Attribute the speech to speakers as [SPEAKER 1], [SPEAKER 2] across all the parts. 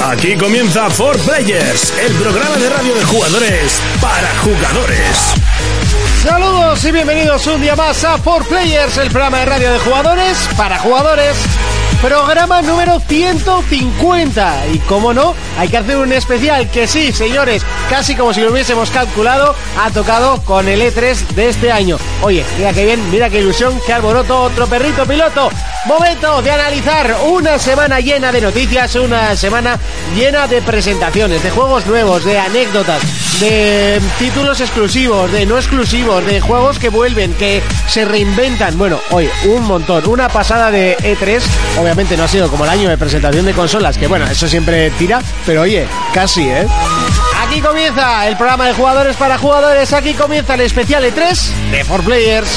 [SPEAKER 1] Aquí comienza For Players, el programa de radio de jugadores para jugadores.
[SPEAKER 2] Saludos y bienvenidos un día más a For Players, el programa de radio de jugadores para jugadores. Programa número 150. Y como no, hay que hacer un especial que sí, señores, casi como si lo hubiésemos calculado, ha tocado con el E3 de este año. Oye, mira qué bien, mira qué ilusión, qué alboroto, otro perrito piloto. Momento de analizar una semana llena de noticias, una semana llena de presentaciones, de juegos nuevos, de anécdotas, de títulos exclusivos, de no exclusivos, de juegos que vuelven, que se reinventan. Bueno, hoy un montón, una pasada de E3. Obviamente no ha sido como el año de presentación de consolas, que bueno, eso siempre tira, pero oye, casi, ¿eh? Aquí comienza el programa de jugadores para jugadores, aquí comienza el especial E3 de 4Players.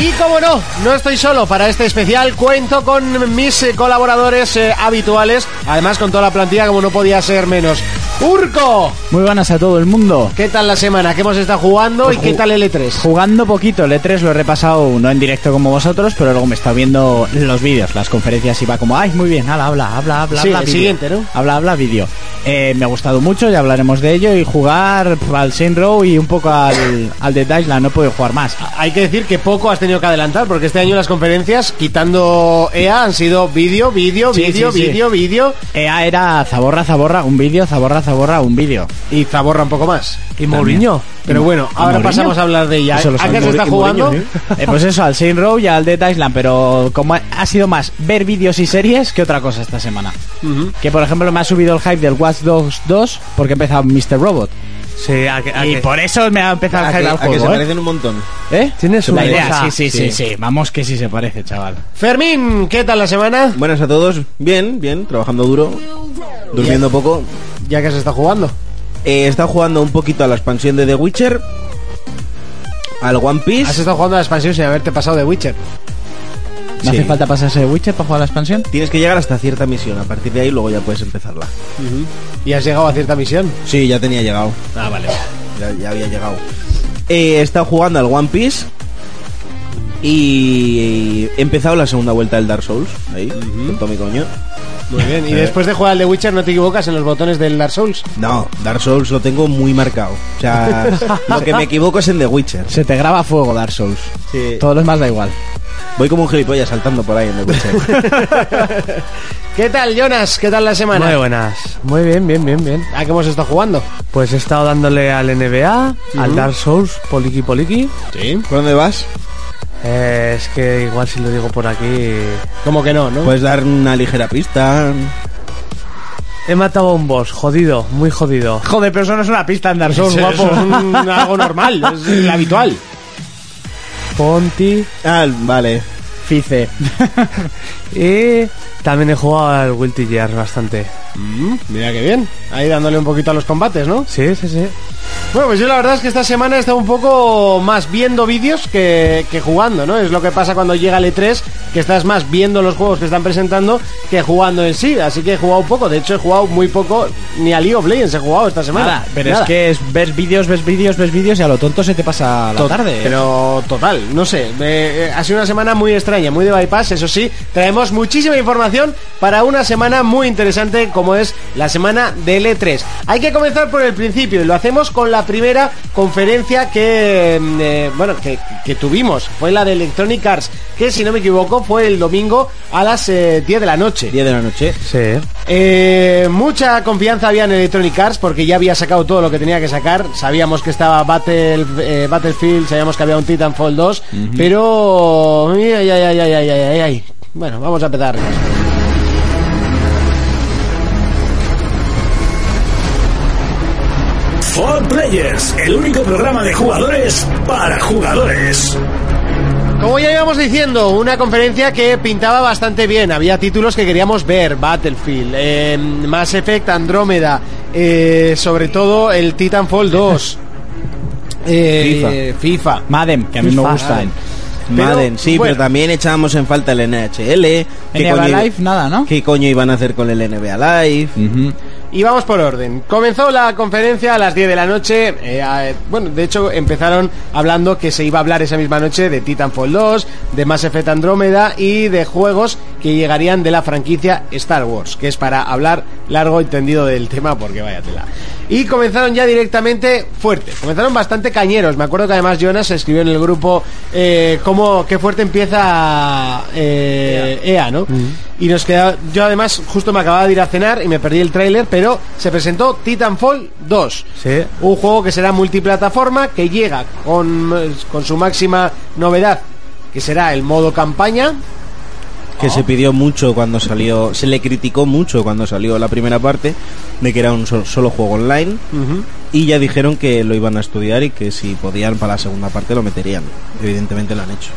[SPEAKER 2] Y como no, no estoy solo para este especial, cuento con mis eh, colaboradores eh, habituales, además con toda la plantilla como no podía ser menos. Urco,
[SPEAKER 3] Muy buenas a todo el mundo.
[SPEAKER 2] ¿qué tal la semana? ¿Qué hemos estado jugando y
[SPEAKER 3] Ju-
[SPEAKER 2] qué tal el E E3?
[SPEAKER 3] Jugando poquito, el E3 lo he repasado no en directo como vosotros, pero luego me he estado viendo los vídeos, las conferencias y va como, ay, muy bien, hala, habla, habla, habla,
[SPEAKER 2] Sí,
[SPEAKER 3] habla,
[SPEAKER 2] el
[SPEAKER 3] vídeo".
[SPEAKER 2] siguiente, ¿no?
[SPEAKER 3] Habla, habla, vídeo. Eh, me ha gustado mucho, ya hablaremos de ello, y jugar pf, al Shinro y un poco al, al Dead Island, no puedo jugar más.
[SPEAKER 2] Hay que decir que poco has tenido que adelantar porque este año las conferencias, quitando EA, han sido vídeo, vídeo,
[SPEAKER 3] Sí,
[SPEAKER 2] vídeo,
[SPEAKER 3] sí, sí.
[SPEAKER 2] vídeo, vídeo
[SPEAKER 3] EA Eh, ah, era zaborra, zaborra, un vídeo, zaborra, zaborra, un vídeo.
[SPEAKER 2] y Zaborra un poco más. Y
[SPEAKER 3] Mourinho.
[SPEAKER 2] Pero bueno,
[SPEAKER 3] ¿Y
[SPEAKER 2] ahora
[SPEAKER 3] Mourinho?
[SPEAKER 2] pasamos a hablar de
[SPEAKER 4] Pues
[SPEAKER 2] ella. ¿eh?
[SPEAKER 3] Eso lo
[SPEAKER 2] ¿A
[SPEAKER 3] sabe
[SPEAKER 2] qué se está jugando?
[SPEAKER 3] Eh, pues eso, al Saint Row y al Dead Island, pero como ha- ha sido más ver vídeos y series que otra cosa esta semana.
[SPEAKER 2] Ujú.
[SPEAKER 3] Que por ejemplo me ha subido el hype del Watch Dogs 2 porque ha empezado Mr. Robot.
[SPEAKER 4] Sí, a que, a
[SPEAKER 3] Y
[SPEAKER 4] que-
[SPEAKER 3] por eso me ha empezado
[SPEAKER 5] A
[SPEAKER 3] el
[SPEAKER 5] que,
[SPEAKER 3] hype al
[SPEAKER 5] a que se
[SPEAKER 3] juego. ¿eh?
[SPEAKER 5] parecen un montón.
[SPEAKER 3] ¿Eh?
[SPEAKER 4] Tienes
[SPEAKER 3] la
[SPEAKER 4] una
[SPEAKER 3] idea.
[SPEAKER 4] cosa.
[SPEAKER 3] Sí, sí, sí, sí, Vamos que sí se parece, chaval.
[SPEAKER 2] Fermín, ¿qué tal la semana?
[SPEAKER 5] Buenas a todos. Bien, bien, trabajando duro, durmiendo poco.
[SPEAKER 2] Ya que se está jugando.
[SPEAKER 5] Eh, está jugando un poquito a la expansión de The Witcher, al One
[SPEAKER 2] Has
[SPEAKER 5] Piece.
[SPEAKER 2] estado jugando a la expansión sin haberte pasado de Witcher.
[SPEAKER 3] ¿No
[SPEAKER 5] Sí.
[SPEAKER 3] hace falta pasarse de Witcher para jugar a la expansión?
[SPEAKER 5] Tienes que llegar hasta cierta misión. A partir de ahí luego ya puedes empezarla.
[SPEAKER 2] Y has llegado a cierta misión.
[SPEAKER 5] Sí, ya tenía llegado.
[SPEAKER 2] Ah, vale.
[SPEAKER 5] Ya, ya había llegado. Eh, he estado jugando al One Piece. Y he empezado la segunda vuelta del Dark Souls. Ahí, con todo mi coño.
[SPEAKER 2] Muy bien. Y
[SPEAKER 5] Eh.
[SPEAKER 2] después de jugar al de Witcher, no te equivocas en los botones del Dark Souls.
[SPEAKER 5] No, Dark Souls lo tengo muy marcado. O sea, lo que me equivoco es en The Witcher.
[SPEAKER 3] Se te graba a fuego Dark Souls.
[SPEAKER 5] Sí.
[SPEAKER 3] Todos los más da igual.
[SPEAKER 5] Voy como un gilipollas saltando por ahí en The Witcher.
[SPEAKER 2] ¿Qué tal, Jonas? ¿Qué tal la semana?
[SPEAKER 4] Muy buenas. Muy bien, bien, bien, bien.
[SPEAKER 2] ¿A qué hemos estado jugando?
[SPEAKER 4] Pues he estado dándole al NBA, al Dark Souls, Poliki Poliki.
[SPEAKER 2] Sí.
[SPEAKER 5] ¿Por dónde vas?
[SPEAKER 4] Eh, es que igual si lo digo por aquí...
[SPEAKER 2] Como que no, ¿no?
[SPEAKER 5] Puedes dar una ligera pista.
[SPEAKER 4] He matado a un boss, jodido, muy jodido.
[SPEAKER 3] Joder, pero Pues eso no es una pista en Dark Souls,
[SPEAKER 2] Eso es
[SPEAKER 3] guapo.
[SPEAKER 2] un- algo normal, es lo habitual.
[SPEAKER 4] Ponti.
[SPEAKER 5] Ah, vale.
[SPEAKER 3] Fice.
[SPEAKER 4] Y también he jugado al Wilty Gear bastante.
[SPEAKER 2] Mira qué bien. Ahí dándole un poquito a los combates, ¿no?
[SPEAKER 4] Sí, sí, sí.
[SPEAKER 2] Bueno, pues yo la verdad es que esta semana he estado un poco más viendo vídeos que, que jugando, ¿no? Es lo que pasa cuando llega el E3, que estás más viendo los juegos que están presentando que jugando en sí. Así que he jugado poco, de hecho he jugado muy poco, ni a League of Legends he jugado esta semana.
[SPEAKER 3] Nada, pero
[SPEAKER 2] Nada.
[SPEAKER 3] es que es, ves vídeos, ves vídeos, ves vídeos y a lo tonto se te pasa la
[SPEAKER 2] To-
[SPEAKER 3] tarde.
[SPEAKER 2] Pero total, no sé. eh, eh, ha sido una semana muy extraña, muy de bypass. Eso sí, traemos muchísima información para una semana muy interesante como es la semana del E3. Hay que comenzar por el principio y lo hacemos con la primera conferencia que, mm, eh, bueno, que, que tuvimos. Fue la de Electronic Arts, que si no me equivoco fue el domingo a las eh, 10 de la noche.
[SPEAKER 5] 10 de la noche.
[SPEAKER 4] Sí.
[SPEAKER 2] Eh, mucha confianza había en Electronic Arts porque ya había sacado todo lo que tenía que sacar. Sabíamos que estaba Battle, eh, Battlefield, sabíamos que había un Titanfall 2, pero... ay, ay, ay, ay, ay, ay, ay. Bueno, vamos a empezar.
[SPEAKER 1] For Players, el único programa de jugadores para jugadores.
[SPEAKER 2] Como ya íbamos diciendo, una conferencia que pintaba bastante bien. Había títulos que queríamos ver: Battlefield, eh, Mass Effect, Andrómeda, eh, sobre todo el Titanfall 2, eh, FIFA.
[SPEAKER 3] Madden, que a mí me eh.
[SPEAKER 2] FIFA.
[SPEAKER 3] gustan.
[SPEAKER 2] Pero,
[SPEAKER 5] Madden, sí,
[SPEAKER 2] bueno.
[SPEAKER 5] pero también echábamos en falta el NHL. ¿Qué
[SPEAKER 3] En
[SPEAKER 5] coño,
[SPEAKER 3] Live nada, ¿no?
[SPEAKER 5] ¿Qué coño iban a hacer con el NBA Live?
[SPEAKER 3] Ujú.
[SPEAKER 2] Y vamos por orden. Comenzó la conferencia a las 10 de la noche. eh, a- eh, bueno, de hecho empezaron hablando que se iba a hablar esa misma noche de Titanfall 2, de Mass Effect Andrómeda y de juegos que llegarían de la franquicia Star Wars, que es para hablar largo y tendido del tema porque vaya tela. Y comenzaron ya directamente fuerte. Comenzaron bastante cañeros. Me acuerdo que además Jonas escribió en el grupo eh, cómo qué fuerte empieza eh, EA, ¿no? Y nos queda. Yo además justo me acababa de ir a cenar y me perdí el tráiler, pero se presentó Titanfall 2.
[SPEAKER 4] Sí.
[SPEAKER 2] Un juego que será multiplataforma, que llega con, eh, con su máxima novedad, que será el modo campaña.
[SPEAKER 5] que
[SPEAKER 3] Oh.
[SPEAKER 5] se pidió mucho cuando salió, se le criticó mucho cuando salió la primera parte de que era un sol- solo juego online y ya dijeron que lo iban a estudiar y que si podían para la segunda parte lo meterían. Evidentemente lo han hecho.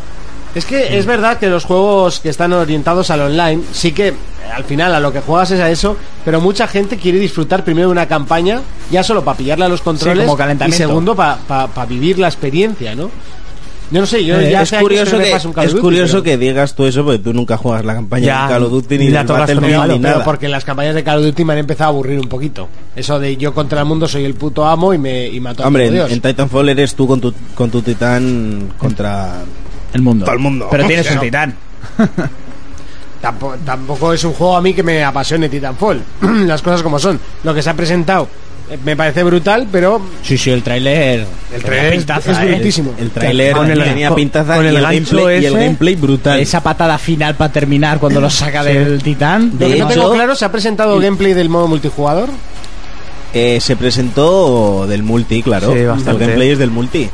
[SPEAKER 2] Es que es verdad que los juegos que están orientados al online, sí que eh, al final a lo que juegas es a eso, pero mucha gente quiere disfrutar primero de una campaña, ya solo para pillarle a los controles
[SPEAKER 3] como
[SPEAKER 2] y
[SPEAKER 3] calentamiento.
[SPEAKER 2] segundo para vivir la experiencia, ¿no? Yo no sé, yo
[SPEAKER 5] Eh,
[SPEAKER 2] ya
[SPEAKER 5] es
[SPEAKER 2] hace años
[SPEAKER 5] curioso,
[SPEAKER 2] no me
[SPEAKER 5] que,
[SPEAKER 2] paso un Call of
[SPEAKER 5] es
[SPEAKER 2] Duty,
[SPEAKER 5] curioso
[SPEAKER 2] pero-
[SPEAKER 5] que digas tú eso porque tú nunca juegas la campaña
[SPEAKER 4] Ya,
[SPEAKER 5] de Call of Duty ni,
[SPEAKER 4] ni la
[SPEAKER 5] del
[SPEAKER 4] tocas con
[SPEAKER 5] Battlefield
[SPEAKER 4] el
[SPEAKER 5] ni
[SPEAKER 4] palo,
[SPEAKER 2] Pero
[SPEAKER 5] nada.
[SPEAKER 2] porque las campañas de Call of Duty me han empezado a aburrir un poquito. Eso de yo contra el mundo soy el puto amo y me y mato a
[SPEAKER 5] Hombre,
[SPEAKER 2] todo
[SPEAKER 5] en,
[SPEAKER 2] Dios.
[SPEAKER 5] en Titanfall eres tú con tu, con tu titán contra...
[SPEAKER 3] El mundo.
[SPEAKER 5] Todo el mundo.
[SPEAKER 3] Pero tienes
[SPEAKER 2] Sí,
[SPEAKER 3] un
[SPEAKER 2] no.
[SPEAKER 3] titán.
[SPEAKER 2] Tampo- Tampoco, es un juego a mí que me apasione Titanfall. las cosas como son. Lo que se ha presentado eh, me parece brutal, pero
[SPEAKER 3] Sí, sí, el tráiler.
[SPEAKER 2] el trailer es,
[SPEAKER 3] pintaza,
[SPEAKER 2] es
[SPEAKER 3] ¿eh?
[SPEAKER 2] brutísimo.
[SPEAKER 5] El tráiler
[SPEAKER 4] Con el-
[SPEAKER 5] tenía
[SPEAKER 4] con-
[SPEAKER 5] pintaza
[SPEAKER 4] con
[SPEAKER 5] y,
[SPEAKER 4] el
[SPEAKER 5] el
[SPEAKER 4] gancho
[SPEAKER 5] gameplay, y el
[SPEAKER 4] ese.
[SPEAKER 5] gameplay brutal.
[SPEAKER 3] Esa patada final para terminar cuando lo saca del titán.
[SPEAKER 5] De
[SPEAKER 2] Lo que no tengo
[SPEAKER 5] hecho-
[SPEAKER 2] claro, ¿se ha presentado gameplay del modo multijugador?
[SPEAKER 5] Eh, se presentó del multi, claro.
[SPEAKER 4] Sí, bastante.
[SPEAKER 5] El gameplay es del multi.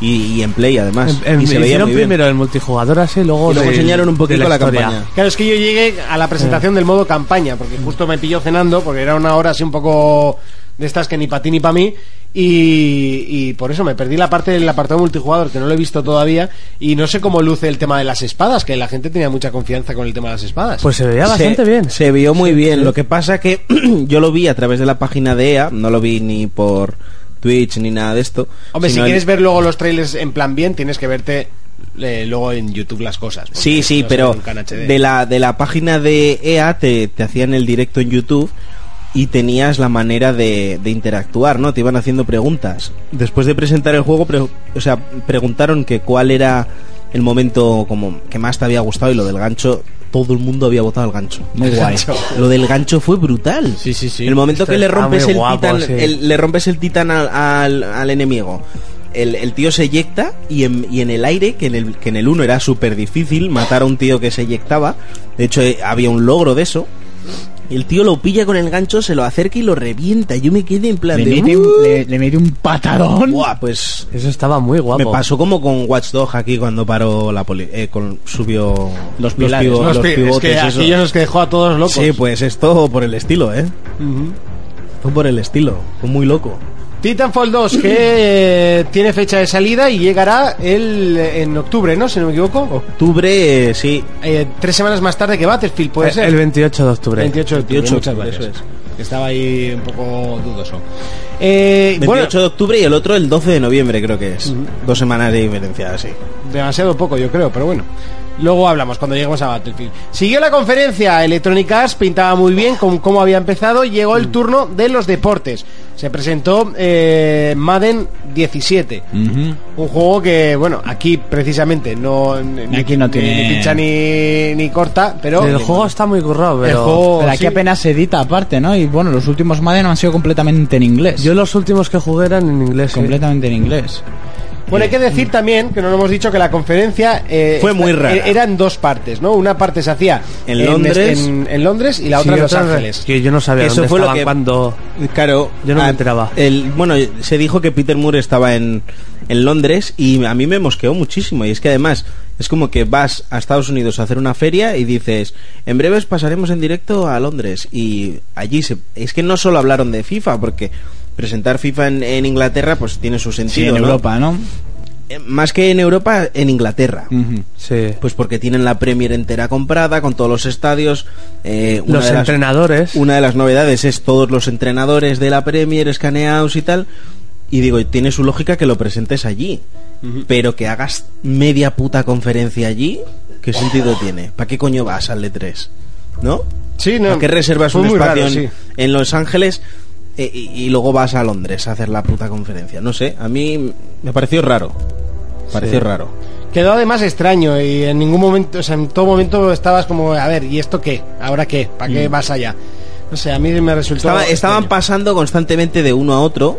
[SPEAKER 5] Y, y en play, además.
[SPEAKER 4] Em- em-
[SPEAKER 5] y se veía
[SPEAKER 4] hicieron
[SPEAKER 5] muy bien.
[SPEAKER 4] primero el multijugador así, luego,
[SPEAKER 5] Y luego
[SPEAKER 4] del-
[SPEAKER 5] enseñaron un
[SPEAKER 4] de
[SPEAKER 5] poquito la,
[SPEAKER 4] historia.
[SPEAKER 5] campaña.
[SPEAKER 2] Claro, es que yo llegué a la presentación del modo campaña, porque justo me pilló cenando, porque era una hora así un poco de estas que ni para ti ni para mí, y, y por eso me perdí la parte del apartado multijugador, que no lo he visto todavía, y no sé cómo luce el tema de las espadas, que la gente tenía mucha confianza con el tema de las espadas.
[SPEAKER 4] Pues se veía bastante
[SPEAKER 5] se,
[SPEAKER 4] bien.
[SPEAKER 5] Se vio muy bien. Lo que pasa que yo lo vi a través de la página de EA, no lo vi ni por Twitch ni nada de esto.
[SPEAKER 2] Hombre, si
[SPEAKER 5] sino en-
[SPEAKER 2] quieres ver luego los trailers en plan bien, tienes que verte eh, luego en YouTube las cosas. porque
[SPEAKER 5] Sí, sí,
[SPEAKER 2] no se
[SPEAKER 5] pero
[SPEAKER 2] ve nunca en HD.
[SPEAKER 5] de la, de la página de EA te, te hacían el directo en YouTube y tenías la manera de, de interactuar, ¿no? Te iban haciendo preguntas. Después de presentar el juego, pre- o sea, preguntaron que cuál era el momento como que más te había gustado y lo del gancho, todo el mundo había votado el gancho.
[SPEAKER 3] Muy guay.
[SPEAKER 5] Lo del gancho fue brutal.
[SPEAKER 3] Sí, sí, sí.
[SPEAKER 5] El momento
[SPEAKER 4] Esto
[SPEAKER 5] que le
[SPEAKER 4] está
[SPEAKER 5] rompes
[SPEAKER 4] muy
[SPEAKER 5] el
[SPEAKER 4] guapo,
[SPEAKER 5] titán,
[SPEAKER 4] sí.
[SPEAKER 5] el- le rompes el titán al, al- al enemigo. El, el tío se eyecta y en, y en el aire, que en el, que en el 1 era súper difícil matar a un tío que se eyectaba. De hecho, eh, había un logro de eso. Y el tío lo pilla con el gancho, se lo acerca y lo revienta. Yo me quedé en plan
[SPEAKER 3] Le
[SPEAKER 5] de.
[SPEAKER 3] mete, un-
[SPEAKER 5] "Uh".
[SPEAKER 3] le, Eh, le mete un patadón.
[SPEAKER 5] Buah, pues.
[SPEAKER 4] Eso estaba muy guapo.
[SPEAKER 5] Me pasó como con Watchdog aquí cuando paró la poli. eh, con, subió
[SPEAKER 3] Los pilares,
[SPEAKER 5] pivo-
[SPEAKER 3] ¿no?
[SPEAKER 2] Los
[SPEAKER 5] los
[SPEAKER 2] pi- es
[SPEAKER 5] pivotes.
[SPEAKER 2] que
[SPEAKER 5] eso.
[SPEAKER 2] aquello nos que dejó a todos
[SPEAKER 4] Eh,
[SPEAKER 2] locos.
[SPEAKER 5] Sí, pues esto por el estilo, ¿eh?
[SPEAKER 2] Ujú.
[SPEAKER 5] Fue por el estilo, fue muy loco.
[SPEAKER 2] Titanfall 2, que eh, tiene fecha de salida y llegará el, eh, en octubre, ¿no? Si no me
[SPEAKER 4] Oh.
[SPEAKER 2] equivoco.
[SPEAKER 5] Octubre, eh, sí.
[SPEAKER 2] Eh, tres semanas más tarde que Battlefield, puede
[SPEAKER 4] Eh,
[SPEAKER 2] ser.
[SPEAKER 4] El 28 de octubre.
[SPEAKER 2] 28 de octubre.
[SPEAKER 5] 28 de
[SPEAKER 2] muchas
[SPEAKER 5] octubre,
[SPEAKER 2] gracias. Estaba ahí un poco dudoso. Eh,
[SPEAKER 5] 28
[SPEAKER 2] bueno,
[SPEAKER 5] de octubre y el otro el 12 de noviembre, creo que es. Dos semanas de diferencia, sí.
[SPEAKER 2] demasiado poco, yo creo, pero bueno. Luego hablamos cuando lleguemos a Battlefield. Siguió la conferencia, Electronic Arts pintaba muy bien con cómo había empezado. Llegó el turno de los deportes. Se presentó eh, Madden 17.
[SPEAKER 4] Mm.
[SPEAKER 2] Un juego que, bueno, aquí precisamente no. ni-
[SPEAKER 3] Aquí no
[SPEAKER 2] ni-
[SPEAKER 3] tiene-
[SPEAKER 2] Ni pincha ni, ni corta, pero. eh,
[SPEAKER 4] El juego está muy currado, pero.
[SPEAKER 2] El juego-
[SPEAKER 3] Pero aquí
[SPEAKER 2] sí.
[SPEAKER 3] apenas se edita aparte, ¿no? Y bueno, los últimos Madden han sido completamente en inglés.
[SPEAKER 4] Yo los últimos que jugué eran en inglés. sí.
[SPEAKER 3] completamente en inglés.
[SPEAKER 2] Bueno, hay que decir también, que no lo hemos dicho, que la conferencia. eh,
[SPEAKER 5] Fue muy rara.
[SPEAKER 2] e- Era en dos partes, ¿no? Una parte se hacía
[SPEAKER 5] En Londres.
[SPEAKER 2] en, en Londres y la otra
[SPEAKER 4] Sí,
[SPEAKER 2] en Los
[SPEAKER 4] otra-
[SPEAKER 2] Ángeles.
[SPEAKER 4] Que yo no sabía
[SPEAKER 5] Eso
[SPEAKER 4] dónde
[SPEAKER 5] fue lo
[SPEAKER 4] estaban
[SPEAKER 5] que-
[SPEAKER 4] cuando.
[SPEAKER 5] Claro,
[SPEAKER 4] Yo no me
[SPEAKER 5] ah,
[SPEAKER 4] enteraba.
[SPEAKER 5] El, bueno, se dijo que Peter Moore estaba en, en Londres y a mí me mosqueó muchísimo. Y es que además es como que vas a Estados Unidos a hacer una feria y dices, en breves pasaremos en directo a Londres. Y allí se, es que no solo hablaron de FIFA, porque presentar FIFA en, en Inglaterra pues tiene su
[SPEAKER 3] Sí,
[SPEAKER 5] sentido.
[SPEAKER 3] en
[SPEAKER 5] ¿no?
[SPEAKER 3] Europa, ¿no?
[SPEAKER 5] Eh, Más que en Europa, en Inglaterra.
[SPEAKER 4] Mm.
[SPEAKER 3] Ujú.
[SPEAKER 4] Sí.
[SPEAKER 5] Pues porque tienen la Premier entera comprada, con todos los estadios. eh, una
[SPEAKER 4] los
[SPEAKER 5] de las-
[SPEAKER 4] entrenadores.
[SPEAKER 5] Una de las novedades es todos los entrenadores de la Premier escaneados y tal. Y digo, tiene su lógica que lo presentes allí. Pero que hagas media puta conferencia allí, ¿qué sentido tiene? ¿Para qué coño vas al E3? ¿No?
[SPEAKER 2] Sí, no.
[SPEAKER 5] ¿A qué reservas
[SPEAKER 2] fue
[SPEAKER 5] un
[SPEAKER 2] muy
[SPEAKER 5] espacio
[SPEAKER 2] raro,
[SPEAKER 5] en,
[SPEAKER 2] sí.
[SPEAKER 5] en Los Ángeles eh, y, y luego vas a Londres a hacer la puta conferencia? No sé, a mí me pareció raro. Pareció raro.
[SPEAKER 2] Quedó además extraño y en ningún momento, o sea, en todo momento estabas como, a ver, ¿y esto qué? ¿Ahora qué? ¿Para qué vas allá? No sé, a mí me resultó.
[SPEAKER 5] Mm. Estaba- estaban
[SPEAKER 2] extraño.
[SPEAKER 5] pasando constantemente de uno a otro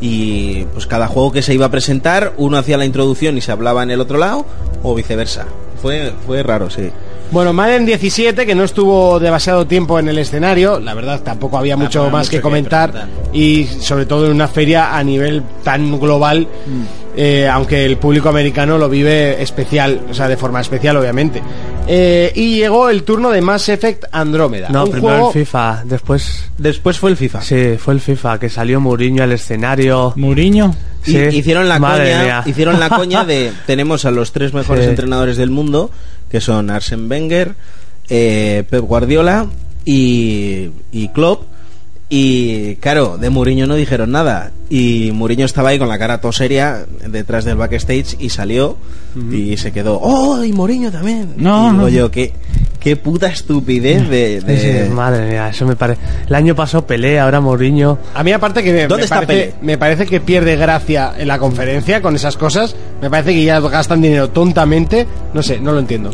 [SPEAKER 5] y pues cada juego que se iba a presentar, uno hacía la introducción y se hablaba en el otro lado o viceversa. Fue, fue raro, sí.
[SPEAKER 2] Bueno, Madden 17, que no estuvo demasiado tiempo en el escenario, la verdad tampoco había mucho
[SPEAKER 5] pero
[SPEAKER 2] más
[SPEAKER 5] Ah, mucho
[SPEAKER 2] que
[SPEAKER 5] que
[SPEAKER 2] comentar,
[SPEAKER 5] presentar.
[SPEAKER 2] y sobre todo en una feria a nivel tan global,
[SPEAKER 5] Mm.
[SPEAKER 2] eh, aunque el público americano lo vive especial, o sea, de forma especial, obviamente. Eh, y llegó el turno de Mass Effect Andrómeda.
[SPEAKER 4] No,
[SPEAKER 2] un
[SPEAKER 4] primero
[SPEAKER 2] juego-
[SPEAKER 4] el FIFA, después...
[SPEAKER 5] Después fue el FIFA.
[SPEAKER 4] Sí, fue el FIFA, que salió Mourinho al escenario.
[SPEAKER 3] Muriño.
[SPEAKER 5] Y-
[SPEAKER 4] Sí.
[SPEAKER 5] hicieron la
[SPEAKER 4] Madre
[SPEAKER 5] coña,
[SPEAKER 4] mía.
[SPEAKER 5] hicieron la coña de tenemos a los tres mejores
[SPEAKER 4] Sí.
[SPEAKER 5] entrenadores del mundo, que son Arsen Wenger, eh, Pep Guardiola y, y Klopp. Y claro, de Mourinho no dijeron nada. Y Mourinho estaba ahí con la cara todo seria detrás del backstage y salió y se quedó. ¡Oh! Y Mourinho también.
[SPEAKER 3] No,
[SPEAKER 5] y digo
[SPEAKER 3] no.
[SPEAKER 5] yo, qué, qué puta estupidez de. de-
[SPEAKER 4] Sí, madre mía, eso me parece... El año pasado Pelé, ahora Mourinho...
[SPEAKER 2] A mí aparte que me,
[SPEAKER 5] ¿Dónde
[SPEAKER 2] me
[SPEAKER 5] está
[SPEAKER 2] parece,
[SPEAKER 5] Pele?
[SPEAKER 2] me parece que pierde gracia en la conferencia con esas cosas, me parece que ya gastan dinero tontamente, no sé, no lo entiendo.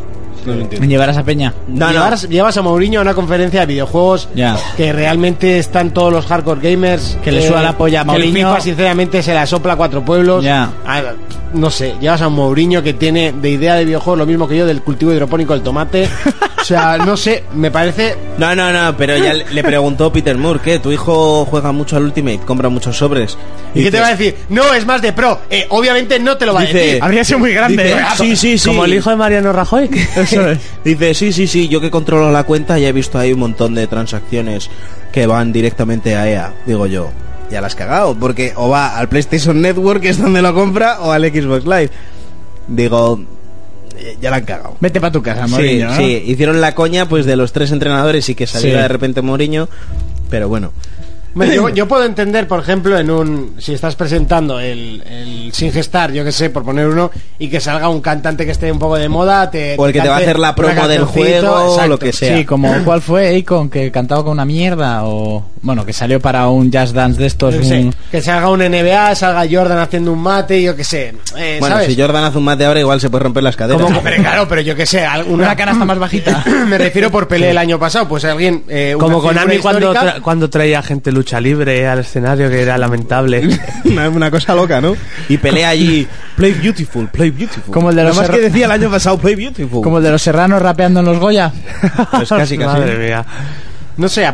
[SPEAKER 2] No lo entiendo.
[SPEAKER 3] En llevar a esa peña.
[SPEAKER 5] No, no.
[SPEAKER 2] llevas, llevas a Mourinho a una conferencia de videojuegos
[SPEAKER 3] Ya.
[SPEAKER 2] que realmente están todos los hardcore gamers. eh,
[SPEAKER 3] Que le suda la polla a
[SPEAKER 2] que el
[SPEAKER 3] Mourinho.
[SPEAKER 2] FIFA, sinceramente, se la sopla a cuatro pueblos.
[SPEAKER 3] Ya.
[SPEAKER 2] Ah, no sé, llevas a un Mourinho que tiene de idea de videojuegos lo mismo que yo del cultivo hidropónico del tomate. o sea, no sé, me parece.
[SPEAKER 5] No, no, no, pero ya le le preguntó Peter Moore, ¿qué? Tu hijo juega mucho al Ultimate, compra muchos sobres.
[SPEAKER 2] ¿Y, qué te
[SPEAKER 5] dice,
[SPEAKER 2] va a decir? No, es más de pro. Eh, obviamente no te lo va
[SPEAKER 5] Dice-
[SPEAKER 2] a decir.
[SPEAKER 3] Habría sido muy grande.
[SPEAKER 5] Dice,
[SPEAKER 3] ¿eh?
[SPEAKER 5] "Ah, sí, sí, sí.
[SPEAKER 4] Como el hijo de Mariano Rajoy.
[SPEAKER 3] Eso es.
[SPEAKER 5] Dice, sí, sí, sí, yo que controlo la cuenta ya he visto ahí un montón de transacciones que van directamente a EA, digo yo. Ya las has cagado, porque o va al PlayStation Network, que es donde lo compra, o al Xbox Live. Digo, eh, ya la han cagado.
[SPEAKER 3] Vete para tu casa,
[SPEAKER 5] Sí,
[SPEAKER 3] Mourinho. ¿no?
[SPEAKER 5] sí, hicieron la coña pues de los tres entrenadores y que saliera
[SPEAKER 3] Sí.
[SPEAKER 5] de repente Mourinho, pero bueno.
[SPEAKER 2] Hombre, Yo, yo puedo entender, por ejemplo, en un si estás presentando el, el Singestar, yo que sé, por poner uno, y que salga un cantante que esté un poco de moda, te,
[SPEAKER 5] O el que te va a
[SPEAKER 2] cante
[SPEAKER 5] hacer la
[SPEAKER 2] una
[SPEAKER 5] promo del
[SPEAKER 2] cancioncito,
[SPEAKER 5] juego, o
[SPEAKER 2] exacto.
[SPEAKER 5] lo que sea.
[SPEAKER 3] Sí, como cuál fue Akon que cantaba con una mierda o bueno, que salió para un jazz dance de estos
[SPEAKER 2] Yo que sé,
[SPEAKER 3] un-
[SPEAKER 5] Mm.
[SPEAKER 2] que salga un NBA, salga Jordan haciendo un mate, yo que sé. eh,
[SPEAKER 5] Bueno,
[SPEAKER 2] ¿sabes?
[SPEAKER 5] si Jordan hace un mate ahora igual se puede romper las caderas.
[SPEAKER 2] Como- hombre, claro, pero yo que sé, alguna
[SPEAKER 3] una canasta más bajita.
[SPEAKER 2] Me refiero por pelea el año pasado, pues alguien. eh, una
[SPEAKER 4] Como
[SPEAKER 2] figura
[SPEAKER 4] Konami cuando,
[SPEAKER 2] histórica-
[SPEAKER 4] tra- cuando traía gente lucha libre al escenario, que era lamentable.
[SPEAKER 5] una, una cosa loca, ¿no? Y pelea allí. Play beautiful, play beautiful.
[SPEAKER 3] Como el de los
[SPEAKER 5] Lo más
[SPEAKER 3] Serra-
[SPEAKER 5] que decía el año pasado, play beautiful.
[SPEAKER 3] Como el de los serranos rapeando en los Goya.
[SPEAKER 5] Pues casi, casi.
[SPEAKER 4] Madre mía.
[SPEAKER 2] No sé, a,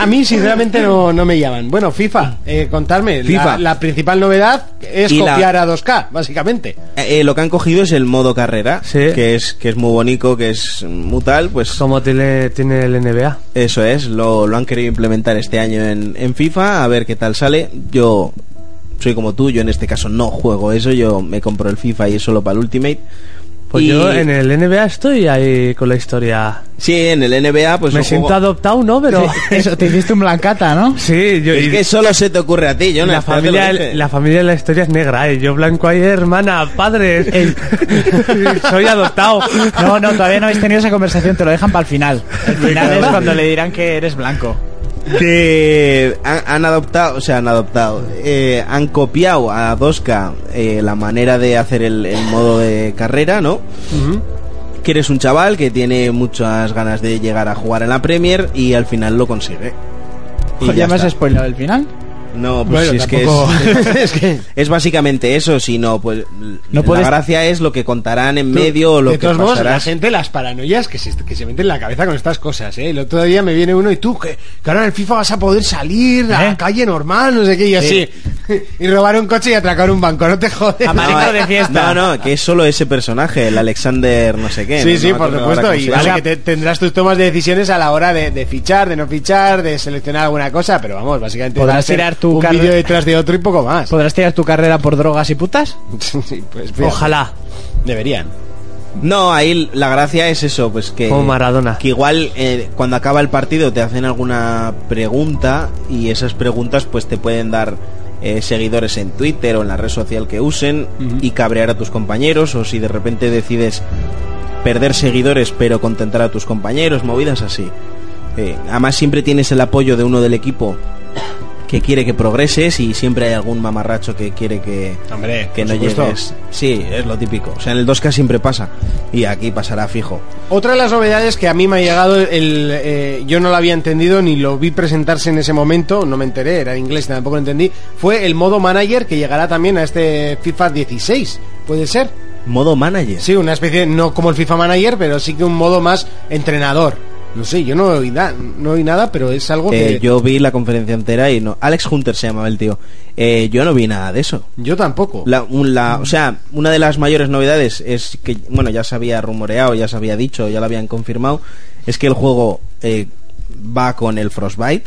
[SPEAKER 2] a mí sinceramente no, no me llaman. Bueno, FIFA, eh, contadme. la-
[SPEAKER 5] FIFA.
[SPEAKER 2] La, principal novedad es
[SPEAKER 5] Y la-
[SPEAKER 2] copiar a 2K, básicamente.
[SPEAKER 5] Eh, eh, lo que han cogido es el modo carrera,
[SPEAKER 4] Sí.
[SPEAKER 5] que es que es muy bonito, que es muy tal, pues
[SPEAKER 4] Como tiene, tiene el NBA.
[SPEAKER 5] eso es, lo, lo han querido implementar este año en, en FIFA, a ver qué tal sale. Yo soy como tú, yo en este caso no juego eso, yo me compro el FIFA y es solo para el Ultimate.
[SPEAKER 4] Pues
[SPEAKER 5] Y-
[SPEAKER 4] yo en el NBA estoy ahí con la historia.
[SPEAKER 5] Sí, en el NBA pues
[SPEAKER 4] Me
[SPEAKER 5] un juego-
[SPEAKER 4] siento adoptado, ¿no? Pero...
[SPEAKER 3] Eso te hiciste un blancata, ¿no?
[SPEAKER 4] Sí, yo...
[SPEAKER 5] Es
[SPEAKER 4] y-
[SPEAKER 5] que solo se te ocurre a ti, yo
[SPEAKER 4] la familia, la familia de la historia es negra, ¿eh? Yo blanco ahí, hermana, padre. Soy adoptado.
[SPEAKER 3] No, no, todavía no habéis tenido esa conversación, te lo dejan para el final. El final es cuando le dirán que eres blanco.
[SPEAKER 5] de- han, han adoptado, o sea, han adoptado, eh, han copiado a 2K eh, la manera de hacer el, el modo de carrera, ¿no? Que eres un chaval que tiene muchas ganas de llegar a jugar en la Premier y al final lo consigue. Y
[SPEAKER 3] Joder,
[SPEAKER 5] ya
[SPEAKER 3] ya me has
[SPEAKER 5] está.
[SPEAKER 3] spoilado el final.
[SPEAKER 5] No, pues si es que es, es básicamente eso, sino pues
[SPEAKER 3] No puedes-
[SPEAKER 5] la gracia es lo que contarán en medio o lo
[SPEAKER 2] de
[SPEAKER 5] que
[SPEAKER 2] todos modos,
[SPEAKER 5] pasará.
[SPEAKER 2] la gente, las paranoias que se, que se meten en la cabeza con estas cosas, ¿eh? El otro día me viene uno y tú, que, que ahora en el FIFA vas a poder salir a la
[SPEAKER 3] ¿Eh?
[SPEAKER 2] calle normal, no sé qué, y así. y robar un coche y atracar un banco, no te jodes.
[SPEAKER 3] Amarillo de fiesta.
[SPEAKER 5] No, no, que es solo ese personaje, el Alexander no sé qué.
[SPEAKER 2] Sí,
[SPEAKER 5] no-
[SPEAKER 2] sí,
[SPEAKER 5] no me
[SPEAKER 2] por
[SPEAKER 5] acuerdo ahora
[SPEAKER 2] supuesto.
[SPEAKER 5] cómo
[SPEAKER 2] Y
[SPEAKER 5] se
[SPEAKER 2] vale
[SPEAKER 5] llama.
[SPEAKER 2] que te- tendrás tus tomas de decisiones a la hora de, de fichar, de no fichar, de seleccionar alguna cosa, pero vamos, básicamente
[SPEAKER 3] Podrás
[SPEAKER 2] va a ser
[SPEAKER 3] tirar tu
[SPEAKER 2] un
[SPEAKER 3] carro-
[SPEAKER 2] vídeo detrás de otro y poco más.
[SPEAKER 3] ¿Podrás tirar tu carrera por drogas y putas?
[SPEAKER 2] Sí, pues, fíjate,
[SPEAKER 4] Ojalá.
[SPEAKER 2] Deberían.
[SPEAKER 5] No, ahí la gracia es eso, pues que...
[SPEAKER 4] Como Maradona.
[SPEAKER 5] Que igual eh, cuando acaba el partido te hacen alguna pregunta y esas preguntas pues te pueden dar eh, seguidores en Twitter o en la red social que usen y cabrear a tus compañeros o si de repente decides perder seguidores pero contentar a tus compañeros, movidas así. Eh, además siempre tienes el apoyo de uno del equipo que quiere que progreses y siempre hay algún mamarracho que quiere que,
[SPEAKER 2] Hombre,
[SPEAKER 5] que
[SPEAKER 2] por
[SPEAKER 5] no
[SPEAKER 2] supuesto.
[SPEAKER 5] llegues. Sí, es lo típico. O sea, en el 2K siempre pasa. Y aquí pasará fijo.
[SPEAKER 2] Otra de las novedades que a mí me ha llegado, el, eh, yo no la había entendido ni lo vi presentarse en ese momento, no me enteré, era en inglés, tampoco lo entendí, fue el modo manager que llegará también a este FIFA 16, puede ser.
[SPEAKER 5] Modo manager.
[SPEAKER 2] Sí, una especie, no como el FIFA manager, pero sí que un modo más entrenador. No sé, yo no oí, na- no oí nada, pero es algo
[SPEAKER 5] Eh,
[SPEAKER 2] que
[SPEAKER 5] yo vi la conferencia entera y no. Alex Hunter se llamaba el tío. Eh, yo no vi nada de eso.
[SPEAKER 2] yo tampoco.
[SPEAKER 5] La, un- la- o sea, una de las mayores novedades es que, bueno, ya se había rumoreado, ya se había dicho, ya lo habían confirmado, es que el juego eh, va con el Frostbite,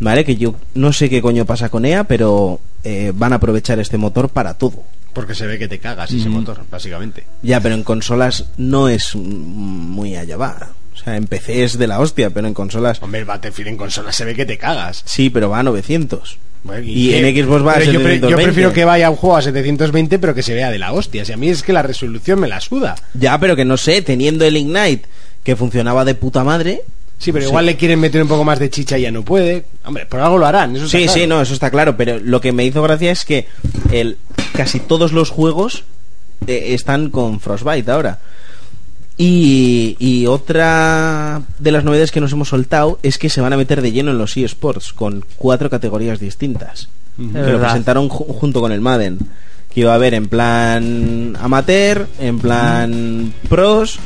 [SPEAKER 5] ¿vale? Que yo no sé qué coño pasa con EA, pero eh, van a aprovechar este motor para todo.
[SPEAKER 2] Porque se ve que te cagas ese motor, básicamente.
[SPEAKER 5] Ya, pero en consolas no es mm, muy allá va. O sea, en PC es de la hostia, pero en consolas...
[SPEAKER 2] Hombre, el Battlefield en consola se ve que te cagas.
[SPEAKER 5] Sí, pero va a 900.
[SPEAKER 2] Bueno,
[SPEAKER 5] Y
[SPEAKER 2] que-
[SPEAKER 5] en Xbox va a
[SPEAKER 2] pero yo, pre- yo
[SPEAKER 5] 720.
[SPEAKER 2] prefiero que vaya un juego a 720 pero que se vea de la hostia. Si a mí es que la resolución me la suda.
[SPEAKER 5] Ya, pero que no sé, teniendo el Ignite que funcionaba de puta madre,
[SPEAKER 2] Sí, pero igual le quieren meter un poco más de chicha y ya no puede. Hombre, por algo lo harán. Eso está
[SPEAKER 5] Sí,
[SPEAKER 2] claro.
[SPEAKER 5] sí, no, eso está claro, pero lo que me hizo gracia es que el, casi todos los juegos eh, están con Frostbite ahora. Y, y otra de las novedades que nos hemos soltado es que se van a meter de lleno en los eSports con cuatro categorías distintas. Que lo
[SPEAKER 4] verdad.
[SPEAKER 5] presentaron ju- junto con el Madden. Que iba a haber en plan amateur, en plan pros,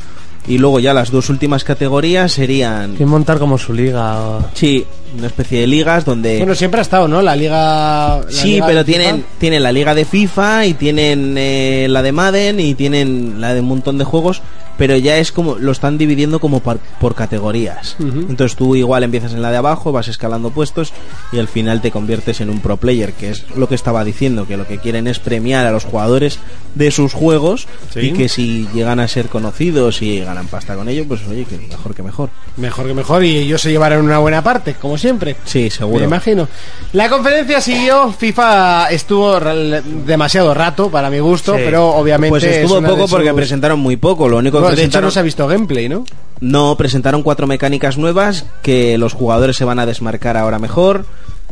[SPEAKER 5] y luego ya las dos últimas categorías serían.
[SPEAKER 4] Que montar como su liga. o-
[SPEAKER 5] Sí, una especie de ligas donde.
[SPEAKER 2] Bueno, siempre ha estado, ¿no? La liga... la
[SPEAKER 5] Sí,
[SPEAKER 2] liga
[SPEAKER 5] pero
[SPEAKER 2] de FIFA.
[SPEAKER 5] tienen, tienen la liga de FIFA y tienen eh, la de Madden y tienen la de un montón de juegos, pero ya es como lo están dividiendo como par- por categorías. Entonces tú igual empiezas en la de abajo, vas escalando puestos y al final te conviertes en un pro player, que es lo que estaba diciendo, que lo que quieren es premiar a los jugadores de sus juegos
[SPEAKER 2] Sí.
[SPEAKER 5] y que si llegan a ser conocidos y ganan pasta con ello, pues oye, que mejor que mejor.
[SPEAKER 2] Mejor que mejor y ellos se llevarán una buena parte, como siempre.
[SPEAKER 5] Sí,
[SPEAKER 2] Me
[SPEAKER 5] seguro.
[SPEAKER 2] imagino. La conferencia siguió, FIFA estuvo ra- demasiado rato para mi gusto,
[SPEAKER 4] Sí.
[SPEAKER 2] pero obviamente...
[SPEAKER 5] Pues
[SPEAKER 2] es
[SPEAKER 5] estuvo
[SPEAKER 2] una de
[SPEAKER 5] poco porque
[SPEAKER 2] sus-
[SPEAKER 5] presentaron muy poco. Lo único
[SPEAKER 2] Bueno,
[SPEAKER 5] que
[SPEAKER 2] de hecho
[SPEAKER 5] presentaron...
[SPEAKER 2] no se ha visto gameplay, ¿no?
[SPEAKER 5] No, presentaron cuatro mecánicas nuevas que los jugadores se van a desmarcar ahora mejor.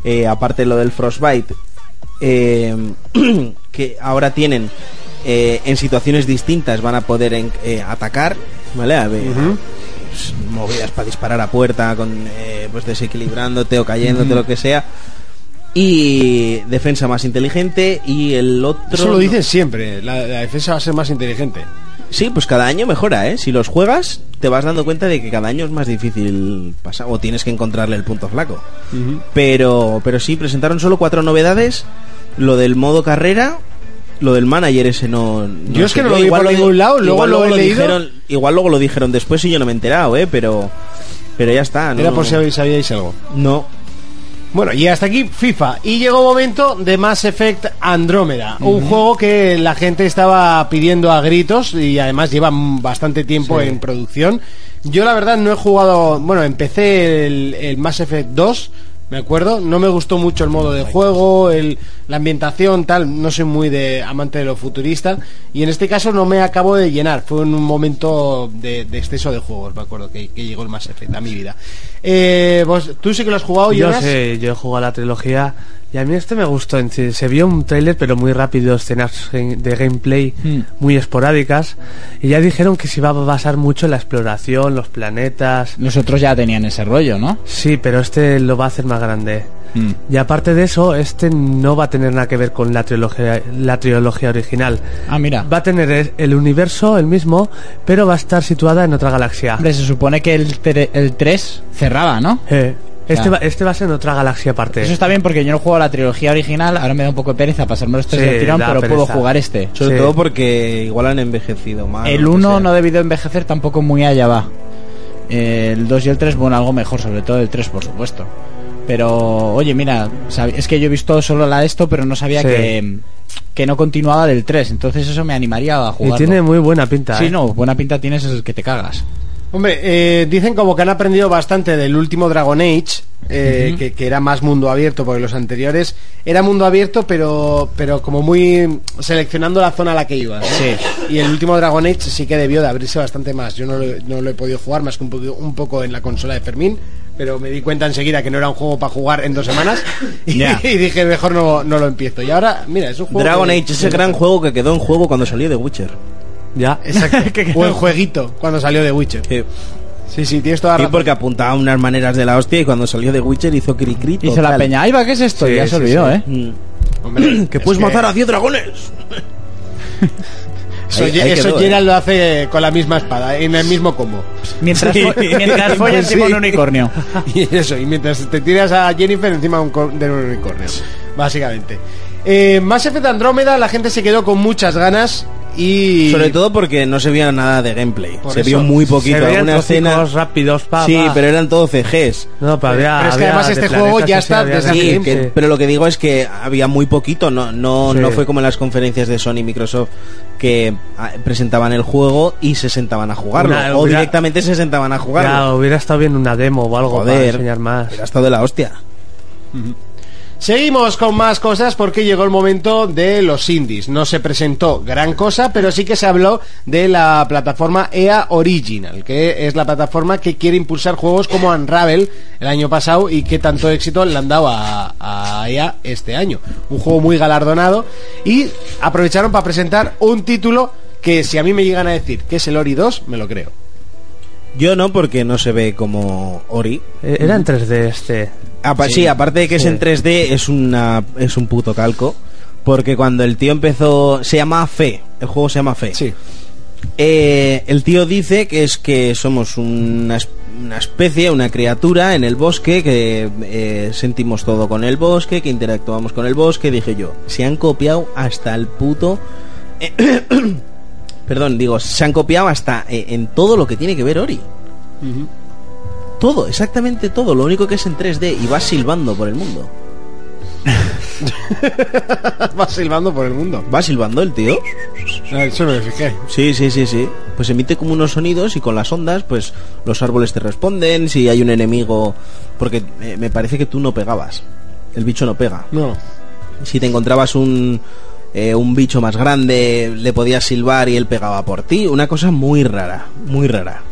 [SPEAKER 5] Eh, aparte lo del Frostbite, eh, que ahora tienen eh, en situaciones distintas van a poder en- eh, atacar, ¿vale? A ver, pues, movidas para disparar a puerta, con, eh, pues desequilibrándote o cayéndote, lo que sea. Y defensa más inteligente y el otro...
[SPEAKER 2] Eso lo dicen siempre, la, la defensa va a ser más inteligente.
[SPEAKER 5] Sí, pues cada año mejora, ¿eh? Si los juegas, te vas dando cuenta de que cada año es más difícil pasar o tienes que encontrarle el punto flaco. Pero pero sí, presentaron solo cuatro novedades. Lo del modo carrera, lo del manager ese no... no
[SPEAKER 2] Yo es
[SPEAKER 5] sé
[SPEAKER 2] que no
[SPEAKER 5] qué.
[SPEAKER 2] lo vi por
[SPEAKER 5] di-
[SPEAKER 2] ningún lado, luego
[SPEAKER 5] igual
[SPEAKER 2] lo he leído.
[SPEAKER 5] Dijeron, igual luego lo dijeron después y yo no me he enterado, ¿eh? Pero, pero ya está. No,
[SPEAKER 2] Era por si habéis- sabíais algo.
[SPEAKER 5] No.
[SPEAKER 2] Bueno, y hasta aquí FIFA. Y llegó momento de Mass Effect Andrómeda. Un juego que la gente estaba pidiendo a gritos y además lleva mm, bastante tiempo en producción. Yo la verdad no he jugado... Bueno, empecé el, el Mass Effect 2, me acuerdo. No me gustó mucho el modo de juego, el, la ambientación, tal. No soy muy de amante de lo futurista. Y en este caso no me acabo de llenar. Fue en un momento de, de exceso de juegos, me acuerdo, que, que llegó el Mass Effect a mi vida. Eh, vos- ¿Tú sí que lo has jugado?
[SPEAKER 4] Yo
[SPEAKER 2] Oh, Jonas?
[SPEAKER 4] sé, yo he jugado a la trilogía y a mí este me gustó. en sí. Se vio un tráiler pero muy rápido, escenas gen- de gameplay
[SPEAKER 3] Mm.
[SPEAKER 4] muy esporádicas y ya dijeron que se iba a basar mucho en la exploración, los planetas.
[SPEAKER 3] Los otros ya tenían ese rollo, ¿no?
[SPEAKER 4] Sí, pero este lo va a hacer más grande.
[SPEAKER 3] Mm.
[SPEAKER 4] Y aparte de eso, este no va a tener nada que ver con la trilogía, la trilogía original.
[SPEAKER 3] Ah, mira.
[SPEAKER 4] Va a tener el- el universo, el mismo, pero va a estar situada en otra galaxia.
[SPEAKER 3] Hombre, se supone que el, tre- el 3 cerraba, ¿no?
[SPEAKER 4] Eh, este,
[SPEAKER 3] Ya.
[SPEAKER 4] va, este va a ser en otra galaxia aparte.
[SPEAKER 3] Eso está bien porque yo no juego a la trilogía original, ahora me da un poco de pereza pasarme los tres
[SPEAKER 4] Sí,
[SPEAKER 3] del tirón,
[SPEAKER 4] da
[SPEAKER 3] pero puedo
[SPEAKER 4] pereza. pues
[SPEAKER 3] jugar este.
[SPEAKER 5] Sobre
[SPEAKER 4] Sí.
[SPEAKER 5] todo porque igual han envejecido más.
[SPEAKER 3] el 1 no ha debido envejecer tampoco muy allá va. Eh, El 2 y el 3, bueno, algo mejor, sobre todo el 3, por supuesto. Pero, oye, mira, sab- es que yo he visto solo la de esto, pero no sabía
[SPEAKER 4] Sí.
[SPEAKER 3] que, que no continuaba del 3, entonces eso me animaría a
[SPEAKER 4] y
[SPEAKER 3] jugar.
[SPEAKER 4] tiene muy buena pinta.
[SPEAKER 3] Sí,
[SPEAKER 4] eh.
[SPEAKER 3] no, buena pinta tienes es el que te cagas.
[SPEAKER 2] Hombre, eh, dicen como que han aprendido bastante del último Dragon Age, eh, que, que era más mundo abierto, porque los anteriores era mundo abierto, pero, pero como muy seleccionando la zona a la que ibas. ¿no? Y el último Dragon Age sí que debió de abrirse bastante más. Yo no lo, no lo he podido jugar más que un, poco- un poco en la consola de Fermín, pero me di cuenta enseguida que no era un juego para jugar en dos semanas y,
[SPEAKER 3] Ya.
[SPEAKER 2] y dije, mejor no, no lo empiezo. Y ahora, mira, es un juego...
[SPEAKER 5] Dragon
[SPEAKER 2] que-
[SPEAKER 5] Age, ese gran juego que quedó en juego cuando salió de Witcher.
[SPEAKER 4] Ya.
[SPEAKER 2] Exacto.
[SPEAKER 4] Que
[SPEAKER 2] Buen
[SPEAKER 4] no.
[SPEAKER 2] jueguito cuando salió de Witcher.
[SPEAKER 5] Sí,
[SPEAKER 2] Sí, sí, tienes toda la
[SPEAKER 5] Sí,
[SPEAKER 2] razón.
[SPEAKER 5] porque apuntaba unas maneras de la hostia y cuando salió de Witcher hizo cri cri.
[SPEAKER 3] Y se la
[SPEAKER 5] total.
[SPEAKER 3] peña. Ahí va, ¿qué es esto?
[SPEAKER 4] Sí,
[SPEAKER 3] Y ya se
[SPEAKER 4] sí,
[SPEAKER 3] olvidó,
[SPEAKER 4] sí.
[SPEAKER 3] ¿eh?
[SPEAKER 5] Mm.
[SPEAKER 2] Hombre,
[SPEAKER 5] Que
[SPEAKER 2] es
[SPEAKER 5] puedes matar a 10 dragones.
[SPEAKER 2] Eso,
[SPEAKER 5] Ahí-
[SPEAKER 2] Ye-
[SPEAKER 5] ahí
[SPEAKER 2] eso
[SPEAKER 5] quedó, ¿eh?
[SPEAKER 2] Geralt lo hace con la misma espada, en el mismo combo.
[SPEAKER 3] Mientras,
[SPEAKER 5] Sí.
[SPEAKER 3] fo- mientras follas
[SPEAKER 2] Sí.
[SPEAKER 3] encima un unicornio.
[SPEAKER 2] Y eso, y mientras te tiras a Jennifer encima de un cor- de un unicornio, básicamente. Eh, Mass Effect Andrómeda, la gente se quedó con muchas ganas y...
[SPEAKER 5] Sobre todo porque no se veía nada de gameplay.
[SPEAKER 2] Por
[SPEAKER 5] se
[SPEAKER 2] eso.
[SPEAKER 5] vio muy
[SPEAKER 4] Se
[SPEAKER 5] poquito.
[SPEAKER 4] veían
[SPEAKER 5] Una escena.
[SPEAKER 4] trocicos rápidos, pa,
[SPEAKER 5] Sí,
[SPEAKER 4] pa.
[SPEAKER 5] pero eran todo CGs.
[SPEAKER 4] No, pero había-
[SPEAKER 2] Pero es que
[SPEAKER 4] había
[SPEAKER 2] además
[SPEAKER 4] de
[SPEAKER 2] este
[SPEAKER 4] planetas,
[SPEAKER 2] juego ya
[SPEAKER 4] sí,
[SPEAKER 2] está
[SPEAKER 4] había
[SPEAKER 2] desde
[SPEAKER 4] de-
[SPEAKER 5] Sí,
[SPEAKER 2] hace
[SPEAKER 5] que-
[SPEAKER 4] sí.
[SPEAKER 5] pero lo que digo es que había muy poquito, no, no,
[SPEAKER 4] Sí.
[SPEAKER 5] no fue como en las conferencias de Sony y Microsoft que ah, presentaban el juego y se sentaban a jugarlo.
[SPEAKER 4] Una-
[SPEAKER 5] o
[SPEAKER 4] hubiera-
[SPEAKER 5] directamente se sentaban a jugarlo.
[SPEAKER 4] Ya, hubiera estado bien una demo o algo para
[SPEAKER 5] Joder,
[SPEAKER 4] enseñar más.
[SPEAKER 5] hubiera estado de la hostia.
[SPEAKER 2] Seguimos con más cosas porque llegó el momento de los indies. No se presentó gran cosa, pero sí que se habló de la plataforma EA Original, que es la plataforma que quiere impulsar juegos como Unravel el año pasado y que tanto éxito le han dado a, a EA este año. Un juego muy galardonado y aprovecharon para presentar un título que si a mí me llegan a decir que es el Ori 2, me lo creo.
[SPEAKER 5] Yo no, porque no se ve como Ori.
[SPEAKER 4] Eh, Era en 3D este.
[SPEAKER 5] Apa- sí. aparte de que
[SPEAKER 4] Sí.
[SPEAKER 5] es en 3D, es, una, es un puto calco. Porque cuando el tío empezó. Se llama Fe. El juego se llama Fe. Eh, el tío dice que es que somos una, es- una especie, una criatura en el bosque, que eh, sentimos todo con el bosque, que interactuamos con el bosque, dije yo. Se han copiado hasta el puto... eh, Perdón, digo, se han copiado hasta eh, en todo lo que tiene que ver Ori. Todo, exactamente todo, lo único que es en 3D y vas silbando por el mundo.
[SPEAKER 2] Va silbando por el mundo.
[SPEAKER 5] ¿Va silbando el tío?
[SPEAKER 2] Eh, Eso me fijé.
[SPEAKER 5] Sí, sí, sí, sí. Pues emite como unos sonidos y con las ondas, pues los árboles te responden, si hay un enemigo, porque eh, me parece que tú no pegabas. El bicho no pega.
[SPEAKER 2] No.
[SPEAKER 5] Si te encontrabas un eh, un bicho más grande, le podías silbar y él pegaba por ti. Una cosa muy rara, muy rara.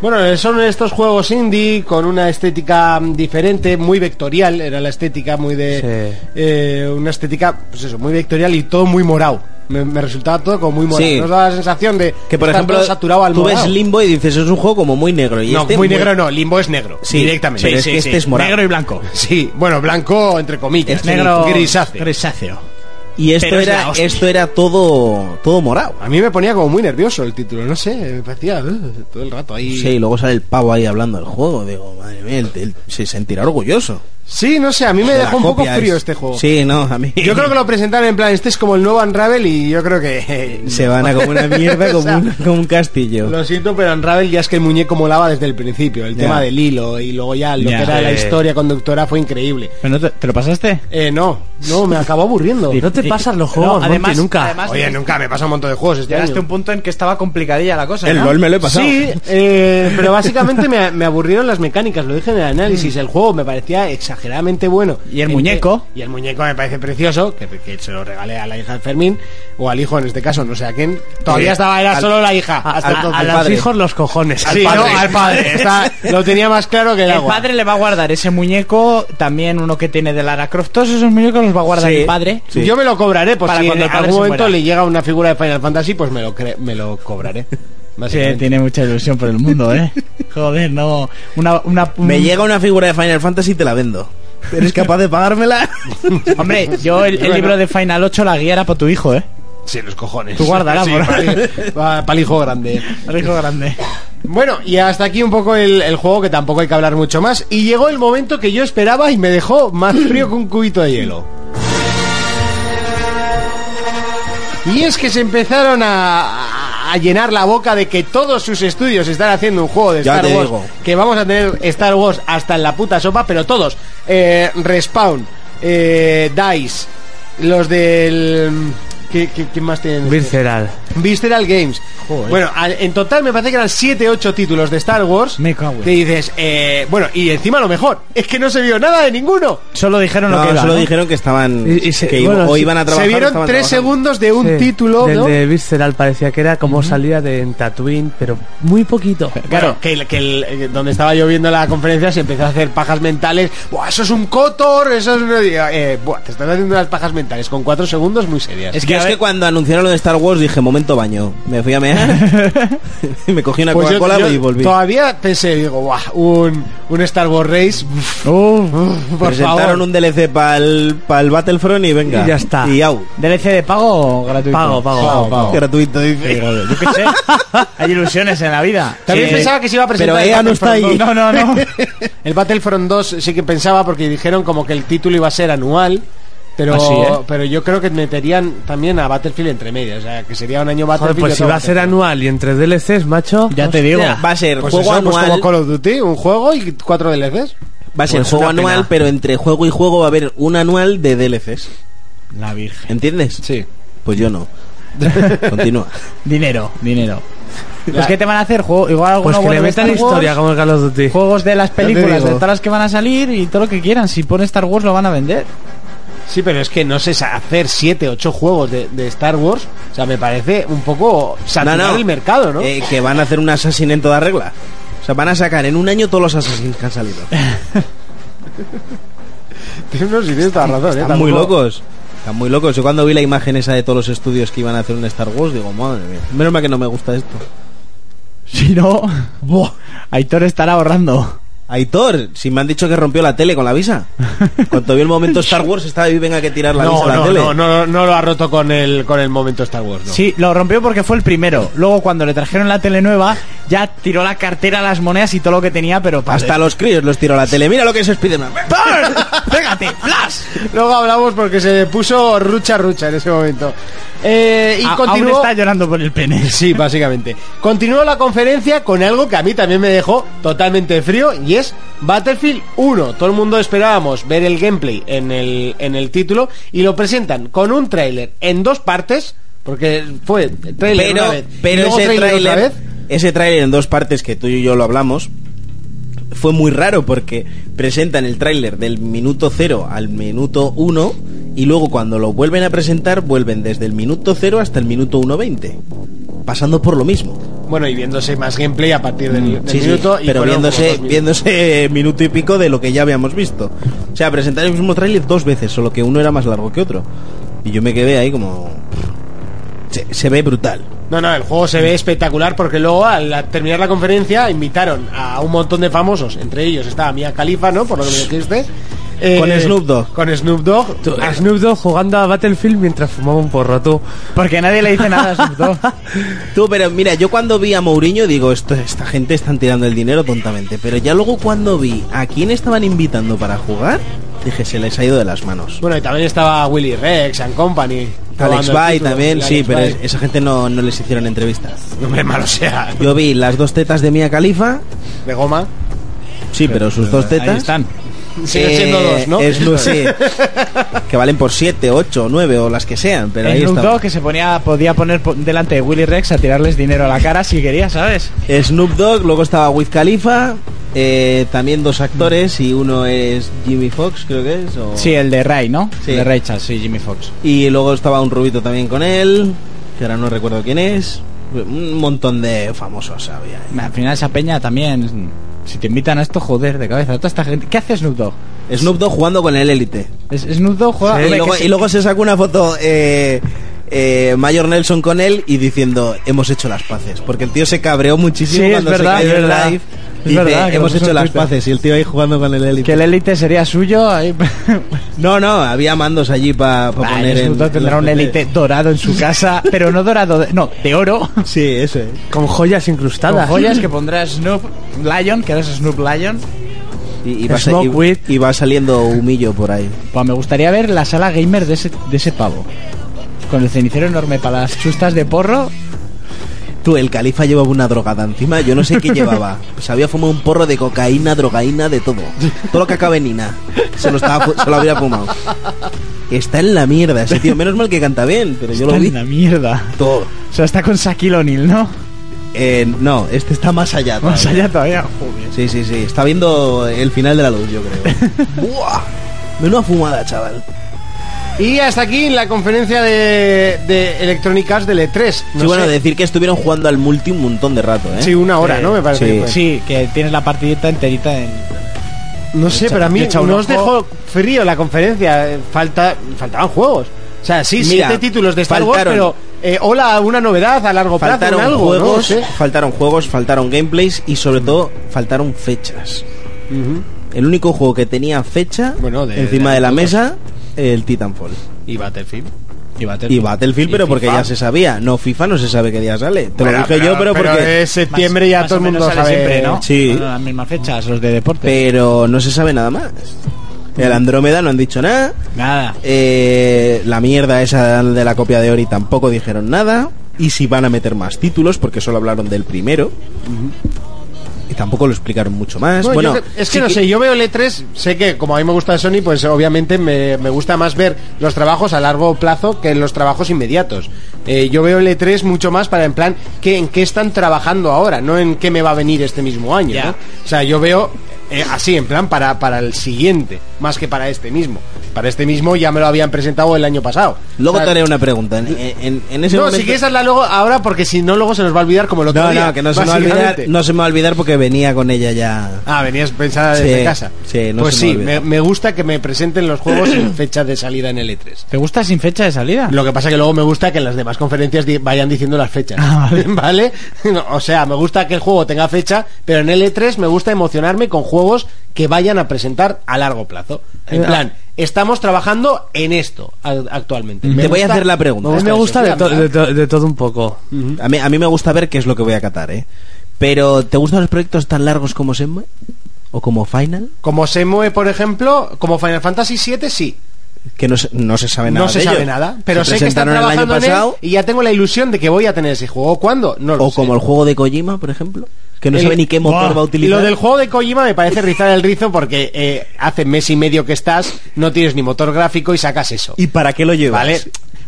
[SPEAKER 2] Bueno, son estos juegos indie con una estética mm, diferente, muy vectorial, era la estética muy de...
[SPEAKER 4] Sí.
[SPEAKER 2] eh, una estética, pues eso, muy vectorial y todo muy morado. Me, me resultaba todo como muy morado.
[SPEAKER 5] Sí.
[SPEAKER 2] Nos daba la sensación de
[SPEAKER 5] Que por
[SPEAKER 2] estar
[SPEAKER 5] ejemplo,
[SPEAKER 2] todo saturado al
[SPEAKER 5] tú ves
[SPEAKER 2] morao.
[SPEAKER 5] Limbo y dices, es un juego como muy negro. Y
[SPEAKER 2] No,
[SPEAKER 5] este
[SPEAKER 2] muy negro no, Limbo es negro,
[SPEAKER 5] Sí,
[SPEAKER 2] directamente.
[SPEAKER 5] pero es que este es morado.
[SPEAKER 3] Negro y blanco.
[SPEAKER 2] Sí, bueno, blanco entre comillas,
[SPEAKER 5] Es
[SPEAKER 3] Negro
[SPEAKER 2] grisáceo.
[SPEAKER 3] grisáceo.
[SPEAKER 5] Y esto
[SPEAKER 3] Pero es la
[SPEAKER 5] era,
[SPEAKER 3] hostia.
[SPEAKER 5] esto era todo, todo morado.
[SPEAKER 2] A mí me ponía como muy nervioso el título, no sé, me parecía uh, todo el rato ahí.
[SPEAKER 5] Sí, y luego sale el pavo ahí hablando del juego. Digo, madre mía, él- él se sentirá orgulloso.
[SPEAKER 2] Sí, no sé, a mí me
[SPEAKER 5] de
[SPEAKER 2] dejó
[SPEAKER 5] la
[SPEAKER 2] un poco
[SPEAKER 5] copia,
[SPEAKER 2] frío
[SPEAKER 5] es-
[SPEAKER 2] este juego.
[SPEAKER 5] Sí, no, a mí.
[SPEAKER 2] Yo creo que lo presentaron en plan, este es como el nuevo Unravel y yo creo que... eh,
[SPEAKER 5] se
[SPEAKER 2] no.
[SPEAKER 5] van a como una mierda, como,
[SPEAKER 2] O sea,
[SPEAKER 5] un, como un castillo.
[SPEAKER 2] Lo siento, pero Unravel ya es que el muñeco molaba desde el principio. El
[SPEAKER 5] Ya.
[SPEAKER 2] tema del hilo y luego ya lo
[SPEAKER 3] Ya.
[SPEAKER 2] que era la
[SPEAKER 4] Eh.
[SPEAKER 2] historia conductora fue increíble.
[SPEAKER 3] ¿Pero no te, te lo pasaste?
[SPEAKER 2] Eh, no, no, me acabó aburriendo.
[SPEAKER 4] No te pasas los juegos,
[SPEAKER 3] además,
[SPEAKER 4] Monty, nunca.
[SPEAKER 3] Además,
[SPEAKER 2] Oye, nunca me pasa un montón de juegos este
[SPEAKER 3] llegaste a
[SPEAKER 2] año.
[SPEAKER 3] un punto en que estaba complicadilla la cosa.
[SPEAKER 5] El
[SPEAKER 3] ¿no?
[SPEAKER 5] LOL me lo he pasado.
[SPEAKER 2] Sí, eh, pero básicamente me, me aburrieron las mecánicas, lo dije en el análisis. El juego me parecía exageradamente bueno.
[SPEAKER 3] Y el
[SPEAKER 2] Entre-
[SPEAKER 3] muñeco.
[SPEAKER 2] Y el muñeco me parece precioso, que, que se lo regalé a la hija de Fermín, o al hijo en este caso, no sé a quién. Todavía
[SPEAKER 5] Sí,
[SPEAKER 2] estaba, era
[SPEAKER 5] al-
[SPEAKER 2] solo la hija.
[SPEAKER 4] A,
[SPEAKER 2] hasta
[SPEAKER 4] a-
[SPEAKER 2] entonces.
[SPEAKER 4] a los
[SPEAKER 5] padre.
[SPEAKER 4] hijos los cojones.
[SPEAKER 2] Sí, ¿no? al padre. Está- lo tenía más claro que el
[SPEAKER 3] El
[SPEAKER 2] agua.
[SPEAKER 3] padre le va a guardar ese muñeco, también uno que tiene de Lara Croft. Todos esos muñecos los va a guardar
[SPEAKER 5] Sí.
[SPEAKER 3] el padre.
[SPEAKER 5] Sí.
[SPEAKER 2] Yo me lo cobraré, pues
[SPEAKER 3] Para
[SPEAKER 2] si en
[SPEAKER 3] cuando el padre
[SPEAKER 2] algún
[SPEAKER 3] se
[SPEAKER 2] momento
[SPEAKER 3] muera.
[SPEAKER 2] le llega una figura de Final Fantasy, pues me lo, cre- me lo cobraré.
[SPEAKER 3] Sí,
[SPEAKER 2] Básicamente.
[SPEAKER 3] tiene mucha ilusión por el mundo, ¿eh? Joder, no. Una, una,
[SPEAKER 5] Me
[SPEAKER 2] Mm.
[SPEAKER 3] un-
[SPEAKER 5] llega una figura de Final Fantasy y te la vendo. ¿Eres capaz de pagármela?
[SPEAKER 3] Hombre, yo el, el
[SPEAKER 2] Bueno.
[SPEAKER 3] libro de Final 8 la guía era para tu hijo, ¿eh?
[SPEAKER 2] Sí, los cojones.
[SPEAKER 3] Tú guárdala, por-
[SPEAKER 2] para, el hijo grande.
[SPEAKER 3] El hijo grande.
[SPEAKER 2] Bueno, y hasta aquí un poco el, el juego, que tampoco hay que hablar mucho más. Y llegó el momento que yo esperaba y me dejó más frío que un cubito de hielo. Y es que se empezaron a, a llenar la boca de que todos sus estudios están haciendo un juego de
[SPEAKER 5] Ya
[SPEAKER 2] Star
[SPEAKER 5] te
[SPEAKER 2] Wars.
[SPEAKER 5] digo.
[SPEAKER 2] Que vamos a tener Star Wars hasta en la puta sopa, pero todos. Eh, Respawn, eh, Dice, los del... ¿Qué, qué, quién más tienen?
[SPEAKER 4] Visceral.
[SPEAKER 2] Visceral Games.
[SPEAKER 3] Joder.
[SPEAKER 2] Bueno, al- en total me parece que eran 7 8 títulos de Star Wars.
[SPEAKER 3] Me cago en-
[SPEAKER 2] Que dices, eh, bueno, y encima lo mejor, es que no se vio nada de ninguno.
[SPEAKER 3] Solo dijeron lo
[SPEAKER 5] No,
[SPEAKER 3] que era.
[SPEAKER 5] solo
[SPEAKER 3] ¿no?
[SPEAKER 5] dijeron que estaban.
[SPEAKER 4] Y- y se-
[SPEAKER 5] que iba-
[SPEAKER 4] bueno,
[SPEAKER 5] o
[SPEAKER 4] sí,
[SPEAKER 5] iban a trabajar.
[SPEAKER 2] se
[SPEAKER 5] o
[SPEAKER 2] vieron 3
[SPEAKER 5] estaban trabajando.
[SPEAKER 2] segundos de un
[SPEAKER 4] Sí,
[SPEAKER 2] título,
[SPEAKER 4] del
[SPEAKER 2] ¿no?
[SPEAKER 4] de Visceral parecía que era como salida de en Tatooine, pero muy poquito.
[SPEAKER 2] Claro, que, el- que el- eh, donde estaba yo viendo la conferencia se empezó a hacer pajas mentales. Buah, eso es un cotor, eso es una... Eh, buah, te están haciendo unas pajas mentales con 4 segundos muy serias.
[SPEAKER 5] Es que, es que cuando anunciaron lo de Star Wars dije, momento baño. Me fui a mear. me cogí una
[SPEAKER 2] Pues yo-
[SPEAKER 5] Coca-Cola
[SPEAKER 2] yo
[SPEAKER 5] y volví.
[SPEAKER 2] Todavía pensé, digo, buah, un, un Star Wars Race. uf, uf, por
[SPEAKER 5] Presentaron
[SPEAKER 2] favor.
[SPEAKER 5] un DLC para el, Battlefront y venga.
[SPEAKER 4] Y ya está.
[SPEAKER 5] Y au.
[SPEAKER 3] ¿DLC de pago o gratuito?
[SPEAKER 4] Pago, pago, pago,
[SPEAKER 5] Gratuito, dice.
[SPEAKER 3] Yo qué sé. Hay ilusiones en la vida.
[SPEAKER 2] También
[SPEAKER 3] Sí.
[SPEAKER 2] pensaba que se iba a presentar.
[SPEAKER 5] pero ella
[SPEAKER 2] el
[SPEAKER 5] no está
[SPEAKER 2] Battlefront
[SPEAKER 5] ahí.
[SPEAKER 3] No, no, no.
[SPEAKER 2] 2. El Battlefront 2 sí que pensaba porque dijeron como que el título iba a ser anual. Pero,
[SPEAKER 3] Ah, sí, ¿eh?
[SPEAKER 2] pero yo creo que meterían también a Battlefield entre medias. O sea, que sería un año
[SPEAKER 4] Joder,
[SPEAKER 2] Battlefield.
[SPEAKER 4] pues
[SPEAKER 2] y
[SPEAKER 4] si
[SPEAKER 2] otro
[SPEAKER 4] va a ser
[SPEAKER 2] Battlefield.
[SPEAKER 4] anual y entre DLCs, macho.
[SPEAKER 3] Ya te digo.
[SPEAKER 5] Va a ser
[SPEAKER 2] Pues
[SPEAKER 5] juego
[SPEAKER 2] eso, pues
[SPEAKER 5] anual.
[SPEAKER 2] como Call of Duty, un juego y cuatro DLCs.
[SPEAKER 5] Va a ser
[SPEAKER 4] Pues
[SPEAKER 5] juego
[SPEAKER 4] una pena.
[SPEAKER 5] anual, pero entre juego y juego va a haber un anual de DLCs.
[SPEAKER 3] La Virgen.
[SPEAKER 5] ¿Entiendes?
[SPEAKER 2] Sí.
[SPEAKER 5] Pues yo no. Continúa.
[SPEAKER 3] Dinero, dinero.
[SPEAKER 2] La-
[SPEAKER 3] Pues que te van a hacer juego, igual alguno
[SPEAKER 4] Pues que le
[SPEAKER 3] bueno de
[SPEAKER 4] metan
[SPEAKER 3] Star Wars,
[SPEAKER 4] historia como el Call of Duty.
[SPEAKER 3] juegos de las películas,
[SPEAKER 2] digo.
[SPEAKER 3] de todas las que van a salir y todo lo que quieran. Si pone Star Wars lo van a vender.
[SPEAKER 2] Sí, pero es que no sé, sa- hacer siete, ocho juegos de, de Star Wars, o sea, me parece un poco saturar el mercado, ¿no?
[SPEAKER 5] Eh, que van a hacer un Assassin en toda regla. O sea, van a sacar en un año todos los Assassins que han salido.
[SPEAKER 2] no, si tienes toda la razón, ¿eh?
[SPEAKER 5] Están muy
[SPEAKER 2] Tampoco-
[SPEAKER 5] locos. Están muy locos. Yo cuando vi la imagen esa de todos los estudios que iban a hacer un Star Wars, digo, madre mía. Menos mal que no me gusta esto.
[SPEAKER 3] Si no, Aitor estará ahorrando.
[SPEAKER 5] Aitor, si me han dicho que rompió la tele con la visa. Cuando vio el momento Star Wars, estaba ahí, venga que tirar la visa
[SPEAKER 2] No,
[SPEAKER 5] a la
[SPEAKER 2] no,
[SPEAKER 5] tele.
[SPEAKER 2] no, no, no, no lo ha roto con el, con el momento Star Wars, ¿no?
[SPEAKER 3] Sí, lo rompió porque fue el primero. Luego cuando le trajeron la tele nueva, ya tiró la cartera, las monedas y todo lo que tenía, pero para
[SPEAKER 5] Hasta los críos los tiró a la tele. Mira lo que es Spiderman.
[SPEAKER 3] ¡Burn! ¡Pégate! ¡Flash!
[SPEAKER 2] Luego hablamos porque se puso rucha rucha en ese momento. Eh, y
[SPEAKER 3] A-
[SPEAKER 2] continuó...
[SPEAKER 3] Aún está llorando por el pene.
[SPEAKER 2] Sí, básicamente. Continuó la conferencia con algo que a mí también me dejó totalmente frío y es Battlefield 1. Todo el mundo esperábamos ver el gameplay en el, en el título y lo presentan con un tráiler en dos partes, porque fue tráiler una
[SPEAKER 5] Pero,
[SPEAKER 2] vez y
[SPEAKER 5] pero
[SPEAKER 2] luego
[SPEAKER 5] ese
[SPEAKER 2] tráiler otra
[SPEAKER 5] tráiler,
[SPEAKER 2] vez.
[SPEAKER 5] ese tráiler en dos partes que tú y yo lo hablamos, fue muy raro porque presentan el tráiler del minuto 0 al minuto 1 y luego cuando lo vuelven a presentar vuelven desde el minuto 0 hasta el minuto 1.20, pasando por lo mismo.
[SPEAKER 2] Bueno, y viéndose más gameplay a partir del, del
[SPEAKER 5] Mm, Sí, sí,
[SPEAKER 2] minuto y
[SPEAKER 5] pero
[SPEAKER 2] fueron como
[SPEAKER 5] viéndose,
[SPEAKER 2] dos minutos.
[SPEAKER 5] viéndose minuto y pico de lo que ya habíamos visto. O sea, presentar el mismo tráiler dos veces, solo que uno era más largo que otro. Y yo me quedé ahí como... Se, se ve brutal.
[SPEAKER 2] No, no, el juego se ve espectacular porque luego al la- terminar la conferencia invitaron a un montón de famosos, entre ellos estaba Mia Khalifa, ¿no? Por lo que me dijiste. Eh,
[SPEAKER 5] Con Snoop Dogg. eh.
[SPEAKER 2] Con Snoop Dogg.
[SPEAKER 4] A Snoop Dogg jugando a Battlefield mientras fumaba un porro, tú.
[SPEAKER 3] Porque nadie le dice nada a Snoop Dogg.
[SPEAKER 5] Tú, pero mira, yo cuando vi a Mourinho digo, esto, esta gente están tirando el dinero tontamente. Pero ya luego cuando vi a quién estaban invitando para jugar, dije, se les ha ido de las manos.
[SPEAKER 2] Bueno, y también estaba Willy Rex and Company.
[SPEAKER 5] Alex
[SPEAKER 2] probando el
[SPEAKER 5] Bay
[SPEAKER 2] título.
[SPEAKER 5] también,
[SPEAKER 2] El
[SPEAKER 5] sí,
[SPEAKER 2] Alex
[SPEAKER 5] pero
[SPEAKER 2] Bay.
[SPEAKER 5] es- esa gente no, no les hicieron entrevistas.
[SPEAKER 2] No me malo sea.
[SPEAKER 5] Yo vi las dos tetas de Mia Khalifa,
[SPEAKER 2] De goma.
[SPEAKER 5] sí, pero sus dos tetas...
[SPEAKER 3] Ahí están.
[SPEAKER 2] Siguen
[SPEAKER 5] eh,
[SPEAKER 2] siendo dos, ¿no?
[SPEAKER 5] es lo- sí, que valen por siete, ocho, nueve o las que sean, pero ahí
[SPEAKER 3] Snoop
[SPEAKER 5] está.
[SPEAKER 3] Dogg que se ponía, podía poner po- delante de Willy Rex a tirarles dinero a la cara si quería, ¿sabes?
[SPEAKER 5] Oh. Snoop Dogg, luego estaba Wiz Khalifa, eh, también dos actores y uno es Jimmy Fox, creo que es. o-
[SPEAKER 3] Sí, el de Ray, ¿no?
[SPEAKER 5] Sí.
[SPEAKER 3] El de Ray Charles, sí, Jimmy Fox.
[SPEAKER 5] Y luego estaba un rubito también con él, que ahora no recuerdo quién es. Un montón de famosos había. ahí.
[SPEAKER 3] Al final esa peña también, si te invitan a esto, joder, de cabeza. Toda esta gente, ¿qué hace Snoop Dogg?
[SPEAKER 5] Snoop Dogg jugando con el élite.
[SPEAKER 3] Es- Snoop Dogg
[SPEAKER 5] Eh,
[SPEAKER 3] juega...
[SPEAKER 5] y,
[SPEAKER 3] Ah, Hombre,
[SPEAKER 5] luego,
[SPEAKER 3] que
[SPEAKER 5] y luego se sacó una foto eh, eh, Mayor Nelson con él y diciendo hemos hecho las paces. Porque el tío se cabreó muchísimo
[SPEAKER 4] Sí, es
[SPEAKER 5] cuando
[SPEAKER 4] verdad,
[SPEAKER 5] se cayó
[SPEAKER 4] es
[SPEAKER 5] el
[SPEAKER 4] verdad.
[SPEAKER 5] live.
[SPEAKER 4] Es
[SPEAKER 5] Dice,
[SPEAKER 4] verdad, que lo
[SPEAKER 5] hemos
[SPEAKER 4] puso
[SPEAKER 5] hecho
[SPEAKER 4] en
[SPEAKER 5] las
[SPEAKER 4] Twitter".
[SPEAKER 5] paces y el tío ahí jugando con el
[SPEAKER 3] se- que
[SPEAKER 5] élite.
[SPEAKER 3] el élite sería suyo. Ahí...
[SPEAKER 5] No, no, había mandos allí para
[SPEAKER 3] Ah,
[SPEAKER 5] poner en-
[SPEAKER 3] Snoop Dogg tendrá
[SPEAKER 5] en
[SPEAKER 3] un
[SPEAKER 5] los
[SPEAKER 3] élite
[SPEAKER 5] PCs.
[SPEAKER 3] dorado en su casa, pero no dorado, de- no, de oro.
[SPEAKER 5] Sí, eso es.
[SPEAKER 4] Con joyas incrustadas.
[SPEAKER 3] Con joyas que pondrá Snoop Lion, que ahora es Snoop Lion.
[SPEAKER 5] Y, y va,
[SPEAKER 4] Smoke
[SPEAKER 5] y-
[SPEAKER 4] weed.
[SPEAKER 5] y va saliendo humillo por ahí.
[SPEAKER 3] Pues me gustaría ver la sala gamer de ese, de ese pavo. Con el cenicero enorme para las chustas de porro.
[SPEAKER 5] Tú, el califa llevaba una drogada encima, yo no sé qué llevaba. Se había fumado un porro de cocaína, drogaína, de todo. Todo lo que acaba en Ina. Se lo, estaba, fu- se lo había fumado. Está en la mierda ese tío. Menos mal que canta bien, pero yo
[SPEAKER 3] Está
[SPEAKER 5] lo vi
[SPEAKER 3] en la mierda.
[SPEAKER 5] todo.
[SPEAKER 3] O sea, está con Shaquille O'Neal, ¿no?
[SPEAKER 5] Eh, no, este está más allá.
[SPEAKER 3] Más
[SPEAKER 5] todavía.
[SPEAKER 3] allá todavía, joder.
[SPEAKER 5] Sí, sí, sí. Está viendo el final de la luz, yo creo. ¡Buah! Menuda fumada, chaval.
[SPEAKER 2] Y hasta aquí la conferencia de, de electrónicas del E3. No
[SPEAKER 5] sí, bueno,
[SPEAKER 2] sé,
[SPEAKER 5] decir que estuvieron jugando al multi un montón de rato, ¿eh?
[SPEAKER 2] sí, una hora,
[SPEAKER 3] Eh,
[SPEAKER 2] ¿no? Me parece.
[SPEAKER 5] sí.
[SPEAKER 2] que fue.
[SPEAKER 3] Sí, que tienes la partidita enterita en...
[SPEAKER 2] No sé,
[SPEAKER 3] echa-
[SPEAKER 2] pero a mí
[SPEAKER 3] le echa un
[SPEAKER 2] no os
[SPEAKER 3] ojo.
[SPEAKER 2] dejó frío la conferencia. eh, Falta, faltaban juegos. O sea, sí,
[SPEAKER 5] Mira,
[SPEAKER 2] siete títulos de Star Wars,
[SPEAKER 5] faltaron-
[SPEAKER 2] pero eh, hola, a una novedad a largo plazo,
[SPEAKER 5] Faltaron
[SPEAKER 2] en algo, ¿no?
[SPEAKER 5] juegos,
[SPEAKER 2] No sé.
[SPEAKER 5] faltaron juegos, faltaron gameplays y sobre todo faltaron fechas.
[SPEAKER 2] Ujú.
[SPEAKER 5] El único juego que tenía fecha
[SPEAKER 2] Bueno, de-
[SPEAKER 5] encima
[SPEAKER 2] de-
[SPEAKER 5] de, la mesa, el Titanfall.
[SPEAKER 2] Y Battlefield.
[SPEAKER 3] Y
[SPEAKER 5] Y Battlefield,
[SPEAKER 3] Y
[SPEAKER 5] pero porque
[SPEAKER 3] FIFA.
[SPEAKER 5] ya se sabía. No, FIFA no se sabe qué día sale. Te lo
[SPEAKER 2] Bueno,
[SPEAKER 5] dije yo, pero porque...
[SPEAKER 2] es septiembre
[SPEAKER 3] Más-
[SPEAKER 2] ya
[SPEAKER 3] más
[SPEAKER 2] todo
[SPEAKER 3] o
[SPEAKER 2] el
[SPEAKER 3] menos
[SPEAKER 2] mundo
[SPEAKER 3] sale
[SPEAKER 2] sabe.
[SPEAKER 3] siempre, ¿no?
[SPEAKER 5] Sí.
[SPEAKER 3] Bueno, las mismas fechas, los de deporte.
[SPEAKER 5] Pero no se sabe nada más. El Andrómeda no han dicho nada.
[SPEAKER 3] Nada.
[SPEAKER 5] Eh, la mierda esa de la copia de Ori tampoco dijeron nada. Y si van a meter más títulos, porque solo hablaron del primero. Y tampoco lo explicaron mucho más.
[SPEAKER 2] No,
[SPEAKER 5] bueno,
[SPEAKER 2] yo sé- es que
[SPEAKER 5] sí
[SPEAKER 2] no sé, yo veo el E3, sé que como a mí me gusta Sony, pues obviamente me, me gusta más ver los trabajos a largo plazo que los trabajos inmediatos. Eh, yo veo el E3 mucho más para en plan que en qué están trabajando ahora, no en qué me va a venir este mismo año.
[SPEAKER 3] Ya.
[SPEAKER 2] ¿no? O sea, yo veo eh, así, en plan para, para el siguiente, más que para este mismo. Para este mismo ya me lo habían presentado el año pasado. O
[SPEAKER 5] Luego
[SPEAKER 2] sea,
[SPEAKER 5] te haré una pregunta. En, en- en ese
[SPEAKER 2] No,
[SPEAKER 5] momento-
[SPEAKER 2] si quieres hazla luego ahora porque si no luego se nos va a olvidar como el otro
[SPEAKER 5] No,
[SPEAKER 2] día.
[SPEAKER 5] no, que no se, me va a olvidar,
[SPEAKER 2] básicamente.
[SPEAKER 5] no se me va a olvidar porque venía con ella ya.
[SPEAKER 2] Ah, venías pensada
[SPEAKER 5] Sí,
[SPEAKER 2] desde casa.
[SPEAKER 5] sí, no
[SPEAKER 2] pues
[SPEAKER 5] se me
[SPEAKER 2] sí,
[SPEAKER 5] olvida.
[SPEAKER 2] me, me gusta que me presenten los juegos en fecha de salida en el E3.
[SPEAKER 3] ¿Te gusta sin fecha de salida?
[SPEAKER 2] Lo que pasa que luego me gusta que en las demás conferencias di- vayan diciendo las fechas.
[SPEAKER 3] Ah, vale.
[SPEAKER 2] No, O sea, me gusta que el juego tenga fecha, pero en el E3 me gusta emocionarme con juegos que vayan a presentar a largo plazo. En
[SPEAKER 5] Eh,
[SPEAKER 2] plan, estamos trabajando en esto a- actualmente. Me
[SPEAKER 5] Te voy a
[SPEAKER 2] gusta-
[SPEAKER 5] hacer la pregunta.
[SPEAKER 2] me
[SPEAKER 5] Pues
[SPEAKER 4] me gusta
[SPEAKER 2] eso,
[SPEAKER 4] de, to-
[SPEAKER 2] fíjate.
[SPEAKER 4] de to- de todo un poco.
[SPEAKER 5] A mí, a mí me gusta ver qué es lo que voy a catar, ¿eh? Pero, ¿te gustan los proyectos tan largos como Semue? ¿O como Final?
[SPEAKER 2] Como se mueve, por ejemplo, como Final Fantasy VII, sí.
[SPEAKER 5] Que no se, no se sabe nada.
[SPEAKER 2] No se
[SPEAKER 5] de
[SPEAKER 2] sabe
[SPEAKER 5] ello.
[SPEAKER 2] nada, pero
[SPEAKER 5] Se
[SPEAKER 2] sé que están
[SPEAKER 5] presentaron el año
[SPEAKER 2] trabajando en él
[SPEAKER 5] pasado.
[SPEAKER 2] y ya tengo la ilusión de que voy a tener ese juego. ¿O ¿Cuándo? No lo
[SPEAKER 5] O
[SPEAKER 2] sé.
[SPEAKER 5] como el juego de Kojima, por ejemplo. Que no
[SPEAKER 2] El-
[SPEAKER 5] sabe ni qué motor
[SPEAKER 3] Buah,
[SPEAKER 5] va a utilizar.
[SPEAKER 2] Lo del juego de Kojima me parece rizar el rizo porque eh, hace mes y medio que estás, no tienes ni motor gráfico y sacas eso.
[SPEAKER 5] ¿Y para qué lo llevas?
[SPEAKER 2] ¿Vale?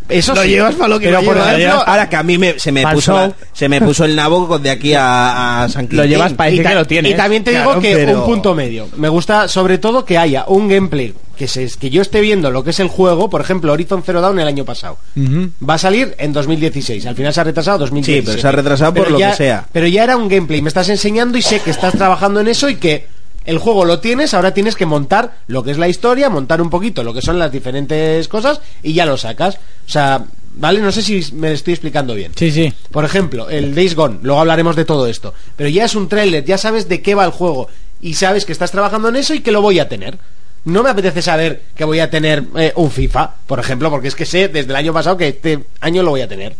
[SPEAKER 2] Eso
[SPEAKER 5] Lo
[SPEAKER 2] sí.
[SPEAKER 5] llevas para lo que
[SPEAKER 2] Pero
[SPEAKER 5] lo
[SPEAKER 2] por
[SPEAKER 5] llevas.
[SPEAKER 2] ejemplo,
[SPEAKER 5] Ahora que a mí me- se, me
[SPEAKER 4] Pa'l
[SPEAKER 5] puso
[SPEAKER 4] show.
[SPEAKER 5] la- se me puso el nabo de aquí a, a San Quintín.
[SPEAKER 3] Lo llevas pa- parece
[SPEAKER 2] y ta-
[SPEAKER 3] que lo tienes.
[SPEAKER 2] Y también te
[SPEAKER 5] Claro,
[SPEAKER 2] digo que
[SPEAKER 5] pero-
[SPEAKER 2] un punto medio. Me gusta sobre todo que haya un gameplay que, se, que yo esté viendo lo que es el juego, por ejemplo, Horizon Zero Dawn el año pasado.
[SPEAKER 3] Ujú.
[SPEAKER 2] Va a salir en 2016. Al final se ha retrasado a 2017.
[SPEAKER 5] Sí, pero se ha retrasado por lo
[SPEAKER 2] ya-
[SPEAKER 5] que sea.
[SPEAKER 2] Pero ya era un gameplay. Me estás enseñando y sé que estás trabajando en eso y que el juego lo tienes. Ahora tienes que montar lo que es la historia, montar un poquito lo que son las diferentes cosas y ya lo sacas. O sea, ¿vale? No sé si me estoy explicando bien.
[SPEAKER 3] Sí, sí.
[SPEAKER 2] Por ejemplo, el Days Gone, luego hablaremos de todo esto, pero ya es un tráiler, ya sabes de qué va el juego y sabes que estás trabajando en eso y que lo voy a tener. No me apetece saber que voy a tener eh, un FIFA, por ejemplo, porque es que sé desde el año pasado que este año lo voy a tener.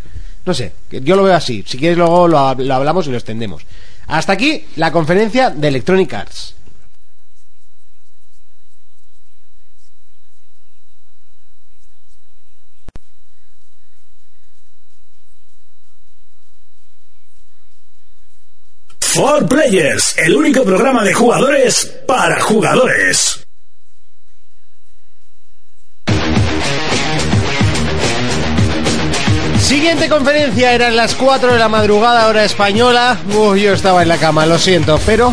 [SPEAKER 2] No sé, que yo lo veo así. Si quieres luego lo, hab- lo hablamos y lo extendemos. Hasta aquí la conferencia de Electronic Arts.
[SPEAKER 1] For Players, el único programa de jugadores para jugadores.
[SPEAKER 2] Siguiente conferencia eran las 4 de la madrugada, hora española. Uf, yo estaba en la cama, lo siento, pero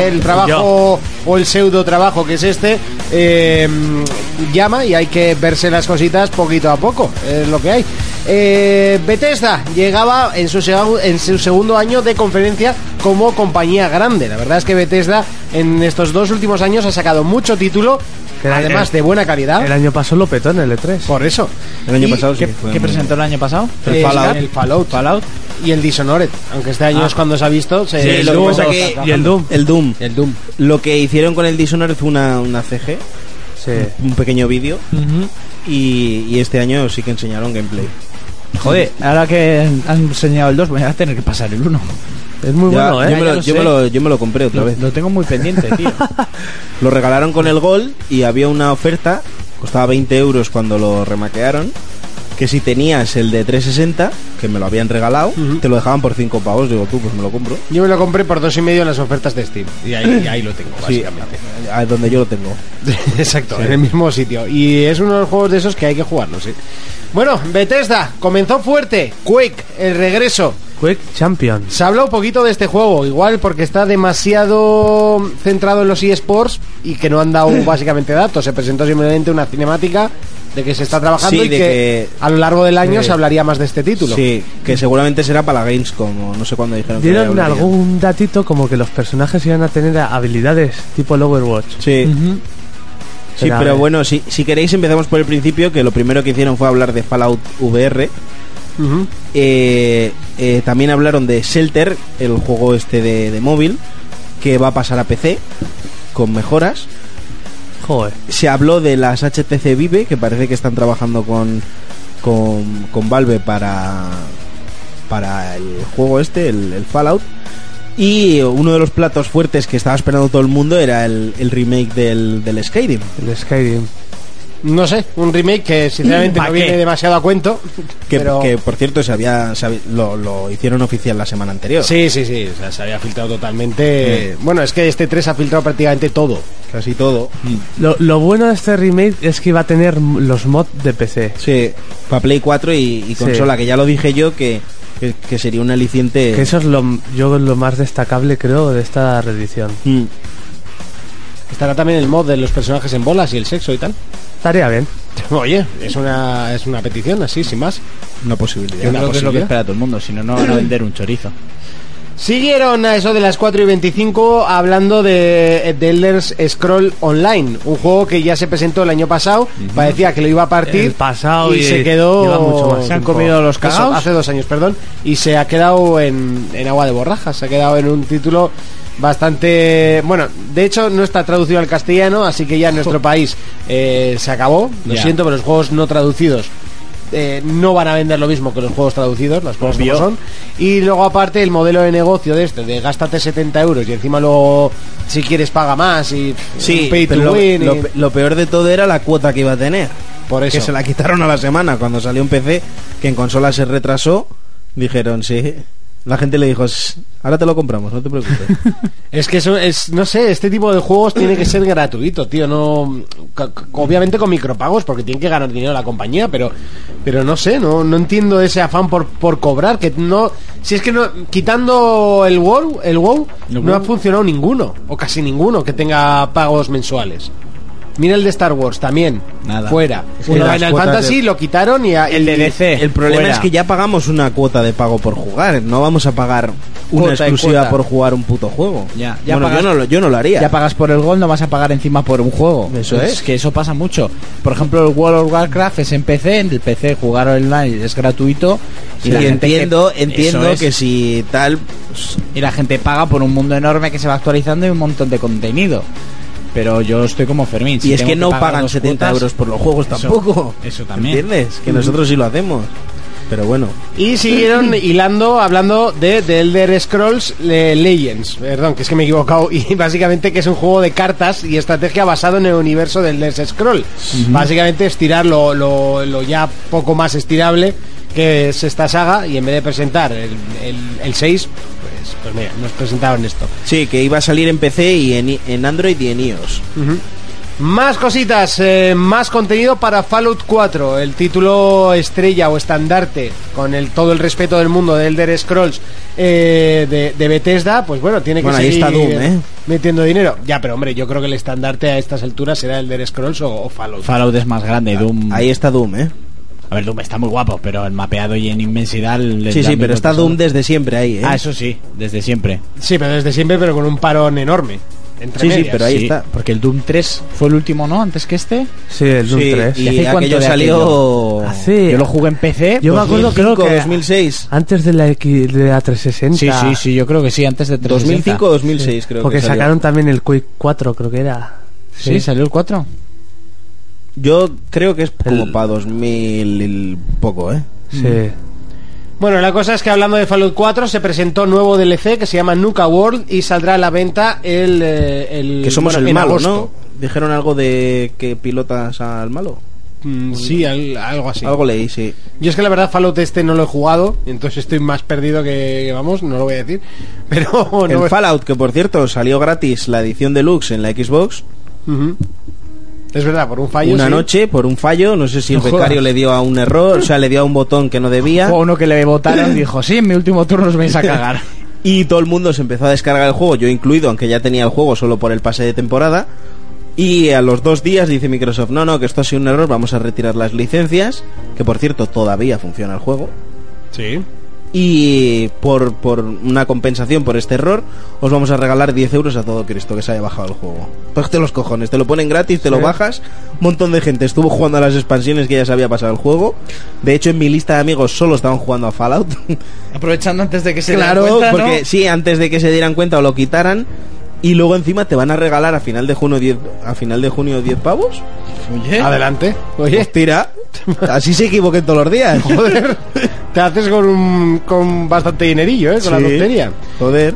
[SPEAKER 2] el trabajo o el pseudo trabajo que es este eh, llama y hay que verse las cositas poquito a poco, es lo que hay. Eh, Bethesda llegaba en su, seg- en su segundo año de conferencia como compañía grande. La verdad es que Bethesda en estos dos últimos años ha sacado mucho título,
[SPEAKER 4] Que era
[SPEAKER 2] además
[SPEAKER 4] el-
[SPEAKER 2] de buena calidad.
[SPEAKER 3] ¿Ah?
[SPEAKER 4] El año pasado lo petó en el E E3.
[SPEAKER 2] por eso.
[SPEAKER 5] El año
[SPEAKER 2] Y-
[SPEAKER 5] pasado sí.
[SPEAKER 3] ¿Qué,
[SPEAKER 5] fue
[SPEAKER 3] qué
[SPEAKER 5] muy-
[SPEAKER 3] presentó el año pasado?
[SPEAKER 2] El Fallout. Eh, El Fallout. Y el Dishonored, aunque este año
[SPEAKER 3] Ah.
[SPEAKER 2] es cuando se ha visto. Se,
[SPEAKER 5] Sí,
[SPEAKER 2] se
[SPEAKER 5] lo que
[SPEAKER 2] estuvo
[SPEAKER 5] pasa que-
[SPEAKER 4] Y el Doom.
[SPEAKER 5] El Doom.
[SPEAKER 2] El Doom.
[SPEAKER 5] Lo que hicieron con el Dishonored fue una, una CG,
[SPEAKER 4] Sí.
[SPEAKER 5] un pequeño vídeo.
[SPEAKER 3] Ujú.
[SPEAKER 5] Y, y este año sí que enseñaron gameplay.
[SPEAKER 3] Joder, ahora que han enseñado el 2, voy a tener que pasar el 1.
[SPEAKER 4] Es muy
[SPEAKER 5] Ya-
[SPEAKER 4] bueno, ¿eh?
[SPEAKER 5] yo, me
[SPEAKER 3] Ya
[SPEAKER 5] lo,
[SPEAKER 3] lo
[SPEAKER 5] yo
[SPEAKER 3] sé.
[SPEAKER 5] me lo- yo me lo compré otra
[SPEAKER 3] Lo,
[SPEAKER 5] vez.
[SPEAKER 3] lo tengo muy pendiente, tío.
[SPEAKER 5] Lo regalaron con el Gold y había una oferta, costaba 20 euros cuando lo remaquearon. que si tenías el de 360, que me lo habían regalado, te lo dejaban por 5 pavos. Digo, tú, pues me lo compro.
[SPEAKER 2] Yo me lo compré por dos y medio en las ofertas de Steam. Y ahí, y ahí lo tengo,
[SPEAKER 5] Sí,
[SPEAKER 2] básicamente.
[SPEAKER 5] a- a donde yo lo tengo.
[SPEAKER 2] Exacto, en el mismo sitio. Y es uno de los juegos de esos que hay que jugarlo, sí. Bueno, Bethesda comenzó fuerte. Quake, el regreso.
[SPEAKER 4] Quake Champions.
[SPEAKER 2] Se habla un poquito de este juego, igual porque está demasiado centrado en los eSports y que no han dado básicamente datos. Se presentó simplemente una cinemática de que se está trabajando
[SPEAKER 5] Sí,
[SPEAKER 2] y
[SPEAKER 5] de
[SPEAKER 2] que,
[SPEAKER 5] que-
[SPEAKER 2] a lo largo del año
[SPEAKER 4] Sí.
[SPEAKER 2] se hablaría más de este título.
[SPEAKER 5] Sí, que seguramente será para la Gamescom o no sé cuándo dijeron que
[SPEAKER 4] Dieron
[SPEAKER 5] hablarían.
[SPEAKER 4] algún datito como que los personajes iban a tener habilidades tipo el Overwatch.
[SPEAKER 5] Sí,
[SPEAKER 3] Ujú.
[SPEAKER 5] sí,
[SPEAKER 4] Pero a
[SPEAKER 5] pero
[SPEAKER 4] ver.
[SPEAKER 5] bueno, si, si queréis empezamos por el principio, que lo primero que hicieron fue hablar de Fallout VR.
[SPEAKER 2] Ujú.
[SPEAKER 5] Eh, eh, también hablaron de Shelter, el juego este de, de móvil, que va a pasar a PC con mejoras.
[SPEAKER 4] Joder.
[SPEAKER 5] Se habló de las HTC Vive, que parece que están trabajando con, con, con Valve para, para el juego este, el, el Fallout. Y uno de los platos fuertes que estaba esperando todo el mundo era el, el remake del, del Skyrim.
[SPEAKER 4] El Skyrim.
[SPEAKER 2] No sé, un remake que sinceramente
[SPEAKER 5] ¿Pa
[SPEAKER 2] no
[SPEAKER 5] qué?
[SPEAKER 2] viene demasiado a cuento.
[SPEAKER 5] Que,
[SPEAKER 2] pero-
[SPEAKER 5] que, por cierto se había, se había- lo, lo hicieron oficial la semana anterior.
[SPEAKER 2] Sí, sí, sí, o sea, se había filtrado totalmente. Bueno, es que este 3 ha filtrado prácticamente todo.
[SPEAKER 5] Casi todo.
[SPEAKER 2] Mm.
[SPEAKER 4] Lo, lo bueno de este remake es que iba a tener m- los mods de PC.
[SPEAKER 5] Sí, para Play 4 y, y consola, que ya lo dije yo que, que, que sería un aliciente.
[SPEAKER 4] Que eso es lo, yo lo más destacable creo de esta reedición.
[SPEAKER 5] Mm.
[SPEAKER 2] Estará también el mod de los personajes en bolas y el sexo y tal.
[SPEAKER 4] Estaría bien.
[SPEAKER 2] Oye, es una, es una petición así, sin más.
[SPEAKER 5] Una posibilidad.
[SPEAKER 3] Yo
[SPEAKER 2] Una
[SPEAKER 3] creo que es lo que
[SPEAKER 2] posibilidad.
[SPEAKER 3] espera todo el mundo, si no, no van a vender un chorizo.
[SPEAKER 2] Siguieron a eso de las 4 y 25 hablando de The Elder Scroll Online, un juego que ya se presentó el año pasado, parecía que lo iba a partir
[SPEAKER 4] El pasado
[SPEAKER 2] y,
[SPEAKER 4] y
[SPEAKER 2] se
[SPEAKER 4] lleva mucho
[SPEAKER 2] quedó
[SPEAKER 4] más
[SPEAKER 3] Se han tiempo. comido los
[SPEAKER 2] Eso,
[SPEAKER 3] cagaos.
[SPEAKER 2] hace dos años, perdón, y se ha quedado en, en agua de borrajas, se ha quedado en un título bastante bueno, de hecho no está traducido al castellano, así que ya en nuestro país eh, se acabó, lo
[SPEAKER 3] Ya.
[SPEAKER 2] siento, pero los juegos no traducidos eh, no van a vender lo mismo que los juegos traducidos, las cosas como
[SPEAKER 3] Obvio.
[SPEAKER 2] son. Y luego aparte el modelo de negocio de este, de gástate 70 euros y encima luego si quieres paga más y
[SPEAKER 5] Sí,
[SPEAKER 2] un pay to
[SPEAKER 5] pero lo,
[SPEAKER 2] win y-
[SPEAKER 5] lo- lo peor de todo era la cuota que iba a tener.
[SPEAKER 2] por eso.
[SPEAKER 5] Que se la quitaron a la semana cuando salió un PC que en consola se retrasó. Dijeron, sí. La gente le dijo, "Sh, ahora te lo compramos, no te preocupes.
[SPEAKER 2] Es que eso es, no sé, este tipo de juegos tiene que ser gratuito, tío. No, co- co- obviamente con micropagos porque tiene que ganar dinero la compañía, pero, pero no sé, no, no entiendo ese afán por, por cobrar que no, si es que no, quitando el WoW, el WoW,
[SPEAKER 3] El
[SPEAKER 2] no
[SPEAKER 3] WoW.
[SPEAKER 2] ha funcionado ninguno o casi ninguno que tenga pagos mensuales. Mira el de Star Wars también,
[SPEAKER 5] Nada.
[SPEAKER 2] fuera.
[SPEAKER 5] Es que
[SPEAKER 2] Uno
[SPEAKER 5] las
[SPEAKER 2] Final
[SPEAKER 5] cuotas
[SPEAKER 2] Fantasy
[SPEAKER 5] de-
[SPEAKER 2] lo quitaron y a-
[SPEAKER 3] El de DC.
[SPEAKER 5] El problema
[SPEAKER 3] fuera.
[SPEAKER 5] es que ya pagamos una cuota de pago por jugar. No vamos a pagar una
[SPEAKER 2] Cuota y
[SPEAKER 5] exclusiva
[SPEAKER 2] cuota.
[SPEAKER 5] por jugar un puto juego.
[SPEAKER 3] Ya, ya
[SPEAKER 5] Bueno,
[SPEAKER 3] pagas-
[SPEAKER 5] yo, no lo, yo no lo haría.
[SPEAKER 3] Ya pagas por el gol, no vas a pagar encima por un juego.
[SPEAKER 5] Eso es.
[SPEAKER 3] que eso pasa mucho. Por ejemplo, el World of Warcraft es en PC, en el PC jugar online es gratuito.
[SPEAKER 5] Sí,
[SPEAKER 3] la gente que-
[SPEAKER 5] entiendo,
[SPEAKER 3] Eso
[SPEAKER 5] entiendo
[SPEAKER 3] es.
[SPEAKER 5] que si tal, pues,
[SPEAKER 3] Y la gente paga por un mundo enorme que se va actualizando y un montón de contenido. Pero yo estoy como Fermín. si
[SPEAKER 5] y es
[SPEAKER 3] tengo
[SPEAKER 5] que no
[SPEAKER 3] pagar
[SPEAKER 5] pagan
[SPEAKER 3] dos
[SPEAKER 5] 70
[SPEAKER 3] cuotas-
[SPEAKER 5] euros por los juegos
[SPEAKER 3] Eso-
[SPEAKER 5] tampoco.
[SPEAKER 3] eso también.
[SPEAKER 5] ¿Entiendes? Que nosotros sí lo hacemos. Pero bueno.
[SPEAKER 2] Y siguieron hilando, hablando de The Elder Scrolls eh, Legends. Perdón, que es que me he equivocado. Y básicamente que es un juego de cartas y estrategia basado en el universo del Elder Scroll. Básicamente estirar lo, lo- lo ya poco más estirable que es esta saga. Y en vez de presentar el, el- el 6, pues, pues mira, nos presentaron esto.
[SPEAKER 5] Sí, que iba a salir en PC y en, en Android y en iOS.
[SPEAKER 2] Más cositas, eh, más contenido para Fallout 4, el título estrella o estandarte, con el todo el respeto del mundo de Elder Scrolls eh, de, de Bethesda, pues bueno, tiene que
[SPEAKER 5] Bueno, ahí
[SPEAKER 2] seguir
[SPEAKER 5] está Doom, ¿eh?
[SPEAKER 2] metiendo dinero. Ya, pero hombre, yo creo que el estandarte a estas alturas será Elder Scrolls o, o Fallout.
[SPEAKER 3] Fallout es más grande, Doom.
[SPEAKER 5] Ahí está Doom, ¿eh?
[SPEAKER 3] A ver, Doom está muy guapo, pero el mapeado y en inmensidad. le
[SPEAKER 5] Sí,
[SPEAKER 3] da
[SPEAKER 5] sí,
[SPEAKER 3] mil
[SPEAKER 5] pero está
[SPEAKER 3] vueltas a
[SPEAKER 5] Doom
[SPEAKER 3] uno.
[SPEAKER 5] desde siempre ahí, ¿eh?
[SPEAKER 3] Ah, eso sí, desde siempre.
[SPEAKER 2] sí, pero desde siempre, pero con un parón enorme. Entre
[SPEAKER 5] Sí, sí,
[SPEAKER 2] medias.
[SPEAKER 5] pero ahí
[SPEAKER 3] Sí,
[SPEAKER 5] está.
[SPEAKER 3] Porque el Doom 3 fue el último, ¿no? Antes que este.
[SPEAKER 4] Sí, el Doom
[SPEAKER 5] Sí,
[SPEAKER 4] 3.
[SPEAKER 5] Y
[SPEAKER 3] hace cuánto
[SPEAKER 5] aquello
[SPEAKER 3] de
[SPEAKER 5] salió...
[SPEAKER 4] aquello? Hace-
[SPEAKER 3] Yo lo jugué en PC.
[SPEAKER 4] Yo me acuerdo, creo
[SPEAKER 5] 2005,
[SPEAKER 4] que
[SPEAKER 5] 2006.
[SPEAKER 4] antes de la, X- de la 360.
[SPEAKER 3] Sí, sí, sí, yo creo que sí, antes de 360.
[SPEAKER 5] 2005 o 2006 creo
[SPEAKER 4] Porque
[SPEAKER 5] que salió.
[SPEAKER 4] sacaron también el Quake 4, creo que era.
[SPEAKER 3] Sí, salió el 4.
[SPEAKER 5] Yo creo que es como
[SPEAKER 4] El-
[SPEAKER 5] para 2000 y poco, ¿eh?
[SPEAKER 4] Sí.
[SPEAKER 2] Bueno, la cosa es que hablando de Fallout 4 se presentó nuevo DLC que se llama Nuka World y saldrá a la venta el, eh, el
[SPEAKER 4] Mm,
[SPEAKER 5] Que somos
[SPEAKER 2] bueno,
[SPEAKER 5] el
[SPEAKER 2] en
[SPEAKER 5] malo,
[SPEAKER 2] agosto.
[SPEAKER 5] ¿no? Dijeron algo de que pilotas al malo.
[SPEAKER 2] Mm, sí, al- algo así.
[SPEAKER 5] Algo leí, sí.
[SPEAKER 2] Yo es que la verdad Fallout este no lo he jugado, entonces estoy más perdido que, vamos, no lo voy a decir. Pero no
[SPEAKER 5] el
[SPEAKER 2] voy-
[SPEAKER 5] Fallout, que por cierto salió gratis la edición deluxe en la Xbox,
[SPEAKER 2] Ujú. Es verdad, por un fallo.
[SPEAKER 5] una
[SPEAKER 2] sí.
[SPEAKER 5] noche por un fallo, no sé si el
[SPEAKER 2] No
[SPEAKER 5] becario
[SPEAKER 2] jodas.
[SPEAKER 5] le dio a un error, o sea, le dio a un botón que no debía.
[SPEAKER 3] O uno que le votaron dijo, sí, en mi último turno os vais a cagar.
[SPEAKER 5] Y todo el mundo se empezó a descargar el juego, yo incluido, aunque ya tenía el juego solo por el pase de temporada. Y a los dos días dice Microsoft, no, no, que esto ha sido un error, vamos a retirar las licencias, que por cierto todavía funciona el juego.
[SPEAKER 2] Sí.
[SPEAKER 5] Y por, por una compensación por este error, os vamos a regalar 10 euros a todo Cristo que se haya bajado el juego. Cógete los cojones, te lo ponen gratis, te lo bajas. Un montón de gente estuvo jugando a las expansiones que ya se había pasado el juego. De hecho, en mi lista de amigos solo estaban jugando a Fallout.
[SPEAKER 3] Aprovechando antes de que se
[SPEAKER 5] claro,
[SPEAKER 3] den cuenta, ¿no?
[SPEAKER 5] porque sí, antes de que se dieran cuenta o lo quitaran. Y luego encima te van a regalar a final de junio 10 a final de junio 10 pavos.
[SPEAKER 3] Oye,
[SPEAKER 2] Adelante.
[SPEAKER 5] Pues
[SPEAKER 2] Oye,
[SPEAKER 5] tira. Así se equivoquen todos los días.
[SPEAKER 2] joder, te haces con, un, con bastante dinerillo, ¿eh? Con la
[SPEAKER 5] Sí.
[SPEAKER 2] tontería.
[SPEAKER 5] Joder.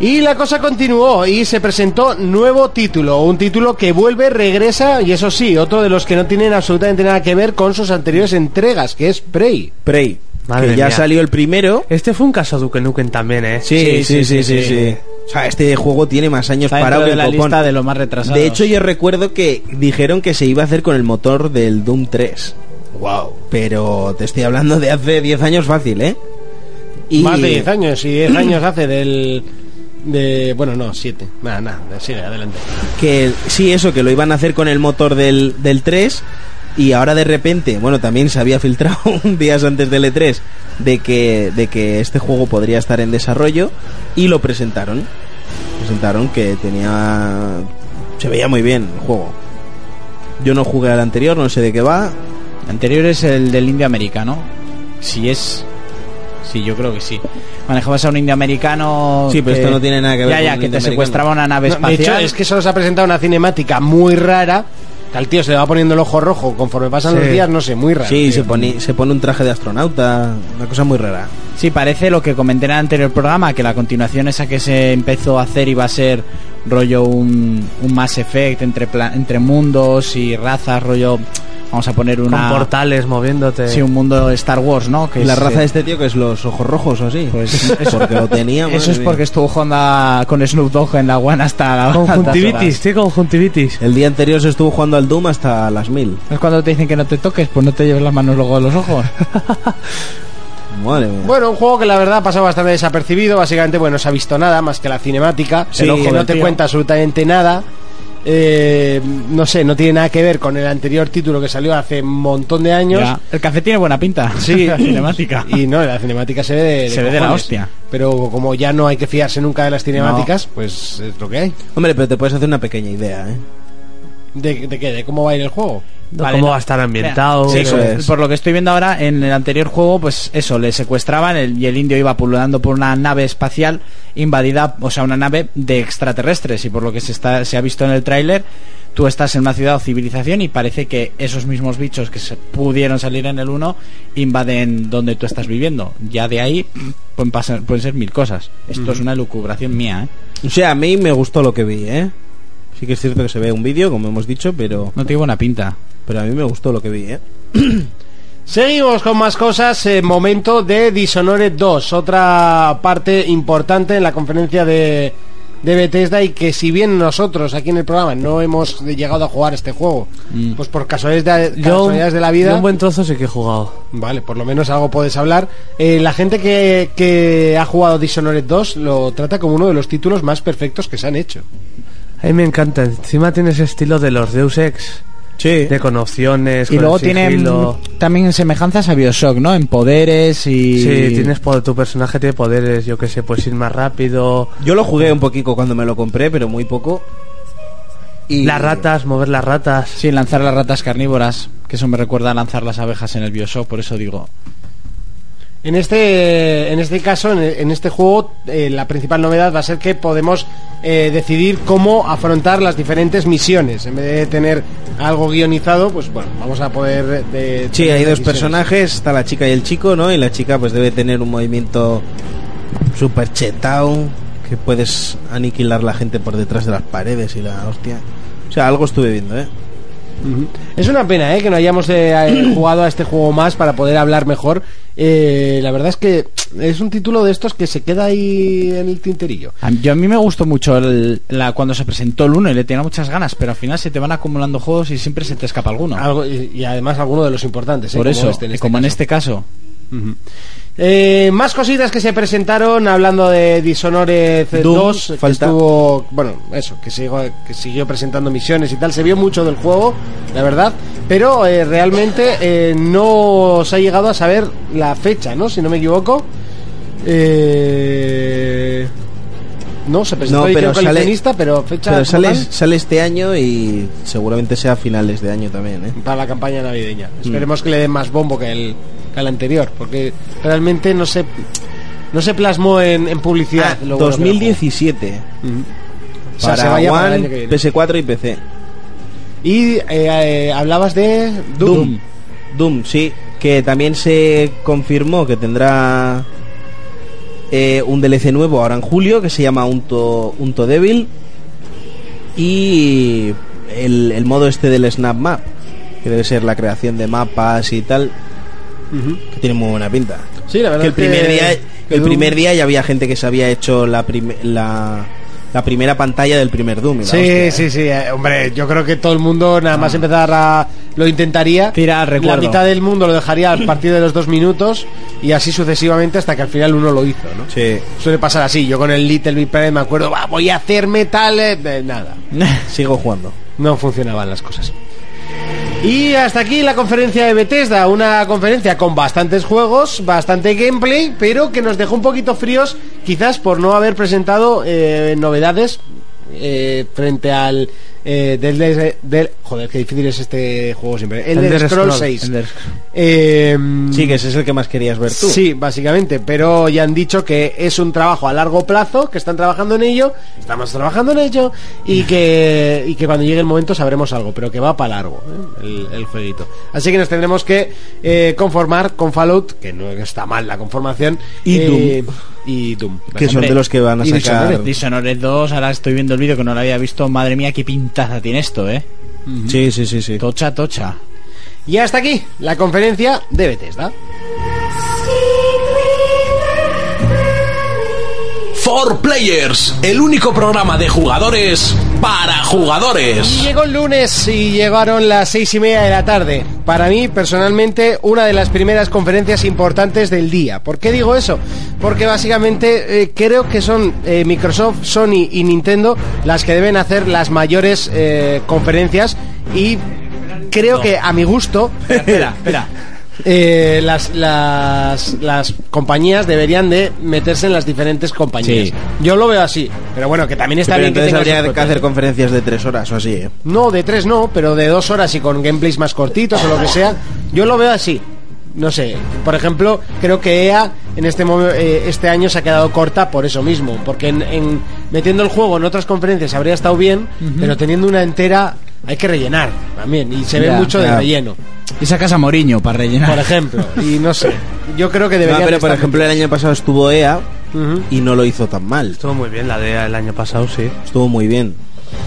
[SPEAKER 2] Y la cosa continuó y se presentó nuevo título, un título que vuelve, regresa y eso sí, otro de los que no tienen absolutamente nada que ver con sus anteriores entregas, que es Prey.
[SPEAKER 5] Prey.
[SPEAKER 4] Madre
[SPEAKER 5] que ya
[SPEAKER 4] mía.
[SPEAKER 5] salió el primero.
[SPEAKER 4] Este fue un caso Duke Nukem también, ¿eh?
[SPEAKER 5] Sí, sí, sí, sí,
[SPEAKER 3] sí,
[SPEAKER 5] sí.
[SPEAKER 3] sí.
[SPEAKER 5] O sea, este juego tiene más años
[SPEAKER 3] está
[SPEAKER 5] parado
[SPEAKER 3] dentro
[SPEAKER 5] que
[SPEAKER 3] de la
[SPEAKER 5] el copón.
[SPEAKER 3] lista de lo más retrasado.
[SPEAKER 5] De hecho, yo recuerdo que dijeron que se iba a hacer con el motor del Doom 3. Wow. Pero te estoy hablando de hace 10 años fácil, ¿eh? Y-
[SPEAKER 2] Más de 10 años, y 10 años hace del... De, bueno, no, 7. Nada, nada, sigue, adelante.
[SPEAKER 5] que sí, eso, que lo iban a hacer con el motor del, del 3 y ahora de repente, bueno, también se había filtrado un días antes del E3 de que, de que este juego podría estar en desarrollo y lo presentaron. Presentaron que tenía... Se veía muy bien el juego. Yo no jugué al anterior, no sé de qué va.
[SPEAKER 3] El anterior es el del indio americano. Si es. Sí, yo creo que sí. Manejabas a un indio americano.
[SPEAKER 5] Sí, pero
[SPEAKER 3] que-
[SPEAKER 5] esto no tiene nada que ver
[SPEAKER 3] Ya,
[SPEAKER 5] con
[SPEAKER 3] ya,
[SPEAKER 5] un
[SPEAKER 3] que te
[SPEAKER 5] indio
[SPEAKER 3] secuestraba una nave
[SPEAKER 5] Pues
[SPEAKER 2] No, de
[SPEAKER 3] espacial.
[SPEAKER 2] hecho, es que solo se ha presentado una cinemática muy rara. que Al tío se le va poniendo el ojo rojo conforme pasan
[SPEAKER 4] Sí.
[SPEAKER 2] los días, no sé, muy rara.
[SPEAKER 5] Sí, se pone, se pone un traje de astronauta, una cosa muy rara.
[SPEAKER 3] Sí, parece lo que comenté en el anterior programa, que la continuación esa que se empezó a hacer iba a ser rollo un, un Mass Effect entre, pla- entre mundos y razas, rollo... Vamos a poner
[SPEAKER 5] Ah.
[SPEAKER 4] Con
[SPEAKER 3] una...
[SPEAKER 4] portales moviéndote.
[SPEAKER 3] Sí, un mundo Star Wars, ¿no? Que
[SPEAKER 5] la
[SPEAKER 3] es,
[SPEAKER 5] raza
[SPEAKER 3] eh,
[SPEAKER 5] de este tío que es los ojos rojos o así.
[SPEAKER 3] Pues
[SPEAKER 5] eso, porque lo tenía.
[SPEAKER 3] Eso
[SPEAKER 5] madre
[SPEAKER 3] es
[SPEAKER 5] mía.
[SPEAKER 3] porque estuvo jugando con Snoop Dogg en la One hasta la...
[SPEAKER 4] Conjuntivitis, sí, conjuntivitis.
[SPEAKER 5] El día anterior se estuvo jugando al Doom hasta las mil.
[SPEAKER 3] Es cuando te dicen que no te toques, pues no te lleves las manos luego a los ojos.
[SPEAKER 5] Madre mía.
[SPEAKER 2] Bueno, un juego que la verdad ha pasado bastante desapercibido. Básicamente, bueno, no se ha visto nada más que la cinemática.
[SPEAKER 5] Sí,
[SPEAKER 2] el ojo
[SPEAKER 5] el
[SPEAKER 2] no te
[SPEAKER 5] tío.
[SPEAKER 2] cuenta absolutamente nada. Eh, no sé, no tiene nada que ver con el anterior título que salió hace un montón de años.
[SPEAKER 3] Ya. El café tiene buena pinta.
[SPEAKER 2] Sí,
[SPEAKER 3] La cinemática.
[SPEAKER 2] Y no, la cinemática se ve de,
[SPEAKER 3] Se ve de la
[SPEAKER 2] cojones.
[SPEAKER 3] hostia.
[SPEAKER 2] Pero como ya no hay que fiarse nunca de las cinemáticas, pues es lo que hay.
[SPEAKER 5] Hombre, pero te puedes hacer una pequeña idea, ¿eh?
[SPEAKER 2] ¿De, ¿De qué? ¿De cómo va a ir el juego?
[SPEAKER 3] Vale,
[SPEAKER 4] ¿Cómo
[SPEAKER 3] no.
[SPEAKER 4] va a estar ambientado?
[SPEAKER 3] Sí,
[SPEAKER 5] Eso
[SPEAKER 3] por-
[SPEAKER 5] es.
[SPEAKER 3] Por lo que estoy viendo ahora, en el anterior juego, pues eso, le secuestraban el- y el indio iba pululando por una nave espacial invadida, o sea, una nave de extraterrestres. Y por lo que se, está, se ha visto en el tráiler, tú estás en una ciudad o civilización y parece que esos mismos bichos que se pudieron salir en el 1 invaden donde tú estás viviendo. Ya de ahí pueden, pasar, pueden ser mil cosas. Esto es una lucubración mía, ¿eh?
[SPEAKER 5] O sea, a mí me gustó lo que vi, ¿eh? Sí que es cierto que se ve un vídeo, como hemos dicho, pero,
[SPEAKER 3] No tiene buena pinta.
[SPEAKER 5] pero a mí me gustó lo que vi, ¿eh?
[SPEAKER 2] Seguimos con más cosas. eh, momento de Dishonored 2, otra parte importante en la conferencia de, de Bethesda y que si bien nosotros aquí en el programa no hemos llegado a jugar este juego,
[SPEAKER 3] Mm.
[SPEAKER 2] pues por casualidades de,
[SPEAKER 4] Yo,
[SPEAKER 2] casualidades de la vida,
[SPEAKER 4] yo un buen trozo sí que he jugado.
[SPEAKER 2] vale, por lo menos algo puedes hablar. Eh, la gente que, que ha jugado Dishonored 2 lo trata como uno de los títulos más perfectos que se han hecho.
[SPEAKER 4] A mí me encanta. Encima tiene ese estilo de los Deus Ex.
[SPEAKER 5] Sí.
[SPEAKER 4] De con opciones,
[SPEAKER 3] Y
[SPEAKER 4] con
[SPEAKER 3] luego
[SPEAKER 4] el
[SPEAKER 3] tiene
[SPEAKER 4] sigilo.
[SPEAKER 3] mm, también semejanzas a Bioshock, ¿no? En poderes y...
[SPEAKER 4] Sí, tienes po- tu personaje tiene poderes, yo que sé, puedes ir más rápido.
[SPEAKER 5] Yo lo jugué un poquito cuando me lo compré, pero muy poco. Y...
[SPEAKER 4] Las ratas, mover las ratas.
[SPEAKER 3] Sí, lanzar las ratas carnívoras, que eso me recuerda a lanzar las abejas en el Bioshock, por eso digo.
[SPEAKER 2] En este, en este caso, en, en este juego, eh, la principal novedad va a ser que podemos eh, decidir cómo afrontar las diferentes misiones. En vez de tener algo guionizado, pues bueno, vamos a poder... eh, de-
[SPEAKER 5] Sí,
[SPEAKER 2] tener
[SPEAKER 5] hay dos
[SPEAKER 2] decisiones.
[SPEAKER 5] personajes, está la chica y el chico, ¿no? Y la chica pues debe tener un movimiento super chetao, que puedes aniquilar la gente por detrás de las paredes y la hostia. O sea, algo estuve viendo, ¿eh?
[SPEAKER 2] Ujú. Es una pena ¿eh? que no hayamos eh, eh, jugado a este juego más para poder hablar mejor. Eh, la verdad es que es un título de estos que se queda ahí en el tinterillo.
[SPEAKER 3] A, yo, a mí me gustó mucho el- la, cuando se presentó el 1 y le tenía muchas ganas, pero al final se te van acumulando juegos y siempre se te escapa alguno.
[SPEAKER 2] Algo- y, y además alguno de los importantes. ¿eh?
[SPEAKER 3] Por
[SPEAKER 2] Ah, como
[SPEAKER 3] eso,
[SPEAKER 2] este, en este
[SPEAKER 3] como en
[SPEAKER 2] caso.
[SPEAKER 3] este caso.
[SPEAKER 2] Ujú. Eh, más cositas que se presentaron hablando de Dishonored
[SPEAKER 5] Doom,
[SPEAKER 2] 2 que
[SPEAKER 5] falta.
[SPEAKER 2] estuvo bueno eso que siguió, que siguió presentando misiones y tal se vio mucho del juego la verdad pero eh, realmente eh, no se ha llegado a saber la fecha no si no me equivoco Eh, no se presentó
[SPEAKER 5] No,
[SPEAKER 2] yo
[SPEAKER 5] pero
[SPEAKER 2] creo que el
[SPEAKER 5] sale-
[SPEAKER 2] guionista, pero fecha
[SPEAKER 5] Pero
[SPEAKER 2] como
[SPEAKER 5] sale,
[SPEAKER 2] tal,
[SPEAKER 5] sale este año y seguramente sea a finales de año también, ¿eh?
[SPEAKER 2] para la campaña navideña.
[SPEAKER 5] Mm.
[SPEAKER 2] Esperemos que le den más bombo que el, que el anterior, porque realmente no se, no se plasmó en, en publicidad.
[SPEAKER 5] Ah,
[SPEAKER 2] lo bueno que era el juego.
[SPEAKER 5] 2017.
[SPEAKER 2] Ujú. O sea,
[SPEAKER 5] Para,
[SPEAKER 2] se vaya
[SPEAKER 5] One,
[SPEAKER 2] para el año que viene.
[SPEAKER 5] PS4 y PC.
[SPEAKER 2] Y eh, eh, hablabas de Doom.
[SPEAKER 5] Doom. Doom, sí. Que también se confirmó que tendrá eh, un DLC nuevo ahora en julio que se llama Unto, Unto Devil. Y el, el modo este del Snap Map, que debe ser la creación de mapas y tal,
[SPEAKER 2] Ujú.
[SPEAKER 5] que tiene muy buena pinta.
[SPEAKER 2] Sí, la verdad
[SPEAKER 5] Que el
[SPEAKER 2] es que-
[SPEAKER 5] primer día,
[SPEAKER 2] que
[SPEAKER 5] el
[SPEAKER 2] Doom-
[SPEAKER 5] primer día ya había gente que se había hecho la, prim- la, la primera pantalla del primer Doom. y la
[SPEAKER 2] Sí,
[SPEAKER 5] hostia, ¿eh? Ah.
[SPEAKER 2] sí, sí, eh, hombre, yo creo que todo el mundo nada más empezar a lo intentaría.
[SPEAKER 3] Tira al
[SPEAKER 2] la
[SPEAKER 3] recuerdo.
[SPEAKER 2] mitad del mundo lo dejaría a partir de los dos minutos y así sucesivamente hasta que al final uno lo hizo, ¿no?
[SPEAKER 5] Sí.
[SPEAKER 2] Suele pasar así. Yo con el Little Big Planet me acuerdo, "Va, voy a hacerme tal, eh, de nada.
[SPEAKER 5] Sigo jugando.
[SPEAKER 2] no funcionaban las cosas. Y hasta aquí la conferencia de Bethesda, una conferencia con bastantes juegos, bastante gameplay, pero que nos dejó un poquito fríos quizás por no haber presentado eh, novedades eh, frente al eh, del, del, Joder, qué difícil es este juego siempre. El
[SPEAKER 4] Elder
[SPEAKER 2] del Scroll
[SPEAKER 4] Scroll,
[SPEAKER 2] 6.
[SPEAKER 3] Elder-
[SPEAKER 2] Eh,
[SPEAKER 5] Sí, que ese es el que más querías ver tú.
[SPEAKER 2] Sí, básicamente, pero ya han dicho que es un trabajo a largo plazo, que están trabajando en ello, estamos trabajando en ello, y que, y que cuando llegue el momento sabremos algo, pero que va para largo ¿eh? el, el jueguito. Así que nos tendremos que eh, conformar con Fallout, que no está mal la conformación,
[SPEAKER 5] Y
[SPEAKER 2] eh, y Doom.
[SPEAKER 5] Que son
[SPEAKER 3] Hombre,
[SPEAKER 5] de los que van a
[SPEAKER 2] y
[SPEAKER 5] sacar.
[SPEAKER 2] Dishonored.
[SPEAKER 3] Dishonored 2, ahora estoy viendo el vídeo que no lo había visto. Madre mía, qué pintaza tiene esto, ¿eh?
[SPEAKER 5] Sí, sí, sí, sí.
[SPEAKER 3] Tocha, tocha.
[SPEAKER 2] Y hasta aquí la conferencia de Bethesda.
[SPEAKER 1] For Players, el único programa de jugadores para
[SPEAKER 2] Y
[SPEAKER 1] jugadores.
[SPEAKER 2] llegó el lunes y llegaron las seis y media de la tarde. Para mí, personalmente, una de las primeras conferencias importantes del día. ¿Por qué digo eso? Porque básicamente eh, creo que son eh, Microsoft, Sony y Nintendo las que deben hacer las mayores eh, conferencias y creo que a mi gusto
[SPEAKER 3] Espera, espera.
[SPEAKER 2] eh, las, las, las compañías deberían de meterse en las diferentes compañías.
[SPEAKER 3] Sí.
[SPEAKER 2] Yo lo veo así, pero bueno, que también está
[SPEAKER 5] Pero
[SPEAKER 2] bien que
[SPEAKER 5] entonces
[SPEAKER 2] tenga sus
[SPEAKER 5] habría que
[SPEAKER 2] propias-
[SPEAKER 5] hacer conferencias de tres horas o así, ¿eh?
[SPEAKER 2] no, de tres no, pero de dos horas y con gameplays más cortitos o lo que sea. Yo lo veo así. No sé, por ejemplo, creo que EA en este, momen- eh, este año se ha quedado corta por eso mismo. Porque en, en- metiendo el juego en otras conferencias habría estado bien, pero teniendo una entera hay que rellenar también. Y se ve
[SPEAKER 3] Ya,
[SPEAKER 2] mucho de
[SPEAKER 5] ya.
[SPEAKER 2] relleno,
[SPEAKER 3] Y sacas a Moriño para rellenar.
[SPEAKER 2] por ejemplo. Y no sé, yo creo que
[SPEAKER 5] No,
[SPEAKER 2] debería.
[SPEAKER 5] pero por ejemplo, el año pasado estuvo EA
[SPEAKER 2] Ujú.
[SPEAKER 5] y no lo hizo tan mal.
[SPEAKER 4] Estuvo muy bien la de el año pasado, sí.
[SPEAKER 5] Estuvo muy bien.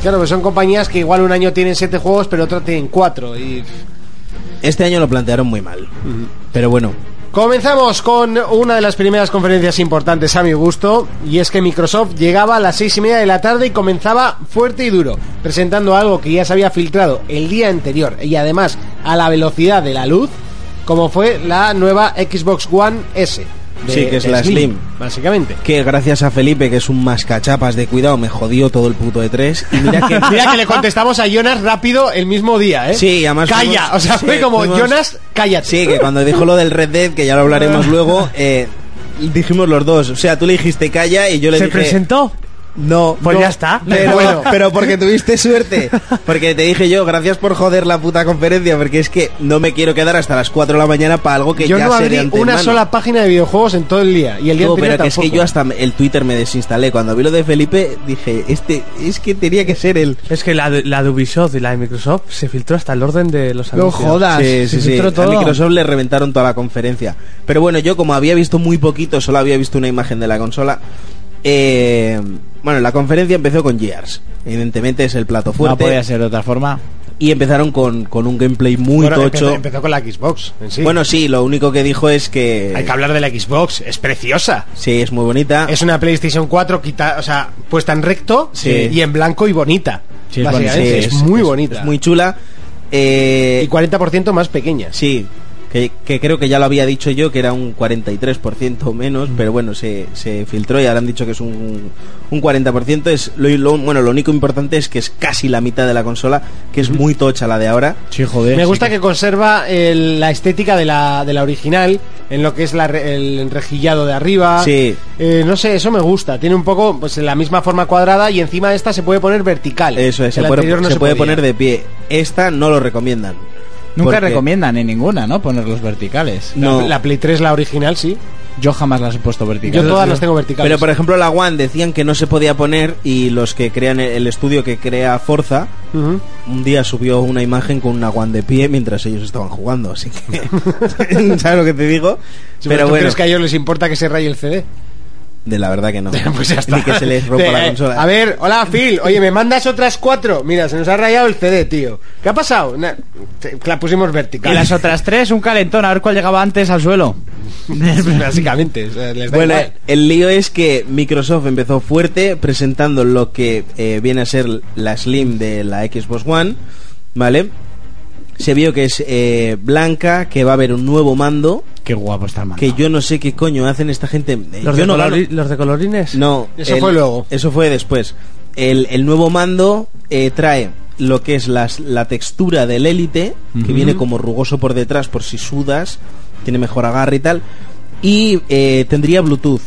[SPEAKER 2] Claro, que son compañías que igual un año tienen siete juegos, pero otro tienen cuatro. Y
[SPEAKER 5] Este año lo plantearon muy mal. Pero bueno,
[SPEAKER 2] Comenzamos con una de las primeras conferencias importantes a mi gusto, y es que Microsoft llegaba a las seis y media de la tarde y comenzaba fuerte y duro, presentando algo que ya se había filtrado el día anterior y además a la velocidad de la luz, como fue la nueva Xbox One S.
[SPEAKER 5] Sí, que es la Slim.
[SPEAKER 2] Básicamente.
[SPEAKER 5] que gracias a Felipe, que es un mascachapas de cuidado, me jodió todo el puto de tres. Y mira que.
[SPEAKER 2] Mira que le contestamos a Jonas rápido el mismo día, ¿eh?
[SPEAKER 5] Sí, y además
[SPEAKER 2] Calla,
[SPEAKER 5] fuimos-
[SPEAKER 2] o sea, fue
[SPEAKER 5] sí,
[SPEAKER 2] como
[SPEAKER 5] fuimos-
[SPEAKER 2] Jonas, cállate.
[SPEAKER 5] Sí, que cuando dijo lo del Red Dead, que ya lo
[SPEAKER 2] Ah.
[SPEAKER 5] hablaremos luego, eh, dijimos los dos. O sea, tú le dijiste calla y yo le
[SPEAKER 4] ¿Se
[SPEAKER 5] dije.
[SPEAKER 4] presentó?
[SPEAKER 5] No,
[SPEAKER 4] Pues
[SPEAKER 5] no,
[SPEAKER 4] ya está.
[SPEAKER 5] Pero,
[SPEAKER 2] Bueno.
[SPEAKER 5] pero porque tuviste suerte. Porque te dije yo, gracias por joder la puta conferencia, porque es que no me quiero quedar hasta las 4 de la mañana para algo que
[SPEAKER 2] Yo
[SPEAKER 5] ya
[SPEAKER 2] no
[SPEAKER 5] sé de
[SPEAKER 2] abrí
[SPEAKER 5] antemano.
[SPEAKER 2] una sola página de videojuegos en todo el día, y el día
[SPEAKER 5] Tú,
[SPEAKER 2] anterior
[SPEAKER 5] pero que es que
[SPEAKER 2] tampoco.
[SPEAKER 5] yo hasta el Twitter me desinstalé. Cuando vi lo de Felipe, dije, este es que tenía que ser él.
[SPEAKER 4] Es que la de, la de Ubisoft y la de Microsoft se filtró hasta el orden de los
[SPEAKER 3] No
[SPEAKER 4] anuncios.
[SPEAKER 3] jodas.
[SPEAKER 5] Sí,
[SPEAKER 3] se
[SPEAKER 5] sí, sí.
[SPEAKER 3] filtró
[SPEAKER 5] A
[SPEAKER 3] todo.
[SPEAKER 5] Microsoft le reventaron toda la conferencia. Pero bueno, yo como había visto muy poquito, solo había visto una imagen de la consola. eh, bueno, la conferencia empezó con Gears. Evidentemente es el plato
[SPEAKER 3] No
[SPEAKER 5] fuerte.
[SPEAKER 3] podía ser de otra forma.
[SPEAKER 5] y empezaron con, con un gameplay muy
[SPEAKER 2] Bueno,
[SPEAKER 5] tocho.
[SPEAKER 2] Empezó, empezó con la Xbox. en sí.
[SPEAKER 5] Bueno, sí, lo único que dijo es que...
[SPEAKER 2] hay que hablar de la Xbox. Es preciosa.
[SPEAKER 5] Sí, es muy bonita.
[SPEAKER 2] Es una PlayStation 4 quita, o sea, puesta en recto
[SPEAKER 5] Sí.
[SPEAKER 2] y en blanco y bonita.
[SPEAKER 3] Sí, es
[SPEAKER 2] básicamente. ¿eh?
[SPEAKER 5] Sí,
[SPEAKER 2] es, muy
[SPEAKER 5] es-
[SPEAKER 2] bonita.
[SPEAKER 5] Es muy chula. Eh,
[SPEAKER 2] y 40% más pequeña.
[SPEAKER 5] Sí, que, que creo que ya lo había dicho yo, que era un 43% o menos,
[SPEAKER 2] Mm.
[SPEAKER 5] pero bueno, se, se filtró y ahora han dicho que es un, un 40%. Es lo, lo- bueno, lo único importante es que es casi la mitad de la consola, que es muy tocha la de ahora.
[SPEAKER 3] Sí, joder.
[SPEAKER 2] Me gusta que conserva el- la estética de la, de la original, en lo que es la re- el enrejillado de arriba.
[SPEAKER 5] Sí.
[SPEAKER 2] Eh, no sé, eso me gusta. Tiene un poco pues la misma forma cuadrada y encima de esta se puede poner vertical.
[SPEAKER 5] Eso es, se
[SPEAKER 2] El
[SPEAKER 5] puede,
[SPEAKER 2] anterior no
[SPEAKER 5] se puede
[SPEAKER 2] podía.
[SPEAKER 5] poner de pie. Esta no lo recomiendan.
[SPEAKER 3] Nunca
[SPEAKER 5] Porque-
[SPEAKER 3] recomiendan en ninguna, ¿no? Ponerlos verticales.
[SPEAKER 2] La-
[SPEAKER 5] No.
[SPEAKER 2] La, Play 3, la original, sí.
[SPEAKER 3] Yo jamás las he puesto
[SPEAKER 2] Yo
[SPEAKER 3] verticales.
[SPEAKER 2] todas las tengo verticales.
[SPEAKER 5] Pero por ejemplo la One decían que no se podía poner y los que crean el- el estudio que crea Forza
[SPEAKER 2] Ujú.
[SPEAKER 5] un día subió una imagen con una guan de pie mientras ellos estaban jugando, así que ¿sabes lo que te digo?
[SPEAKER 2] Sí,
[SPEAKER 5] pero
[SPEAKER 2] ¿tú
[SPEAKER 5] bueno,
[SPEAKER 2] crees que a ellos les importa que se raye el CD?
[SPEAKER 5] de la verdad que no.
[SPEAKER 2] pues ya está.
[SPEAKER 5] Ni que se les rompa
[SPEAKER 2] De,
[SPEAKER 5] la
[SPEAKER 2] eh,
[SPEAKER 5] consola.
[SPEAKER 2] A ver, hola Phil, oye, ¿me mandas otras cuatro? Mira, se nos ha rayado el CD, tío. ¿Qué ha pasado? Na- te- la pusimos vertical.
[SPEAKER 3] Y las otras tres, un calentón, a ver cuál llegaba antes al suelo.
[SPEAKER 2] Básicamente, o sea, les da
[SPEAKER 5] Bueno,
[SPEAKER 2] igual.
[SPEAKER 5] el lío es que Microsoft empezó fuerte presentando lo que eh, viene a ser la Slim de la Xbox One, ¿vale? Se vio que es eh, blanca, que va a haber un nuevo mando,
[SPEAKER 3] Qué guapo está el mando.
[SPEAKER 5] que yo no sé qué coño hacen esta gente. Eh,
[SPEAKER 4] ¿Los,
[SPEAKER 5] yo
[SPEAKER 4] de
[SPEAKER 5] no
[SPEAKER 4] colori-
[SPEAKER 5] gano-
[SPEAKER 4] los de colorines?
[SPEAKER 5] No,
[SPEAKER 2] Eso fue luego.
[SPEAKER 5] Eso fue después. El, el nuevo mando eh, trae lo que es las- la textura del élite, que viene como rugoso por detrás por si sudas, tiene mejor agarre y tal, y eh, tendría Bluetooth.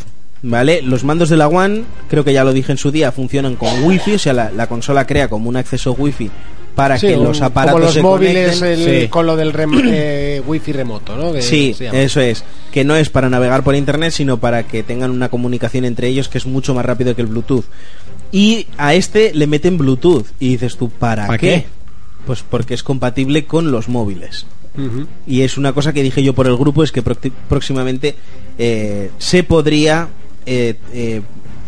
[SPEAKER 5] ¿Vale? Los mandos de la One, creo que ya lo dije en su día, funcionan con Wi-Fi, o sea, la, la consola crea como un acceso Wi-Fi para
[SPEAKER 2] Sí,
[SPEAKER 5] que
[SPEAKER 2] un-
[SPEAKER 5] los aparatos
[SPEAKER 2] como los
[SPEAKER 5] se
[SPEAKER 2] móviles
[SPEAKER 5] conecten.
[SPEAKER 2] el-
[SPEAKER 5] Sí.
[SPEAKER 2] con lo del rem- eh, wifi remoto, ¿no? Que
[SPEAKER 5] Sí,
[SPEAKER 2] se llama.
[SPEAKER 5] eso es. Que no es para navegar por internet, sino para que tengan una comunicación entre ellos que es mucho más rápido que el Bluetooth. Y a este le meten Bluetooth. Y dices tú, ¿para
[SPEAKER 3] ¿Para
[SPEAKER 5] qué?
[SPEAKER 3] qué?
[SPEAKER 5] Pues porque es compatible con los móviles.
[SPEAKER 2] Ujú.
[SPEAKER 5] Y es una cosa que dije yo por el grupo, es que procti- próximamente eh, se podría eh, eh,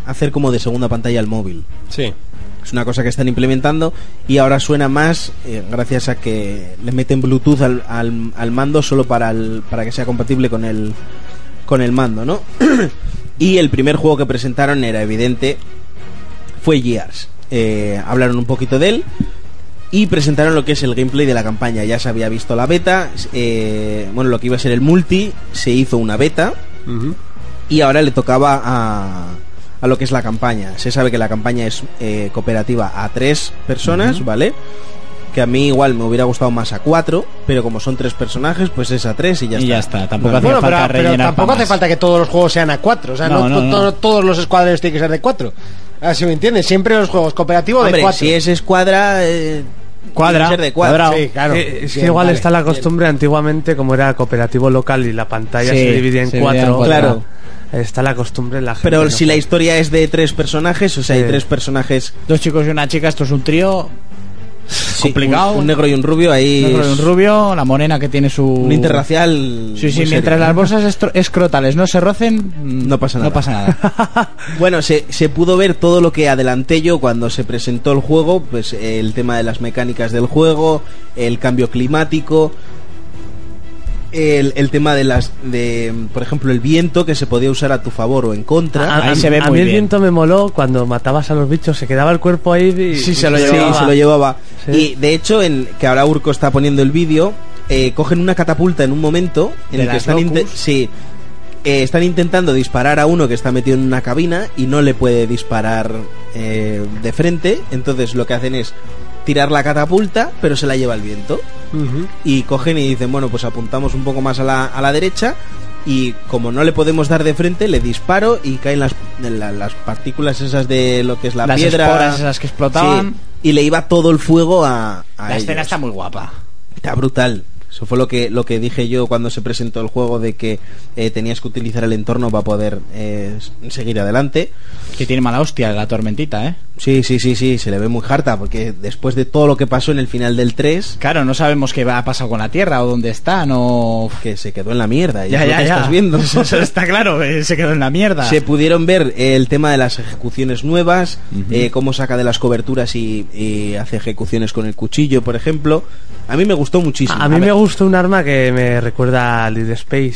[SPEAKER 5] hacer como de segunda pantalla al móvil.
[SPEAKER 2] Sí.
[SPEAKER 5] Es una cosa que están implementando y ahora suena más eh, gracias a que le meten Bluetooth al, al- al mando solo para, el- para que sea compatible con el, con el mando, ¿no? y el primer juego que presentaron era evidente, fue Gears. Eh, hablaron un poquito de él y presentaron lo que es el gameplay de la campaña. Ya se había visto la beta, eh, bueno, lo que iba a ser el multi, se hizo una beta
[SPEAKER 2] Ujú.
[SPEAKER 5] y ahora le tocaba a, a lo que es la campaña. Se sabe que la campaña es eh, cooperativa a tres personas, ¿vale? Que a mí igual me hubiera gustado más a cuatro, pero como son tres personajes, pues es a tres y ya
[SPEAKER 3] Y
[SPEAKER 5] está.
[SPEAKER 3] ya está, tampoco
[SPEAKER 5] Vale.
[SPEAKER 3] hacía
[SPEAKER 2] Bueno, pero,
[SPEAKER 3] falta
[SPEAKER 2] pero
[SPEAKER 3] rellenar
[SPEAKER 2] tampoco
[SPEAKER 3] papas.
[SPEAKER 2] hace falta que todos los juegos sean a cuatro. O sea, no,
[SPEAKER 3] No, no,
[SPEAKER 2] to-
[SPEAKER 3] no.
[SPEAKER 2] to- todos los escuadrones tienen que ser de cuatro. Así me entiendes. Siempre los juegos cooperativos de
[SPEAKER 5] Hombre,
[SPEAKER 2] cuatro. Ah,
[SPEAKER 5] si es escuadra, eh,
[SPEAKER 3] Cuadra,
[SPEAKER 5] tiene que ser de cuadra.
[SPEAKER 3] cuadrado.
[SPEAKER 2] Sí, claro.
[SPEAKER 4] Eh, es que
[SPEAKER 2] Bien,
[SPEAKER 4] igual
[SPEAKER 2] vale,
[SPEAKER 4] está la
[SPEAKER 2] bien.
[SPEAKER 4] costumbre antiguamente, como era cooperativo local y la pantalla
[SPEAKER 3] Sí,
[SPEAKER 4] se dividía en
[SPEAKER 3] se dividía en
[SPEAKER 4] cuatro.
[SPEAKER 3] cuatro.
[SPEAKER 5] Claro.
[SPEAKER 4] Está la costumbre la gente.
[SPEAKER 5] Pero
[SPEAKER 4] no
[SPEAKER 5] si la historia es de tres personajes, o sea, hay
[SPEAKER 4] Sí.
[SPEAKER 5] tres personajes
[SPEAKER 3] Dos chicos y una chica, esto es un trío.
[SPEAKER 5] sí,
[SPEAKER 3] complicado.
[SPEAKER 5] un, un negro y un rubio, ahí
[SPEAKER 3] Negro y
[SPEAKER 5] es
[SPEAKER 3] un rubio, la morena que tiene su.
[SPEAKER 5] un interracial.
[SPEAKER 3] Sí, sí,
[SPEAKER 5] muy
[SPEAKER 3] mientras
[SPEAKER 5] serio.
[SPEAKER 3] las bolsas estro- escrotales no se rocen, mm,
[SPEAKER 5] No pasa nada.
[SPEAKER 3] No pasa nada.
[SPEAKER 5] Bueno, se, se pudo ver todo lo que adelanté yo cuando se presentó el juego, pues eh, el tema de las mecánicas del juego, el cambio climático, el, el tema de las, de, por ejemplo, el viento que se podía usar a tu favor o en
[SPEAKER 4] A,
[SPEAKER 5] contra.
[SPEAKER 4] a-
[SPEAKER 3] Ahí se ve
[SPEAKER 4] a
[SPEAKER 3] muy
[SPEAKER 4] mí el
[SPEAKER 3] bien.
[SPEAKER 4] viento me moló cuando matabas a los bichos, se quedaba el cuerpo ahí y,
[SPEAKER 3] Sí, se lo
[SPEAKER 4] y
[SPEAKER 5] Sí,
[SPEAKER 3] llevaba.
[SPEAKER 5] se lo llevaba.
[SPEAKER 4] Sí.
[SPEAKER 5] Y de hecho, en, que ahora Urco está poniendo el vídeo, eh, cogen una catapulta en un momento en
[SPEAKER 3] De
[SPEAKER 5] el que
[SPEAKER 3] las
[SPEAKER 5] están, inte-
[SPEAKER 3] Locust.
[SPEAKER 5] sí, eh, están intentando disparar a uno que está metido en una cabina y no le puede disparar eh, de frente. Entonces lo que hacen es tirar la catapulta, pero se la lleva el viento.
[SPEAKER 2] Ujú.
[SPEAKER 5] Y cogen y dicen, bueno, pues apuntamos un poco más a la, a la derecha. Y como no le podemos dar de frente, le disparo y caen las, la- las partículas esas de lo que es la
[SPEAKER 3] Las
[SPEAKER 5] piedra.
[SPEAKER 3] esporas esas que explotaban.
[SPEAKER 5] Sí, y le iba todo el fuego a, a
[SPEAKER 3] la escena
[SPEAKER 5] ellos.
[SPEAKER 3] está muy guapa.
[SPEAKER 5] Está brutal. Eso fue lo que, lo que dije yo cuando se presentó el juego de que eh, tenías que utilizar el entorno para poder eh, s- seguir adelante.
[SPEAKER 3] Que tiene mala hostia la tormentita, ¿eh?
[SPEAKER 5] Sí, sí, sí, sí, se le ve muy harta porque después de todo lo que pasó en el final del 3,
[SPEAKER 3] Claro, no sabemos qué va- ha pasado con la Tierra o dónde están o...
[SPEAKER 5] que se quedó en la mierda. y es lo que Estás viendo.
[SPEAKER 3] Eso está claro, eh, se quedó en la mierda.
[SPEAKER 5] Se pudieron ver eh, el tema de las ejecuciones nuevas, eh, cómo saca de las coberturas y, y hace ejecuciones con el cuchillo, por ejemplo. A mí me gustó muchísimo.
[SPEAKER 4] A mí me
[SPEAKER 5] ver,
[SPEAKER 4] gusta un arma que me recuerda al Dead Space,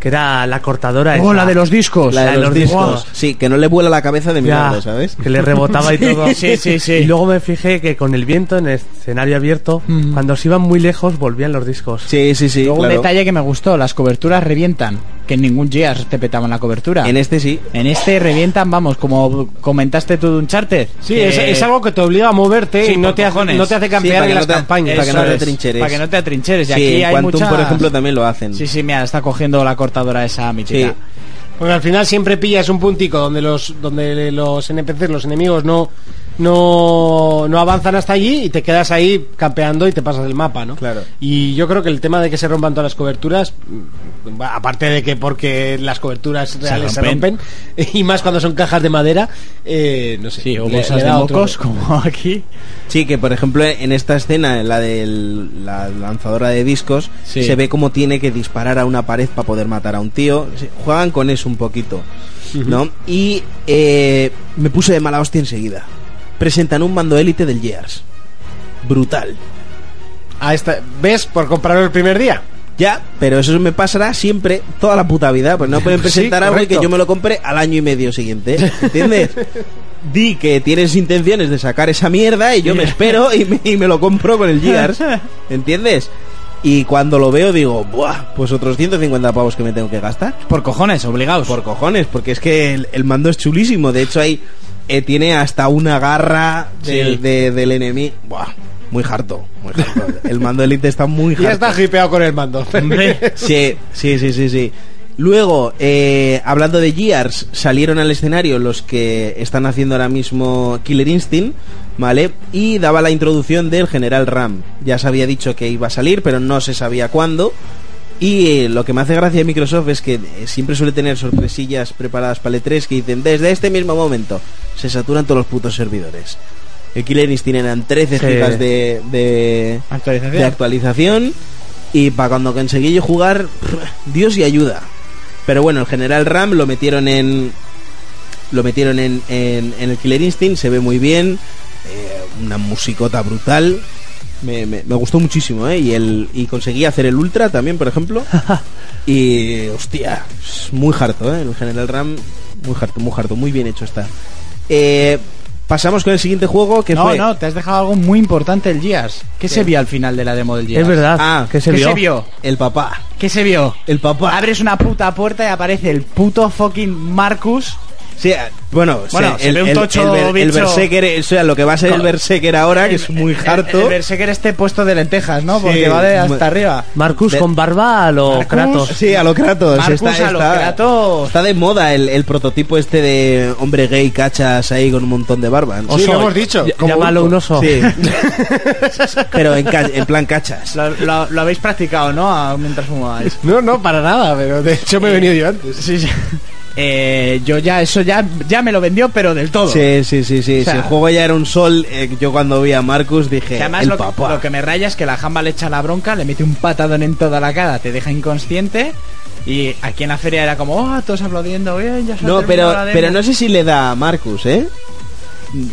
[SPEAKER 4] que era la cortadora.
[SPEAKER 3] Oh,
[SPEAKER 4] esa.
[SPEAKER 3] la de los discos.
[SPEAKER 5] la de los, discos.
[SPEAKER 4] discos.
[SPEAKER 5] Sí, que no le vuela la cabeza de
[SPEAKER 4] Ya,
[SPEAKER 5] mirando, ¿sabes?
[SPEAKER 4] Que le rebotaba y todo.
[SPEAKER 3] sí, sí, sí.
[SPEAKER 4] Y luego me fijé que con el viento en el escenario abierto,
[SPEAKER 3] Mm.
[SPEAKER 4] cuando se iban muy lejos, volvían los discos.
[SPEAKER 5] Sí, sí, sí.
[SPEAKER 3] Luego
[SPEAKER 5] claro.
[SPEAKER 3] un detalle que me gustó, las coberturas revientan, que en ningún Gears te petaban la cobertura.
[SPEAKER 5] En este sí.
[SPEAKER 3] En este revientan, vamos, como comentaste tú de Uncharted.
[SPEAKER 2] Sí,
[SPEAKER 3] que-
[SPEAKER 2] es, es algo que te obliga a moverte
[SPEAKER 3] Sí,
[SPEAKER 2] y no
[SPEAKER 3] por
[SPEAKER 2] te, hace,
[SPEAKER 3] cojones.
[SPEAKER 2] no te hace
[SPEAKER 3] Sí,
[SPEAKER 2] campear
[SPEAKER 5] para que
[SPEAKER 2] en
[SPEAKER 5] no
[SPEAKER 2] las
[SPEAKER 5] te-
[SPEAKER 2] campañas.
[SPEAKER 5] para que no
[SPEAKER 3] Eso
[SPEAKER 5] te
[SPEAKER 3] es,
[SPEAKER 5] atrincheres.
[SPEAKER 3] Para que no te atrincheres. Y
[SPEAKER 5] Sí,
[SPEAKER 3] aquí
[SPEAKER 5] en
[SPEAKER 3] hay
[SPEAKER 5] Quantum,
[SPEAKER 3] muchas-
[SPEAKER 5] por ejemplo, también lo hacen.
[SPEAKER 3] Sí, sí, mira, está cogiendo la cortadora esa mítica.
[SPEAKER 5] Sí.
[SPEAKER 2] Porque al final siempre pillas un puntico donde los donde los NPCs, los enemigos no no no avanzan hasta allí y te quedas ahí campeando y te pasas el mapa, ¿no?
[SPEAKER 5] Claro.
[SPEAKER 2] Y yo creo que el tema de que se rompan todas las coberturas, mm, aparte de que porque las coberturas reales se
[SPEAKER 3] rompen.
[SPEAKER 2] rompen, y más cuando son cajas de madera, eh, no sé.
[SPEAKER 3] Sí, o
[SPEAKER 2] le-
[SPEAKER 3] bolsas
[SPEAKER 2] le
[SPEAKER 3] de
[SPEAKER 2] da otro-
[SPEAKER 3] mocos, como aquí.
[SPEAKER 5] Sí, que por ejemplo en esta escena, la de la lanzadora de discos,
[SPEAKER 3] Sí.
[SPEAKER 5] se ve cómo tiene que disparar a una pared para poder matar a un tío. Se- Juegan con eso un poquito, ¿no? Y eh, me puse de mala hostia enseguida. Presentan un mando élite del Gears. Brutal.
[SPEAKER 2] Ah, esta- ¿Ves? Por comprarlo el primer día.
[SPEAKER 5] Ya, pero eso me pasará siempre, toda la puta vida. Pues no pueden
[SPEAKER 2] Sí,
[SPEAKER 5] presentar algo y que
[SPEAKER 2] correcto.
[SPEAKER 5] yo me lo compre al año y medio siguiente. ¿Entiendes? Di que tienes intenciones de sacar esa mierda y yo me espero y me, y me lo compro con el Gears. ¿Entiendes? Y cuando lo veo digo, ¡buah! Pues otros 150 pavos que me tengo que gastar.
[SPEAKER 3] Por cojones, obligados.
[SPEAKER 5] Por cojones, porque es que el, el mando es chulísimo. De hecho, ahí eh, tiene hasta una garra del,
[SPEAKER 3] Sí.
[SPEAKER 5] de- del enemigo. ¡Buah! Muy harto, muy harto. El mando Elite está muy harto.
[SPEAKER 2] Ya está hipeado con el mando.
[SPEAKER 3] Hombre.
[SPEAKER 5] Sí, sí, sí, sí, sí. Luego, eh, hablando de Gears, salieron al escenario los que están haciendo ahora mismo Killer Instinct, ¿vale? Y daba la introducción del General Ram. Ya se había dicho que iba a salir, pero no se sabía cuándo. Y eh, lo que me hace gracia de Microsoft es que eh, siempre suele tener sorpresillas preparadas para el E3 que dicen, desde este mismo momento, se saturan todos los putos servidores. El Killer Instinct eran 13
[SPEAKER 4] Sí.
[SPEAKER 5] gigas de- de, de
[SPEAKER 3] Actualización.
[SPEAKER 5] actualización y para cuando conseguí yo jugar, Dios y ayuda. Pero bueno, el general Ram lo metieron en lo metieron en, en- en el Killer Instinct, se ve muy bien, eh, una musicota brutal. Me, me- me gustó muchísimo, ¿eh? Y, el, y conseguí hacer el Ultra también, por ejemplo. Y, hostia, es muy harto, ¿eh? El General Ram, muy harto, muy harto, muy bien hecho está. Eh, pasamos con el siguiente juego que
[SPEAKER 3] No,
[SPEAKER 5] fue...
[SPEAKER 3] no, te has dejado algo muy importante el Gears. ¿Qué se vio al final de la demo del Gears?
[SPEAKER 4] Es verdad,
[SPEAKER 5] Ah,
[SPEAKER 4] que se
[SPEAKER 3] ¿Qué
[SPEAKER 4] vio.
[SPEAKER 3] se vio?
[SPEAKER 5] El papá.
[SPEAKER 3] ¿Qué se vio?
[SPEAKER 5] El papá.
[SPEAKER 3] Abres una puta puerta y aparece el puto fucking Marcus.
[SPEAKER 5] Sí, eh, bueno,
[SPEAKER 3] Bueno,
[SPEAKER 5] sí,
[SPEAKER 3] se ve un tocho
[SPEAKER 5] el, el
[SPEAKER 3] bicho.
[SPEAKER 5] Berserker, eh, o sea, lo que va a ser el Berserker ahora, que es muy
[SPEAKER 3] El,
[SPEAKER 5] harto.
[SPEAKER 3] el Berserker este puesto de lentejas, ¿no?
[SPEAKER 5] Sí.
[SPEAKER 3] Porque va de
[SPEAKER 5] Bueno.
[SPEAKER 3] hasta arriba.
[SPEAKER 4] Marcus
[SPEAKER 5] De-
[SPEAKER 4] con barba a lo Kratos.
[SPEAKER 5] Sí, a lo Kratos.
[SPEAKER 3] Marcus a lo Kratos.
[SPEAKER 5] Pues Está de moda el, el prototipo este de hombre gay, cachas ahí con un montón de barba.
[SPEAKER 2] Sí, lo hemos dicho.
[SPEAKER 4] Ll-
[SPEAKER 2] Como
[SPEAKER 4] Llámalo
[SPEAKER 2] Urco.
[SPEAKER 4] un oso.
[SPEAKER 5] Sí. Pero en, ca- en plan cachas.
[SPEAKER 3] Lo, lo- lo habéis practicado, ¿no? A- Mientras fumabais.
[SPEAKER 2] No, no, para nada, pero de hecho
[SPEAKER 5] Eh,
[SPEAKER 2] me he venido yo antes.
[SPEAKER 3] Sí, sí. Eh, yo ya, eso ya, ya me lo vendió, pero del todo.
[SPEAKER 5] Sí, sí, sí, sí.
[SPEAKER 3] O sea-
[SPEAKER 5] si el juego ya era un sol, eh, yo cuando vi a Marcus dije,
[SPEAKER 3] Que además
[SPEAKER 5] el
[SPEAKER 3] lo que,
[SPEAKER 5] papá.
[SPEAKER 3] lo que me raya es que la jamba le echa la bronca, le mete un patadón en toda la cara, te deja inconsciente. Y aquí en la feria era como, oh, todos aplaudiendo, bien, ya se ha
[SPEAKER 5] No, pero,
[SPEAKER 3] terminado la demo".
[SPEAKER 5] pero no sé si le da a Marcus, ¿eh?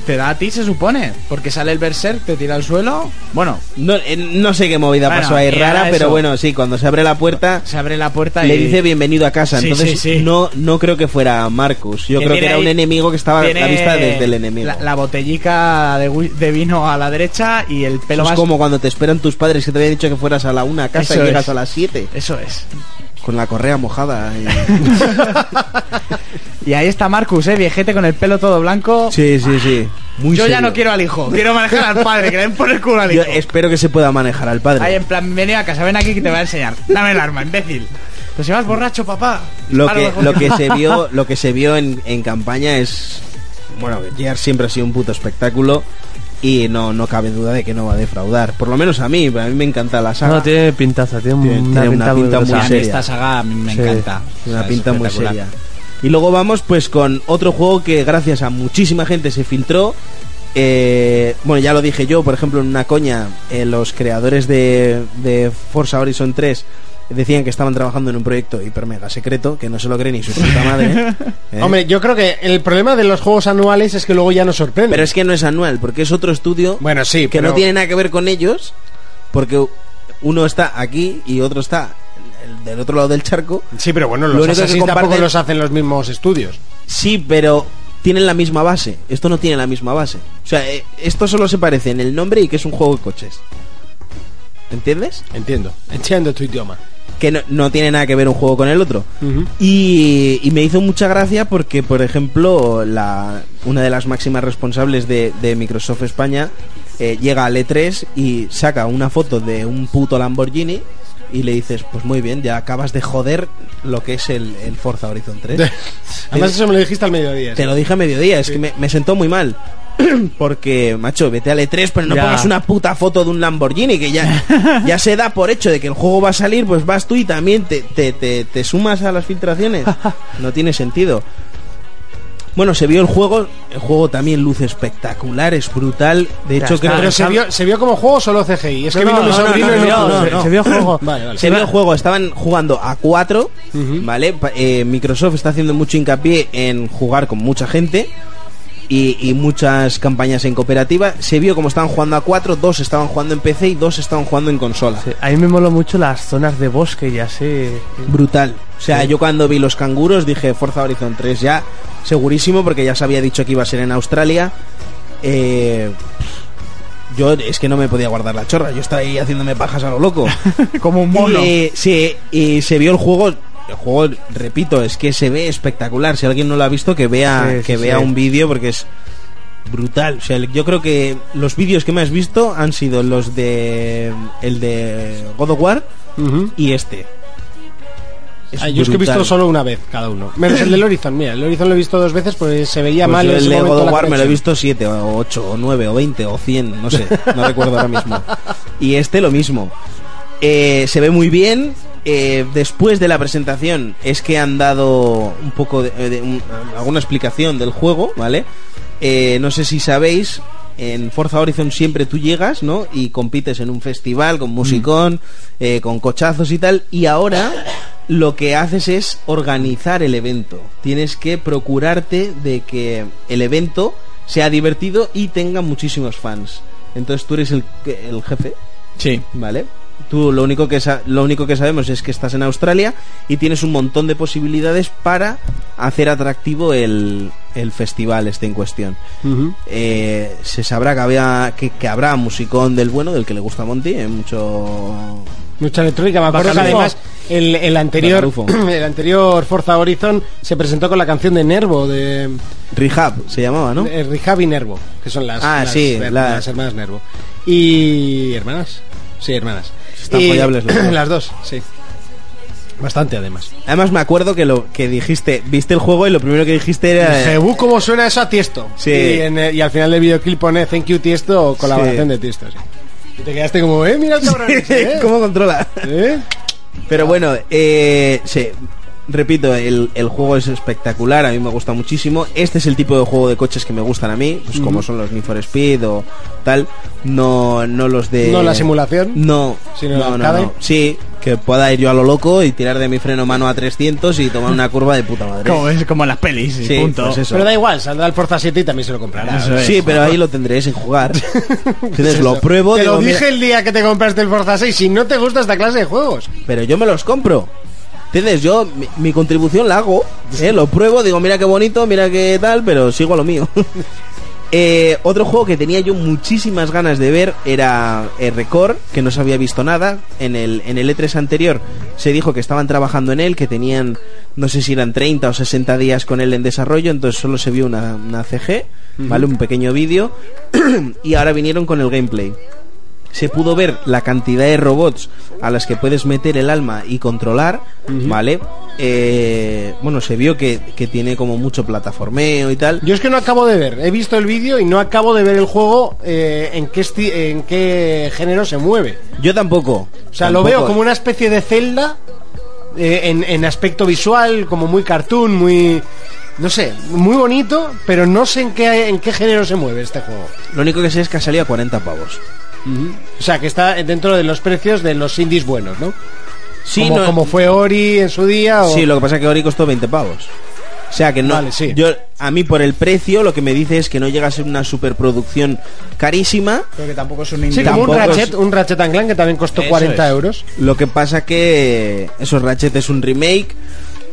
[SPEAKER 3] Te da a ti, se supone, porque sale el berserk, te tira al suelo. Bueno,
[SPEAKER 5] No, eh, no sé qué movida
[SPEAKER 3] Bueno,
[SPEAKER 5] pasó ahí
[SPEAKER 3] y ahora
[SPEAKER 5] rara, pero
[SPEAKER 3] eso.
[SPEAKER 5] bueno, sí, cuando se abre la puerta...
[SPEAKER 3] se abre la puerta
[SPEAKER 5] le
[SPEAKER 3] y.
[SPEAKER 5] dice bienvenido a casa.
[SPEAKER 3] Sí,
[SPEAKER 5] Entonces
[SPEAKER 3] sí, sí.
[SPEAKER 5] no no creo que fuera Marcus. Yo
[SPEAKER 3] Que
[SPEAKER 5] creo que
[SPEAKER 3] tiene
[SPEAKER 5] era un
[SPEAKER 3] ahí-
[SPEAKER 5] enemigo que estaba a
[SPEAKER 3] tiene
[SPEAKER 5] la vista desde el enemigo.
[SPEAKER 3] La, la botellica de, gu- de vino a la derecha y el pelo
[SPEAKER 5] es
[SPEAKER 3] más.
[SPEAKER 5] como cuando te esperan tus padres que te habían dicho que fueras a la una a casa
[SPEAKER 3] Eso
[SPEAKER 5] y llegas
[SPEAKER 3] es.
[SPEAKER 5] a las 7
[SPEAKER 3] Eso es.
[SPEAKER 5] con la correa mojada. y-
[SPEAKER 3] Y ahí está Marcus, eh, viejete con el pelo todo blanco.
[SPEAKER 5] sí, sí, sí. Muy
[SPEAKER 3] Yo ya
[SPEAKER 5] serio.
[SPEAKER 3] no quiero al hijo, quiero manejar al padre, que le den por el culo al
[SPEAKER 5] Yo
[SPEAKER 3] hijo.
[SPEAKER 5] espero que se pueda manejar al
[SPEAKER 3] Ahí
[SPEAKER 5] padre.
[SPEAKER 3] en plan, venido a casa, ven aquí que te voy a enseñar. Dame el arma, imbécil. Pero si vas borracho, papá.
[SPEAKER 5] Lo
[SPEAKER 3] Disparo
[SPEAKER 5] que,
[SPEAKER 3] mejor
[SPEAKER 5] lo que se vio, lo que se vio en, en campaña es bueno, Gears siempre ha sido un puto espectáculo. Y no, no cabe duda de que no va a defraudar. Por lo menos a mí, a mí me encanta la saga.
[SPEAKER 4] No, tiene pintaza, tiene,
[SPEAKER 5] Tiene-
[SPEAKER 4] una,
[SPEAKER 5] tiene
[SPEAKER 4] pinta
[SPEAKER 5] una pinta
[SPEAKER 3] O
[SPEAKER 5] muy
[SPEAKER 3] sea, a
[SPEAKER 4] gruesa.
[SPEAKER 3] mí
[SPEAKER 5] seria.
[SPEAKER 3] esta saga me
[SPEAKER 4] Sí,
[SPEAKER 3] encanta. O
[SPEAKER 5] Una
[SPEAKER 2] Ah,
[SPEAKER 3] sea, es
[SPEAKER 5] pinta muy
[SPEAKER 3] espectacular.
[SPEAKER 5] seria. Y luego vamos pues con otro juego que gracias a muchísima gente se filtró. Eh, bueno, ya lo dije yo, por ejemplo, en una coña, eh, los creadores de, de Forza Horizon 3 decían que estaban trabajando en un proyecto hiper mega secreto, que no se lo cree ni su puta madre. ¿eh?
[SPEAKER 2] Hombre, yo creo que el problema de los juegos anuales es que luego ya nos sorprende.
[SPEAKER 5] Pero es que no es anual, porque es otro estudio
[SPEAKER 2] Bueno, sí,
[SPEAKER 5] que
[SPEAKER 2] pero-
[SPEAKER 5] no tiene nada que ver con ellos, porque uno está aquí y otro está del otro lado del charco.
[SPEAKER 2] Sí, pero bueno,
[SPEAKER 5] Lo
[SPEAKER 2] los
[SPEAKER 5] único que
[SPEAKER 2] Assassin's tampoco
[SPEAKER 5] comparten-
[SPEAKER 2] los hacen los mismos estudios.
[SPEAKER 5] Sí, pero tienen la misma base. Esto no tiene la misma base. O sea, eh, esto solo se parece en el nombre y que es un juego de coches. ¿Entiendes?
[SPEAKER 2] Entiendo. Entiendo tu idioma.
[SPEAKER 5] Que no, no tiene nada que ver un juego con el otro. Y, y me hizo mucha gracia porque, por ejemplo, la, una de las máximas responsables de, de Microsoft España eh, llega al E3 y saca una foto de un puto Lamborghini y le dices, pues muy bien, ya acabas de joder lo que es el, el Forza Horizon 3.
[SPEAKER 2] Además, eso me lo dijiste al mediodía.
[SPEAKER 5] Te lo dije a mediodía, es que me, me sentó muy mal. Porque, macho, vete al E3, pero no
[SPEAKER 4] Ya.
[SPEAKER 5] pongas una puta foto de un Lamborghini, que ya, ya se da por hecho de que el juego va a salir, pues vas tú y también te, te, te- te sumas a las filtraciones. No tiene sentido. Bueno, se vio el juego, el juego también luce espectacular, es brutal. De
[SPEAKER 4] Ya
[SPEAKER 5] hecho,
[SPEAKER 4] está,
[SPEAKER 5] creo
[SPEAKER 2] Pero
[SPEAKER 5] que
[SPEAKER 2] se vio, ¿se vio como juego o solo CGI. Es que vino mi sobrino
[SPEAKER 4] no,
[SPEAKER 2] y no
[SPEAKER 4] no,
[SPEAKER 2] pudo
[SPEAKER 4] no,
[SPEAKER 2] ver.
[SPEAKER 4] se vio juego.
[SPEAKER 2] Vale, vale.
[SPEAKER 5] se vio el juego, estaban jugando a cuatro,
[SPEAKER 2] Pues Ujú.
[SPEAKER 5] ¿vale? Pa- eh, Microsoft está haciendo mucho hincapié en jugar con mucha gente y, y muchas campañas en cooperativa. Se vio como estaban jugando a cuatro, dos estaban jugando en PC y dos estaban jugando en consola.
[SPEAKER 4] Sí, a mí me moló mucho las zonas de bosque y así.
[SPEAKER 5] Brutal. O sea, yo cuando vi los canguros dije Forza Horizon 3 ya, segurísimo, porque ya se había dicho que iba a ser en Australia. Eh, yo es que no me podía guardar la chorra, yo estaba ahí haciéndome pajas a lo loco.
[SPEAKER 3] Como un mono.
[SPEAKER 5] Y, sí, y se vio el juego. El juego, repito, es que se ve espectacular. Si alguien no lo ha visto, que vea,
[SPEAKER 4] Sí, sí,
[SPEAKER 5] que
[SPEAKER 4] sí.
[SPEAKER 5] vea un vídeo porque es brutal. O sea, el- yo creo que los vídeos que me has visto han sido los de el de God of War
[SPEAKER 2] Ujú.
[SPEAKER 5] y este. Es
[SPEAKER 2] Ah, yo es que he visto
[SPEAKER 5] brutal.
[SPEAKER 2] solo una vez cada uno. Menos el del Horizon. Mira, el Horizon lo he visto dos veces porque se veía
[SPEAKER 5] Pues
[SPEAKER 2] mal.
[SPEAKER 5] yo
[SPEAKER 2] en
[SPEAKER 5] el
[SPEAKER 2] ese
[SPEAKER 5] de
[SPEAKER 2] momento
[SPEAKER 5] God of
[SPEAKER 2] la
[SPEAKER 5] War me lo he
[SPEAKER 2] conexión.
[SPEAKER 5] visto 7 o 8 o 9 o 20 o 100, no sé, no recuerdo ahora mismo. Y este lo mismo. Eh, se ve muy bien. eh, después de la presentación es que han dado un poco de, eh, de un- alguna explicación del juego, ¿vale? Eh, no sé si sabéis, en Forza Horizon siempre tú llegas, ¿no? Y compites en un festival con musicón, eh, con cochazos y tal. Y ahora lo que haces es organizar el evento. Tienes que procurarte de que el evento sea divertido y tenga muchísimos fans. Entonces tú eres el, el jefe,
[SPEAKER 3] Sí.
[SPEAKER 5] ¿vale? Tú lo único, que sa- lo único que sabemos es que estás en Australia y tienes un montón de posibilidades para hacer atractivo el, el festival este en cuestión.
[SPEAKER 2] Ujú.
[SPEAKER 5] Eh, se sabrá que, había, que, que habrá musicón del bueno, del que le gusta a Monty, eh, mucho...
[SPEAKER 2] Mucha electrónica, me acuerdo que
[SPEAKER 5] Bacarufo.
[SPEAKER 2] además el, el anterior
[SPEAKER 5] Bacarufo.
[SPEAKER 2] el anterior Forza Horizon se presentó con la canción de Nervo, de,
[SPEAKER 5] Rehab se llamaba, ¿no?
[SPEAKER 2] de Rehab y Nervo, que son las,
[SPEAKER 5] Ah,
[SPEAKER 2] las-
[SPEAKER 5] sí,
[SPEAKER 2] las,
[SPEAKER 5] la-
[SPEAKER 2] las hermanas Nervo. Y hermanas, sí, hermanas.
[SPEAKER 5] Están
[SPEAKER 2] Y-
[SPEAKER 5] follables las dos.
[SPEAKER 2] las dos, sí. Bastante además.
[SPEAKER 5] Además me acuerdo que lo que dijiste, viste el juego y lo primero que dijiste era...
[SPEAKER 2] Dije, "Uh, cómo suena eso a Tiesto.
[SPEAKER 5] Eh. Sí.
[SPEAKER 2] Y, en el- y al final del videoclip pone Thank you Tiesto o colaboración
[SPEAKER 5] Sí.
[SPEAKER 2] de Tiesto. sí. Y te quedaste como, eh, mira el cabrón. ese, ¿eh?
[SPEAKER 5] ¿Cómo controla?
[SPEAKER 2] ¿Eh?
[SPEAKER 5] Pero bueno, eh, sí, repito, el, el juego es espectacular, a mí me gusta muchísimo. Este es el tipo de juego de coches que me gustan a mí, pues como son los Need for Speed o tal, no, no los de...
[SPEAKER 2] No la simulación.
[SPEAKER 5] Eh, No,
[SPEAKER 2] Sino
[SPEAKER 5] no,
[SPEAKER 2] el
[SPEAKER 5] no,
[SPEAKER 2] arcade.
[SPEAKER 5] no. Sí, que pueda ir yo a lo loco y tirar de mi freno mano a 300 y tomar una curva de puta madre.
[SPEAKER 3] Como, es como en las pelis. y
[SPEAKER 5] Sí,
[SPEAKER 3] punto.
[SPEAKER 5] pues eso.
[SPEAKER 2] Pero da igual, saldrá el Forza 7 y también se lo comprará.
[SPEAKER 3] Eso es.
[SPEAKER 5] Sí, pero ahí lo tendré sin jugar. Entonces lo
[SPEAKER 2] Pues Eso.
[SPEAKER 5] pruebo,
[SPEAKER 2] Te lo
[SPEAKER 5] digo, mira-
[SPEAKER 2] dije el día que te compraste el Forza 6. Si no te gusta esta clase de juegos.
[SPEAKER 5] pero yo me los compro. ¿Entiendes? Yo mi, mi contribución la hago, ¿eh? lo pruebo, digo, mira qué bonito, mira qué tal, pero sigo a lo mío. Eh, otro juego que tenía yo muchísimas ganas de ver era eh, Record, que no se había visto nada. En el, en el E3 anterior se dijo que estaban trabajando en él, que tenían, no sé si eran 30 o 60 días con él en desarrollo, entonces solo se vio una, una CG, ¿vale? Un pequeño vídeo. y ahora vinieron con el gameplay. Se pudo ver la cantidad de robots a las que puedes meter el alma y controlar, ¿vale? Eh, Bueno, se vio que, que tiene como mucho plataformeo y tal.
[SPEAKER 2] Yo es que no acabo de ver. He visto el vídeo y no acabo de ver el juego eh, en, qué esti- en qué género se mueve.
[SPEAKER 5] Yo tampoco.
[SPEAKER 2] O sea, lo veo como una especie de celda eh, en, en aspecto visual, como muy cartoon, muy... No sé, muy bonito, pero no sé en qué, en qué género se mueve este juego.
[SPEAKER 5] Lo único que sé es que ha salido a 40 pavos.
[SPEAKER 2] O sea, que está dentro de los precios de los indies buenos, ¿no?
[SPEAKER 5] Sí,
[SPEAKER 2] como,
[SPEAKER 5] no- eh,
[SPEAKER 2] como fue Ori en su día. O...
[SPEAKER 5] Sí, lo que pasa es que Ori costó 20 pavos. O sea que no.
[SPEAKER 2] Vale, sí.
[SPEAKER 5] Yo, a mí por el precio lo que me dice es que no llega a ser una superproducción carísima.
[SPEAKER 3] Creo que tampoco es un
[SPEAKER 2] Sí,
[SPEAKER 3] indie.
[SPEAKER 2] como un
[SPEAKER 5] Tampoco es-
[SPEAKER 2] Ratchet, un Ratchet and Clank que también costó
[SPEAKER 5] Eso
[SPEAKER 2] 40
[SPEAKER 5] es.
[SPEAKER 2] euros.
[SPEAKER 5] Lo que pasa que eso Ratchet es un remake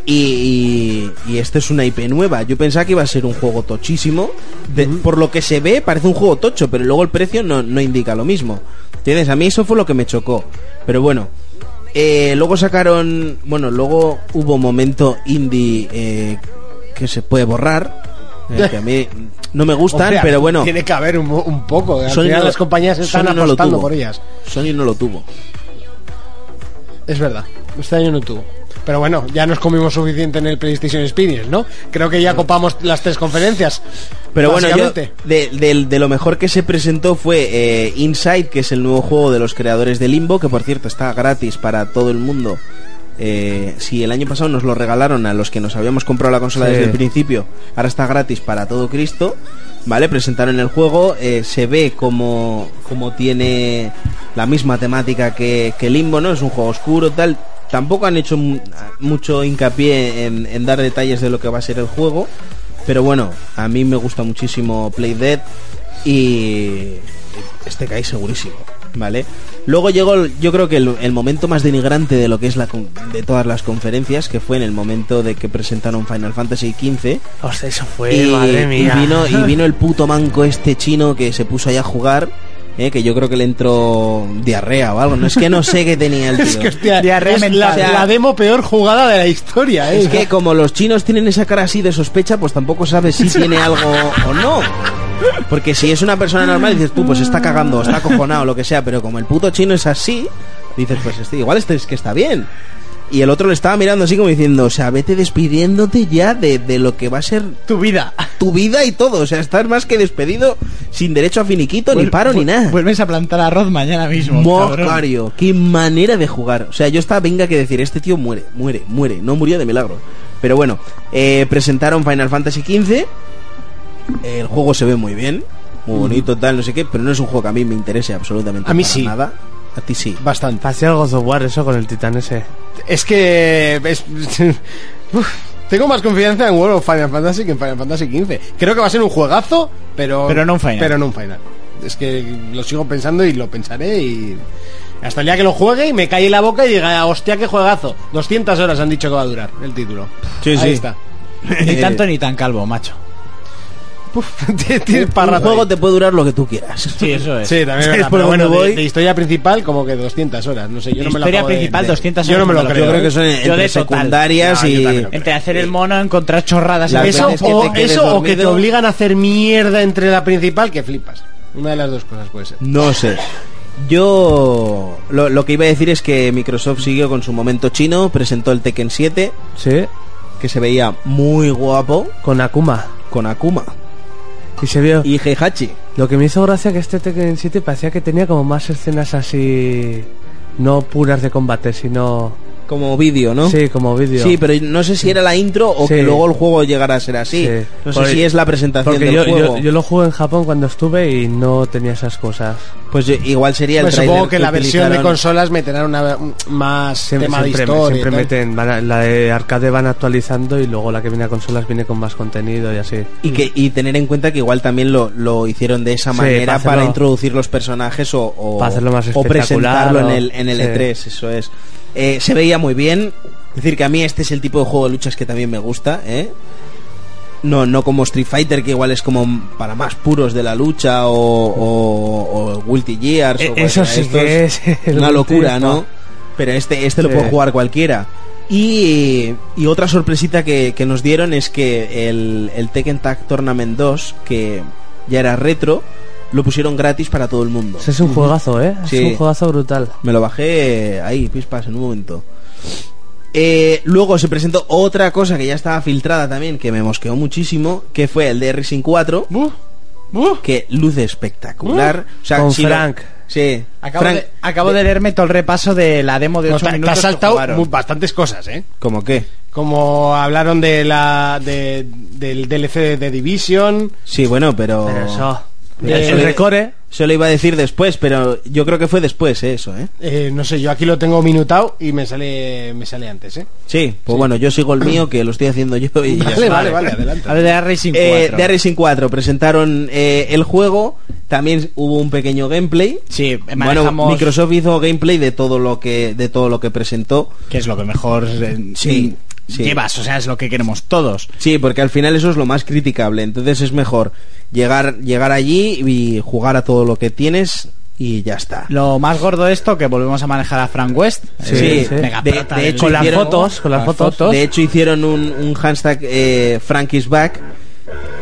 [SPEAKER 5] y, y, y este es una IP nueva. Yo pensaba que iba a ser un juego tochísimo. De- Por lo que se ve parece un juego tocho, pero luego el precio no, no indica lo mismo. ¿Entiendes? A mí eso fue lo que me chocó. Pero bueno. eh, luego sacaron... Bueno, luego hubo momento indie eh, que se puede borrar. eh, que a mí no me gustan,
[SPEAKER 2] Hombre,
[SPEAKER 5] pero bueno.
[SPEAKER 2] Tiene que haber un, un poco. Al
[SPEAKER 5] Sony
[SPEAKER 2] final
[SPEAKER 5] no-
[SPEAKER 2] las compañías están
[SPEAKER 5] Sony no lo
[SPEAKER 2] apostando
[SPEAKER 5] tuvo.
[SPEAKER 2] por ellas.
[SPEAKER 5] Sony no lo tuvo.
[SPEAKER 2] Es verdad. Este año no tuvo. Pero bueno, ya nos comimos suficiente en el PlayStation Experience, ¿no? Creo que ya copamos las tres conferencias.
[SPEAKER 5] Pero bueno, yo-
[SPEAKER 2] básicamente.
[SPEAKER 5] de, de- de lo mejor que se presentó fue eh, Inside, que es el nuevo juego de los creadores de Limbo, que por cierto está gratis para todo el mundo. Eh, si el año pasado nos lo regalaron a los que nos habíamos comprado la consola
[SPEAKER 4] Sí.
[SPEAKER 5] desde el principio, ahora está gratis para todo Cristo. Vale, presentaron el juego, eh, se ve como, como tiene la misma temática que, que Limbo, ¿no? Es un juego oscuro, tal. Tampoco han hecho mu- mucho hincapié en, en dar detalles de lo que va a ser el juego. Pero bueno, a mí me gusta muchísimo Play Dead y este cae segurísimo, ¿vale? Luego llegó, el- yo creo que el, el momento más denigrante de lo que es la con- de todas las conferencias, que fue en el momento de que presentaron Final Fantasy XV.
[SPEAKER 4] Hostia, eso fue,
[SPEAKER 5] y,
[SPEAKER 4] Pues, madre mía.
[SPEAKER 5] y vino, y vino el puto manco este chino que se puso ahí a jugar. eh, que yo creo que le entró diarrea o algo. No es que no sé qué tenía el tío.
[SPEAKER 2] Es que, hostia,
[SPEAKER 3] Diarrea
[SPEAKER 2] es la,
[SPEAKER 3] mental.
[SPEAKER 2] la demo peor jugada de la historia, ¿eh?
[SPEAKER 5] Es que como los chinos tienen esa cara así de sospecha, pues tampoco sabes si tiene algo o no. Porque si es una persona normal, dices tú, pues está cagando, está acojonado, lo que sea. Pero como el puto chino es así, dices, pues este, igual este es que está bien. Y el otro le estaba mirando así como diciendo, o sea, vete despidiéndote ya de, de lo que va a ser
[SPEAKER 2] tu vida.
[SPEAKER 5] tu vida y todo. O sea, estás más que despedido sin derecho a finiquito, ni paro, ni nada.
[SPEAKER 3] Vuelves a plantar arroz mañana mismo. cabrón.
[SPEAKER 5] Mocario, qué manera de jugar. O sea, yo estaba, venga que decir, este tío muere, muere, muere. No murió de milagro. Pero bueno, eh, presentaron Final Fantasy XV. El juego se ve muy bien, muy bonito, tal, no sé qué, pero no es un juego que a mí me interese absolutamente
[SPEAKER 2] Mm. A mí
[SPEAKER 5] para
[SPEAKER 2] sí.
[SPEAKER 5] nada. A ti sí.
[SPEAKER 2] Bastante.
[SPEAKER 4] Pasé al God of War eso con el titán ese.
[SPEAKER 2] Es que... es- Uf, tengo más confianza en World of Final Fantasy que en Final Fantasy XV. Creo que va a ser un juegazo, pero...
[SPEAKER 3] Pero no un final.
[SPEAKER 2] Pero no un final. Es que lo sigo pensando y lo pensaré y... Hasta el día que lo juegue y me cae la boca y diga, hostia, qué juegazo. 200 horas han dicho que va a durar el título.
[SPEAKER 5] Sí,
[SPEAKER 2] Ahí
[SPEAKER 5] sí.
[SPEAKER 2] está.
[SPEAKER 3] Ni
[SPEAKER 5] Eh,
[SPEAKER 3] tanto ni tan calvo, macho.
[SPEAKER 2] Puf, tienes
[SPEAKER 5] Un
[SPEAKER 2] para rato
[SPEAKER 5] juego
[SPEAKER 2] ahí.
[SPEAKER 5] te puede durar lo que tú quieras.
[SPEAKER 3] Sí, eso es.
[SPEAKER 2] Sí, también es
[SPEAKER 5] ¿Sabes
[SPEAKER 2] verdad,
[SPEAKER 5] por
[SPEAKER 2] pero
[SPEAKER 5] dónde
[SPEAKER 2] bueno, de,
[SPEAKER 5] voy?
[SPEAKER 2] de historia principal como que 200 horas, no sé, yo no me la
[SPEAKER 3] Historia
[SPEAKER 2] acabo de-
[SPEAKER 3] principal,
[SPEAKER 2] de-
[SPEAKER 3] 200
[SPEAKER 2] Yo no me lo
[SPEAKER 3] horas,
[SPEAKER 2] creo. ¿eh?
[SPEAKER 5] Yo creo que son
[SPEAKER 3] Yo de
[SPEAKER 5] entre
[SPEAKER 3] total.
[SPEAKER 5] secundarias
[SPEAKER 2] No, yo
[SPEAKER 5] y...
[SPEAKER 2] también lo creo.
[SPEAKER 3] Entre hacer el mono, encontrar chorradas
[SPEAKER 5] La
[SPEAKER 3] en
[SPEAKER 2] Eso,
[SPEAKER 5] verdad es que
[SPEAKER 2] o,
[SPEAKER 5] te quedes
[SPEAKER 2] eso o que te
[SPEAKER 5] dormido.
[SPEAKER 2] obligan a hacer mierda entre la principal que flipas. Una de las dos cosas puede ser.
[SPEAKER 5] No sé. Yo lo, lo que iba a decir es que Microsoft siguió con su momento chino, presentó el Tekken 7,
[SPEAKER 4] Sí,
[SPEAKER 5] que se veía muy guapo
[SPEAKER 4] con Akuma.
[SPEAKER 5] con Akuma
[SPEAKER 4] Y se vio.
[SPEAKER 5] y Heihachi.
[SPEAKER 4] Lo que me hizo gracia que este Tekken 7 parecía que tenía como más escenas así. No puras de combate, sino.
[SPEAKER 5] Como vídeo, ¿no?
[SPEAKER 4] Sí, como vídeo.
[SPEAKER 5] Sí, pero no sé si era la intro o
[SPEAKER 4] Sí.
[SPEAKER 5] que luego el juego llegara a ser así.
[SPEAKER 4] Sí.
[SPEAKER 5] No sé
[SPEAKER 4] Porque-
[SPEAKER 5] si es la presentación
[SPEAKER 4] Porque
[SPEAKER 5] del
[SPEAKER 4] yo,
[SPEAKER 5] juego.
[SPEAKER 4] yo, yo lo jugué en Japón cuando estuve y no tenía esas cosas.
[SPEAKER 5] Pues yo- igual sería el
[SPEAKER 2] Pues
[SPEAKER 5] trailer
[SPEAKER 2] supongo que la versión de
[SPEAKER 5] utilizaron.
[SPEAKER 2] consolas meterá una, un- más
[SPEAKER 4] Siempre,
[SPEAKER 2] tema de
[SPEAKER 4] siempre-
[SPEAKER 2] historia. y
[SPEAKER 4] siempre
[SPEAKER 2] tal.
[SPEAKER 4] meten. van a- la de arcade van actualizando y luego la que viene a consolas viene con más contenido y así.
[SPEAKER 5] Y, que, y tener en cuenta que igual también lo, lo hicieron de esa
[SPEAKER 4] Sí,
[SPEAKER 5] manera
[SPEAKER 4] para
[SPEAKER 5] para,
[SPEAKER 4] hacerlo-
[SPEAKER 5] introducir los personajes o, o,
[SPEAKER 4] Para hacerlo más
[SPEAKER 5] o presentarlo en
[SPEAKER 4] espectacular,
[SPEAKER 5] el,
[SPEAKER 4] o-
[SPEAKER 5] en el
[SPEAKER 4] sí.
[SPEAKER 5] E3, eso es. Eh, se veía muy bien. Es decir, que a mí este es el tipo de juego de luchas que también me gusta, ¿eh? No, no como Street Fighter, que igual es como para más puros de la lucha o, o, o Guilty Gears. o
[SPEAKER 4] Eh,
[SPEAKER 5] cualquiera
[SPEAKER 4] eso
[SPEAKER 5] de
[SPEAKER 4] sí
[SPEAKER 5] estos.
[SPEAKER 4] que es el
[SPEAKER 5] una locura,
[SPEAKER 4] multijugador.
[SPEAKER 5] ¿no? Pero este, este lo
[SPEAKER 4] Sí.
[SPEAKER 5] puede jugar cualquiera. Y, y otra sorpresita que, que nos dieron es que el, el Tekken Tag Tournament 2, que ya era retro, lo pusieron gratis para todo el mundo.
[SPEAKER 4] Es un juegazo, ¿eh?
[SPEAKER 5] Sí.
[SPEAKER 4] Es un juegazo brutal.
[SPEAKER 5] eh, Me lo bajé ahí, pispas, en un momento. Eh, luego se presentó otra cosa que ya estaba filtrada también, que me mosqueó muchísimo, que fue el de Racing 4, que luce espectacular. O sea,
[SPEAKER 4] Mm. Con
[SPEAKER 5] si lo-
[SPEAKER 4] Frank.
[SPEAKER 5] sí,
[SPEAKER 3] Acabo,
[SPEAKER 5] Frank- eh,
[SPEAKER 3] de, acabo de leerme todo el repaso de la demo de
[SPEAKER 2] No,
[SPEAKER 3] 8
[SPEAKER 2] Pues te, te
[SPEAKER 3] minutos.
[SPEAKER 2] has
[SPEAKER 3] que
[SPEAKER 2] saltado
[SPEAKER 3] jugaron.
[SPEAKER 2] mu- bastantes cosas, ¿eh?
[SPEAKER 5] ¿Cómo qué?
[SPEAKER 2] Como hablaron de la de- del DLC de The Division.
[SPEAKER 5] Sí, bueno, pero...
[SPEAKER 4] Pero eso.
[SPEAKER 5] Pero
[SPEAKER 4] el
[SPEAKER 5] eso de-
[SPEAKER 4] recore.
[SPEAKER 5] Eso lo iba a decir después, pero yo creo que fue después eh, eso, ¿eh?
[SPEAKER 2] eh, no sé, yo aquí lo tengo minutado y me sale me sale antes, ¿eh?
[SPEAKER 5] Sí, pues bueno, yo sigo el mío, que lo estoy haciendo yo y ya está.
[SPEAKER 2] adelante.
[SPEAKER 3] Hablo de la Racing 4.
[SPEAKER 5] Eh, de Racing 4 presentaron eh, el juego, también hubo un pequeño gameplay.
[SPEAKER 3] Sí,
[SPEAKER 5] Bueno,
[SPEAKER 3] Eh, manejamos-
[SPEAKER 5] Microsoft hizo gameplay de todo lo que de todo lo que presentó.
[SPEAKER 3] que es lo que mejor eh,
[SPEAKER 5] Sí,
[SPEAKER 3] mm,
[SPEAKER 5] sí.
[SPEAKER 3] llevas, o sea, es lo que queremos todos.
[SPEAKER 5] Sí, porque al final eso es lo más criticable. Entonces es mejor llegar llegar allí y jugar a todo lo que tienes y ya está.
[SPEAKER 3] Lo más gordo de esto, que volvemos a manejar a Frank West.
[SPEAKER 5] Sí,
[SPEAKER 3] eh,
[SPEAKER 5] sí.
[SPEAKER 3] mega
[SPEAKER 5] De-
[SPEAKER 3] prota
[SPEAKER 5] de
[SPEAKER 3] del-
[SPEAKER 5] hecho, Con las hicieron-
[SPEAKER 4] fotos, con las fotos.
[SPEAKER 5] De hecho hicieron un, un hashtag eh, Frank is back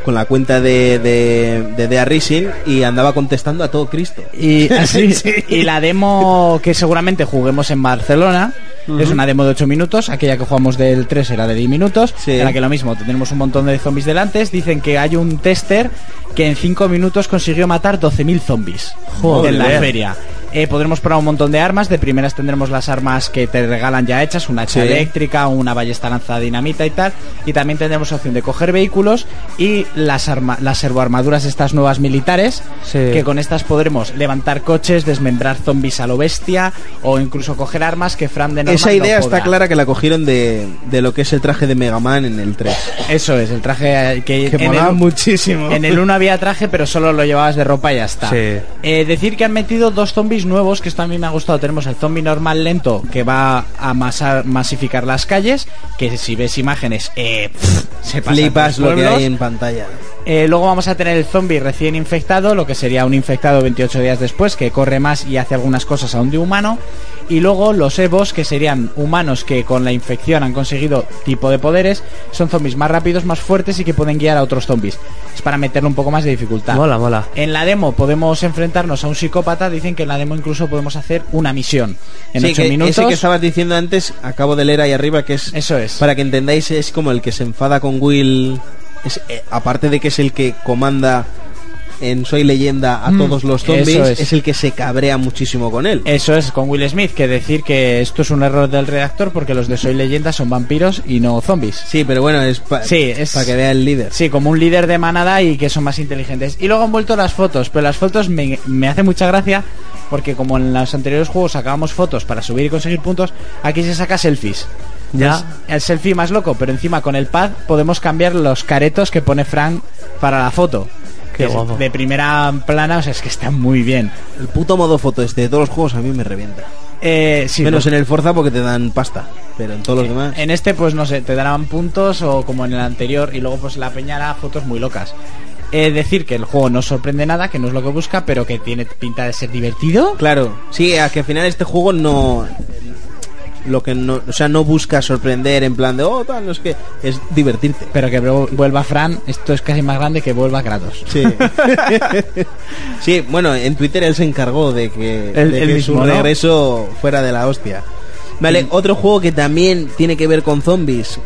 [SPEAKER 5] con la cuenta de de, de Dea Racing y andaba contestando a todo Cristo.
[SPEAKER 3] Y, así, y la demo que seguramente juguemos en Barcelona es una demo de 8 minutos. Aquella que jugamos del 3 era de 10 minutos.
[SPEAKER 5] Sí.
[SPEAKER 3] En la que lo mismo, tenemos un montón de zombies delante. Dicen que hay un tester que en 5 minutos consiguió matar 12.000 zombies
[SPEAKER 4] Joder.
[SPEAKER 3] en la feria. Eh, podremos probar un montón de armas. De primeras tendremos las armas que te regalan ya hechas: una hacha
[SPEAKER 5] Sí.
[SPEAKER 3] eléctrica, una ballesta lanza dinamita y tal. Y también tendremos opción de coger vehículos y las, arma las servoarmaduras, estas nuevas militares,
[SPEAKER 4] Sí.
[SPEAKER 3] que con estas podremos levantar coches, desmembrar zombies a lo bestia o incluso coger armas que Fran de normal
[SPEAKER 5] Esa
[SPEAKER 3] no
[SPEAKER 5] idea
[SPEAKER 3] podrá.
[SPEAKER 5] está clara que la cogieron de, de lo que es el traje de Mega Man en el 3.
[SPEAKER 3] Eso es, el traje que,
[SPEAKER 5] Que
[SPEAKER 3] en
[SPEAKER 5] molaba
[SPEAKER 3] el-
[SPEAKER 5] muchísimo.
[SPEAKER 3] En el 1 había traje, pero solo lo llevabas de ropa y ya está.
[SPEAKER 4] Sí.
[SPEAKER 3] Eh, decir que han metido dos zombies nuevos, que esto a mí me ha gustado. Tenemos el zombie normal lento, que va a masar- masificar las calles, que si ves imágenes, eh, pff, se pasan
[SPEAKER 5] Flipas
[SPEAKER 3] los
[SPEAKER 5] lo que
[SPEAKER 3] pueblos.
[SPEAKER 5] hay en pantalla.
[SPEAKER 3] Eh, luego vamos a tener el zombie recién infectado, lo que sería un infectado 28 días después, que corre más y hace algunas cosas aún de humano. Y luego los evos, que serían humanos que con la infección han conseguido tipo de poderes, son zombies más rápidos, más fuertes y que pueden guiar a otros zombies. Es para meterle un poco más de dificultad.
[SPEAKER 4] Mola, mola.
[SPEAKER 3] En la demo podemos enfrentarnos a un psicópata, dicen que en la demo incluso podemos hacer una misión en
[SPEAKER 5] Sí,
[SPEAKER 3] 8
[SPEAKER 5] que
[SPEAKER 3] minutos.
[SPEAKER 5] Ese que estabas diciendo antes, acabo de leer ahí arriba, que es...
[SPEAKER 3] Eso es.
[SPEAKER 5] Para que entendáis, es como el que se enfada con Will... es, eh, aparte de que es el que comanda en Soy Leyenda a
[SPEAKER 3] Mm,
[SPEAKER 5] todos los zombies,
[SPEAKER 3] eso es. Eh,
[SPEAKER 5] es. el que se cabrea muchísimo con él.
[SPEAKER 3] Eso es, con Will Smith, que decir que esto es un error del redactor porque los de Soy Leyenda son vampiros y no zombies.
[SPEAKER 5] Sí, pero bueno, es para
[SPEAKER 3] Sí, es-
[SPEAKER 5] que vea el líder.
[SPEAKER 3] Sí, como un líder de manada y que son más inteligentes. Y luego han vuelto las fotos, pero las fotos me, me hace mucha gracia porque como en los anteriores juegos sacábamos fotos para subir y conseguir puntos, aquí se saca selfies.
[SPEAKER 4] Ya.
[SPEAKER 3] Es el selfie más loco, pero encima con el pad podemos cambiar los caretos que pone Frank para la foto.
[SPEAKER 4] Qué
[SPEAKER 3] Que es
[SPEAKER 4] guapo.
[SPEAKER 3] De primera plana, o sea, es que está muy bien.
[SPEAKER 5] El puto modo foto este de todos los juegos a mí me revienta.
[SPEAKER 3] Eh, sí,
[SPEAKER 5] Menos
[SPEAKER 3] lo-
[SPEAKER 5] en el Forza porque te dan pasta, pero en todos los demás...
[SPEAKER 3] En este, pues no sé, te darán puntos o como en el anterior, y luego, pues la peña hará fotos muy locas. Eh, decir que el juego no sorprende nada, que no es lo que busca, pero que tiene pinta de ser divertido.
[SPEAKER 5] Claro, sí, a que al final este juego no lo que no, o sea, no busca sorprender en plan de oh, tal, no es que es divertirte.
[SPEAKER 3] Pero que vu- vuelva Fran, esto es casi más grande que vuelva Kratos.
[SPEAKER 5] Sí. sí, bueno, en Twitter él se encargó de que,
[SPEAKER 3] Él-
[SPEAKER 5] de
[SPEAKER 3] él
[SPEAKER 5] que
[SPEAKER 3] mismo,
[SPEAKER 5] su
[SPEAKER 3] ¿no?
[SPEAKER 5] regreso fuera de la hostia. Vale, otro juego que también tiene que ver con zombies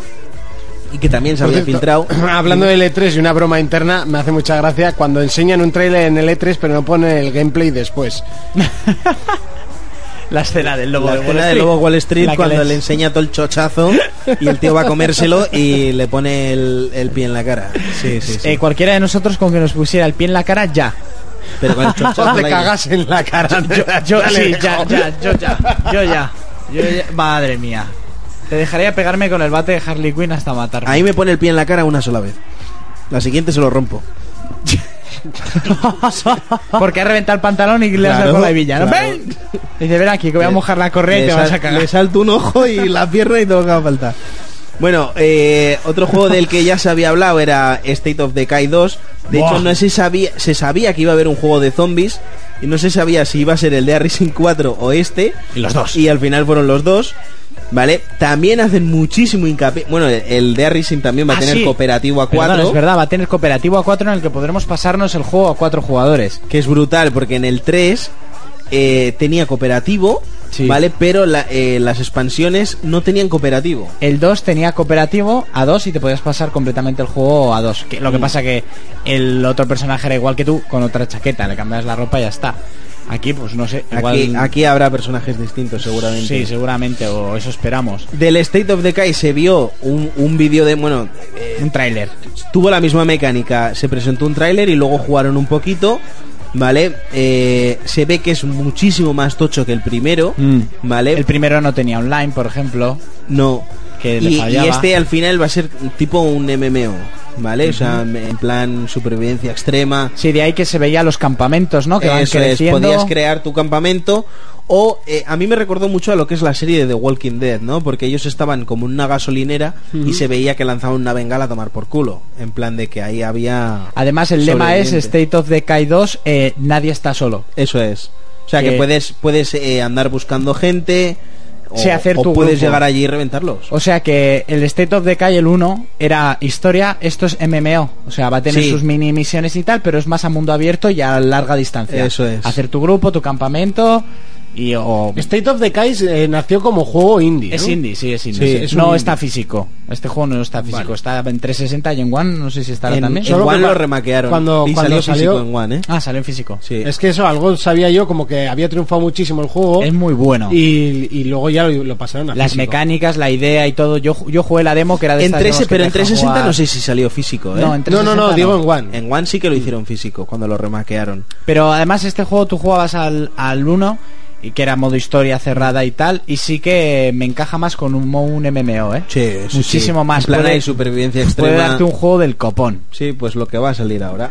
[SPEAKER 5] y que también se
[SPEAKER 2] Por
[SPEAKER 5] había
[SPEAKER 2] cierto,
[SPEAKER 5] filtrado.
[SPEAKER 2] Hablando del E3 y una broma interna, me hace mucha gracia cuando enseñan un trailer en el E3 pero no ponen el gameplay después.
[SPEAKER 3] La escena del lobo
[SPEAKER 5] la
[SPEAKER 3] de Wall
[SPEAKER 5] escena de
[SPEAKER 3] Street.
[SPEAKER 5] Lobo Wall
[SPEAKER 3] La
[SPEAKER 5] Street
[SPEAKER 3] que
[SPEAKER 5] cuando
[SPEAKER 3] les-
[SPEAKER 5] le enseña todo el chochazo y el tío va a comérselo y le pone el, el pie en la cara. Sí, sí, sí.
[SPEAKER 3] Eh, cualquiera de nosotros con que nos pusiera el pie en la cara, ya.
[SPEAKER 5] Pero con el chochazo
[SPEAKER 2] te
[SPEAKER 5] al aire.
[SPEAKER 2] cagas en Ah, la cara.
[SPEAKER 3] Yo, yo-
[SPEAKER 2] Dale,
[SPEAKER 3] sí,
[SPEAKER 2] hijo.
[SPEAKER 3] ya, ya, yo ya, yo ya, yo ya. Madre mía. Te dejaría pegarme con el bate de Harley Quinn hasta matarme.
[SPEAKER 5] Ahí me pone el pie en la cara una sola vez. La siguiente se lo rompo.
[SPEAKER 3] Porque ha reventado el pantalón y le has
[SPEAKER 5] Claro,
[SPEAKER 3] dado con la hebilla, ¿no?
[SPEAKER 5] claro. Eh,
[SPEAKER 3] Ven. Dice, ven aquí, que voy a mojar la correa y
[SPEAKER 5] Le
[SPEAKER 3] te vas
[SPEAKER 5] sal-
[SPEAKER 3] a cagar.
[SPEAKER 5] Le salto un ojo y la pierna y todo lo que va a faltar. Bueno, eh, otro juego del que ya se había hablado era State of Decay 2. De hecho, no se sabía, se sabía que iba a haber un juego de zombies. Y no se sabía si iba a ser el de Racing 4 o este.
[SPEAKER 3] Y los dos.
[SPEAKER 5] Y al final fueron los dos. ¿Vale? También hacen muchísimo hincapié. Bueno, el- el de Racing también va a
[SPEAKER 3] Ah,
[SPEAKER 5] tener
[SPEAKER 3] sí.
[SPEAKER 5] cooperativo a
[SPEAKER 3] Perdón,
[SPEAKER 5] 4.
[SPEAKER 3] es verdad, va a tener cooperativo a 4 en el que podremos pasarnos el juego a cuatro jugadores.
[SPEAKER 5] que es brutal porque en el 3 eh, tenía cooperativo
[SPEAKER 3] Sí.
[SPEAKER 5] ¿vale? Pero la- eh, las expansiones no tenían cooperativo.
[SPEAKER 3] El 2 tenía cooperativo a 2 y te podías pasar completamente el juego a 2. Que, lo
[SPEAKER 5] Mm.
[SPEAKER 3] que pasa que el otro personaje era igual que tú, con otra chaqueta, le cambias la ropa y ya está. Aquí, pues no sé, igual...
[SPEAKER 5] Aquí, aquí habrá personajes distintos seguramente.
[SPEAKER 3] Sí, seguramente, o eso esperamos.
[SPEAKER 5] Del State of Decay se vio un, un vídeo de... Bueno, eh,
[SPEAKER 3] Un tráiler.
[SPEAKER 5] tuvo la misma mecánica. Se presentó un tráiler y luego jugaron un poquito, ¿vale? Eh, se ve que es muchísimo más tocho que el primero,
[SPEAKER 3] Mm.
[SPEAKER 5] ¿vale?
[SPEAKER 3] El primero no tenía online, por ejemplo.
[SPEAKER 5] no.
[SPEAKER 3] que le
[SPEAKER 5] y,
[SPEAKER 3] fallaba.
[SPEAKER 5] y este al final va a ser tipo un MMO, ¿vale? O sea, en plan supervivencia extrema.
[SPEAKER 3] Sí, de ahí que se veía los campamentos, ¿no? Que van
[SPEAKER 5] Eso es,
[SPEAKER 3] creciendo.
[SPEAKER 5] podías crear tu campamento. O eh, a mí me recordó mucho a lo que es la serie de The Walking Dead, ¿no? Porque ellos estaban como en una gasolinera y se veía que lanzaban una bengala a tomar por culo. En plan de que ahí había.
[SPEAKER 3] Además, el lema es
[SPEAKER 5] sobrevivientes.
[SPEAKER 3] State of Decay 2, eh, nadie está solo.
[SPEAKER 5] Eso es. O sea, que,
[SPEAKER 3] Que-
[SPEAKER 5] puedes, puedes eh, andar buscando gente. O,
[SPEAKER 3] Sí, hacer
[SPEAKER 5] o
[SPEAKER 3] tu
[SPEAKER 5] puedes
[SPEAKER 3] grupo.
[SPEAKER 5] llegar allí y reventarlos.
[SPEAKER 3] O sea que el State of Decay, el 1, era historia, esto es MMO. O sea, va a tener
[SPEAKER 5] Sí.
[SPEAKER 3] sus mini misiones y tal, pero es más a mundo abierto y a larga distancia.
[SPEAKER 5] Eso es.
[SPEAKER 3] Hacer tu grupo, tu campamento y... O...
[SPEAKER 2] State of the eh, nació como juego indie. ¿no?
[SPEAKER 3] Es indie, sí, es indie.
[SPEAKER 5] Sí,
[SPEAKER 3] Es-
[SPEAKER 5] es un
[SPEAKER 3] no
[SPEAKER 5] indie.
[SPEAKER 3] está físico. Este juego no está físico.
[SPEAKER 5] Vale.
[SPEAKER 3] Está en 360 y en One, no sé si estará
[SPEAKER 5] en,
[SPEAKER 3] también.
[SPEAKER 5] en
[SPEAKER 2] Solo
[SPEAKER 5] One
[SPEAKER 2] que
[SPEAKER 5] lo
[SPEAKER 2] cua-
[SPEAKER 5] remaquearon.
[SPEAKER 2] cuando-
[SPEAKER 5] y
[SPEAKER 2] cuando
[SPEAKER 5] salió, físico
[SPEAKER 2] salió-
[SPEAKER 5] en One, ¿eh?
[SPEAKER 3] Ah, sale en físico.
[SPEAKER 5] Sí.
[SPEAKER 2] Es que eso, algo sabía yo, como que había triunfado muchísimo el juego.
[SPEAKER 3] Es muy bueno.
[SPEAKER 2] y, y luego ya lo, lo pasaron a
[SPEAKER 3] Las
[SPEAKER 2] físico.
[SPEAKER 3] mecánicas, la idea y todo. Yo, ju- yo jugué la demo que era de
[SPEAKER 5] En
[SPEAKER 3] estas
[SPEAKER 5] 13,
[SPEAKER 3] demos que
[SPEAKER 5] pero
[SPEAKER 3] te
[SPEAKER 5] en
[SPEAKER 3] dejan
[SPEAKER 5] 360 no
[SPEAKER 3] jugar.
[SPEAKER 5] sé si salió físico, ¿eh?
[SPEAKER 3] No, en 360
[SPEAKER 2] No, no, no, digo en One.
[SPEAKER 5] En One sí que lo hicieron físico cuando lo remaquearon.
[SPEAKER 3] Pero además este juego tú jugabas al, al 1 y que era modo historia cerrada y tal y sí que me encaja más con un, mo- un MMO, ¿eh?
[SPEAKER 5] Sí, sí, sí.
[SPEAKER 3] Muchísimo más.
[SPEAKER 5] En plan
[SPEAKER 3] Puede-
[SPEAKER 5] hay supervivencia extrema.
[SPEAKER 3] Puede darte un Mm. juego del copón.
[SPEAKER 5] Sí, pues lo que va a salir ahora.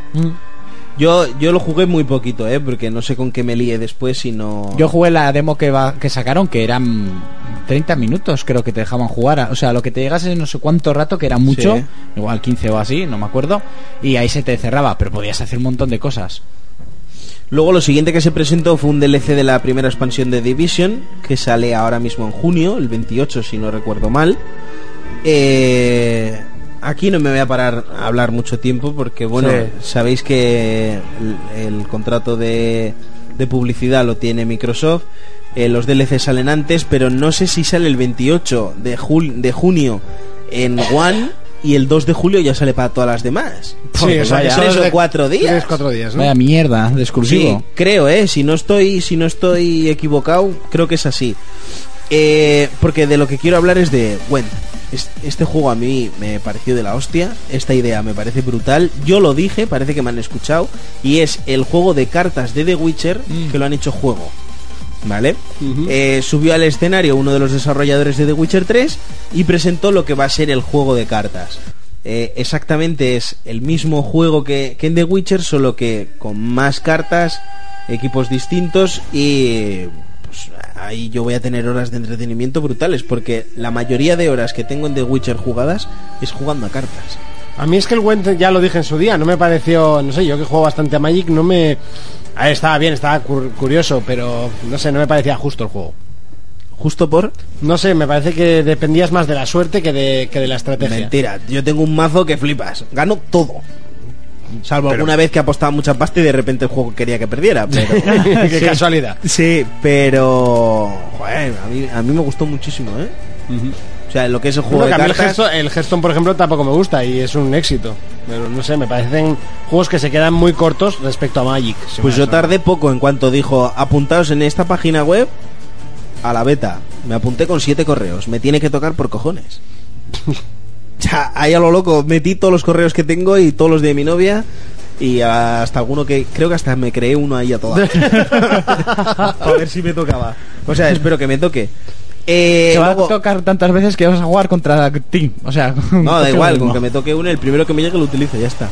[SPEAKER 5] Yo, yo lo jugué muy poquito, ¿eh? Porque no sé con qué me lié después, sino...
[SPEAKER 3] Yo jugué la demo que, va, que sacaron que eran 30 minutos creo que te dejaban jugar. O sea, lo que te llegase no sé cuánto rato, que era mucho,
[SPEAKER 5] Sí.
[SPEAKER 3] igual 15 o así, no me acuerdo, y ahí se te cerraba, pero podías hacer un montón de cosas.
[SPEAKER 5] Luego lo siguiente que se presentó fue un DLC de la primera expansión de Division, que sale ahora mismo en junio, el 28 si no recuerdo mal. Eh, aquí no me voy a parar a hablar mucho tiempo porque, bueno,
[SPEAKER 4] Sí.
[SPEAKER 5] sabéis que el, el contrato de, de publicidad lo tiene Microsoft. eh, los DLC salen antes, pero no sé si sale el 28 de, jul- de junio en One y el 2 de julio ya sale para todas las demás.
[SPEAKER 2] Sí, o sea, que
[SPEAKER 5] Vaya.
[SPEAKER 2] solo
[SPEAKER 5] Tres
[SPEAKER 2] es
[SPEAKER 5] o
[SPEAKER 2] de-
[SPEAKER 5] cuatro días.
[SPEAKER 2] Tres, cuatro días, ¿no?
[SPEAKER 3] Vaya mierda de exclusivo.
[SPEAKER 5] Sí, creo, eh. Si no estoy, si no estoy equivocado, creo que es así. Eh, porque de lo que quiero hablar es de Gwen. Es- Este juego a mí me pareció de la hostia. Esta idea me parece brutal. Yo lo dije, parece que me han escuchado. Y es el juego de cartas de The Witcher que lo han hecho juego. ¿Vale?
[SPEAKER 2] Ujú.
[SPEAKER 5] Eh, subió al escenario uno de los desarrolladores de The Witcher 3 y presentó lo que va a ser el juego de cartas. Eh, exactamente es el mismo juego que, que en The Witcher, solo que con más cartas, equipos distintos y pues, ahí yo voy a tener horas de entretenimiento brutales porque la mayoría de horas que tengo en The Witcher jugadas es jugando a cartas.
[SPEAKER 2] A mí es que el Went ya lo dije en su día, no me pareció, no sé, yo que juego bastante a Magic, no me... A ver, estaba bien, estaba cur- curioso, pero no sé, no me parecía justo el juego.
[SPEAKER 5] Justo por...
[SPEAKER 2] No sé, me parece que dependías más de la suerte que de, que de la estrategia.
[SPEAKER 5] Mentira, yo tengo un mazo que flipas, gano todo. Salvo alguna vez que apostaba mucha pasta y de repente el juego quería que perdiera, pero...
[SPEAKER 2] Qué casualidad.
[SPEAKER 5] Sí, pero. Joder, a mí, a mí me gustó muchísimo, ¿eh? O sea, lo que es el juego
[SPEAKER 2] Bueno, que
[SPEAKER 5] de
[SPEAKER 2] a mí el,
[SPEAKER 5] cartas.
[SPEAKER 2] gesto, el Hearthstone, por ejemplo, tampoco me gusta y es un éxito. Pero no sé, me parecen juegos que se quedan muy cortos respecto a Magic. sin
[SPEAKER 5] Pues
[SPEAKER 2] más,
[SPEAKER 5] yo
[SPEAKER 2] ¿no?
[SPEAKER 5] tardé poco en cuanto dijo, apuntaos en esta página web a la beta. Me apunté con siete correos. Me tiene que tocar por cojones. O sea, ahí a lo loco, metí todos los correos que tengo y todos los de mi novia. Y hasta alguno que. Creo que hasta me creé uno ahí a todas. a ver si me tocaba. O sea, espero que me toque. Eh,
[SPEAKER 3] Te va
[SPEAKER 5] luego-
[SPEAKER 3] a tocar tantas veces que vas a jugar contra Team. O sea,
[SPEAKER 5] No, da
[SPEAKER 3] contra
[SPEAKER 5] igual,
[SPEAKER 3] el
[SPEAKER 5] con
[SPEAKER 3] mismo.
[SPEAKER 5] que me toque uno, el primero que me llegue lo utilizo, ya está.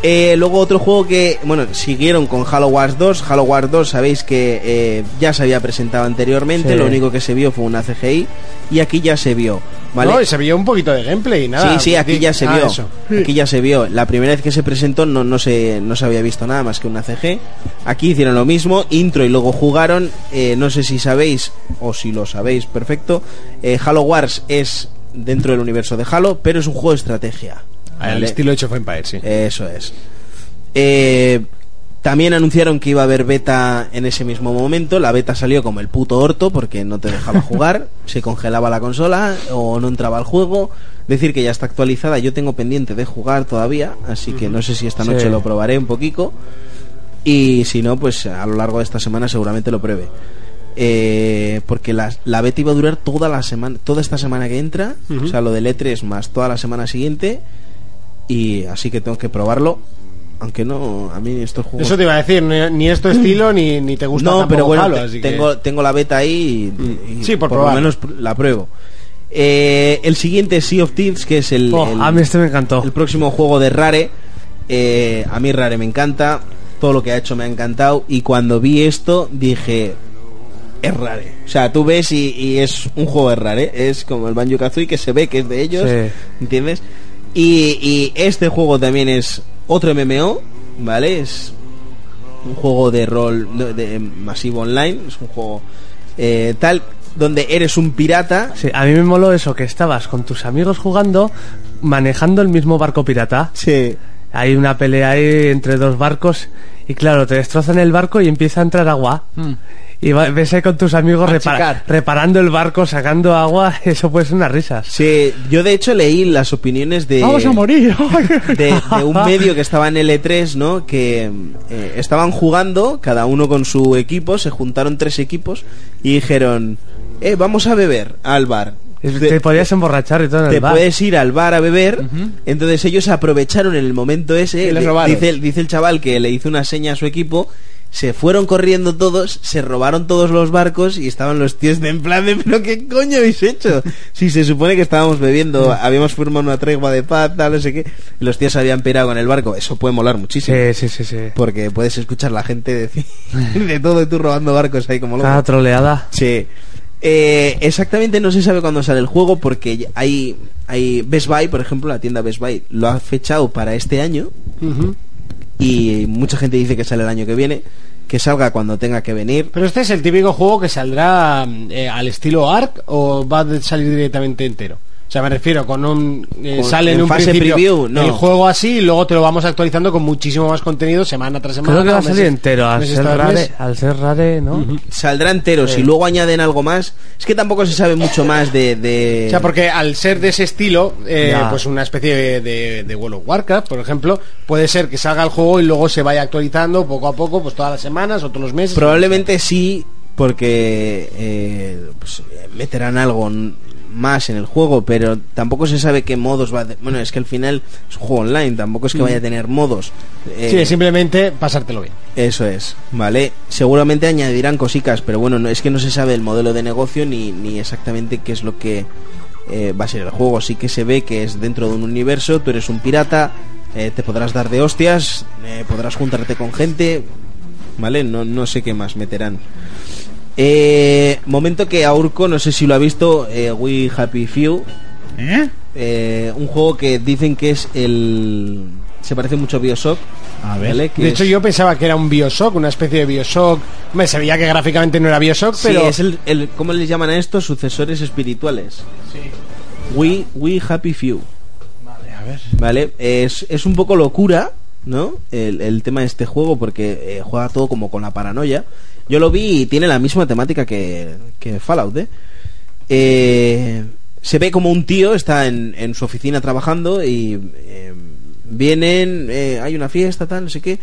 [SPEAKER 5] Eh, luego otro juego que, bueno, siguieron con Halo Wars 2. Halo Wars 2 sabéis que eh, ya se había presentado anteriormente,
[SPEAKER 3] Sí.
[SPEAKER 5] lo único que se vio fue una CGI y aquí ya se vio, ¿vale?
[SPEAKER 2] No, y se veía un poquito de gameplay y nada.
[SPEAKER 5] sí, sí, aquí
[SPEAKER 2] Di-
[SPEAKER 5] ya se
[SPEAKER 2] ah,
[SPEAKER 5] vio.
[SPEAKER 2] eso.
[SPEAKER 5] Aquí ya se vio. La primera vez que se presentó no, no, se, no se había visto nada más que una CG. Aquí hicieron lo mismo, intro y luego jugaron. Eh, no sé si sabéis, o si lo sabéis, perfecto. eh, Halo Wars es dentro del universo de Halo, pero es un juego de estrategia.
[SPEAKER 2] Al
[SPEAKER 5] ¿vale? Eh,
[SPEAKER 2] estilo hecho of Empires, sí.
[SPEAKER 5] Eso es. Eh, También anunciaron que iba a haber beta en ese mismo momento. La beta salió como el puto orto porque no te dejaba jugar, se congelaba la consola o no entraba al juego. Decir que ya está actualizada, yo tengo pendiente de jugar todavía, así que no sé si esta noche
[SPEAKER 4] Sí.
[SPEAKER 5] lo probaré un poquito. Y si no, pues a lo largo de esta semana seguramente lo pruebe. Eh, porque la, la beta iba a durar toda la semana, toda esta semana que entra,
[SPEAKER 2] Ujú.
[SPEAKER 5] o sea, lo del E3 más toda la semana siguiente. Y así que tengo que probarlo. Aunque no, a mí estos juegos.
[SPEAKER 2] Eso te iba a decir, ni, ni es tu estilo ni, ni te gusta
[SPEAKER 5] no,
[SPEAKER 2] tampoco
[SPEAKER 5] pero bueno,
[SPEAKER 2] Halo,
[SPEAKER 5] te-
[SPEAKER 2] así que-
[SPEAKER 5] tengo, tengo la beta ahí y,
[SPEAKER 2] Mm.
[SPEAKER 5] y
[SPEAKER 2] Sí, por
[SPEAKER 5] por
[SPEAKER 2] probar.
[SPEAKER 5] lo menos pr- la pruebo. Eh, el siguiente es Sea of Thieves, que es el,
[SPEAKER 4] Oh,
[SPEAKER 5] el-
[SPEAKER 4] a mí este me encantó.
[SPEAKER 5] el próximo juego de Rare. Eh, a mí Rare me encanta, todo lo que ha hecho me ha encantado y cuando vi esto dije, es Rare. O sea, tú ves y, y es un juego de Rare, ¿eh? es como el Banjo Kazooie que se ve que es de ellos,
[SPEAKER 4] Sí.
[SPEAKER 5] ¿entiendes? Y, y este juego también es otro MMO, ¿vale? Es un juego de rol de, de masivo online, es un juego eh, tal donde eres un pirata
[SPEAKER 4] Sí, a mí me moló eso, que estabas con tus amigos jugando, manejando el mismo barco pirata.
[SPEAKER 5] Sí.
[SPEAKER 4] Hay una pelea ahí entre dos barcos y claro, te destrozan el barco y empieza a entrar agua.
[SPEAKER 2] Hmm.
[SPEAKER 4] Y va- ves ahí con tus amigos repara-
[SPEAKER 2] Machacar.
[SPEAKER 4] reparando el barco, sacando agua, eso puede ser unas risas.
[SPEAKER 5] Sí, yo de hecho leí las opiniones de...
[SPEAKER 4] morir.
[SPEAKER 5] de, de un medio que estaba en L3, ¿no? Que eh, estaban jugando, cada uno con su equipo, se juntaron tres equipos y dijeron, eh, vamos a beber al bar.
[SPEAKER 4] Te, podías emborrachar y todo en el
[SPEAKER 5] te
[SPEAKER 4] bar.
[SPEAKER 5] puedes ir al bar a beber. Entonces ellos aprovecharon en el momento ese.
[SPEAKER 2] Y les
[SPEAKER 5] di-
[SPEAKER 2] robaron.
[SPEAKER 5] dice, el- dice el chaval que le hizo una seña a su equipo. Se fueron corriendo todos, se robaron todos los barcos y estaban los tíos de en plan de pero qué coño habéis hecho. Si se supone que estábamos bebiendo, habíamos firmado una tregua de paz, tal, no sé qué. Y los tíos se habían pirado con el barco. Eso puede molar muchísimo.
[SPEAKER 4] Sí, sí, sí, sí.
[SPEAKER 5] Porque puedes escuchar la gente decir de todo y tú robando barcos ahí como loco.
[SPEAKER 4] Cada troleada.
[SPEAKER 5] Sí. Eh, exactamente no se sabe cuándo sale el juego porque ya- hay, hay Best Buy, por ejemplo, la tienda Best Buy lo ha fechado para este año
[SPEAKER 2] Ujú.
[SPEAKER 5] y mucha gente dice que sale el año que viene, que salga cuando tenga que venir.
[SPEAKER 2] Pero este es el típico juego que saldrá mm, eh, al estilo Ark o va a salir directamente entero. O sea, me refiero con un eh,
[SPEAKER 5] Con-
[SPEAKER 2] sale en,
[SPEAKER 5] en
[SPEAKER 2] un
[SPEAKER 5] fase
[SPEAKER 2] principio
[SPEAKER 5] preview, no.
[SPEAKER 2] el juego así y luego te lo vamos actualizando con muchísimo más contenido semana tras semana.
[SPEAKER 4] Creo que va a
[SPEAKER 2] meses-
[SPEAKER 4] salir entero, al
[SPEAKER 2] meses
[SPEAKER 4] ser
[SPEAKER 2] tras
[SPEAKER 4] rare,
[SPEAKER 2] mes.
[SPEAKER 4] al ser rare, ¿no?
[SPEAKER 5] Saldrá entero, si luego añaden algo más, es que tampoco se sabe mucho más de... de-
[SPEAKER 2] O sea, porque al ser de ese estilo, eh,
[SPEAKER 4] Ya.
[SPEAKER 2] pues una especie de, de, de World of Warcraft, por ejemplo, puede ser que salga el juego y luego se vaya actualizando poco a poco, pues todas las semanas o todos los meses.
[SPEAKER 5] Probablemente sí, porque eh, pues, eh, meterán algo n- más en el juego, pero tampoco se sabe qué modos va a... te- Bueno, es que al final es un juego online, tampoco es que vaya a tener modos. Eh,
[SPEAKER 2] Mm. Sí, simplemente pasártelo bien.
[SPEAKER 5] Eso es, ¿vale? Seguramente añadirán cositas, pero bueno, no, es que no se sabe el modelo de negocio ni, ni exactamente qué es lo que eh, va a ser el juego. Sí que se ve que es dentro de un universo, tú eres un pirata, eh, te podrás dar de hostias, eh, podrás juntarte con gente, ¿vale? No, no sé qué más meterán. Eh, momento que Aurco, no sé si lo ha visto, eh, We Happy Few,
[SPEAKER 3] ¿Eh?
[SPEAKER 5] eh, un juego que dicen que es el... Se parece mucho a Bioshock.
[SPEAKER 3] A ver.
[SPEAKER 5] ¿vale? Que
[SPEAKER 2] De hecho,
[SPEAKER 5] es-
[SPEAKER 2] yo pensaba que era un Bioshock, una especie de Bioshock. Me sabía que gráficamente no era Bioshock,
[SPEAKER 5] Sí,
[SPEAKER 2] pero.
[SPEAKER 5] es el, el- ¿Cómo les llaman a esto? Sucesores espirituales. We, we Happy Few. Vale, es, es un poco locura, ¿no? El, el tema de este juego, porque eh, juega todo como con la paranoia. Yo lo vi y tiene la misma temática que, que Fallout, ¿eh? Eh, Se ve como un tío está en, en su oficina trabajando y eh, vienen, eh, hay una fiesta, tal, no sé qué.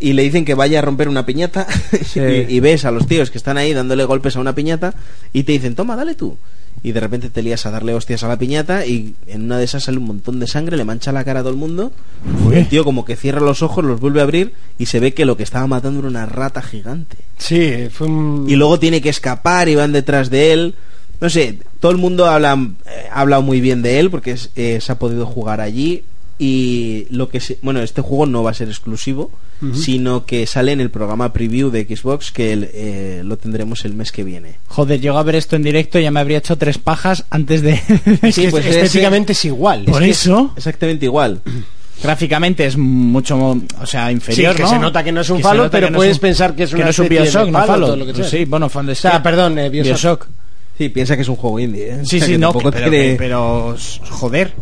[SPEAKER 5] Y le dicen que vaya a romper una piñata y, y ves a los tíos que están ahí dándole golpes a una piñata y te dicen, toma, dale tú. Y de repente te lías a darle hostias a la piñata y en una de esas sale un montón de sangre, le mancha la cara a todo el mundo.
[SPEAKER 3] Uy.
[SPEAKER 5] Y el tío como que cierra los ojos, los vuelve a abrir y se ve que lo que estaba matando era una rata gigante.
[SPEAKER 2] Sí, fue un.
[SPEAKER 5] Y luego tiene que escapar y van detrás de él. No sé, todo el mundo habla, eh, ha hablado muy bien de él porque es- eh, se ha podido jugar allí. Y lo que se- bueno, este juego no va a ser exclusivo, sino que sale en el programa preview de Xbox que el- eh, lo tendremos el mes que viene.
[SPEAKER 3] Joder, llego a ver esto en directo y ya me habría hecho tres pajas antes de...
[SPEAKER 2] Es que
[SPEAKER 5] Sí, pues
[SPEAKER 2] estéticamente es igual.
[SPEAKER 3] Por
[SPEAKER 2] Es que-
[SPEAKER 3] eso,
[SPEAKER 5] Exactamente igual.
[SPEAKER 3] gráficamente es mucho, mo- o sea,
[SPEAKER 2] Sí,
[SPEAKER 3] inferior,
[SPEAKER 2] que
[SPEAKER 3] ¿no?
[SPEAKER 2] se nota que no es un
[SPEAKER 3] Que se
[SPEAKER 2] Fallout,
[SPEAKER 3] nota que
[SPEAKER 2] pero
[SPEAKER 3] no es
[SPEAKER 2] puedes
[SPEAKER 3] un-
[SPEAKER 2] pensar que es una
[SPEAKER 3] no es un
[SPEAKER 2] especie de
[SPEAKER 3] Bioshock, no
[SPEAKER 2] Fallout,
[SPEAKER 3] Fallout.
[SPEAKER 2] o lo que sea.
[SPEAKER 3] Sí, bueno, Fallout.
[SPEAKER 2] sea, perdón, eh, Bioshock.
[SPEAKER 5] Sí, piensa que es un juego indie. ¿eh? O
[SPEAKER 3] Sí,
[SPEAKER 5] sea,
[SPEAKER 3] sí,
[SPEAKER 5] que
[SPEAKER 3] no,
[SPEAKER 5] tampoco
[SPEAKER 3] pero,
[SPEAKER 5] tiene-
[SPEAKER 3] pero, joder.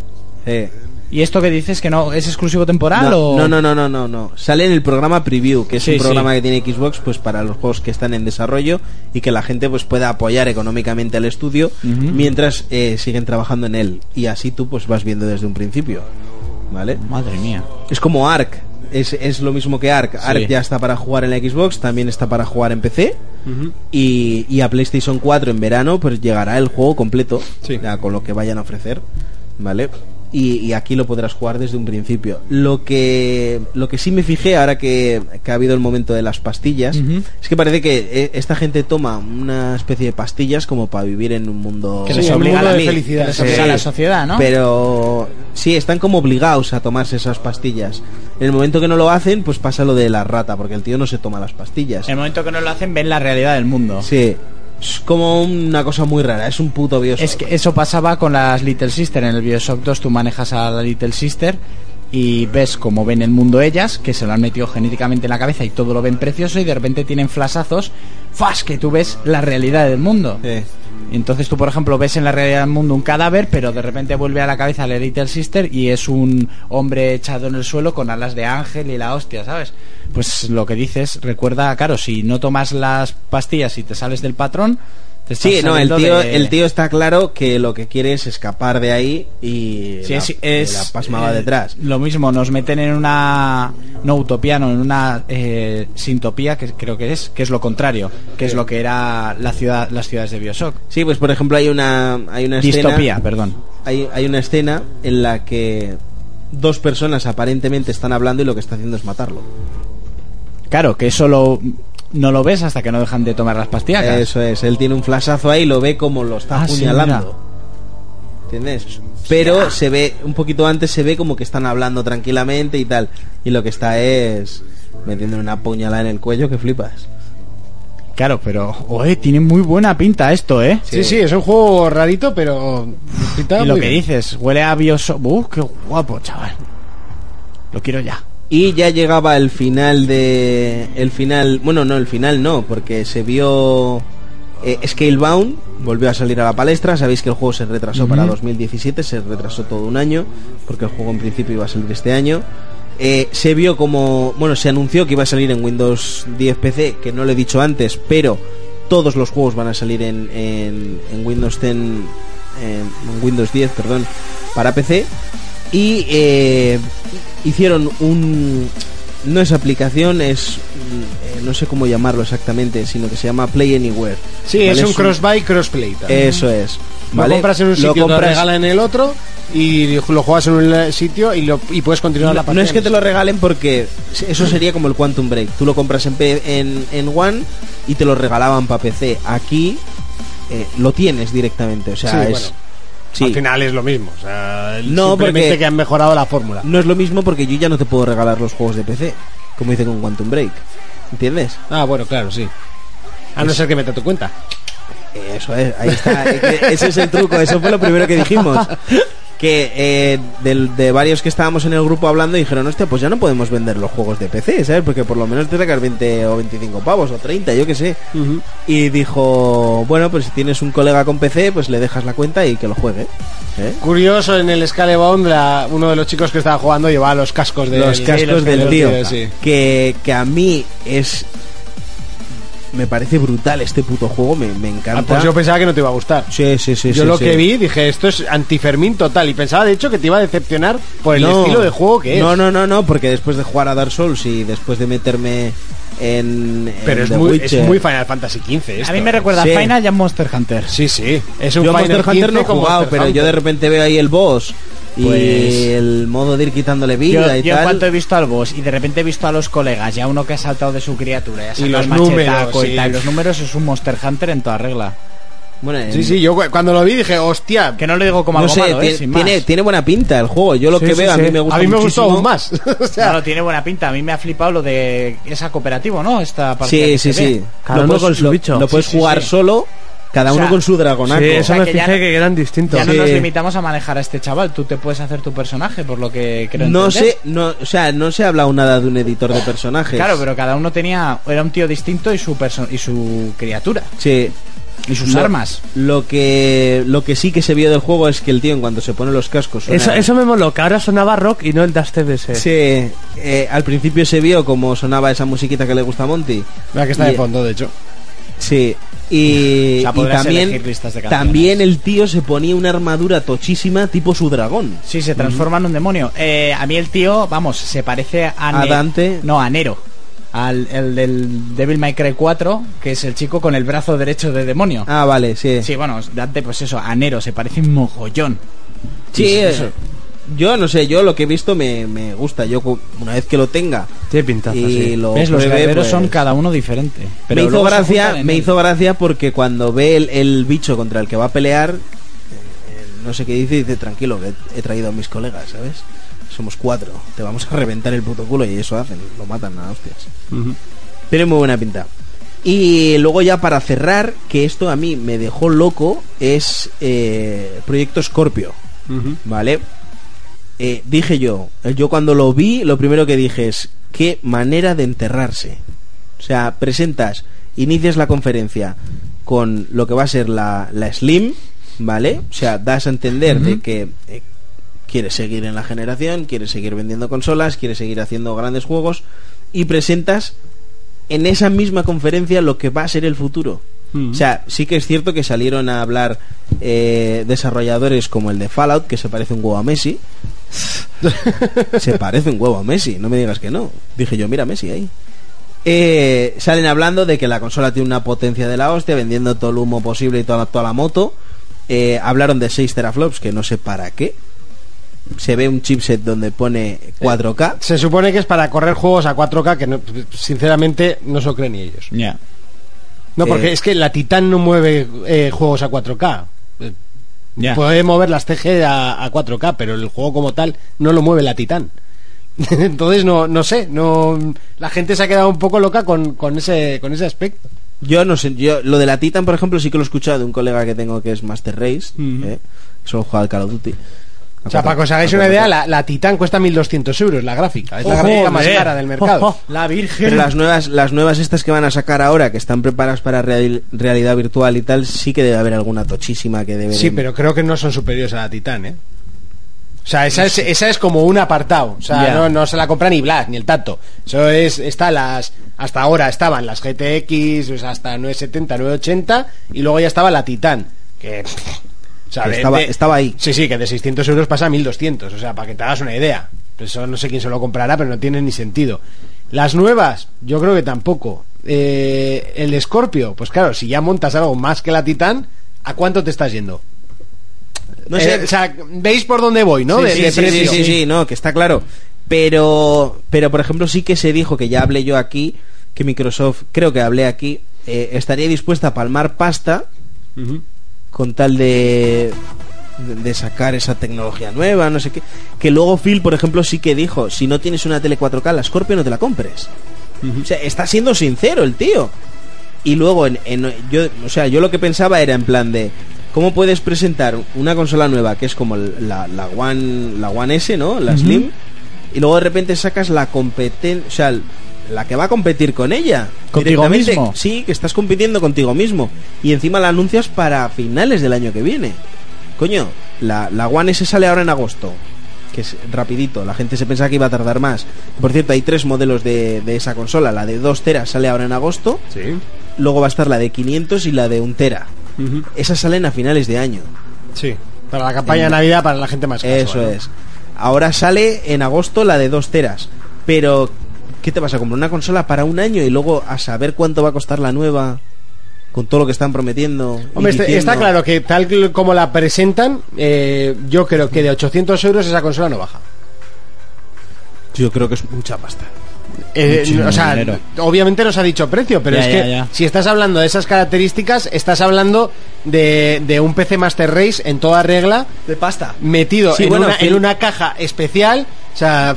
[SPEAKER 5] Eh,
[SPEAKER 3] ¿Y esto que dices que no es exclusivo temporal
[SPEAKER 5] no,
[SPEAKER 3] o.?
[SPEAKER 5] no, no, no, no, no, no. Sale en el programa Preview, que es
[SPEAKER 3] Sí,
[SPEAKER 5] un programa
[SPEAKER 3] sí.
[SPEAKER 5] que tiene Xbox pues para los juegos que están en desarrollo y que la gente pues pueda apoyar económicamente al estudio
[SPEAKER 3] Ujú.
[SPEAKER 5] mientras eh, siguen trabajando en él. Y así tú pues vas viendo desde un principio. ¿Vale?
[SPEAKER 3] Madre mía.
[SPEAKER 5] Es como Ark. Es, es lo mismo que Ark. Ark ya está para jugar en la Xbox, también está para jugar en PC. y, y a PlayStation 4 en verano, pues llegará el juego completo. ya, con lo que vayan a ofrecer. ¿Vale? Y, y aquí lo podrás jugar desde un principio. Lo que, lo que sí me fijé ahora que, que ha habido el momento de las pastillas,
[SPEAKER 3] Ujú.
[SPEAKER 5] es que parece que eh, esta gente toma una especie de pastillas como para vivir en un mundo
[SPEAKER 3] Que
[SPEAKER 2] Sí,
[SPEAKER 3] les
[SPEAKER 2] un
[SPEAKER 3] obliga a
[SPEAKER 2] mundo
[SPEAKER 3] la
[SPEAKER 2] de
[SPEAKER 3] ley,
[SPEAKER 2] felicidad.
[SPEAKER 3] que les
[SPEAKER 5] Sí.
[SPEAKER 3] obliga a la sociedad, ¿no?
[SPEAKER 5] Pero sí, están como obligados a tomarse esas pastillas. En el momento que no lo hacen, pues pasa lo de la rata, porque el tío no se toma las pastillas.
[SPEAKER 3] En el momento que no lo hacen, ven la realidad del mundo.
[SPEAKER 5] Sí, es como una cosa muy rara, es un puto Bioshock.
[SPEAKER 3] Es que eso pasaba con las Little Sister. En el Bioshock 2 tú manejas a la Little Sister y ves cómo ven el mundo ellas, que se lo han metido genéticamente en la cabeza y todo lo ven precioso y de repente tienen flasazos, ¡fas! que tú ves la realidad del mundo.
[SPEAKER 5] Sí.
[SPEAKER 3] Y Entonces tú, por ejemplo, ves en la realidad del mundo un cadáver, pero de repente vuelve a la cabeza la Little Sister y es un hombre echado en el suelo con alas de ángel y la hostia, ¿sabes? Pues lo que dices, recuerda, claro, si no tomas las pastillas y te sales del patrón, te estás
[SPEAKER 5] Sí, no, el
[SPEAKER 3] saliendo
[SPEAKER 5] tío,
[SPEAKER 3] de-
[SPEAKER 5] el tío está claro que lo que quiere es escapar de ahí y
[SPEAKER 3] Sí,
[SPEAKER 5] la,
[SPEAKER 3] es,
[SPEAKER 5] y
[SPEAKER 3] es-
[SPEAKER 5] la pasma va
[SPEAKER 3] eh,
[SPEAKER 5] detrás.
[SPEAKER 3] Lo mismo, nos meten en una. No utopía, no, en una eh, sintopía, que creo que es, que es lo contrario, que es lo que era la ciudad, las ciudades de Bioshock.
[SPEAKER 5] Sí, pues por ejemplo hay una, hay una
[SPEAKER 3] Distopía,
[SPEAKER 5] escena...
[SPEAKER 3] perdón.
[SPEAKER 5] Hay, hay una escena en la que dos personas aparentemente están hablando y lo que está haciendo es matarlo.
[SPEAKER 3] Claro, que eso lo- no lo ves hasta que no dejan de tomar las pastillas.
[SPEAKER 5] Eso es, él tiene un flashazo ahí y lo ve como lo está
[SPEAKER 3] Ah, sí,
[SPEAKER 5] apuñalando. ¿Entiendes? Pero se ve, un poquito antes se ve como que están hablando tranquilamente y tal. Y lo que está es metiendo una puñalada en el cuello que flipas.
[SPEAKER 3] Claro, pero, oye, tiene muy buena pinta esto, ¿eh?
[SPEAKER 2] Sí, sí, es un juego rarito, pero. pinta
[SPEAKER 3] Y lo
[SPEAKER 2] muy
[SPEAKER 3] que
[SPEAKER 2] bien.
[SPEAKER 3] dices, huele a Bioshock. ¡Uh, qué guapo, chaval! Lo quiero ya.
[SPEAKER 5] Y ya llegaba el final de. El final. Bueno, no, el final no, porque se vio. eh, Scalebound volvió a salir a la palestra. Sabéis que el juego se retrasó para 2017, se retrasó todo un año, porque el juego en principio iba a salir este año. Eh, se vio como. Bueno, se anunció que iba a salir en Windows 10 PC, que no lo he dicho antes, pero todos los juegos van a salir en, en- en Windows 10. en eh, Windows 10, perdón, para PC. Y eh, hicieron un... No es aplicación, es... mm, eh, no sé cómo llamarlo exactamente, sino que se llama Play Anywhere.
[SPEAKER 2] Sí,
[SPEAKER 5] ¿Vale?
[SPEAKER 2] es un cross-buy, cross-play. también.
[SPEAKER 5] Eso es. ¿vale?
[SPEAKER 2] Lo compras en un
[SPEAKER 5] Lo
[SPEAKER 2] sitio, te lo
[SPEAKER 5] compras-
[SPEAKER 2] regalan en el otro y lo juegas en un eh, sitio y, lo, y puedes continuar la
[SPEAKER 5] No,
[SPEAKER 2] partida.
[SPEAKER 5] no es que te lo regalen porque eso sería como el Quantum Break. Tú lo compras en, P- en, en One y te lo regalaban para PC. Aquí eh, lo tienes directamente. O sea,
[SPEAKER 2] Sí,
[SPEAKER 5] es...
[SPEAKER 2] bueno.
[SPEAKER 5] sí.
[SPEAKER 2] Al final es lo mismo. O sea, el-
[SPEAKER 5] No,
[SPEAKER 2] simplemente
[SPEAKER 5] porque-
[SPEAKER 2] que han mejorado la fórmula.
[SPEAKER 5] No es lo mismo porque yo ya no te puedo regalar los juegos de PC, como hice con Quantum Break. ¿Entiendes?
[SPEAKER 2] Ah, bueno, claro, sí. A no ser que meta tu cuenta.
[SPEAKER 5] Eh, Eso es, ahí está. Es que Ese es el truco, eso fue lo primero que dijimos. Que eh, del- de, varios que estábamos en el grupo hablando dijeron, hostia, pues ya no podemos vender los juegos de PC, ¿sabes? Porque por lo menos te sacas 20 o 25 pavos o 30, yo qué sé. Y dijo, bueno, pues si tienes un colega con PC, pues le dejas la cuenta y que lo juegue. ¿eh?
[SPEAKER 2] Curioso, en el Scalebound, la- uno de los chicos que estaba jugando llevaba los cascos de
[SPEAKER 5] los cascos del tío.
[SPEAKER 2] sí.
[SPEAKER 5] Que, que a mí es... Me parece brutal este puto juego, me, me encanta.
[SPEAKER 2] Ah, pues yo pensaba que no te iba a gustar.
[SPEAKER 5] Sí, sí, sí,
[SPEAKER 2] yo
[SPEAKER 5] sí,
[SPEAKER 2] lo
[SPEAKER 5] sí.
[SPEAKER 2] que vi dije, esto es antifermín total. Y pensaba, de hecho, que te iba a decepcionar por el estilo de juego que es.
[SPEAKER 5] No, no, no, no, porque después de jugar a Dark Souls y después de meterme en.
[SPEAKER 2] Pero
[SPEAKER 5] en
[SPEAKER 2] es
[SPEAKER 5] The
[SPEAKER 2] muy, es
[SPEAKER 5] Witcher,
[SPEAKER 2] muy Final Fantasy XV. esto,
[SPEAKER 3] a mí me
[SPEAKER 2] ¿eh?
[SPEAKER 3] recuerda
[SPEAKER 5] sí.
[SPEAKER 3] a Final y a Monster Hunter.
[SPEAKER 2] Sí, sí. Es un
[SPEAKER 5] Yo a
[SPEAKER 2] Final
[SPEAKER 5] Monster Hunter no he
[SPEAKER 2] 15 como
[SPEAKER 5] jugado,
[SPEAKER 2] Monster
[SPEAKER 5] pero yo de
[SPEAKER 2] Hunter.
[SPEAKER 5] repente veo ahí el boss y
[SPEAKER 3] Pues-
[SPEAKER 5] el modo de ir quitándole
[SPEAKER 3] Yo,
[SPEAKER 5] vida y
[SPEAKER 3] yo en cuanto he
[SPEAKER 5] tal.
[SPEAKER 3] visto al boss y de repente he visto a los colegas y a uno que ha saltado de su criatura y ha sacado
[SPEAKER 2] los
[SPEAKER 3] el machetaco
[SPEAKER 2] números, sí.
[SPEAKER 3] y tal, los números es un Monster Hunter en toda regla.
[SPEAKER 5] Bueno, en-
[SPEAKER 2] Sí, sí, yo cu- cuando lo vi dije, hostia.
[SPEAKER 3] Que no lo digo como
[SPEAKER 5] no
[SPEAKER 3] algo
[SPEAKER 5] sé,
[SPEAKER 3] malo, ¿eh?
[SPEAKER 5] tiene,
[SPEAKER 3] Sin más.
[SPEAKER 5] tiene, tiene buena pinta el juego. Yo lo
[SPEAKER 4] Sí,
[SPEAKER 5] que
[SPEAKER 4] sí,
[SPEAKER 5] veo,
[SPEAKER 4] sí.
[SPEAKER 5] a mí me gusta
[SPEAKER 2] a mí me gustó
[SPEAKER 5] muchísimo.
[SPEAKER 2] aún más. o sea,
[SPEAKER 3] No, no, tiene buena pinta. A mí me ha flipado lo de esa cooperativo, ¿no? Esta partida
[SPEAKER 5] Sí,
[SPEAKER 3] que
[SPEAKER 5] sí,
[SPEAKER 3] se ve.
[SPEAKER 5] sí.
[SPEAKER 4] Cada uno con su
[SPEAKER 5] lo,
[SPEAKER 4] bicho.
[SPEAKER 5] lo puedes
[SPEAKER 3] Sí, sí,
[SPEAKER 5] jugar
[SPEAKER 3] sí.
[SPEAKER 5] solo, cada
[SPEAKER 3] O
[SPEAKER 5] uno
[SPEAKER 3] sea,
[SPEAKER 5] con su dragonaco.
[SPEAKER 4] Sí, eso
[SPEAKER 3] sea,
[SPEAKER 4] me
[SPEAKER 3] que
[SPEAKER 4] fijé
[SPEAKER 3] ya-
[SPEAKER 4] que eran distintos.
[SPEAKER 3] Ya no
[SPEAKER 5] Sí.
[SPEAKER 3] nos limitamos a manejar a este chaval. Tú te puedes hacer tu personaje, por lo que creo
[SPEAKER 5] No
[SPEAKER 3] entender.
[SPEAKER 5] sé, no, o sea, no se ha hablado nada de un editor de personajes.
[SPEAKER 3] Claro, pero cada uno tenía... Era un tío distinto y su, perso- y su criatura.
[SPEAKER 5] Sí.
[SPEAKER 3] Y sus
[SPEAKER 5] Lo-
[SPEAKER 3] armas.
[SPEAKER 5] Lo que, lo que sí que se vio del juego es que el tío, en cuanto se pone los cascos. suena-
[SPEAKER 4] Eso, eso me moló, que ahora sonaba rock y no el Dust ese.
[SPEAKER 5] Sí, eh, al principio se vio como sonaba esa musiquita que le gusta a Monty.
[SPEAKER 2] La que está de
[SPEAKER 5] Y-
[SPEAKER 2] fondo, de hecho.
[SPEAKER 5] Sí.
[SPEAKER 2] O
[SPEAKER 5] Y,
[SPEAKER 2] sea,
[SPEAKER 5] y
[SPEAKER 2] podrás
[SPEAKER 5] también,
[SPEAKER 2] elegir listas de canciones.
[SPEAKER 5] también el tío se ponía una armadura tochísima tipo su dragón.
[SPEAKER 3] Sí, se transforma en un demonio. Eh, a mí el tío, vamos, se parece a,
[SPEAKER 5] A Dante.
[SPEAKER 3] No, a Nero. Al el del Devil May Cry 4, que es el chico con el brazo derecho de demonio.
[SPEAKER 5] Ah, vale, sí.
[SPEAKER 3] Sí, bueno, Dante, pues eso, a Nero, se parece un mogollón.
[SPEAKER 5] Sí,
[SPEAKER 3] Sí,
[SPEAKER 5] eh,
[SPEAKER 3] eso.
[SPEAKER 5] Yo no sé, yo lo que he visto me, me gusta. Yo cu- una vez que lo tenga
[SPEAKER 4] Tiene pintaza,
[SPEAKER 5] y
[SPEAKER 4] sí.
[SPEAKER 5] lo
[SPEAKER 3] ¿Ves? Los
[SPEAKER 5] pruebe,
[SPEAKER 3] guerreros
[SPEAKER 5] pues,
[SPEAKER 3] son cada uno diferente. Pero
[SPEAKER 5] me hizo
[SPEAKER 3] luego se
[SPEAKER 5] gracia,
[SPEAKER 3] juntan en
[SPEAKER 5] me
[SPEAKER 3] él.
[SPEAKER 5] hizo gracia porque cuando ve el, el bicho contra el que va a pelear, eh, eh, no sé qué dice, dice tranquilo, que he traído a mis colegas, ¿sabes? Somos cuatro, te vamos a reventar el puto culo y eso hacen, lo matan a hostias.
[SPEAKER 4] Ujú.
[SPEAKER 5] Tiene muy buena pinta. Y luego ya para cerrar, que esto a mí me dejó loco, es eh, Proyecto Scorpio,
[SPEAKER 4] Ujú.
[SPEAKER 5] ¿vale? Eh, dije yo, eh, yo cuando lo vi, lo primero que dije es, qué manera de enterrarse. O sea, presentas, inicias la conferencia con lo que va a ser la, la Slim, ¿vale? O sea, das a entender de que eh, quieres seguir en la generación, quieres seguir vendiendo consolas, quieres seguir haciendo grandes juegos y presentas en esa misma conferencia lo que va a ser el futuro. O sea, sí que es cierto que salieron a hablar eh, desarrolladores como el de Fallout, que se parece un huevo a Messi. se parece un huevo a Messi, no me digas que no. Dije yo, mira Messi ahí. Eh, salen hablando de que la consola tiene una potencia de la hostia, vendiendo todo el humo posible y toda la, toda la moto. Eh, hablaron de 6 teraflops, que no sé para qué. Se ve un chipset donde pone 4K.
[SPEAKER 2] Se supone que es para correr juegos a 4K, que no- sinceramente no se lo creen ni ellos.
[SPEAKER 3] Ya.
[SPEAKER 2] No, porque
[SPEAKER 5] Eh,
[SPEAKER 2] es que la Titan no mueve eh, juegos a 4K. Eh,
[SPEAKER 3] Ya.
[SPEAKER 2] Puede mover las TG a, a 4K, pero el juego como tal no lo mueve la Titan. Entonces no, no sé, no la gente se ha quedado un poco loca con, con ese con ese aspecto.
[SPEAKER 5] Yo no sé, yo lo de la Titan, por ejemplo, sí que lo he escuchado de un colega que tengo que es Master Race, ¿eh? solo juega al Call of Duty.
[SPEAKER 2] O sea, para que os hagáis una idea, la, la Titan cuesta 1200 euros, la gráfica. Es la
[SPEAKER 4] Ojo,
[SPEAKER 2] gráfica más
[SPEAKER 4] hombre.
[SPEAKER 2] cara del mercado.
[SPEAKER 4] Ojo.
[SPEAKER 3] La Virgen.
[SPEAKER 5] Pero las nuevas, las nuevas estas que van a sacar ahora, que están preparadas para real- realidad virtual y tal, sí que debe haber alguna tochísima que debe.
[SPEAKER 2] Sí, pero creo que no son superiores a la Titan, ¿eh? O sea, esa es, esa es como un apartado. O sea,
[SPEAKER 3] Ya.
[SPEAKER 2] no, no se la compra ni Blas, ni el Tato. Eso es, está las. Hasta ahora estaban las GTX, pues hasta 970, 980, y luego ya estaba la Titan. Que. O sea,
[SPEAKER 5] Que
[SPEAKER 2] de-
[SPEAKER 5] estaba-
[SPEAKER 2] de-
[SPEAKER 5] estaba ahí.
[SPEAKER 2] Sí, sí, que de 600 euros pasa a 1200. O sea, para que te hagas una idea. Eso no sé quién se lo comprará, pero no tiene ni sentido. Las nuevas, yo creo que tampoco. Eh, el Scorpio, pues claro, si ya montas algo más que la Titan, ¿a cuánto te estás yendo?
[SPEAKER 5] No
[SPEAKER 2] Eh,
[SPEAKER 5] sé,
[SPEAKER 2] o sea, veis por dónde voy, ¿no?
[SPEAKER 5] Sí,
[SPEAKER 2] De-
[SPEAKER 5] sí,
[SPEAKER 2] de
[SPEAKER 5] sí, sí,
[SPEAKER 2] precio.
[SPEAKER 5] sí, sí, no, que está claro. Pero, pero por ejemplo, sí que se dijo que ya hablé yo aquí, que Microsoft, creo que hablé aquí, eh, estaría dispuesta a palmar pasta con tal de de sacar esa tecnología nueva, no sé qué. Que luego Phil, por ejemplo, sí que dijo, si no tienes una tele 4K, la Scorpio no te la compres. O sea, está siendo sincero el tío. Y luego, en, en- yo, o sea, yo lo que pensaba era en plan de cómo puedes presentar una consola nueva que es como el- la, la One, la One S, ¿no? La Slim. Y luego de repente sacas la competencia, o sea, la que va a competir con ella.
[SPEAKER 3] Contigo
[SPEAKER 5] Directamente,
[SPEAKER 3] mismo.
[SPEAKER 5] Sí, que estás compitiendo contigo mismo. Y encima la anuncias para finales del año que viene. Coño, la, la One S sale ahora en agosto. Que es rapidito, la gente se pensaba que iba a tardar más. Por cierto, hay tres modelos de, de esa consola. La de 2 teras sale ahora en agosto.
[SPEAKER 2] Sí.
[SPEAKER 5] Luego va a estar la de 500 y la de 1 tera. Esas salen a finales de año.
[SPEAKER 2] Sí. Para la campaña de Navidad, para la gente más casual.
[SPEAKER 5] Mm. Eso
[SPEAKER 2] ¿no?
[SPEAKER 5] es. Ahora sale en agosto la de 2 teras. Pero, ¿qué te vas a comprar? ¿Una consola para un año y luego a saber cuánto va a costar la nueva? Con todo lo que están prometiendo. y
[SPEAKER 2] Hombre, este-
[SPEAKER 5] diciendo?
[SPEAKER 2] está claro que tal como la presentan, eh, yo creo que de 800 euros esa consola no baja.
[SPEAKER 5] Yo creo que es mucha pasta.
[SPEAKER 2] Eh,
[SPEAKER 3] Muchísimo
[SPEAKER 2] o sea,
[SPEAKER 3] dinero.
[SPEAKER 2] obviamente nos ha dicho precio, pero es
[SPEAKER 3] Ya, ya,
[SPEAKER 2] que
[SPEAKER 3] ya.
[SPEAKER 2] si estás hablando de esas características, estás hablando de, de un PC Master Race en toda regla,
[SPEAKER 5] De pasta.
[SPEAKER 2] metido
[SPEAKER 5] Sí,
[SPEAKER 2] en,
[SPEAKER 5] bueno,
[SPEAKER 2] una,
[SPEAKER 5] Phil-
[SPEAKER 2] en una caja especial. O sea,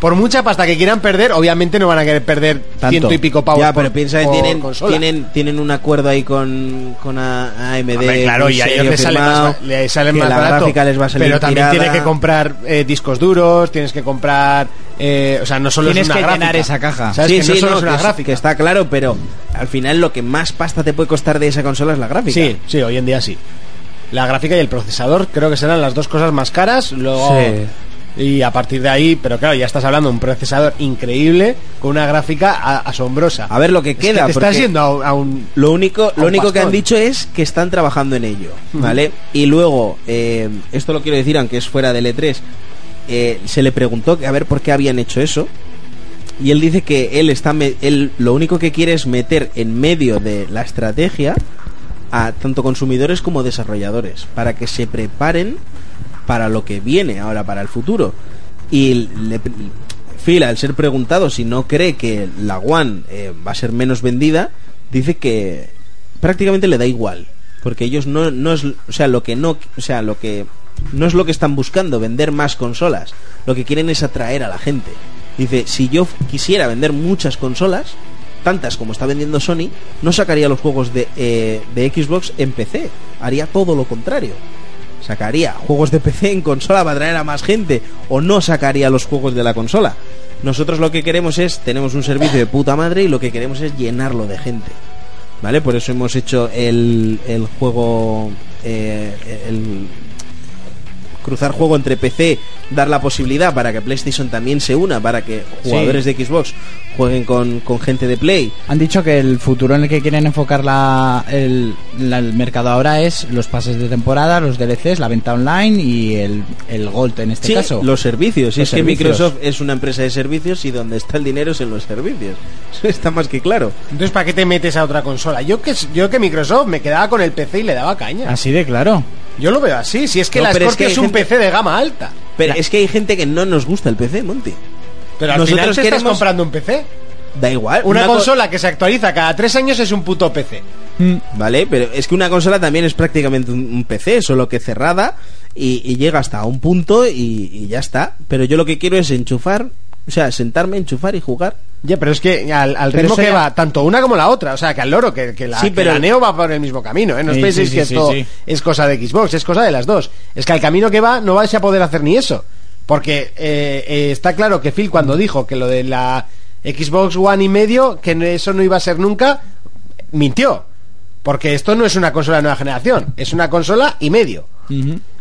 [SPEAKER 2] por mucha pasta que quieran perder, obviamente no van a querer perder
[SPEAKER 3] Tanto.
[SPEAKER 2] ciento y pico pavos.
[SPEAKER 5] Ya,
[SPEAKER 2] por-
[SPEAKER 5] pero piensa que
[SPEAKER 2] por
[SPEAKER 5] tienen,
[SPEAKER 2] consola.
[SPEAKER 5] tienen, tienen un acuerdo ahí con, con a- AMD.
[SPEAKER 2] Hombre, claro,
[SPEAKER 5] muy
[SPEAKER 2] y a
[SPEAKER 5] serio
[SPEAKER 2] ellos les sale
[SPEAKER 5] firmado,
[SPEAKER 2] más, les sale
[SPEAKER 5] que
[SPEAKER 2] más
[SPEAKER 5] la
[SPEAKER 2] barato.
[SPEAKER 5] gráfica les va a salir
[SPEAKER 2] pero también
[SPEAKER 5] tirada.
[SPEAKER 2] tienes que comprar eh, discos duros, tienes que comprar. eh, o sea, no solo
[SPEAKER 3] Tienes
[SPEAKER 2] es una
[SPEAKER 3] que
[SPEAKER 2] gráfica.
[SPEAKER 3] llenar esa caja.
[SPEAKER 2] ¿Sabes?
[SPEAKER 5] Sí,
[SPEAKER 2] que no
[SPEAKER 5] sí,
[SPEAKER 2] solo
[SPEAKER 5] no,
[SPEAKER 2] es
[SPEAKER 5] que,
[SPEAKER 2] una
[SPEAKER 5] es-
[SPEAKER 2] gráfica.
[SPEAKER 5] que está claro, pero al final lo que más pasta te puede costar de esa consola es la gráfica.
[SPEAKER 2] Sí, sí, hoy en día sí. La gráfica y el procesador creo que serán las dos cosas más caras. Luego, Y a partir de ahí, pero claro, ya estás hablando de un procesador increíble con una gráfica a- asombrosa.
[SPEAKER 5] A ver lo que
[SPEAKER 2] Es que
[SPEAKER 5] queda.
[SPEAKER 2] te estás
[SPEAKER 5] porque-
[SPEAKER 2] yendo a, un- a un.
[SPEAKER 5] Lo único,
[SPEAKER 2] un
[SPEAKER 5] lo único que
[SPEAKER 2] pastor.
[SPEAKER 5] han dicho es que están trabajando en ello, ¿vale? Y luego, eh, esto lo quiero decir, aunque es fuera del E3, eh, se le preguntó que a ver por qué habían hecho eso. Y él dice que él está me- él lo único que quiere es meter en medio de la estrategia a tanto consumidores como desarrolladores para que se preparen para lo que viene ahora para el futuro. Y le- Phil, al ser preguntado si no cree que la One eh, va a ser menos vendida, dice que prácticamente le da igual, porque ellos no, no es, o sea, lo que no, o sea, lo que no es lo que están buscando vender más consolas, lo que quieren es atraer a la gente. Dice, si yo quisiera vender muchas consolas, tantas como está vendiendo Sony, no sacaría los juegos de, eh, de Xbox en PC, haría todo lo contrario sacaría juegos de PC en consola para atraer a más gente o no sacaría los juegos de la consola. Nosotros lo que queremos es, tenemos un servicio de puta madre y lo que queremos es llenarlo de gente. ¿Vale? Por eso hemos hecho el, el juego... eh, el cruzar juego entre PC, dar la posibilidad para que PlayStation también se una, para que jugadores de Xbox jueguen con, con gente de Play.
[SPEAKER 3] Han dicho que el futuro en el que quieren enfocar la, el, la- el mercado ahora es los pases de temporada, los DLCs, la venta online y el, el Gold en este
[SPEAKER 5] Sí,
[SPEAKER 3] caso.
[SPEAKER 5] los servicios.
[SPEAKER 3] Los
[SPEAKER 5] es que
[SPEAKER 3] servicios.
[SPEAKER 5] Microsoft es una empresa de servicios y donde está el dinero es en los servicios. Eso está más que claro.
[SPEAKER 2] Entonces, ¿para qué te metes a otra consola? Yo que, yo que Microsoft me quedaba con el PC y le daba caña.
[SPEAKER 3] Así de claro.
[SPEAKER 2] Yo lo veo así. Si es que
[SPEAKER 5] Ah. No,
[SPEAKER 2] la
[SPEAKER 5] pero
[SPEAKER 2] Scorpio
[SPEAKER 5] es
[SPEAKER 2] es,
[SPEAKER 5] que hay
[SPEAKER 2] un
[SPEAKER 5] gente-
[SPEAKER 2] PC de gama alta.
[SPEAKER 5] Pero es que hay gente que no nos gusta el PC, Monty.
[SPEAKER 2] Pero al
[SPEAKER 5] Nosotros
[SPEAKER 2] final te estás
[SPEAKER 5] queremos-
[SPEAKER 2] comprando un PC.
[SPEAKER 5] Da igual.
[SPEAKER 2] Una,
[SPEAKER 5] co-
[SPEAKER 2] consola que se actualiza cada tres años es un puto PC.
[SPEAKER 5] Vale, pero es que una consola también es prácticamente un, un PC, solo que cerrada y, y llega hasta un punto y, y ya está. Pero yo lo que quiero es enchufar, o sea, sentarme, enchufar y jugar.
[SPEAKER 2] Ya, pero es que al, al
[SPEAKER 3] Pero
[SPEAKER 2] ritmo
[SPEAKER 3] eso
[SPEAKER 2] que
[SPEAKER 3] ya-
[SPEAKER 2] va, tanto una como la otra, o sea, que al loro, que, que la,
[SPEAKER 5] Sí,
[SPEAKER 2] que
[SPEAKER 5] pero-
[SPEAKER 2] la Neo va por el mismo camino, ¿eh? No os
[SPEAKER 3] Sí,
[SPEAKER 2] penséis
[SPEAKER 3] sí, sí,
[SPEAKER 2] que
[SPEAKER 3] sí,
[SPEAKER 2] esto
[SPEAKER 3] sí.
[SPEAKER 2] es cosa de Xbox, es cosa de las dos. Es que al camino que va no vais a poder hacer ni eso. Porque eh, eh, está claro que Phil cuando dijo que lo de la Xbox One y medio, que no- eso no iba a ser nunca, mintió. Porque esto no es una consola de nueva generación, es una consola y medio.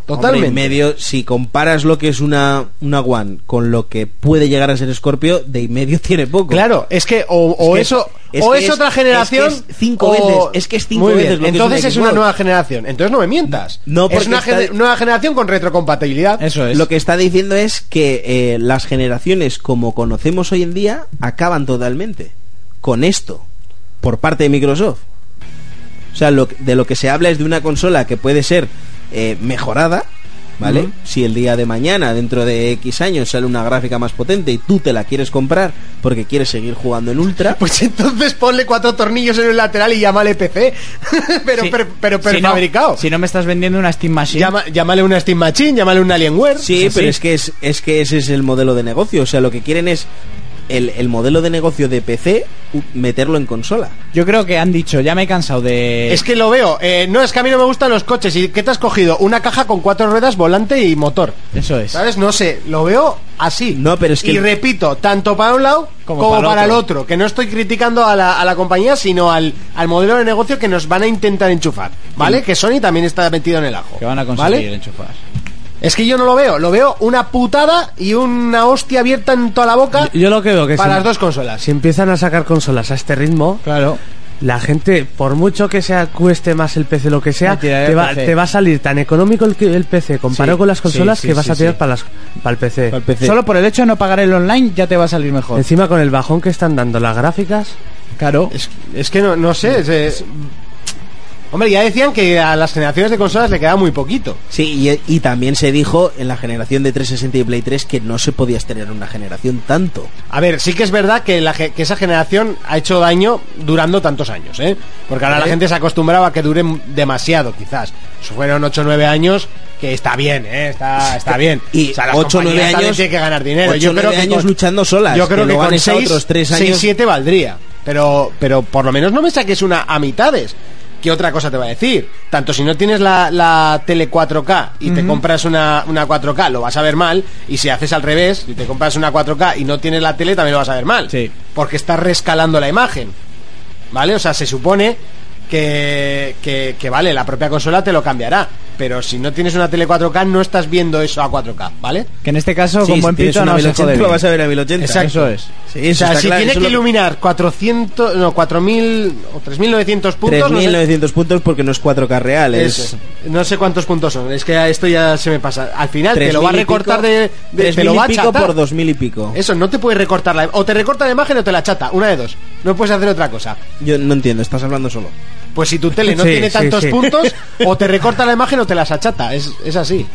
[SPEAKER 2] Totalmente.
[SPEAKER 5] Hombre, y medio, si comparas lo que es una, una One con lo que puede llegar a ser Scorpio, de y medio tiene poco.
[SPEAKER 2] Claro, es que o, o
[SPEAKER 5] que-
[SPEAKER 2] eso
[SPEAKER 5] es
[SPEAKER 2] o
[SPEAKER 5] que
[SPEAKER 2] es,
[SPEAKER 5] es-
[SPEAKER 2] otra
[SPEAKER 5] es que
[SPEAKER 2] generación
[SPEAKER 5] es cinco
[SPEAKER 2] o-
[SPEAKER 5] veces, es que es cinco
[SPEAKER 2] Muy bien,
[SPEAKER 5] veces lo que es un
[SPEAKER 2] entonces es una
[SPEAKER 5] Xbox.
[SPEAKER 2] nueva generación. Entonces no me mientas.
[SPEAKER 5] No,
[SPEAKER 2] es
[SPEAKER 5] porque
[SPEAKER 2] una
[SPEAKER 5] está-
[SPEAKER 2] gene- nueva generación con retrocompatibilidad.
[SPEAKER 3] Eso es.
[SPEAKER 5] Lo que está diciendo es que eh, las generaciones como conocemos hoy en día acaban totalmente con esto por parte de Microsoft. O sea, lo que- de lo que se habla es de una consola que puede ser eh, mejorada, ¿vale? Si el día de mañana, dentro de X años, sale una gráfica más potente y tú te la quieres comprar porque quieres seguir jugando en Ultra.
[SPEAKER 2] Pues entonces ponle cuatro tornillos en el lateral y llámale PC. pero,
[SPEAKER 3] Sí.
[SPEAKER 2] pero, pero,
[SPEAKER 3] Si no-
[SPEAKER 2] prefabricado.
[SPEAKER 3] si no me estás vendiendo una Steam Machine.
[SPEAKER 2] Llama- llámale una Steam Machine, llámale un Alienware.
[SPEAKER 5] Sí,
[SPEAKER 3] Es
[SPEAKER 5] pero
[SPEAKER 3] así.
[SPEAKER 5] es que, es, es que ese es el modelo de negocio. O sea, lo que quieren es el, el modelo de negocio de PC u- meterlo en consola.
[SPEAKER 3] Yo creo que han dicho, ya me he cansado de...
[SPEAKER 2] Es que lo veo. Eh, no, es que a mí no me gustan los coches. ¿Y qué te has cogido? Una caja con cuatro ruedas, volante y motor.
[SPEAKER 3] Eso es.
[SPEAKER 2] ¿Sabes? No sé, lo veo así.
[SPEAKER 5] No, pero es que-
[SPEAKER 2] Y repito, tanto para un lado como,
[SPEAKER 3] Como para
[SPEAKER 2] para,
[SPEAKER 3] el
[SPEAKER 2] el
[SPEAKER 3] otro.
[SPEAKER 2] otro. Que no estoy criticando a la, a la compañía, sino al, al modelo de negocio que nos van a intentar enchufar. ¿Vale? Que Sony también está metido en el ajo.
[SPEAKER 3] Que van a conseguir
[SPEAKER 2] ¿Vale?
[SPEAKER 3] enchufar.
[SPEAKER 2] Es que yo no lo veo. Lo veo una putada y una hostia abierta en toda la boca
[SPEAKER 4] Yo lo que veo que
[SPEAKER 2] para
[SPEAKER 4] si-
[SPEAKER 2] las dos consolas.
[SPEAKER 4] Si empiezan a sacar consolas a este ritmo,
[SPEAKER 3] Claro.
[SPEAKER 4] la gente, por mucho que sea cueste más el PC lo que sea,
[SPEAKER 3] Le tirará
[SPEAKER 4] te
[SPEAKER 3] el
[SPEAKER 4] va,
[SPEAKER 3] PC.
[SPEAKER 4] te va a salir tan económico el, que- el PC comparado
[SPEAKER 3] Sí,
[SPEAKER 4] con las consolas
[SPEAKER 3] sí, sí,
[SPEAKER 4] que vas
[SPEAKER 3] sí,
[SPEAKER 4] a tirar
[SPEAKER 3] sí.
[SPEAKER 4] para, las, para el PC.
[SPEAKER 5] Para el PC.
[SPEAKER 3] Solo por el hecho de no pagar el online ya te va a salir mejor.
[SPEAKER 4] Encima con el bajón que están dando las gráficas,
[SPEAKER 3] Claro.
[SPEAKER 2] Es, es que no, no sé. es, eh, Hombre, ya decían que a las generaciones de consolas le quedaba muy poquito.
[SPEAKER 5] Sí, y, y también se dijo en la generación de 360 y Play 3 que no se podía tener una generación tanto.
[SPEAKER 2] A ver, sí que es verdad que, la ge- que esa generación ha hecho daño durando tantos años, ¿eh? Porque ahora la
[SPEAKER 5] ¿Eh?
[SPEAKER 2] gente se acostumbraba a que dure demasiado, quizás. Eso fueron 8 o 9 años, que está bien, ¿eh? Está, está bien.
[SPEAKER 5] Y
[SPEAKER 2] o sea, las
[SPEAKER 5] 8 o 9
[SPEAKER 2] compañías también
[SPEAKER 5] años-
[SPEAKER 2] tienen que ganar dinero.
[SPEAKER 5] 8 o
[SPEAKER 2] yo creo
[SPEAKER 5] 9
[SPEAKER 2] que
[SPEAKER 5] años
[SPEAKER 2] con-
[SPEAKER 5] luchando solas,
[SPEAKER 2] Yo
[SPEAKER 5] que
[SPEAKER 2] creo que,
[SPEAKER 5] luego han
[SPEAKER 2] con
[SPEAKER 5] estado
[SPEAKER 2] 6,
[SPEAKER 5] otros tres años-
[SPEAKER 2] 7 valdría. Pero, pero por lo menos no me saques una a mitades. ¿Qué otra cosa te va a decir? Tanto si no tienes la, la tele 4K y te compras una, una 4K, lo vas a ver mal. Y si haces al revés, y te compras una 4K y no tienes la tele, también lo vas a ver mal.
[SPEAKER 3] Sí.
[SPEAKER 2] Porque estás rescalando la imagen. ¿Vale? O sea, se supone que, que, que, vale, la propia consola te lo cambiará. Pero si no tienes una tele 4K, no estás viendo eso a 4K, ¿vale?
[SPEAKER 3] Que en este caso, con
[SPEAKER 5] Sí,
[SPEAKER 3] buen
[SPEAKER 5] si tienes
[SPEAKER 3] pito
[SPEAKER 5] una
[SPEAKER 3] no se
[SPEAKER 5] 1080,
[SPEAKER 3] jode
[SPEAKER 5] lo
[SPEAKER 3] bien.
[SPEAKER 5] vas a ver a 1080.
[SPEAKER 3] Exacto. Eso es.
[SPEAKER 5] Sí,
[SPEAKER 2] O
[SPEAKER 5] eso
[SPEAKER 2] sea,
[SPEAKER 5] está
[SPEAKER 2] si
[SPEAKER 5] claro,
[SPEAKER 2] tiene
[SPEAKER 5] eso
[SPEAKER 2] que
[SPEAKER 5] es lo-
[SPEAKER 2] iluminar 400, no, 4000 o 3900 puntos, no sé,
[SPEAKER 5] 3.900 puntos porque no es 4K real, es...
[SPEAKER 2] es- no sé cuántos puntos son, es que esto ya se me pasa. Al final te
[SPEAKER 5] 3.000
[SPEAKER 2] lo va a
[SPEAKER 5] y
[SPEAKER 2] recortar
[SPEAKER 5] pico-
[SPEAKER 2] de, de- te
[SPEAKER 5] 3.000
[SPEAKER 2] lo va a
[SPEAKER 5] y pico
[SPEAKER 2] achatar.
[SPEAKER 5] por 2.000 y pico.
[SPEAKER 2] Eso, no te puedes recortar la o te recorta la imagen o te la chata, una de dos. No puedes hacer otra cosa.
[SPEAKER 5] Yo no entiendo, estás hablando solo.
[SPEAKER 2] Pues si tu tele no
[SPEAKER 4] Sí,
[SPEAKER 2] tiene
[SPEAKER 4] sí,
[SPEAKER 2] tantos
[SPEAKER 4] sí.
[SPEAKER 2] puntos, o te recorta la imagen o te las achata, es, es así.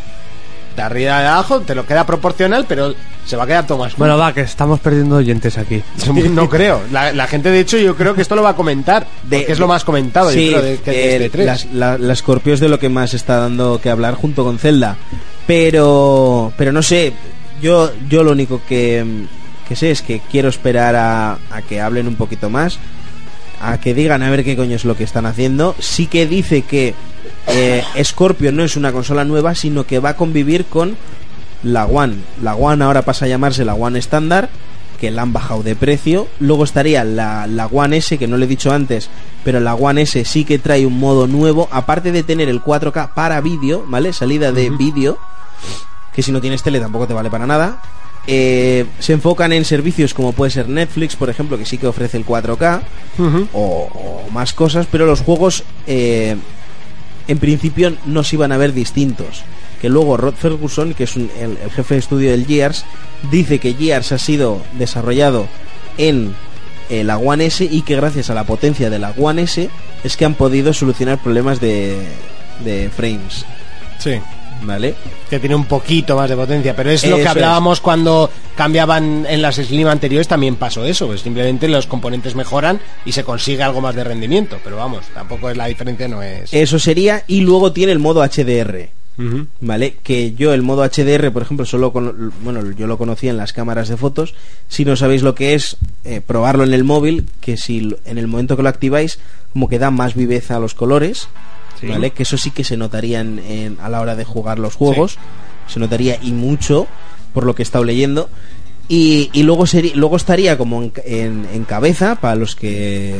[SPEAKER 2] De arriba de abajo te lo queda proporcional, pero se va a quedar todo más
[SPEAKER 4] Bueno, va, que estamos perdiendo oyentes aquí.
[SPEAKER 2] No creo. La, la gente, de hecho, yo creo que esto lo va a comentar.
[SPEAKER 5] De-
[SPEAKER 2] porque es lo más comentado,
[SPEAKER 5] Sí,
[SPEAKER 2] yo creo, de, que de
[SPEAKER 5] eh,
[SPEAKER 2] este 3.
[SPEAKER 5] Las, la, la Scorpio es de lo que más está dando que hablar junto con Zelda. Pero, pero no sé, yo, yo lo único que, que sé es que quiero esperar a, a que hablen un poquito más, a que digan a ver qué coño es lo que están haciendo. Sí que dice que eh, Scorpio no es una consola nueva, sino que va a convivir con la One. La One ahora pasa a llamarse la One estándar, que la han bajado de precio. Luego estaría la, la One S, que no le he dicho antes, pero la One S sí que trae un modo nuevo, aparte de tener el 4K para vídeo, ¿vale? Salida de vídeo, que si no tienes tele tampoco te vale para nada. Eh, se enfocan en servicios como puede ser Netflix, por ejemplo, que sí que ofrece el 4K o, o más cosas, pero los juegos eh, en principio no se iban a ver distintos. Que luego Rod Ferguson, que es un- el, el jefe de estudio del Gears, dice que Gears ha sido desarrollado en eh, la One S y que gracias a la potencia de la One S es que han podido solucionar problemas de, de frames.
[SPEAKER 2] Sí.
[SPEAKER 5] ¿Vale?
[SPEAKER 2] Que tiene un poquito más de potencia, pero es lo que
[SPEAKER 5] Eso
[SPEAKER 2] hablábamos cuando cambiaban en las Slim anteriores, también pasó eso, pues simplemente los componentes mejoran y se consigue algo más de rendimiento, pero vamos, tampoco es la diferencia, no es...
[SPEAKER 5] Eso sería, y luego tiene el modo HDR.
[SPEAKER 2] Ujú.
[SPEAKER 5] ¿Vale? Que yo el modo HDR, por ejemplo, solo con, bueno, yo lo conocía en las cámaras de fotos. Si no sabéis lo que es, eh, probarlo en el móvil, que si lo- en el momento que lo activáis, como que da más viveza a los colores, ¿vale? Que eso sí que se notaría en- en- a la hora de jugar los juegos, se notaría y mucho, por lo que he estado leyendo. Y, y luego, seri- luego estaría como en, en- en cabeza para los que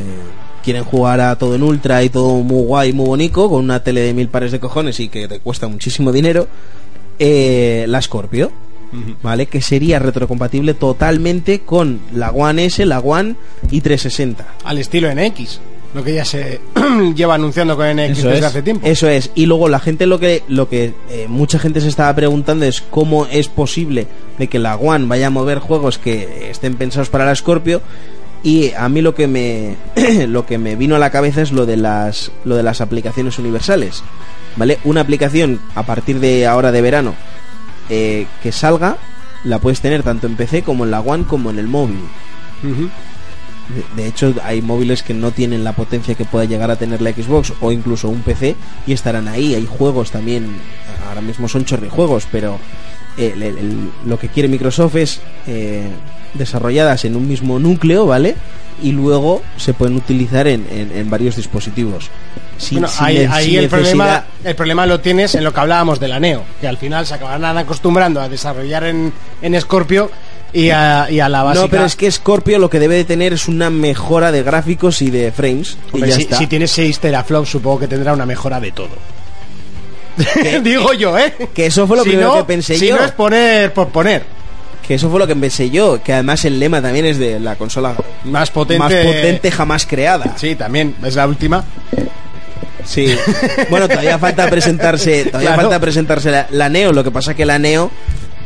[SPEAKER 5] quieren jugar a todo en ultra y todo muy guay, muy bonito, con una tele de mil pares de cojones y que te cuesta muchísimo dinero, eh, la Scorpio, ¿vale? Que sería retrocompatible totalmente con la One S, la One y 360.
[SPEAKER 2] Al estilo NX, lo que ya se lleva anunciando con NX
[SPEAKER 3] Eso
[SPEAKER 2] desde
[SPEAKER 3] es.
[SPEAKER 2] hace tiempo.
[SPEAKER 5] Eso es. Y luego la gente lo que lo que eh, mucha gente se estaba preguntando es cómo es posible de que la One vaya a mover juegos que estén pensados para la Scorpio. Y a mí lo que me lo que me vino a la cabeza es lo de las lo de las aplicaciones universales, ¿vale? Una aplicación a partir de ahora de verano eh, que salga la puedes tener tanto en PC como en la One como en el móvil.
[SPEAKER 2] Ujú.
[SPEAKER 5] De de hecho, hay móviles que no tienen la potencia que pueda llegar a tener la Xbox o incluso un PC y estarán ahí. Hay juegos también, ahora mismo son chorrijuegos, pero eh, el- el- lo que quiere Microsoft es eh, desarrolladas en un mismo núcleo, ¿vale? Y luego se pueden utilizar en, en- en varios dispositivos. Sin-
[SPEAKER 2] Bueno,
[SPEAKER 5] sin
[SPEAKER 2] ahí,
[SPEAKER 5] ne-
[SPEAKER 2] ahí
[SPEAKER 5] sin
[SPEAKER 2] el, problema,
[SPEAKER 5] necesidad-
[SPEAKER 2] el problema lo tienes en lo que hablábamos del aneo, que al final se acabarán acostumbrando a desarrollar en, en Scorpio y a, y a la básica.
[SPEAKER 5] No, pero es que Scorpio lo que debe de tener es una mejora de gráficos y de frames. y
[SPEAKER 2] Hombre,
[SPEAKER 5] ya
[SPEAKER 2] si,
[SPEAKER 5] está.
[SPEAKER 2] si tiene 6 teraflops, supongo que tendrá una mejora de todo. Digo yo, ¿eh?
[SPEAKER 5] que eso fue lo
[SPEAKER 2] si
[SPEAKER 5] primero
[SPEAKER 2] no,
[SPEAKER 5] que pensé
[SPEAKER 2] si
[SPEAKER 5] yo.
[SPEAKER 2] no es poner por poner.
[SPEAKER 5] Que eso fue lo que pensé yo, que además el lema también es de la consola
[SPEAKER 2] Más potente.
[SPEAKER 5] más potente jamás creada.
[SPEAKER 2] Sí, también. Es la última.
[SPEAKER 5] Sí. bueno, todavía falta presentarse, todavía
[SPEAKER 2] Claro.
[SPEAKER 5] falta presentarse la, la Neo, lo que pasa que la Neo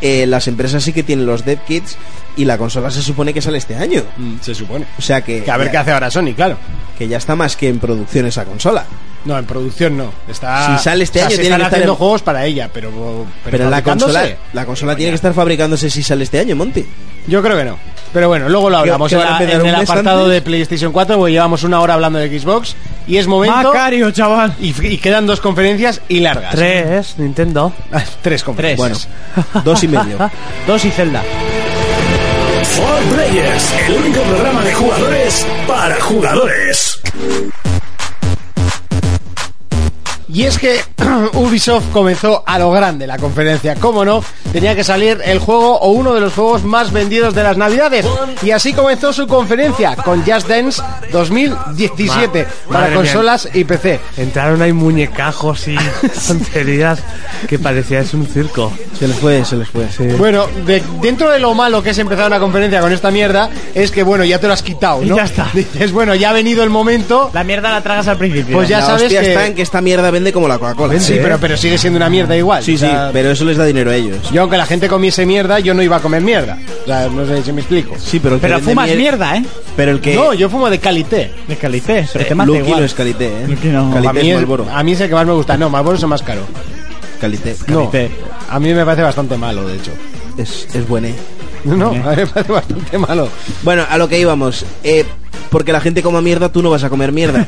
[SPEAKER 5] eh, las empresas sí que tienen los dev kits y la consola se supone que sale este año.
[SPEAKER 2] Se supone.
[SPEAKER 5] O sea que
[SPEAKER 2] Que a ver
[SPEAKER 5] ya,
[SPEAKER 2] qué hace ahora Sony, claro.
[SPEAKER 5] que ya está más que en producción esa consola.
[SPEAKER 2] No, en producción no. Está,
[SPEAKER 5] Si sale este
[SPEAKER 2] o sea,
[SPEAKER 5] año,
[SPEAKER 2] se
[SPEAKER 5] tiene
[SPEAKER 2] están
[SPEAKER 5] que estar
[SPEAKER 2] haciendo
[SPEAKER 5] en-
[SPEAKER 2] juegos para ella, pero.
[SPEAKER 5] Pero, la
[SPEAKER 2] fabricándose,
[SPEAKER 5] consola, la consola tiene que estar fabricándose si sale este año, Monty.
[SPEAKER 2] Yo creo que no. Pero bueno, luego lo hablamos.
[SPEAKER 5] que
[SPEAKER 2] En,
[SPEAKER 5] van a
[SPEAKER 2] la-
[SPEAKER 5] empezar
[SPEAKER 2] en
[SPEAKER 5] un
[SPEAKER 2] el
[SPEAKER 5] mes
[SPEAKER 2] apartado
[SPEAKER 5] antes.
[SPEAKER 2] de PlayStation 4, porque llevamos una hora hablando de Xbox. Y es momento.
[SPEAKER 3] Macario, chaval.
[SPEAKER 2] Y, y quedan dos conferencias y largas. Ah,
[SPEAKER 4] Tres, Nintendo.
[SPEAKER 2] Tres conferencias.
[SPEAKER 5] Bueno, dos y medio.
[SPEAKER 4] Dos y Zelda.
[SPEAKER 1] For Players, el único programa de jugadores para jugadores.
[SPEAKER 2] Y es que Ubisoft comenzó a lo grande la conferencia. Como no, tenía que salir el juego o uno de los juegos más vendidos de las Navidades. Y así comenzó su conferencia con Just Dance 2017
[SPEAKER 4] Ma-
[SPEAKER 2] para
[SPEAKER 4] madre mía.
[SPEAKER 2] consolas y PC.
[SPEAKER 4] Entraron ahí muñecajos y tonterías que parecía es un circo.
[SPEAKER 5] Se les fue, se les fue.
[SPEAKER 2] Bueno, de- dentro de lo malo que es empezar una conferencia con esta mierda, es que bueno, ya te lo has quitado,
[SPEAKER 4] Y
[SPEAKER 2] ¿no?
[SPEAKER 4] ya está.
[SPEAKER 2] Dices, bueno, ya ha venido el momento.
[SPEAKER 3] La mierda la tragas al principio.
[SPEAKER 2] Pues ya
[SPEAKER 5] la
[SPEAKER 2] sabes
[SPEAKER 5] hostia
[SPEAKER 2] que-
[SPEAKER 5] está en que esta mierda vende como la Coca-Cola.
[SPEAKER 2] Sí, pero, pero sigue siendo una mierda igual.
[SPEAKER 5] Sí,
[SPEAKER 2] O
[SPEAKER 5] sí,
[SPEAKER 2] sea,
[SPEAKER 5] pero eso les da dinero a ellos.
[SPEAKER 2] Yo aunque la gente comiese mierda, yo no iba a comer mierda. O sea, no sé si me explico.
[SPEAKER 5] Sí, pero el que
[SPEAKER 3] Pero
[SPEAKER 5] vende
[SPEAKER 3] fumas
[SPEAKER 5] mier-
[SPEAKER 3] mierda, ¿eh?
[SPEAKER 5] Pero el que...
[SPEAKER 2] No, yo fumo de calité.
[SPEAKER 3] De calice, pero te mata
[SPEAKER 5] Lucky
[SPEAKER 3] igual.
[SPEAKER 5] no es Calité, ¿eh?
[SPEAKER 3] Lucky no.
[SPEAKER 5] Calité
[SPEAKER 2] A mí,
[SPEAKER 5] es
[SPEAKER 2] es,
[SPEAKER 5] Marlboro.
[SPEAKER 3] ah,
[SPEAKER 2] a mí es el que más me gusta. No, Marlboro es el más caro.
[SPEAKER 5] Calité.
[SPEAKER 2] No,
[SPEAKER 3] Calité.
[SPEAKER 2] a mí me parece bastante malo, de hecho.
[SPEAKER 5] Es, es buena. ¿eh?
[SPEAKER 2] No, no, a mí me parece bastante malo.
[SPEAKER 5] Bueno, a lo que íbamos. Eh, porque la gente coma mierda, tú no vas a comer mierda.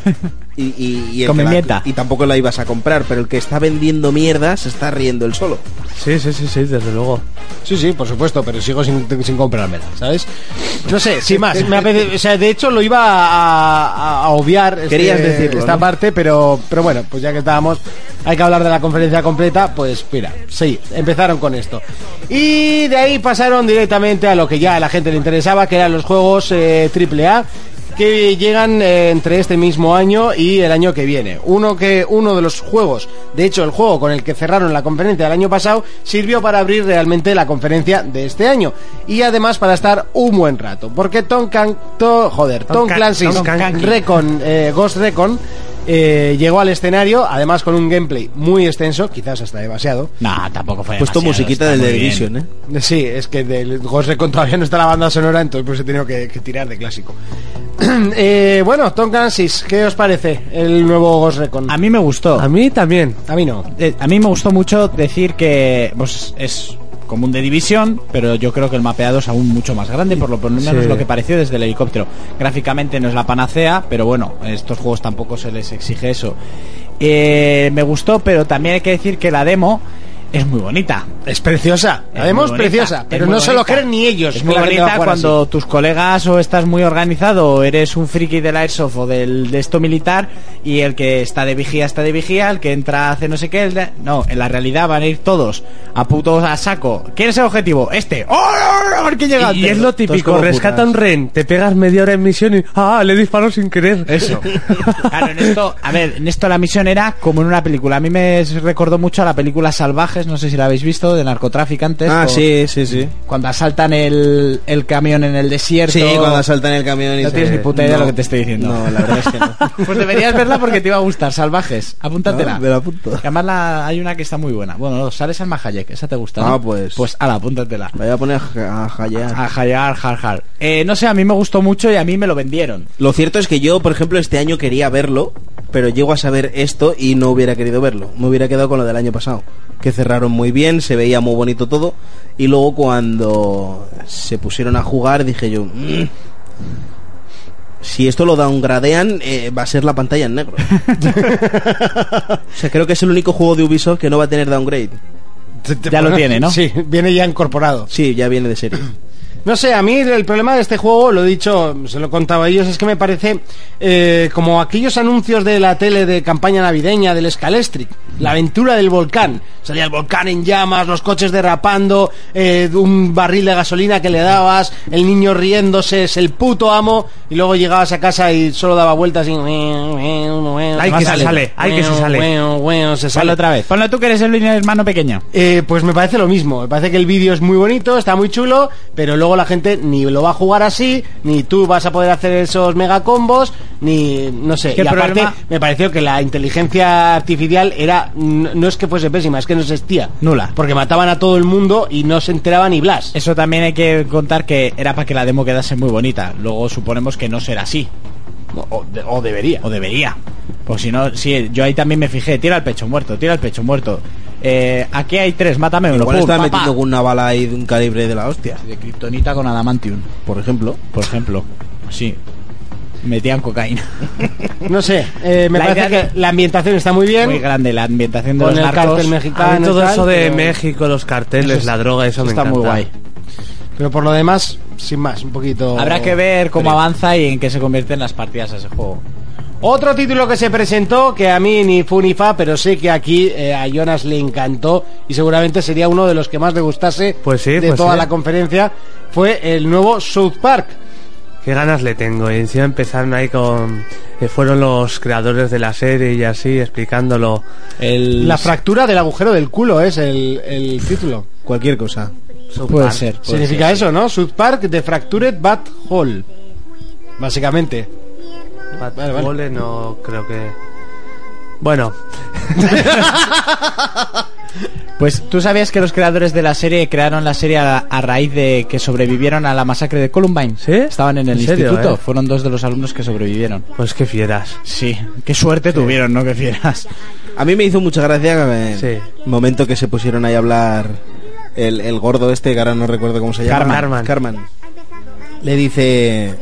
[SPEAKER 5] Y, y, y el
[SPEAKER 3] Come
[SPEAKER 5] que la-
[SPEAKER 3] mierda.
[SPEAKER 5] y tampoco la ibas a comprar, pero el que está vendiendo mierda se está riendo él solo.
[SPEAKER 4] Sí, sí, sí, sí, desde luego.
[SPEAKER 2] Sí, sí, por supuesto, pero sigo sin, sin comprármela, ¿sabes? No sé, sin más. me apetece- o sea, de hecho, lo iba a, a- a obviar este-
[SPEAKER 5] Querías decirlo,
[SPEAKER 2] esta
[SPEAKER 5] ¿no?
[SPEAKER 2] parte, pero, pero bueno, pues ya que estábamos, hay que hablar de la conferencia completa, pues mira, sí, empezaron con esto. Y de ahí pasaron directamente a lo que ya a la gente le interesaba, que eran los juegos eh, AAA que llegan eh, entre este mismo año y el año que viene. Uno que uno de los juegos, de hecho el juego con el que cerraron la conferencia del año pasado, sirvió para abrir realmente la conferencia de este año y además para estar un buen rato, porque Tom Can- To- joder,
[SPEAKER 4] Tom
[SPEAKER 2] Tom
[SPEAKER 4] Can-
[SPEAKER 2] Clancy's
[SPEAKER 4] Tom Can-
[SPEAKER 2] Recon, eh, Ghost Recon eh, llegó al escenario, además con un gameplay muy extenso, quizás hasta demasiado.
[SPEAKER 3] Nah, tampoco fue.
[SPEAKER 5] He puesto
[SPEAKER 3] demasiado,
[SPEAKER 5] Pues musiquita
[SPEAKER 3] está
[SPEAKER 5] del
[SPEAKER 3] muy
[SPEAKER 5] The
[SPEAKER 3] bien.
[SPEAKER 5] Division, ¿eh?
[SPEAKER 2] Sí, es que del Ghost Recon todavía no está la banda sonora, entonces pues he tenido que, que tirar de clásico. Eh, bueno, Tom Clancy's, ¿qué os parece el nuevo Ghost Recon?
[SPEAKER 3] A mí me gustó.
[SPEAKER 4] A mí también.
[SPEAKER 2] A mí no.
[SPEAKER 3] Eh, a mí me gustó mucho decir que pues, es como un de división, pero yo creo que el mapeado es aún mucho más grande, por lo menos
[SPEAKER 4] Sí.
[SPEAKER 3] lo que pareció desde el helicóptero. Gráficamente no es la panacea, pero bueno, a estos juegos tampoco se les exige eso. Eh, me gustó, pero también hay que decir que la demo es muy bonita.
[SPEAKER 2] Es preciosa.
[SPEAKER 3] Es
[SPEAKER 2] La demo
[SPEAKER 3] muy
[SPEAKER 2] es
[SPEAKER 3] bonita,
[SPEAKER 2] preciosa,
[SPEAKER 3] es
[SPEAKER 2] pero
[SPEAKER 3] muy
[SPEAKER 2] no se lo
[SPEAKER 3] bonita.
[SPEAKER 2] creen ni ellos.
[SPEAKER 3] Es
[SPEAKER 2] que
[SPEAKER 3] muy
[SPEAKER 2] la gente va a
[SPEAKER 3] bonita
[SPEAKER 2] jugar así.
[SPEAKER 3] cuando tus colegas o estás muy organizado o eres un friki del airsoft o del de esto militar y el que está de vigía está de vigía, el que entra hace no sé qué. el de- No, en la realidad van a ir todos a putos a saco. ¿Quién es el objetivo? Este. ¡Oh, oh, oh! a ver quién llega
[SPEAKER 4] Y, y
[SPEAKER 3] antes!
[SPEAKER 4] es lo
[SPEAKER 5] Todos
[SPEAKER 4] típico,
[SPEAKER 5] como
[SPEAKER 4] rescata
[SPEAKER 5] putas.
[SPEAKER 4] un rehén, te pegas media hora en misión y ¡ah! le disparo sin querer.
[SPEAKER 3] Eso. Claro, en esto, a ver, en esto la misión era como en una película. A mí me recordó mucho a la película Salvajes, no sé si la habéis visto, de narcotraficantes.
[SPEAKER 5] Ah,
[SPEAKER 3] con-
[SPEAKER 5] sí, sí, sí.
[SPEAKER 3] Cuando asaltan el, el camión en el desierto.
[SPEAKER 5] Sí, cuando saltan el camión y
[SPEAKER 3] No
[SPEAKER 5] se-
[SPEAKER 3] tienes ni puta idea de
[SPEAKER 5] No,
[SPEAKER 3] lo que te estoy diciendo.
[SPEAKER 5] No, la verdad es que no.
[SPEAKER 3] Pues deberías verla porque te iba a gustar, salvajes. Apúntatela.
[SPEAKER 5] Ah, me la apunto.
[SPEAKER 3] Que Además, la- hay una que está muy buena. Bueno, no, sales al Mahayek, esa te gusta. ¿no?
[SPEAKER 5] Ah, pues.
[SPEAKER 3] Pues ala, apúntatela.
[SPEAKER 5] Me voy a poner a ja- a jallar.
[SPEAKER 3] A Hayar, har, har. Eh, no sé, a mí me gustó mucho y a mí me lo vendieron.
[SPEAKER 5] Lo cierto es que yo, por ejemplo, este año quería verlo, pero llego a saber esto y no hubiera querido verlo. Me hubiera quedado con lo del año pasado, que cerraron muy bien, se veía muy bonito todo, y luego cuando se pusieron a jugar dije yo, "Mm, si esto lo downgradean, eh, va a ser la pantalla en negro. o sea, creo que es el único juego de Ubisoft que no va a tener downgrade.
[SPEAKER 2] Te- te-
[SPEAKER 3] Ya lo tiene, ¿no?
[SPEAKER 2] Sí, viene ya incorporado.
[SPEAKER 5] Sí, ya viene de serie.
[SPEAKER 2] No sé, a mí el problema de este juego, lo he dicho, se lo contaba a ellos, es que me parece eh, como aquellos anuncios de la tele de campaña navideña del Scalestric, la aventura del volcán. Salía el volcán en llamas, los coches derrapando, eh, un barril de gasolina que le dabas, el niño riéndose, es el puto amo, y luego llegabas a casa y solo daba vueltas y... ¡Ay,
[SPEAKER 4] que se sale, ay, que se sale.
[SPEAKER 2] se sale
[SPEAKER 3] Ponlo otra vez. Ponlo tú que eres el hermano pequeño.
[SPEAKER 2] eh, pues me parece lo mismo. Me parece que el vídeo es muy bonito, está muy chulo, pero luego la gente ni lo va a jugar así, ni tú vas a poder hacer esos mega combos, ni no sé.
[SPEAKER 3] Es que
[SPEAKER 2] y
[SPEAKER 3] el
[SPEAKER 2] aparte,
[SPEAKER 3] problema-
[SPEAKER 2] me pareció que la inteligencia artificial era n- no es que fuese pésima, es que no existía.
[SPEAKER 3] Nula.
[SPEAKER 2] Porque mataban a todo el mundo y no se enteraba ni Blas.
[SPEAKER 3] Eso también hay que contar que era para que la demo quedase muy bonita. Luego suponemos que no será así.
[SPEAKER 2] O, de- o debería.
[SPEAKER 3] O debería. Pues si no, sí, yo ahí también me fijé, tira al pecho muerto, tira al pecho muerto. Eh, aquí hay tres, mátame uno.
[SPEAKER 5] Igual
[SPEAKER 3] pum,
[SPEAKER 5] está
[SPEAKER 3] pa, pa.
[SPEAKER 5] metiendo con una bala ahí de un calibre de la hostia.
[SPEAKER 3] De kriptonita con adamantium,
[SPEAKER 5] Por ejemplo.
[SPEAKER 3] por ejemplo. Sí. Metían cocaína.
[SPEAKER 2] No sé, eh, me
[SPEAKER 3] La
[SPEAKER 2] parece
[SPEAKER 3] idea-
[SPEAKER 2] que la ambientación está muy bien.
[SPEAKER 3] Muy grande la ambientación de
[SPEAKER 2] Con
[SPEAKER 3] los
[SPEAKER 2] el
[SPEAKER 3] narcos.
[SPEAKER 2] cartel mexicano.
[SPEAKER 4] A mí todo
[SPEAKER 2] tal,
[SPEAKER 4] eso de
[SPEAKER 2] pero-
[SPEAKER 4] México, los carteles,
[SPEAKER 3] Eso es-
[SPEAKER 4] la droga, eso,
[SPEAKER 3] eso
[SPEAKER 4] me
[SPEAKER 3] está muy
[SPEAKER 4] encanta.
[SPEAKER 3] guay.
[SPEAKER 2] Pero por lo demás, sin más, un poquito.
[SPEAKER 3] Habrá que ver cómo avanza y en qué se convierten las partidas a ese juego.
[SPEAKER 2] Otro título que se presentó, que a mí ni fu ni fa, pero sé que aquí eh, a Jonas le encantó y seguramente sería uno de los que más le gustase
[SPEAKER 4] Pues sí,
[SPEAKER 2] de
[SPEAKER 4] pues
[SPEAKER 2] toda
[SPEAKER 4] sí.
[SPEAKER 2] la conferencia, fue el nuevo South Park.
[SPEAKER 4] Qué ganas le tengo. Y encima empezaron ahí con... que fueron los creadores de la serie y así, explicándolo.
[SPEAKER 3] El...
[SPEAKER 2] La fractura del agujero del culo es el, el título.
[SPEAKER 5] Cualquier cosa.
[SPEAKER 3] Puede ser.
[SPEAKER 4] Pues
[SPEAKER 3] puede
[SPEAKER 2] Significa
[SPEAKER 3] ser.
[SPEAKER 2] eso, ¿no? South Park de Fractured Bat Hole. Básicamente. Vale, vale.
[SPEAKER 4] Mole, no creo que... Bueno,
[SPEAKER 3] Pues tú sabías que los creadores de la serie crearon la serie a, a raíz de que sobrevivieron a la masacre de Columbine.
[SPEAKER 4] ¿Sí?
[SPEAKER 3] Estaban en el
[SPEAKER 4] ¿En serio,
[SPEAKER 3] instituto.
[SPEAKER 4] eh?
[SPEAKER 3] Fueron dos de los alumnos que sobrevivieron.
[SPEAKER 4] pues qué fieras.
[SPEAKER 3] Sí, qué suerte tuvieron, ¿no? Que fieras.
[SPEAKER 5] A mí me hizo mucha gracia el
[SPEAKER 4] Sí.
[SPEAKER 5] momento que se pusieron ahí a hablar el, el gordo este, que ahora no recuerdo cómo se llama.
[SPEAKER 4] Carman.
[SPEAKER 5] Carman. Le dice...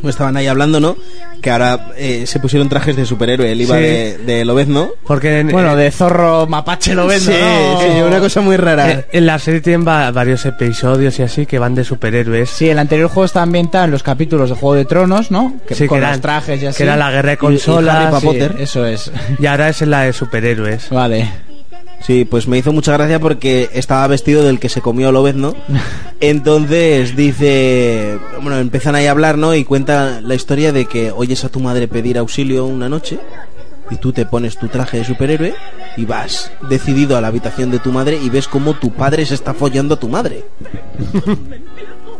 [SPEAKER 5] "Pues Estaban ahí hablando, ¿no? Que ahora eh, se pusieron trajes de superhéroe. Él iba
[SPEAKER 4] Sí.
[SPEAKER 5] de, de lobezno.
[SPEAKER 4] Porque en,
[SPEAKER 3] Bueno, de zorro mapache lo vendo,
[SPEAKER 5] Sí,
[SPEAKER 3] ¿no?
[SPEAKER 5] sí, una cosa muy rara.
[SPEAKER 3] eh,
[SPEAKER 4] en- en la serie tienen va- varios episodios y así que van de superhéroes.
[SPEAKER 3] Sí, el anterior juego está ambientado en los capítulos de Juego de Tronos, ¿no?
[SPEAKER 4] Sí, que
[SPEAKER 3] con
[SPEAKER 4] eran-
[SPEAKER 3] los trajes y
[SPEAKER 4] que
[SPEAKER 3] así.
[SPEAKER 4] era la guerra de
[SPEAKER 3] Y- y
[SPEAKER 4] consolas,
[SPEAKER 3] Harry Pa'
[SPEAKER 4] sí.
[SPEAKER 3] Potter. Eso es.
[SPEAKER 4] Y ahora es en la de superhéroes.
[SPEAKER 3] Vale.
[SPEAKER 5] Sí, pues me hizo mucha gracia porque estaba vestido del que se comió Lobezno. Entonces dice, bueno, empiezan ahí a hablar, ¿no? Y cuenta la historia de que oyes a tu madre pedir auxilio una noche y tú te pones tu traje de superhéroe y vas decidido a la habitación de tu madre y ves cómo tu padre se está follando a tu madre.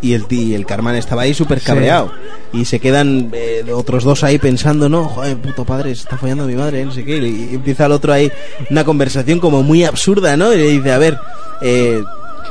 [SPEAKER 5] Y el, ti- el Carman estaba ahí súper cabreado. Y se quedan eh, otros dos ahí pensando, no, joder, puto padre, se está fallando mi madre, eh, no sé qué. Y empieza el otro ahí una conversación como muy absurda, ¿no? Y le dice, a ver, eh,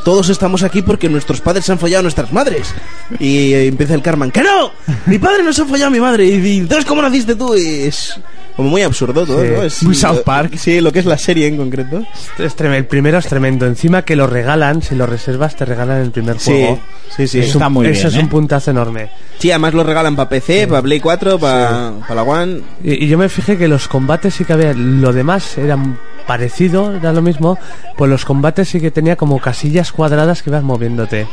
[SPEAKER 5] todos estamos aquí porque nuestros padres se han follado a nuestras madres. Y eh, empieza el Carman, que no, mi padre no se ha follado a mi madre. Y dice, entonces, ¿cómo naciste tú? Y es como muy absurdo todo,
[SPEAKER 4] Sí.
[SPEAKER 5] ¿no? Es
[SPEAKER 3] Muy South Park.
[SPEAKER 5] Sí, lo que es la serie en concreto.
[SPEAKER 4] Es trem- el primero es tremendo. Encima que lo regalan, si lo reservas te regalan el primer
[SPEAKER 5] Sí,
[SPEAKER 4] juego.
[SPEAKER 5] sí, sí.
[SPEAKER 4] Es
[SPEAKER 3] Está
[SPEAKER 4] un-
[SPEAKER 3] muy
[SPEAKER 4] Eso
[SPEAKER 3] bien,
[SPEAKER 4] es
[SPEAKER 3] ¿eh?
[SPEAKER 4] un puntazo enorme.
[SPEAKER 5] Sí, además lo regalan para PC, para Play 4, para la One.
[SPEAKER 4] Y, y yo me fijé que los combates sí que había, lo demás era parecido, era lo mismo, pues los combates sí que tenía como casillas cuadradas que ibas moviéndote.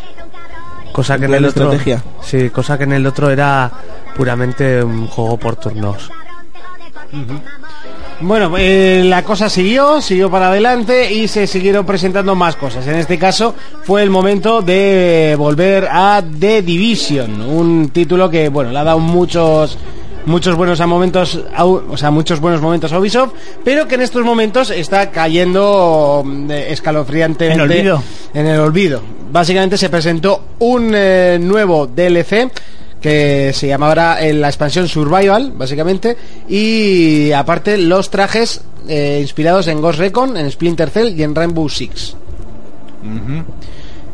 [SPEAKER 4] Cosa
[SPEAKER 5] En
[SPEAKER 4] que en
[SPEAKER 5] plan
[SPEAKER 4] el otro
[SPEAKER 5] estrategia.
[SPEAKER 4] Sí, cosa que en el otro era puramente un juego por turnos.
[SPEAKER 2] Bueno, eh, la cosa siguió, siguió para adelante y se siguieron presentando más cosas. En este caso fue el momento de volver a The Division, un título que bueno le ha dado muchos muchos buenos a momentos, a U- o sea muchos buenos momentos a Ubisoft, pero que en estos momentos está cayendo mm, eh, escalofriantemente
[SPEAKER 3] En el olvido.
[SPEAKER 2] en el olvido. Básicamente se presentó un eh, nuevo DLC que se llamará eh, la expansión Survival, básicamente, y aparte los trajes eh, inspirados en Ghost Recon, en Splinter Cell y en Rainbow Six.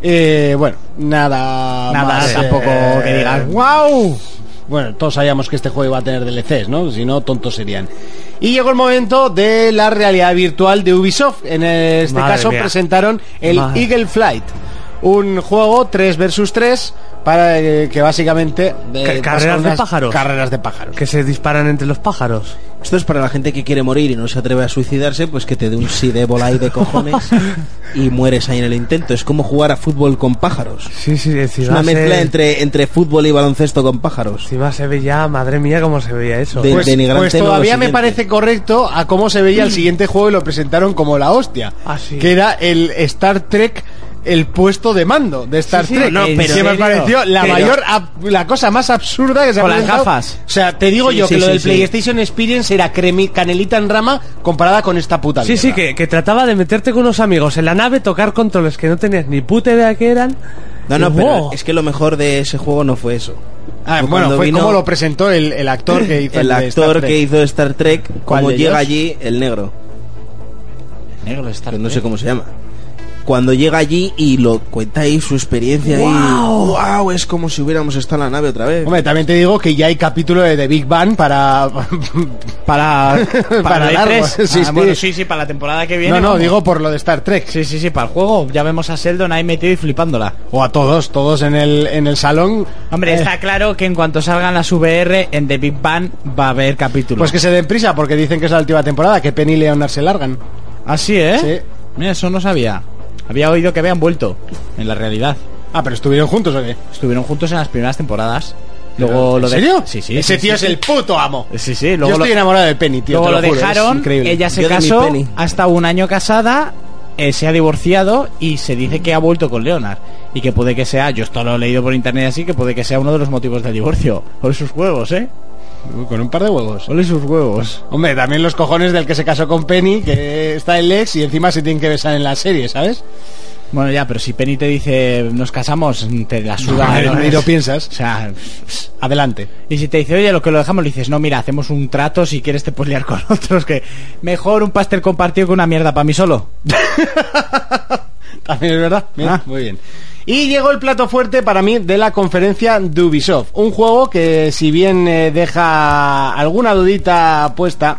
[SPEAKER 2] Eh, bueno, nada,
[SPEAKER 3] Nada,
[SPEAKER 2] más,
[SPEAKER 3] tampoco que digas,
[SPEAKER 2] wow. Bueno, todos sabíamos que este juego iba a tener DLCs, ¿no? Si no, tontos serían. Y llegó el momento de la realidad virtual de Ubisoft. En este
[SPEAKER 4] Madre
[SPEAKER 2] caso
[SPEAKER 4] mía.
[SPEAKER 2] presentaron el
[SPEAKER 4] Madre.
[SPEAKER 2] Eagle Flight, un juego 3 versus 3 para eh, que básicamente eh, vas con
[SPEAKER 4] carreras de
[SPEAKER 2] unas
[SPEAKER 4] pájaros.
[SPEAKER 2] Carreras de pájaros.
[SPEAKER 4] Que se disparan entre los pájaros.
[SPEAKER 5] Esto es para la gente que quiere morir y no se atreve a suicidarse, pues que te dé un sidébol ahí de cojones y mueres ahí en el intento. Es como jugar a fútbol con pájaros.
[SPEAKER 4] Sí, sí,
[SPEAKER 5] Es
[SPEAKER 4] encima,
[SPEAKER 5] una mezcla
[SPEAKER 4] se,
[SPEAKER 5] entre, entre fútbol y baloncesto con pájaros.
[SPEAKER 4] encima se veía, madre mía, cómo se veía eso.
[SPEAKER 5] De-
[SPEAKER 2] Pues,
[SPEAKER 5] denigrante,
[SPEAKER 2] pues
[SPEAKER 5] no, lo
[SPEAKER 2] todavía me
[SPEAKER 5] siguiente.
[SPEAKER 2] parece correcto a cómo se veía el siguiente juego y lo presentaron como la hostia.
[SPEAKER 4] Mm. Ah, sí.
[SPEAKER 2] Que era el Star Trek, el puesto de mando de Star
[SPEAKER 4] Sí, sí,
[SPEAKER 2] Trek.
[SPEAKER 4] no,
[SPEAKER 2] que
[SPEAKER 4] pero-
[SPEAKER 2] me
[SPEAKER 4] ¿en serio?
[SPEAKER 2] pareció la
[SPEAKER 4] Pero-
[SPEAKER 2] mayor, ab- la cosa más absurda que se ha
[SPEAKER 3] Con las
[SPEAKER 2] presentado.
[SPEAKER 3] gafas.
[SPEAKER 2] O sea, te digo
[SPEAKER 5] Sí,
[SPEAKER 2] yo
[SPEAKER 5] sí,
[SPEAKER 2] que lo
[SPEAKER 5] sí,
[SPEAKER 2] del
[SPEAKER 5] sí.
[SPEAKER 2] PlayStation Experience era cremi- canelita en rama comparada con esta puta
[SPEAKER 4] Sí, sí,
[SPEAKER 2] mierda.
[SPEAKER 4] que, que trataba de meterte con unos amigos en la nave, tocar controles que no tenías ni puta idea que eran.
[SPEAKER 5] No, no,
[SPEAKER 4] Y,
[SPEAKER 5] pero
[SPEAKER 4] ¡wow!
[SPEAKER 5] es que lo mejor de ese juego no fue eso.
[SPEAKER 2] Ah,
[SPEAKER 5] Fue
[SPEAKER 2] bueno,
[SPEAKER 5] cuando
[SPEAKER 2] fue
[SPEAKER 5] vino
[SPEAKER 2] como lo presentó el, el actor que hizo
[SPEAKER 5] el
[SPEAKER 2] de Star
[SPEAKER 5] actor
[SPEAKER 2] Trek.
[SPEAKER 5] que hizo Star Trek,
[SPEAKER 3] ¿Cuál
[SPEAKER 5] como
[SPEAKER 3] de
[SPEAKER 5] llega
[SPEAKER 3] ellos?
[SPEAKER 5] allí el negro,
[SPEAKER 3] Negro está.
[SPEAKER 5] que no sé cómo se llama. cuando llega allí y lo cuenta ahí su experiencia wow. wow, es como si hubiéramos estado en la nave otra vez.
[SPEAKER 2] Hombre, también te digo que ya hay capítulo de The Big Bang para...
[SPEAKER 3] Para, para,
[SPEAKER 2] Para
[SPEAKER 3] la
[SPEAKER 2] largo.
[SPEAKER 3] E3.
[SPEAKER 2] Sí,
[SPEAKER 3] Ah,
[SPEAKER 2] sí.
[SPEAKER 3] Bueno, sí, sí, para la temporada que viene.
[SPEAKER 2] no, no,
[SPEAKER 3] vamos.
[SPEAKER 2] digo por lo de Star Trek.
[SPEAKER 3] Sí, sí, sí, para el juego. Ya vemos a Sheldon ahí metido y flipándola.
[SPEAKER 2] O a todos, todos en el, en el salón.
[SPEAKER 3] Hombre,
[SPEAKER 2] Eh,
[SPEAKER 3] está claro que en cuanto salgan las VR, en The Big Bang va a haber capítulos.
[SPEAKER 2] Pues que se den prisa porque dicen que es la última temporada, que Penny y Leonard se largan.
[SPEAKER 3] Así, ¿eh?
[SPEAKER 2] Sí.
[SPEAKER 3] Mira, eso no sabía. Había oído que habían vuelto en la realidad.
[SPEAKER 2] Ah, pero estuvieron juntos, ¿o qué?
[SPEAKER 3] Estuvieron juntos en las primeras temporadas.
[SPEAKER 2] Pero,
[SPEAKER 3] Luego
[SPEAKER 2] ¿En
[SPEAKER 3] lo de-
[SPEAKER 2] serio?
[SPEAKER 3] Sí, sí.
[SPEAKER 2] Ese
[SPEAKER 3] sí,
[SPEAKER 2] tío
[SPEAKER 3] sí,
[SPEAKER 2] es
[SPEAKER 3] sí.
[SPEAKER 2] el puto amo.
[SPEAKER 3] Sí, sí,
[SPEAKER 2] Yo
[SPEAKER 3] luego
[SPEAKER 2] estoy
[SPEAKER 3] lo,
[SPEAKER 2] enamorado de Penny, tío.
[SPEAKER 3] luego
[SPEAKER 2] te
[SPEAKER 3] lo,
[SPEAKER 2] lo, juro, es
[SPEAKER 3] dejaron,
[SPEAKER 2] increíble.
[SPEAKER 3] ella se
[SPEAKER 5] Yo de mi
[SPEAKER 3] casó,
[SPEAKER 5] Penny.
[SPEAKER 3] ha estado un año casada, eh, se ha divorciado y se dice que ha vuelto con Leonard. Y que puede que sea, yo esto lo he leído por internet así, que puede que sea uno de los motivos del divorcio. Ole sus huevos,
[SPEAKER 2] Uy,
[SPEAKER 3] ¿eh?
[SPEAKER 2] Uh, Con un par de huevos.
[SPEAKER 3] Ole sus huevos.
[SPEAKER 2] Hombre, también los cojones del que se casó con Penny, que está el ex y encima se tienen que besar en la serie, ¿sabes?
[SPEAKER 3] Bueno, ya, pero si Penny te dice, nos casamos, te la suda. ¿no?
[SPEAKER 2] Ni lo piensas.
[SPEAKER 3] O sea,
[SPEAKER 2] Adelante.
[SPEAKER 3] y si te dice, oye, lo que lo dejamos, le dices, no, mira, hacemos un trato, si quieres te puedes liar con otros, que mejor un pastel compartido que una mierda para mí solo.
[SPEAKER 2] También es verdad. Mira,
[SPEAKER 3] Ah.
[SPEAKER 2] muy bien. Y llegó el plato fuerte para mí de la conferencia de Ubisoft. Un juego que, si bien eh, deja alguna dudita puesta,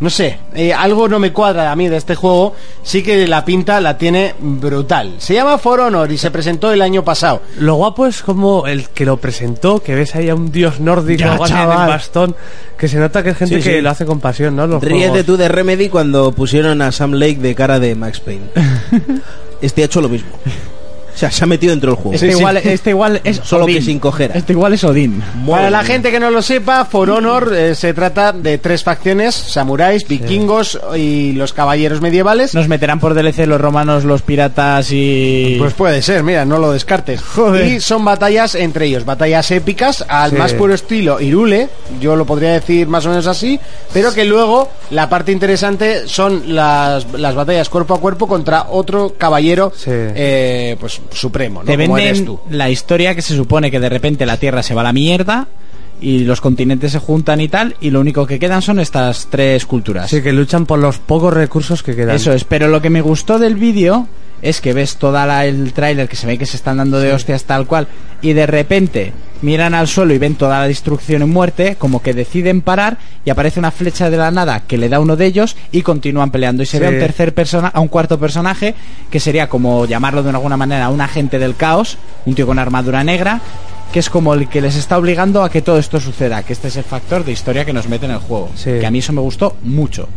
[SPEAKER 2] no sé, eh, algo no me cuadra a mí de este juego. Sí que la pinta la tiene brutal. Se llama For Honor y se presentó el año pasado.
[SPEAKER 4] Lo guapo es como el que lo presentó, que ves ahí a un dios nórdico
[SPEAKER 3] Ya,
[SPEAKER 4] o alguien en
[SPEAKER 3] chaval.
[SPEAKER 4] bastón, que se nota que es gente
[SPEAKER 5] Sí, sí.
[SPEAKER 4] que lo hace con pasión, ¿no? Los
[SPEAKER 5] Ríete
[SPEAKER 4] juegos.
[SPEAKER 5] tú de Remedy cuando pusieron a Sam Lake de cara de Max Payne. este ha hecho lo mismo. O sea, se ha metido dentro del juego.
[SPEAKER 3] Este,
[SPEAKER 2] Sí, sí.
[SPEAKER 3] igual, este igual es
[SPEAKER 5] Solo que
[SPEAKER 3] Odín.
[SPEAKER 5] sin cojera.
[SPEAKER 3] Este igual es Odín.
[SPEAKER 2] Para la gente que no lo sepa, For Honor eh, se trata de tres facciones, samuráis, vikingos y los caballeros medievales.
[SPEAKER 3] Nos meterán por DLC los romanos, los piratas y...
[SPEAKER 2] Pues puede ser, mira, no lo descartes.
[SPEAKER 3] Joder.
[SPEAKER 2] Y son batallas entre ellos, batallas épicas al más puro estilo Irule, yo lo podría decir más o menos así, pero que luego la parte interesante son las, las batallas cuerpo a cuerpo contra otro caballero
[SPEAKER 4] Sí.
[SPEAKER 2] eh, pues supremo, ¿no?
[SPEAKER 3] te
[SPEAKER 2] Como eres
[SPEAKER 3] venden
[SPEAKER 2] tú.
[SPEAKER 3] la historia que se supone que de repente la Tierra se va a la mierda y los continentes se juntan y tal, y lo único que quedan son estas tres culturas.
[SPEAKER 4] Sí, que luchan por los pocos recursos que quedan.
[SPEAKER 3] Eso es, pero lo que me gustó del vídeo es que ves toda la- el tráiler que se ve que se están dando de hostias tal cual y de repente miran al suelo y ven toda la destrucción y muerte, como que deciden parar y aparece una flecha de la nada que le da uno de ellos y continúan peleando y se
[SPEAKER 4] Sí.
[SPEAKER 3] ve a un tercer persona a un cuarto personaje que sería como llamarlo de alguna manera un agente del caos, un tío con armadura negra que es como el que les está obligando a que todo esto suceda, que este es el factor de historia que nos mete en el juego,
[SPEAKER 4] Sí.
[SPEAKER 3] que a mí eso me gustó mucho.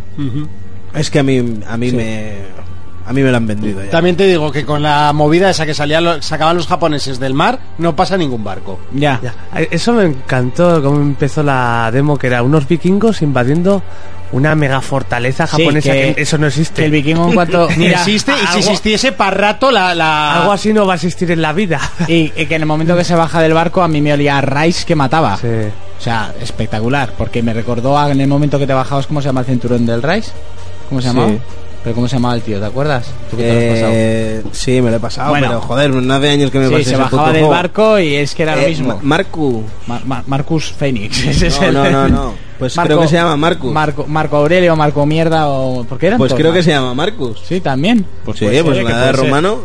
[SPEAKER 5] Es que a mí, a mí me. A mí me lo han vendido ya.
[SPEAKER 2] También te digo que con la movida esa que salía, lo- sacaban los japoneses del mar, no pasa ningún barco.
[SPEAKER 3] Ya.
[SPEAKER 4] Ya. Eh, Eso me encantó cómo empezó la demo, que era unos vikingos invadiendo una mega fortaleza
[SPEAKER 3] Sí,
[SPEAKER 4] japonesa,
[SPEAKER 3] que-
[SPEAKER 4] que, eso no existe.
[SPEAKER 3] Que el vikingo en cuanto mira,
[SPEAKER 2] Existe, y si
[SPEAKER 4] algo-
[SPEAKER 2] existiese para rato la... la-
[SPEAKER 4] Algo así no va a existir en la vida.
[SPEAKER 3] y, y que en el momento que se baja del barco a mí me olía a Rice que mataba.
[SPEAKER 4] Sí.
[SPEAKER 3] O sea, espectacular, porque me recordó a- en el momento que te bajabas cómo se llama el cinturón del Rice. ¿Cómo se
[SPEAKER 5] Sí.
[SPEAKER 3] llamaba? Pero cómo se llamaba el tío, ¿te acuerdas? Tú que te lo has pasado.
[SPEAKER 5] Eh, sí, me lo he pasado,
[SPEAKER 3] Bueno.
[SPEAKER 5] pero joder, no hace años que me pasé
[SPEAKER 3] sí, se
[SPEAKER 5] ese
[SPEAKER 3] bajaba
[SPEAKER 5] puto
[SPEAKER 3] del
[SPEAKER 5] juego.
[SPEAKER 3] barco y es que era lo
[SPEAKER 5] Eh,
[SPEAKER 3] mismo.
[SPEAKER 5] Ma- Marcu.
[SPEAKER 3] Mar- Mar- Marcus Phoenix. ese es
[SPEAKER 5] No,
[SPEAKER 3] el-
[SPEAKER 5] no, no, no. Pues creo que se llama Marcus.
[SPEAKER 3] Marco, Marco Aurelio, Marco Mierda o... ¿Por qué eran
[SPEAKER 5] Pues
[SPEAKER 3] todos
[SPEAKER 5] creo que
[SPEAKER 3] Mar-
[SPEAKER 5] se llama Marcus.
[SPEAKER 3] Sí, también.
[SPEAKER 5] sí,
[SPEAKER 3] puede
[SPEAKER 5] pues
[SPEAKER 3] ser,
[SPEAKER 5] en
[SPEAKER 3] que
[SPEAKER 5] la edad
[SPEAKER 3] puede ser.
[SPEAKER 5] romano.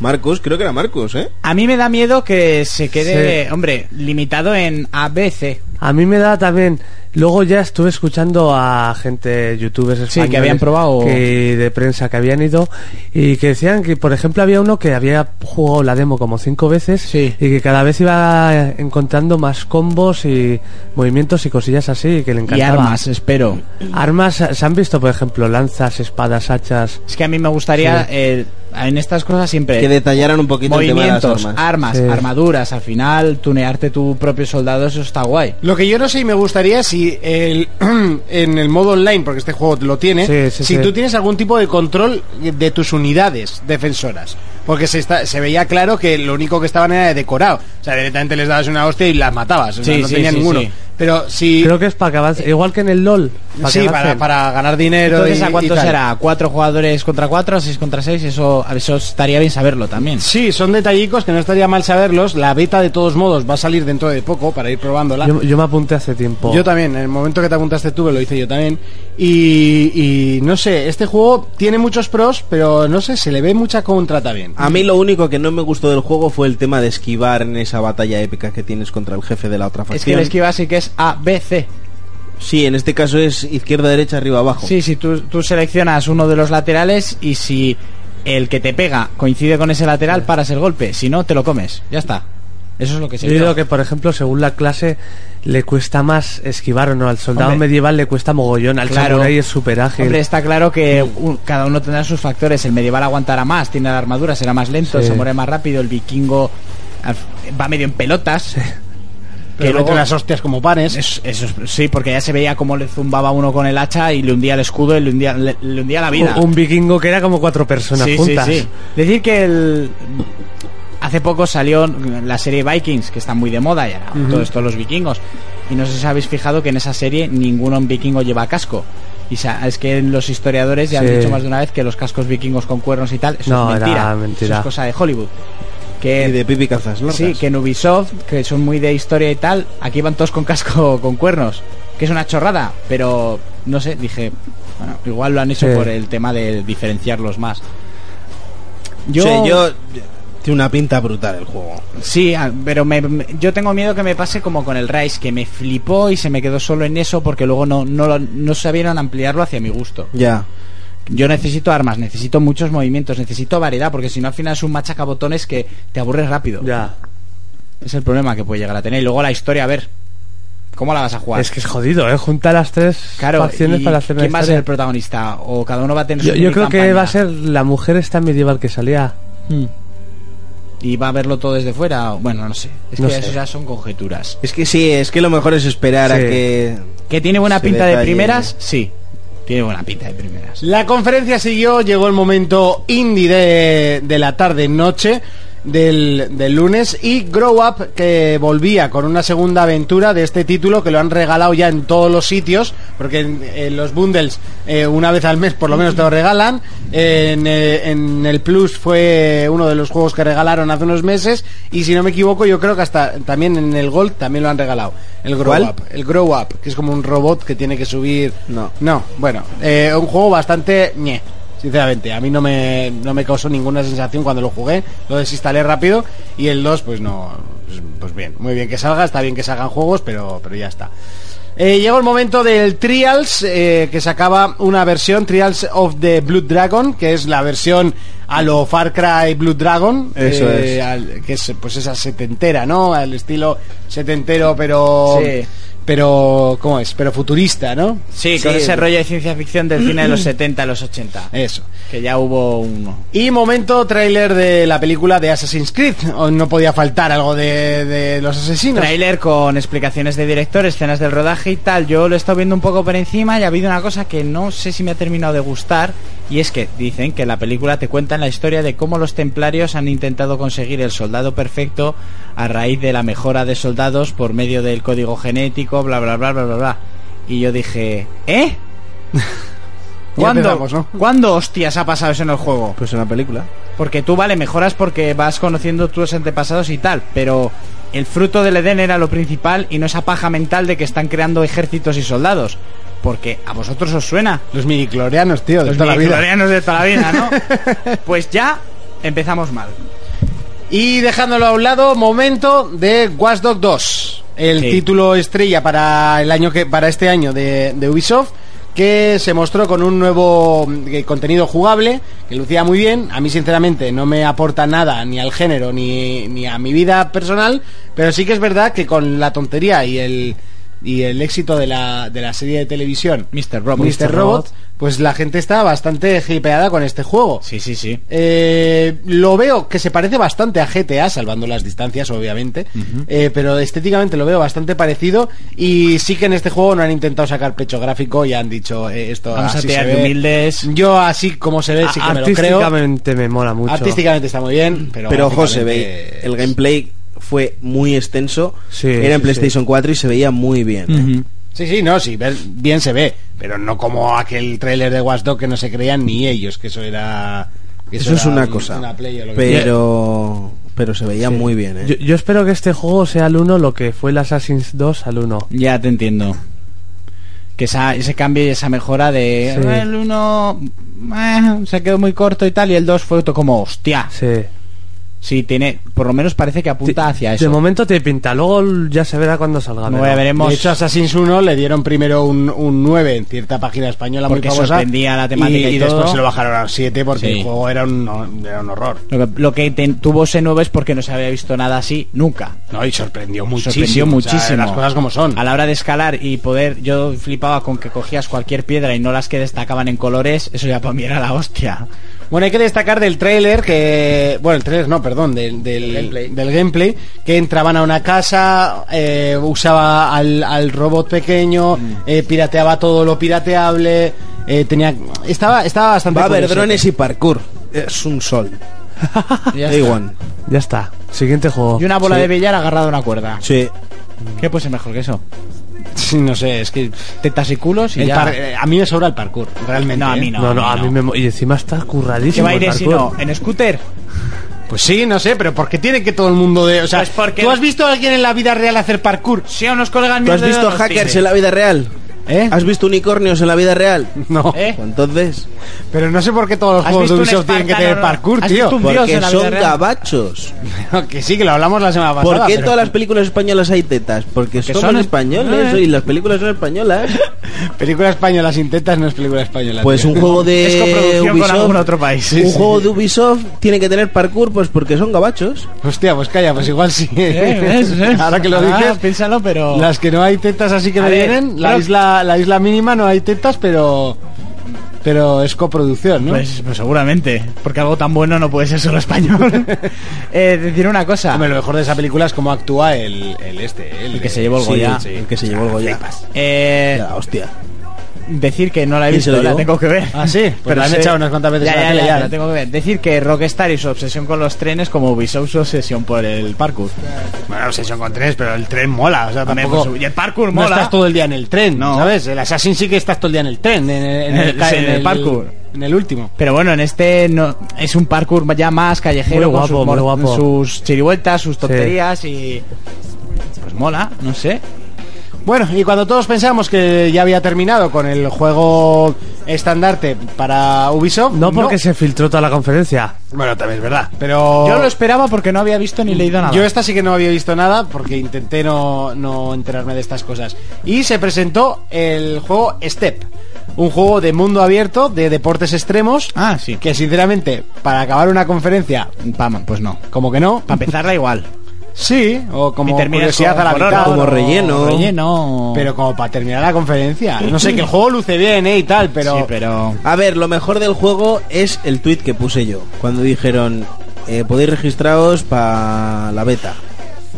[SPEAKER 5] Marcus, creo que era Marcus, ¿eh?
[SPEAKER 3] A mí me da miedo que se quede,
[SPEAKER 4] Sí.
[SPEAKER 3] hombre, limitado en ABC.
[SPEAKER 4] A mí me da también. Luego ya estuve escuchando a gente, youtubers españoles.
[SPEAKER 3] que habían probado.
[SPEAKER 4] que- de prensa que habían ido. Y que decían que, por ejemplo, había uno que había jugado la demo como cinco veces.
[SPEAKER 3] Sí.
[SPEAKER 4] Y que cada vez iba encontrando más combos y movimientos y cosillas así. Y que le
[SPEAKER 3] Y
[SPEAKER 4] encantaba.
[SPEAKER 3] armas, espero.
[SPEAKER 4] Armas, se han visto, por ejemplo, lanzas, espadas, hachas.
[SPEAKER 3] Es que a mí me gustaría, eh, en estas cosas siempre,
[SPEAKER 5] Que detallaran un poquito el tema de las
[SPEAKER 3] movimientos, Ah,
[SPEAKER 5] armas.
[SPEAKER 3] armas,
[SPEAKER 4] Sí.
[SPEAKER 3] armaduras, al final, tunearte tu propio soldado, eso está guay.
[SPEAKER 2] Lo que yo no sé y me gustaría es si el, en el modo online, porque este juego lo tiene,
[SPEAKER 4] Sí, sí,
[SPEAKER 2] si
[SPEAKER 4] sí.
[SPEAKER 2] tú tienes algún tipo de control de tus unidades defensoras. Porque se, está, se veía claro que lo único que estaban era de decorado. O sea, directamente les dabas una hostia y las matabas. o sea,
[SPEAKER 3] Sí,
[SPEAKER 2] no
[SPEAKER 3] sí,
[SPEAKER 2] tenía
[SPEAKER 3] sí,
[SPEAKER 2] ninguno.
[SPEAKER 3] sí.
[SPEAKER 2] Pero si...
[SPEAKER 4] Creo que es para que avance. Igual que en el LOL. para que
[SPEAKER 2] sí, para,
[SPEAKER 4] avancen.
[SPEAKER 2] para ganar dinero.
[SPEAKER 3] Entonces,
[SPEAKER 2] y-
[SPEAKER 3] ¿a
[SPEAKER 2] y
[SPEAKER 3] cuánto
[SPEAKER 2] tal.
[SPEAKER 3] será? ¿Cuatro jugadores contra cuatro? ¿Seis contra seis? Eso, eso estaría bien saberlo también.
[SPEAKER 2] Sí, son detallicos que no estaría mal saberlos. La beta, de todos modos, va a salir dentro de poco para ir probándola.
[SPEAKER 4] Yo, yo me apunté hace tiempo.
[SPEAKER 2] Yo también, en el momento que te apuntaste tú, que lo hice yo también. Y, y no sé, este juego tiene muchos pros, pero no sé, se le ve mucha contra también.
[SPEAKER 5] A mí lo único que no me gustó del juego fue el tema de esquivar en esa batalla épica que tienes contra el jefe de la otra facción.
[SPEAKER 3] Es que la esquiva sí que es A, B, C.
[SPEAKER 5] Sí, en este caso es izquierda, derecha, arriba, abajo.
[SPEAKER 3] Sí, si tú, tú seleccionas uno de los laterales y si el que te pega coincide con ese lateral, paras el golpe. Si no, te lo comes. Ya está. Eso es lo que se
[SPEAKER 4] Yo digo que, por ejemplo, según la clase, le cuesta más esquivar o no. Al soldado
[SPEAKER 3] Hombre.
[SPEAKER 4] medieval le cuesta mogollón, al
[SPEAKER 3] Claro.
[SPEAKER 4] samurái es súper ágil.
[SPEAKER 3] Hombre, está claro que un- cada uno tendrá sus factores. El medieval aguantará más, tiene la armadura, será más lento,
[SPEAKER 4] Sí.
[SPEAKER 3] se muere más rápido. El vikingo al- va medio en pelotas.
[SPEAKER 2] Que
[SPEAKER 3] Que luego-
[SPEAKER 2] mete las hostias como panes.
[SPEAKER 3] Es- eso es- sí, porque ya se veía como le zumbaba uno con el hacha y le hundía el escudo y le hundía, le- le hundía la vida.
[SPEAKER 4] Un vikingo que era como cuatro personas
[SPEAKER 3] Sí, sí,
[SPEAKER 4] juntas.
[SPEAKER 3] sí. Decir que el... hace poco salió la serie Vikings, que está muy de moda ya, todo esto los vikingos. Y no sé si habéis fijado que en esa serie ninguno vikingo lleva casco. Y sa- es que los historiadores ya
[SPEAKER 4] Sí.
[SPEAKER 3] han dicho más de una vez que los cascos vikingos con cuernos y tal, eso
[SPEAKER 4] No,
[SPEAKER 3] es
[SPEAKER 4] era
[SPEAKER 3] mentira. Eso
[SPEAKER 4] mentira.
[SPEAKER 3] es cosa de Hollywood. Que
[SPEAKER 5] Y de pipi calzas largas.
[SPEAKER 3] Sí, que en Ubisoft, que son muy de historia y tal, aquí van todos con casco con cuernos, que es una chorrada, pero no sé, dije, bueno, igual lo han hecho
[SPEAKER 4] Sí.
[SPEAKER 3] por el tema de diferenciarlos más. Yo,
[SPEAKER 5] O sea, yo... Tiene una pinta brutal el juego.
[SPEAKER 3] sí, a- pero me- me- yo tengo miedo que me pase como con el Rise, que me flipó y se me quedó solo en eso porque luego no, no, lo- no sabieron ampliarlo hacia mi gusto.
[SPEAKER 5] Ya.
[SPEAKER 3] Yo necesito armas, necesito muchos movimientos, necesito variedad, porque si no al final es un machacabotones que te aburres rápido.
[SPEAKER 4] Ya.
[SPEAKER 3] Es el problema que puede llegar a tener. Y luego la historia, a ver. ¿Cómo la vas a jugar?
[SPEAKER 4] Es que es jodido, ¿eh? Juntar las tres
[SPEAKER 3] claro,
[SPEAKER 4] facciones
[SPEAKER 3] ¿y
[SPEAKER 4] para hacer una
[SPEAKER 3] ¿quién va a ser el
[SPEAKER 4] historia.
[SPEAKER 3] protagonista? ¿O cada uno va a tener
[SPEAKER 4] Yo,
[SPEAKER 3] su
[SPEAKER 4] yo
[SPEAKER 3] mini
[SPEAKER 4] creo que
[SPEAKER 3] campaña?
[SPEAKER 4] va a ser la mujer esta medieval que salía.
[SPEAKER 3] Hmm. ¿Y va a verlo todo desde fuera? Bueno, no sé. Es
[SPEAKER 4] No
[SPEAKER 3] que
[SPEAKER 4] sé.
[SPEAKER 3] eso ya son conjeturas.
[SPEAKER 5] Es que sí, es que lo mejor es esperar a
[SPEAKER 4] Sí.
[SPEAKER 5] que...
[SPEAKER 3] ¿Que tiene buena
[SPEAKER 5] Se
[SPEAKER 3] pinta de
[SPEAKER 5] detalle.
[SPEAKER 3] primeras? Sí. Tiene buena pinta de primeras.
[SPEAKER 2] La conferencia siguió, llegó el momento indie de, de la tarde-noche del, del lunes y Grow Up que volvía con una segunda aventura de este título que lo han regalado ya en todos los sitios, porque en, en los bundles eh, una vez al mes por lo menos te lo regalan, en, eh, en el Plus fue uno de los juegos que regalaron hace unos meses y si no me equivoco yo creo que hasta también en el Gold también lo han regalado, el Grow
[SPEAKER 5] ¿Cuál?
[SPEAKER 2] Up, el Grow Up, que es como un robot que tiene que subir
[SPEAKER 5] No.
[SPEAKER 2] no, bueno, eh, un juego bastante ñe, sinceramente. A mí no me, no me causó ninguna sensación cuando lo jugué, lo desinstalé rápido y el 2, pues no, pues, pues bien, muy bien que salga, está bien que salgan juegos, pero, pero ya está. Eh, llegó el momento del Trials, eh, que sacaba una versión, Trials of the Blood Dragon, que es la versión a lo Far Cry Blood Dragon,
[SPEAKER 5] Eso
[SPEAKER 2] eh,
[SPEAKER 5] es.
[SPEAKER 2] al- que es pues esa setentera, ¿no? Al estilo setentero, pero...
[SPEAKER 3] Sí.
[SPEAKER 2] Pero, ¿cómo es? Pero futurista, ¿no?
[SPEAKER 3] Sí, con ese rollo de ciencia ficción del cine de los 70 a los 80.
[SPEAKER 2] Eso.
[SPEAKER 3] Que ya hubo uno.
[SPEAKER 2] Y momento tráiler de la película de Assassin's Creed. O No podía faltar algo de, de los asesinos.
[SPEAKER 3] Trailer con explicaciones de director, escenas del rodaje y tal. Yo lo he estado viendo un poco por encima y ha habido una cosa que no sé si me ha terminado de gustar. Y es que dicen que en la película te cuentan la historia de cómo los templarios han intentado conseguir el soldado perfecto a raíz de la mejora de soldados por medio del código genético, bla, bla, bla, bla, bla, bla. Y yo dije, ¿eh?
[SPEAKER 2] Ya
[SPEAKER 3] ¿Cuándo,
[SPEAKER 2] empezamos, ¿no?
[SPEAKER 3] ¿Cuándo hostias ha pasado eso en el juego?
[SPEAKER 5] Pues en la película.
[SPEAKER 3] Porque tú, vale, mejoras porque vas conociendo tus antepasados y tal, pero el fruto del Edén era lo principal y no esa paja mental de que están creando ejércitos y soldados. Porque a vosotros os suena.
[SPEAKER 2] Los miniclorianos, tío, de
[SPEAKER 3] Los
[SPEAKER 2] toda la vida.
[SPEAKER 3] midichlorianos de toda la vida, ¿no? pues ya empezamos mal.
[SPEAKER 2] Y dejándolo a un lado, momento de Watch Dogs 2. El
[SPEAKER 3] Sí.
[SPEAKER 2] título estrella para el año que para este año de, de Ubisoft que se mostró con un nuevo mm, eh, contenido jugable que lucía muy bien. A mí sinceramente no me aporta nada ni al género ni, ni a mi vida personal, pero sí que es verdad que con la tontería y el y el éxito de la, de la serie de televisión
[SPEAKER 3] Mr. Robot.
[SPEAKER 2] Mr. Robot, pues la gente está bastante hipeada con este juego.
[SPEAKER 3] Sí, sí, sí.
[SPEAKER 2] Eh, lo veo que se parece bastante a GTA, salvando las distancias, obviamente. Eh, pero estéticamente lo veo bastante parecido. Y sí que en este juego no han intentado sacar pecho gráfico y han dicho eh, esto.
[SPEAKER 3] Vamos a
[SPEAKER 2] así
[SPEAKER 3] tirar
[SPEAKER 2] se
[SPEAKER 3] de
[SPEAKER 2] ve.
[SPEAKER 3] humildes.
[SPEAKER 2] Yo, así como se ve, sí que me lo creo.
[SPEAKER 4] Artísticamente me mola mucho.
[SPEAKER 2] Artísticamente está muy bien, pero.
[SPEAKER 5] Pero ojo, se
[SPEAKER 2] gráficamente-
[SPEAKER 5] ve, el gameplay fue muy extenso.
[SPEAKER 4] Sí,
[SPEAKER 5] Era en
[SPEAKER 4] sí,
[SPEAKER 5] PlayStation 4 y se veía muy bien. ¿eh?
[SPEAKER 2] Sí, sí, no, sí, ver- bien se ve. Pero no como aquel tráiler de Watch Dogs que no se creían ni ellos, que eso era. que
[SPEAKER 5] Eso es
[SPEAKER 2] era
[SPEAKER 5] una
[SPEAKER 2] un-
[SPEAKER 5] cosa.
[SPEAKER 2] una play o lo que sea.
[SPEAKER 5] pero pero se veía muy bien, ¿eh?
[SPEAKER 4] Yo, yo espero que este juego sea al 1 lo que fue el Assassin's 2 al 1.
[SPEAKER 3] Ya te entiendo. que esa- ese cambio y esa mejora de "Ah,
[SPEAKER 4] Sí.
[SPEAKER 3] el 1 se quedó muy corto y tal y el 2 fue todo como hostia.
[SPEAKER 4] Sí.
[SPEAKER 3] Sí, tiene por lo menos parece que apunta hacia
[SPEAKER 4] De
[SPEAKER 3] eso.
[SPEAKER 4] momento te pinta, luego ya se verá cuando salga.
[SPEAKER 3] No
[SPEAKER 4] pero-
[SPEAKER 3] veremos
[SPEAKER 2] De hecho, Assassin's 1 le dieron primero un, un 9 en cierta página española
[SPEAKER 3] Porque
[SPEAKER 2] muy famosa.
[SPEAKER 3] sorprendía la temática y
[SPEAKER 2] y después
[SPEAKER 3] todo.
[SPEAKER 2] se lo bajaron a un 7 porque
[SPEAKER 3] Sí.
[SPEAKER 2] el juego era un, era un horror.
[SPEAKER 3] Lo que, lo que ten- tuvo ese 9 es porque no se había visto nada así nunca.
[SPEAKER 2] No, y sorprendió muchísimo.
[SPEAKER 3] Sorprendió
[SPEAKER 2] o sea,
[SPEAKER 3] muchísimo.
[SPEAKER 2] las cosas como son.
[SPEAKER 3] A la hora de escalar y poder, yo flipaba con que cogías cualquier piedra y no las que destacaban en colores, eso ya para mí era la hostia.
[SPEAKER 2] Bueno, hay que destacar del tráiler que... Bueno, el tráiler no, perdón, del, del,
[SPEAKER 3] gameplay.
[SPEAKER 2] del gameplay, que entraban a una casa, eh, usaba al, al robot pequeño,
[SPEAKER 3] Mm.
[SPEAKER 2] eh, pirateaba todo lo pirateable, eh, tenía... Estaba, estaba bastante...
[SPEAKER 5] Va a haber
[SPEAKER 2] curioso.
[SPEAKER 5] drones y parkour. Es un sol.
[SPEAKER 3] Ya
[SPEAKER 5] Da
[SPEAKER 3] está.
[SPEAKER 5] igual.
[SPEAKER 4] Ya está. Siguiente juego.
[SPEAKER 3] Y una bola de billar agarrada a una cuerda.
[SPEAKER 5] Sí.
[SPEAKER 3] ¿Qué puede ser mejor que eso?
[SPEAKER 2] Sí, No sé, es que...
[SPEAKER 3] Tetas y culos y
[SPEAKER 2] el
[SPEAKER 3] ya.
[SPEAKER 2] par- eh, a mí me sobra el parkour, realmente.
[SPEAKER 3] No, a
[SPEAKER 2] ¿eh?
[SPEAKER 3] mí
[SPEAKER 4] No, no, a mí me. mo- Y encima está curradísimo.
[SPEAKER 3] ¿Qué va a
[SPEAKER 4] el
[SPEAKER 3] ir si no?
[SPEAKER 4] parkour.
[SPEAKER 3] ¿En scooter?
[SPEAKER 2] Pues sí, no sé, pero ¿por qué tiene que todo el mundo de... O sea,
[SPEAKER 3] Pues porque-
[SPEAKER 2] ¿tú has visto a alguien en la vida real hacer parkour?
[SPEAKER 3] Sí, a unos colegas
[SPEAKER 5] ¿Tú
[SPEAKER 3] míos.
[SPEAKER 5] has
[SPEAKER 3] de
[SPEAKER 5] visto
[SPEAKER 3] Donosti.
[SPEAKER 5] hackers en la vida real?
[SPEAKER 2] ¿Eh?
[SPEAKER 5] ¿Has visto unicornios en la vida real?
[SPEAKER 2] No.
[SPEAKER 3] ¿Eh?
[SPEAKER 5] Pues Entonces,
[SPEAKER 2] Pero no sé por qué todos los
[SPEAKER 3] ¿Has
[SPEAKER 2] juegos de
[SPEAKER 3] visto un
[SPEAKER 2] Ubisoft tienen que
[SPEAKER 3] espartano,
[SPEAKER 2] tener
[SPEAKER 3] no?
[SPEAKER 2] parkour,
[SPEAKER 3] ¿Has
[SPEAKER 2] tío.
[SPEAKER 3] visto un- dios
[SPEAKER 5] porque
[SPEAKER 3] en la vida
[SPEAKER 5] son
[SPEAKER 3] real.
[SPEAKER 5] gabachos.
[SPEAKER 2] que sí, que lo hablamos la semana pasada.
[SPEAKER 5] ¿Por qué en
[SPEAKER 2] pero-
[SPEAKER 5] todas las películas españolas hay tetas? Porque, somos
[SPEAKER 3] son-
[SPEAKER 5] españoles
[SPEAKER 3] Eh.
[SPEAKER 5] y las películas son españolas.
[SPEAKER 2] Película española sin tetas no es película española.
[SPEAKER 5] Pues
[SPEAKER 2] tío.
[SPEAKER 5] un juego
[SPEAKER 3] Es
[SPEAKER 5] de
[SPEAKER 3] coproducción con algún
[SPEAKER 5] Ubisoft,
[SPEAKER 3] otro país.
[SPEAKER 5] un juego de Ubisoft tiene que tener parkour, pues porque son gabachos.
[SPEAKER 2] Hostia, pues calla, pues igual sí.
[SPEAKER 3] Eh, ¿ves? ¿ves?
[SPEAKER 2] Ahora que lo
[SPEAKER 3] Ah,
[SPEAKER 2] dices,
[SPEAKER 3] piénsalo, pero.
[SPEAKER 2] las que no hay tetas así que
[SPEAKER 3] A
[SPEAKER 2] me
[SPEAKER 3] ver,
[SPEAKER 2] vienen, la
[SPEAKER 3] pero-
[SPEAKER 2] isla, la isla mínima no hay tetas, pero pero es coproducción, ¿no?
[SPEAKER 3] Pues, pues seguramente, porque algo tan bueno no puede ser solo español. eh, decir una cosa.
[SPEAKER 2] Hombre, lo mejor de esa película es cómo actúa el, el este, el,
[SPEAKER 3] El que
[SPEAKER 2] de-
[SPEAKER 3] se llevó el Goya.
[SPEAKER 5] el que se llevó el Goya.
[SPEAKER 3] Eh,
[SPEAKER 5] Ya, hostia.
[SPEAKER 3] decir que no la he
[SPEAKER 5] ¿Quién se
[SPEAKER 3] visto,
[SPEAKER 5] lo
[SPEAKER 3] la
[SPEAKER 5] llevó?
[SPEAKER 3] tengo que ver.
[SPEAKER 2] Ah, sí, pues la han
[SPEAKER 3] sé-
[SPEAKER 2] echado unas cuantas veces
[SPEAKER 3] Ya,
[SPEAKER 2] a la
[SPEAKER 3] ya,
[SPEAKER 2] tele
[SPEAKER 3] ya,
[SPEAKER 2] ya,
[SPEAKER 3] la
[SPEAKER 2] ¿eh?
[SPEAKER 3] tengo que ver. Decir que Rockstar y su obsesión con los trenes como Ubisoft su obsesión por el parkour.
[SPEAKER 2] Bueno, obsesión con trenes, pero el tren mola, o sea,
[SPEAKER 3] Hombre,
[SPEAKER 2] tampoco
[SPEAKER 3] pues, y el parkour
[SPEAKER 2] no
[SPEAKER 3] mola.
[SPEAKER 2] estás todo el día en el tren,
[SPEAKER 3] No.
[SPEAKER 2] ¿sabes? El Assassin sí que estás todo el día en el tren, en el, en el-
[SPEAKER 3] Sí, en el
[SPEAKER 2] en el-
[SPEAKER 3] parkour.
[SPEAKER 2] en el último.
[SPEAKER 3] Pero bueno, en este no es un parkour ya más callejero
[SPEAKER 4] Muy
[SPEAKER 3] con sus,
[SPEAKER 4] guapo,
[SPEAKER 3] mor-
[SPEAKER 4] muy guapo.
[SPEAKER 3] sus chirivueltas, sus tonterías y pues mola, no sé.
[SPEAKER 2] Bueno, y cuando todos pensamos que ya había terminado con el juego estandarte para Ubisoft,
[SPEAKER 4] No porque se filtró toda la conferencia.
[SPEAKER 2] Bueno, también es verdad, pero
[SPEAKER 3] Yo lo esperaba porque no había visto ni leído nada.
[SPEAKER 2] Yo esta sí que no había visto nada porque intenté no, no enterarme de estas cosas. Y se presentó el juego Step, un juego de mundo abierto de deportes extremos
[SPEAKER 3] Ah, sí.
[SPEAKER 2] que sinceramente para acabar una conferencia
[SPEAKER 3] Pam, pues no.
[SPEAKER 2] como que no,
[SPEAKER 3] Para empezarla igual.
[SPEAKER 2] sí, o como
[SPEAKER 3] y terminas
[SPEAKER 2] curiosidad a la
[SPEAKER 3] color,
[SPEAKER 2] mitad,
[SPEAKER 5] como
[SPEAKER 2] o-
[SPEAKER 5] relleno.
[SPEAKER 3] Relleno.
[SPEAKER 2] pero como para terminar la conferencia. No sé que el juego luce bien, eh, y tal, pero
[SPEAKER 3] Sí, pero
[SPEAKER 5] A ver, lo mejor del juego es el tweet que puse yo. Cuando dijeron, eh, podéis registraros para la beta.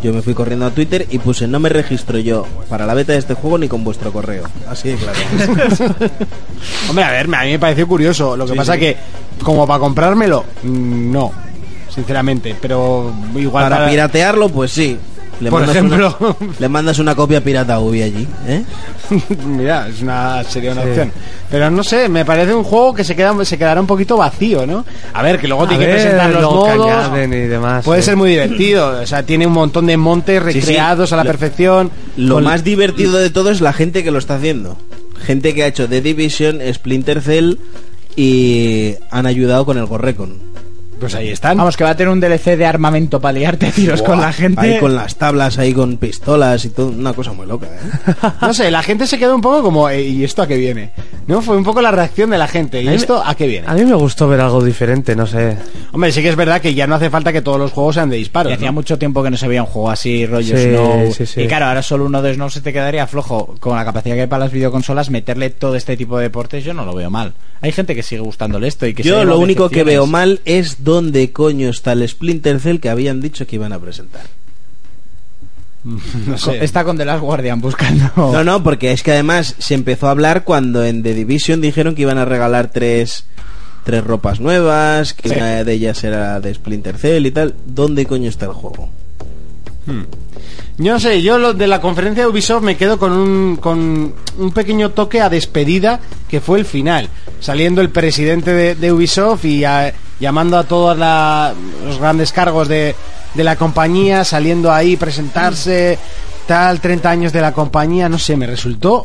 [SPEAKER 5] Yo me fui corriendo a Twitter y puse, no me registro yo para la beta de este juego ni con vuestro correo. Así de claro.
[SPEAKER 2] Hombre, a ver, a mí me pareció curioso. Lo que
[SPEAKER 5] Sí,
[SPEAKER 2] pasa
[SPEAKER 5] sí.
[SPEAKER 2] que, como para comprármelo, mm, no. Sinceramente, pero igual
[SPEAKER 5] para piratearlo, pues sí. Le
[SPEAKER 2] Por
[SPEAKER 5] mandas
[SPEAKER 2] ejemplo.
[SPEAKER 5] una- le mandas una copia pirata a Ubi allí. ¿eh?
[SPEAKER 2] Mira, es una, sería una
[SPEAKER 4] Sí.
[SPEAKER 2] opción. Pero no sé, me parece un juego que se, queda, se quedará un poquito vacío, ¿no? A ver, que luego
[SPEAKER 4] A
[SPEAKER 2] tiene que
[SPEAKER 4] ver,
[SPEAKER 2] presentar los
[SPEAKER 4] luego que
[SPEAKER 2] modos.
[SPEAKER 4] añaden y
[SPEAKER 3] Ah,
[SPEAKER 4] demás.
[SPEAKER 2] Puede
[SPEAKER 4] sí.
[SPEAKER 2] ser muy divertido. O sea, tiene un montón de montes
[SPEAKER 5] sí.
[SPEAKER 2] recreados a la
[SPEAKER 5] Lo-
[SPEAKER 2] perfección.
[SPEAKER 5] Lo
[SPEAKER 2] con-
[SPEAKER 5] más divertido de todo es la gente que lo está haciendo. Gente que ha hecho The Division, Splinter Cell y han ayudado con el Gorrecon.
[SPEAKER 2] Pues ahí están.
[SPEAKER 3] vamos que va a tener un DLC de armamento para liarte a tiros
[SPEAKER 5] Buah,
[SPEAKER 3] con la gente.
[SPEAKER 5] Ahí con las tablas, ahí con pistolas y todo. Una cosa muy loca, ¿eh?
[SPEAKER 2] No sé, la gente se quedó un poco como, "Eh, ¿y esto a qué viene? ¿No? Fue un poco la reacción de la gente. ¿Y
[SPEAKER 4] A mí-
[SPEAKER 2] esto a qué viene?
[SPEAKER 4] A mí me gustó ver algo diferente, no sé.
[SPEAKER 2] Hombre, sí que es verdad que ya no hace falta que todos los juegos sean de
[SPEAKER 3] Y
[SPEAKER 2] disparos.
[SPEAKER 3] hacía
[SPEAKER 2] ¿no?
[SPEAKER 3] mucho tiempo que no se veía un juego así, rollo
[SPEAKER 4] Sí,
[SPEAKER 3] Snow.
[SPEAKER 4] sí, sí.
[SPEAKER 3] Y claro, ahora solo uno de Snow se te quedaría flojo. Con la capacidad que hay para las videoconsolas, meterle todo este tipo de deportes, yo no lo veo mal. Hay gente que sigue gustándole esto y que se
[SPEAKER 5] Yo
[SPEAKER 3] lleva
[SPEAKER 5] lo único que
[SPEAKER 3] decepciones.
[SPEAKER 5] veo mal es dónde coño está el Splinter Cell que habían dicho que iban a presentar.
[SPEAKER 2] No
[SPEAKER 3] Co-
[SPEAKER 2] sé.
[SPEAKER 3] Está con The Last Guardian buscando.
[SPEAKER 5] No, no, porque es que además se empezó a hablar cuando en The Division dijeron que iban a regalar tres, tres ropas nuevas, que
[SPEAKER 2] Sí.
[SPEAKER 5] una de ellas era de Splinter Cell y tal. ¿Dónde coño está el juego?
[SPEAKER 2] Yo no sé, yo lo de la conferencia de Ubisoft me quedo con un, con un pequeño toque a despedida que fue el final. Saliendo el presidente de, de Ubisoft y a- llamando a todos la- los grandes cargos de, de la compañía, saliendo ahí, presentarse. tal, 30 años de la compañía, no sé, me resultó.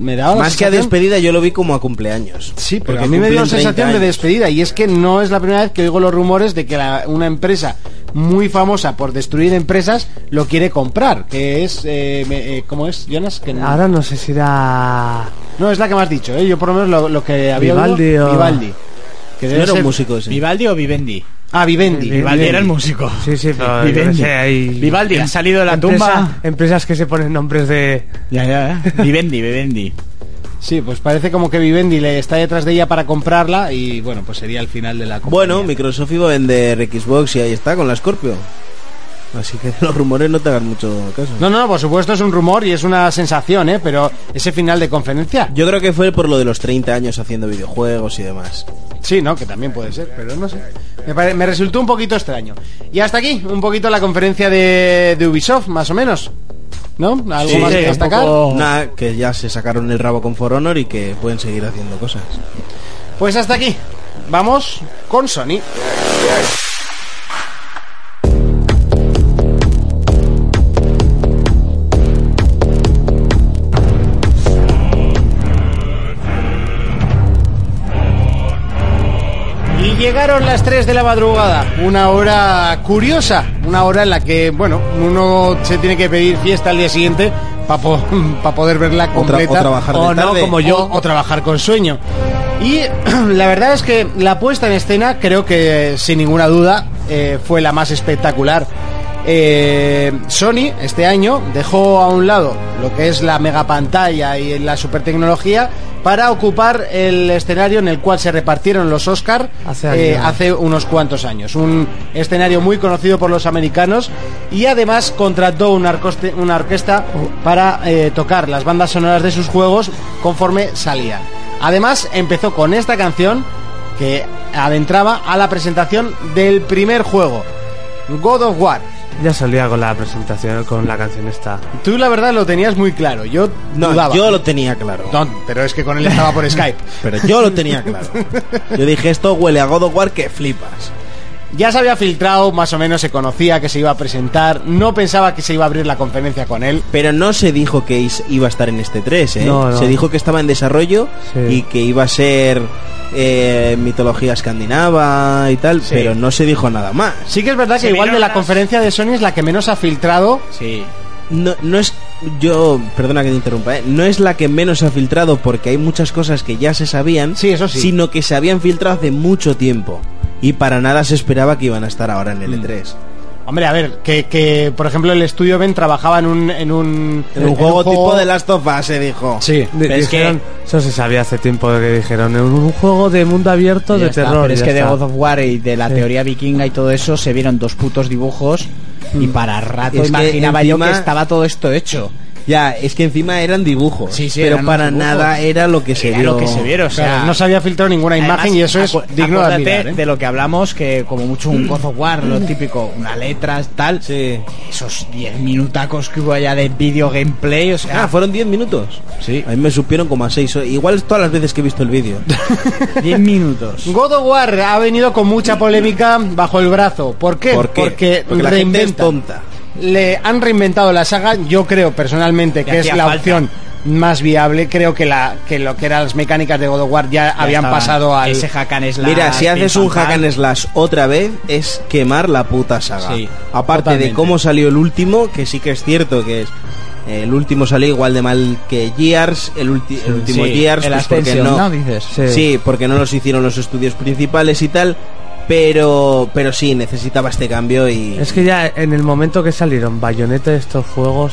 [SPEAKER 2] Me daba la
[SPEAKER 5] Más que a
[SPEAKER 2] sensación-
[SPEAKER 5] despedida, yo lo vi como a cumpleaños.
[SPEAKER 2] Sí, porque a mí me dio la
[SPEAKER 5] cumplen 30
[SPEAKER 2] sensación de
[SPEAKER 5] años.
[SPEAKER 2] despedida y es que no es la primera vez que oigo los rumores de que la- una empresa muy famosa por destruir empresas lo quiere comprar, que es eh, me- eh, ¿cómo es, Jonas? Que no,
[SPEAKER 4] Ahora no sé si era...
[SPEAKER 2] no, es la que me has dicho, ¿eh? yo por lo menos lo, lo que había oído-
[SPEAKER 4] Vivaldi o-
[SPEAKER 2] Vivaldi. Que
[SPEAKER 5] No
[SPEAKER 2] debe
[SPEAKER 5] era un
[SPEAKER 2] ser-
[SPEAKER 5] músico ese.
[SPEAKER 3] ¿Vivaldi o Vivendi?
[SPEAKER 2] Ah, Vivendi.
[SPEAKER 3] Vivaldi era el músico.
[SPEAKER 4] Sí, sí, pero yo
[SPEAKER 3] Vivendi.
[SPEAKER 4] qué sé, hay-
[SPEAKER 3] Vivaldi ha salido de la
[SPEAKER 4] Empresa-
[SPEAKER 3] tumba.
[SPEAKER 4] Empresas que se ponen nombres de...
[SPEAKER 3] Ya, ya, ya. Vivendi, Vivendi.
[SPEAKER 2] Sí, pues parece como que Vivendi le está detrás de ella para comprarla y bueno, pues sería el final de la compañía.
[SPEAKER 5] Bueno, Microsoft iba a vender Xbox y ahí está, con la Scorpio. Así que los rumores no te hagan mucho caso.
[SPEAKER 2] No, no, por supuesto es un rumor y es una sensación, ¿eh? Pero ese final de conferencia,
[SPEAKER 5] Yo creo que fue por lo de los 30 años haciendo videojuegos y demás.
[SPEAKER 2] Sí, no, que también puede ser, pero no sé. Me, pare- me resultó un poquito extraño. Y hasta aquí, un poquito la conferencia de, de Ubisoft, más o menos. ¿No? ¿Algo
[SPEAKER 5] Sí,
[SPEAKER 2] más
[SPEAKER 5] sí,
[SPEAKER 2] que
[SPEAKER 5] un
[SPEAKER 2] destacar?
[SPEAKER 3] poco- Oh.
[SPEAKER 5] Nada, que ya se sacaron el rabo con For Honor y que pueden seguir haciendo cosas.
[SPEAKER 2] Pues hasta aquí. Vamos con Sony. Y llegaron las 3 de la madrugada, una hora curiosa, una hora en la que, bueno, uno se tiene que pedir fiesta al día siguiente para poder verla
[SPEAKER 5] O, tra-
[SPEAKER 2] completa.
[SPEAKER 5] o trabajar de
[SPEAKER 2] O
[SPEAKER 5] tarde.
[SPEAKER 2] como yo o, trabajar con sueño. Y la verdad es que la puesta en escena creo que sin ninguna duda eh, fue la más espectacular. Eh, Sony este año dejó a un lado lo que es la mega pantalla y la super tecnología para ocupar el escenario en el cual se repartieron los Oscar
[SPEAKER 4] Hace
[SPEAKER 2] eh,
[SPEAKER 4] años.
[SPEAKER 2] hace unos cuantos años. Un escenario muy conocido por los americanos y además contrató una, orcoste- una orquesta para eh, tocar las bandas sonoras de sus juegos conforme salían. Además empezó con esta canción que adentraba a la presentación del primer juego, God of War.
[SPEAKER 4] Ya solía con la presentación, con la canción esta.
[SPEAKER 2] Tú la verdad lo tenías muy claro, yo
[SPEAKER 5] No,
[SPEAKER 2] dudaba.
[SPEAKER 5] yo lo tenía claro.
[SPEAKER 2] No, pero es que con él estaba por Skype.
[SPEAKER 5] Pero yo lo tenía claro. Yo dije, esto huele a God of War que flipas.
[SPEAKER 2] Ya se había filtrado, más o menos se conocía que se iba a presentar, no pensaba que se iba a abrir la conferencia con él.
[SPEAKER 5] Pero no se dijo que is- iba a estar en este 3, ¿eh?
[SPEAKER 4] No, no.
[SPEAKER 5] Se dijo que estaba en desarrollo
[SPEAKER 4] Sí.
[SPEAKER 5] y que iba a ser eh, mitología escandinava y tal, pero no se dijo nada más.
[SPEAKER 2] Sí que es verdad que
[SPEAKER 3] Se
[SPEAKER 2] igual de
[SPEAKER 3] vieron
[SPEAKER 2] la
[SPEAKER 3] las-
[SPEAKER 2] conferencia de Sony es la que menos ha filtrado.
[SPEAKER 3] Sí.
[SPEAKER 5] No, no es. Yo, perdona que te interrumpa, ¿eh? No es la que menos ha filtrado porque hay muchas cosas que ya se sabían,
[SPEAKER 2] Sí, eso sí.
[SPEAKER 5] sino que se habían filtrado hace mucho tiempo. Y para nada se esperaba que iban a estar ahora en el E E3.
[SPEAKER 2] Hombre, a ver, que, que, por ejemplo el estudio Ben trabajaba en un... En un,
[SPEAKER 5] En un juego tipo de Last of Us, se dijo.
[SPEAKER 2] Sí.
[SPEAKER 4] Di-
[SPEAKER 3] Pero es
[SPEAKER 4] dijeron- Eso se sabía hace tiempo que dijeron. "En Un juego de mundo abierto
[SPEAKER 3] Ya
[SPEAKER 4] de
[SPEAKER 3] está,
[SPEAKER 4] terror.
[SPEAKER 3] pero es
[SPEAKER 4] ya
[SPEAKER 3] que de
[SPEAKER 4] está.
[SPEAKER 3] God of War y de la
[SPEAKER 4] Sí.
[SPEAKER 3] teoría vikinga y todo eso se vieron dos putos dibujos
[SPEAKER 2] Mm.
[SPEAKER 3] y para rato
[SPEAKER 5] Es que
[SPEAKER 3] imaginaba yo
[SPEAKER 5] encima-
[SPEAKER 3] que estaba todo esto hecho.
[SPEAKER 5] Ya, es que encima eran dibujos.
[SPEAKER 3] Sí, sí,
[SPEAKER 5] pero
[SPEAKER 3] eran
[SPEAKER 5] para
[SPEAKER 3] unos dibujos.
[SPEAKER 5] nada era lo que se
[SPEAKER 3] Era
[SPEAKER 5] vio.
[SPEAKER 3] lo que se vieron, o sea,
[SPEAKER 2] Claro, no se había filtrado ninguna imagen
[SPEAKER 3] Además,
[SPEAKER 2] y eso es
[SPEAKER 3] acu-
[SPEAKER 2] digno de
[SPEAKER 3] acuérdate
[SPEAKER 2] admirar. ¿eh? Mm.
[SPEAKER 3] de lo que hablamos, que como mucho un God of War, lo típico, una letra, tal.
[SPEAKER 5] Sí.
[SPEAKER 3] Esos 10 minutacos que hubo allá de video gameplay, o sea,
[SPEAKER 5] Ah, fueron 10 minutos.
[SPEAKER 3] sí,
[SPEAKER 5] A mí me supieron como a 6. Igual es todas las veces que he visto el vídeo.
[SPEAKER 3] 10 minutos.
[SPEAKER 2] God of War ha venido con mucha polémica bajo el brazo. ¿Por qué?
[SPEAKER 5] ¿Por qué?
[SPEAKER 2] Porque,
[SPEAKER 5] Porque la gente es
[SPEAKER 2] reinventa.
[SPEAKER 5] tonta.
[SPEAKER 2] Le han reinventado la saga, yo creo personalmente que es
[SPEAKER 3] hacía
[SPEAKER 2] la
[SPEAKER 3] falta.
[SPEAKER 2] opción más viable. Creo que la que lo que eran las mecánicas de God of War ya,
[SPEAKER 3] Ya
[SPEAKER 2] habían
[SPEAKER 3] estaban.
[SPEAKER 2] pasado al
[SPEAKER 3] Ese hack and slash,
[SPEAKER 5] Mira, si
[SPEAKER 3] pim,
[SPEAKER 5] haces
[SPEAKER 3] pam,
[SPEAKER 5] un hack
[SPEAKER 3] pam.
[SPEAKER 5] and slash otra vez, es quemar la puta saga.
[SPEAKER 3] Sí,
[SPEAKER 5] Aparte de
[SPEAKER 3] totalmente.
[SPEAKER 5] cómo salió el último, que sí que es cierto que es. El último salió igual de mal que Gears, el, ulti- el último
[SPEAKER 3] Sí,
[SPEAKER 5] Gears,
[SPEAKER 3] el
[SPEAKER 5] pues porque
[SPEAKER 3] Ascension,
[SPEAKER 5] no.
[SPEAKER 3] ¿no? Dices.
[SPEAKER 5] Sí. porque no los hicieron los estudios principales y tal. Pero, pero sí, necesitaba este cambio y.
[SPEAKER 4] Es que ya en el momento que salieron Bayonetta de estos juegos.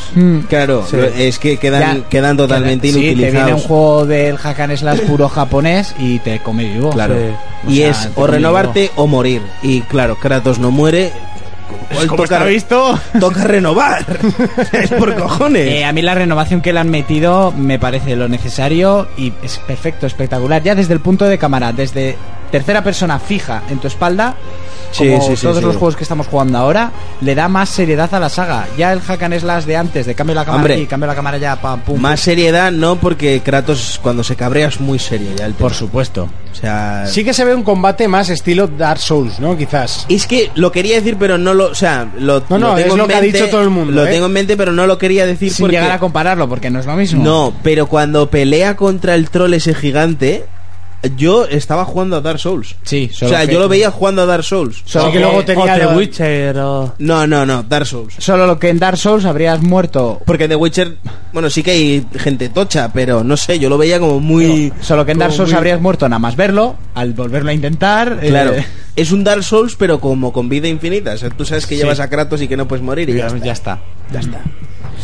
[SPEAKER 5] Claro,
[SPEAKER 4] Sí.
[SPEAKER 5] es que quedan,
[SPEAKER 3] Ya,
[SPEAKER 5] quedan totalmente
[SPEAKER 3] queda- sí, te viene un
[SPEAKER 5] inutilizados.
[SPEAKER 3] juego del hack and slash puro japonés y te come vivo.
[SPEAKER 5] Claro.
[SPEAKER 4] Sí.
[SPEAKER 5] Y
[SPEAKER 3] O sea,
[SPEAKER 5] es
[SPEAKER 3] te
[SPEAKER 5] o
[SPEAKER 3] come
[SPEAKER 5] renovarte
[SPEAKER 3] vivo.
[SPEAKER 5] o morir. Y claro, Kratos no muere. Él
[SPEAKER 3] Pues, Como está visto.
[SPEAKER 5] toca renovar. es por cojones.
[SPEAKER 3] Eh, a mí la renovación que le han metido me parece lo necesario y es perfecto, espectacular. Ya desde el punto de cámara, desde tercera persona fija en tu espalda,
[SPEAKER 5] Sí,
[SPEAKER 3] como
[SPEAKER 5] sí, sí,
[SPEAKER 3] todos
[SPEAKER 5] sí.
[SPEAKER 3] los juegos que estamos jugando ahora, le da más seriedad a la saga. Ya el hack and slash de antes, de cambio la cámara
[SPEAKER 5] Hombre.
[SPEAKER 3] aquí, cambio la cámara ya, pam, pum.
[SPEAKER 5] Más seriedad no, porque Kratos cuando se cabrea es muy serio ya el tema.
[SPEAKER 3] Por supuesto.
[SPEAKER 5] O sea,
[SPEAKER 2] Sí que se ve un combate más estilo Dark Souls, ¿no? Quizás.
[SPEAKER 5] es que lo quería decir, pero no lo, o sea, lo,
[SPEAKER 2] No, no,
[SPEAKER 5] lo
[SPEAKER 2] es
[SPEAKER 5] tengo
[SPEAKER 2] lo
[SPEAKER 5] en
[SPEAKER 2] que ha
[SPEAKER 5] mente-
[SPEAKER 2] dicho todo el mundo,
[SPEAKER 5] Lo
[SPEAKER 2] ¿eh?
[SPEAKER 5] tengo en mente, pero no lo quería decir
[SPEAKER 3] sin
[SPEAKER 5] porque...
[SPEAKER 3] llegar a compararlo, porque no es lo mismo.
[SPEAKER 5] No, pero cuando pelea contra el troll ese gigante, yo estaba jugando a Dark Souls.
[SPEAKER 3] Sí,
[SPEAKER 5] O
[SPEAKER 3] solo
[SPEAKER 5] sea,
[SPEAKER 3] que-
[SPEAKER 5] yo lo veía jugando a Dark Souls.
[SPEAKER 3] Solo
[SPEAKER 2] Así que
[SPEAKER 3] que-
[SPEAKER 2] luego
[SPEAKER 4] O
[SPEAKER 2] tenía
[SPEAKER 4] The
[SPEAKER 2] lo-
[SPEAKER 4] Witcher o...
[SPEAKER 5] No, no, no, Dark Souls.
[SPEAKER 3] Solo lo que en Dark Souls habrías muerto.
[SPEAKER 5] Porque en The Witcher, bueno, sí que hay gente tocha, pero no sé, yo lo veía como muy...
[SPEAKER 3] Solo que en Dark
[SPEAKER 5] como
[SPEAKER 3] Souls
[SPEAKER 5] muy-
[SPEAKER 3] habrías muerto nada más verlo, al volverlo a intentar. eh,
[SPEAKER 5] Claro. Es un Dark Souls, pero como con vida infinita. O sea, tú sabes que
[SPEAKER 3] Sí.
[SPEAKER 5] llevas a Kratos y que no puedes morir y ya, está.
[SPEAKER 3] ya está.
[SPEAKER 5] Ya está.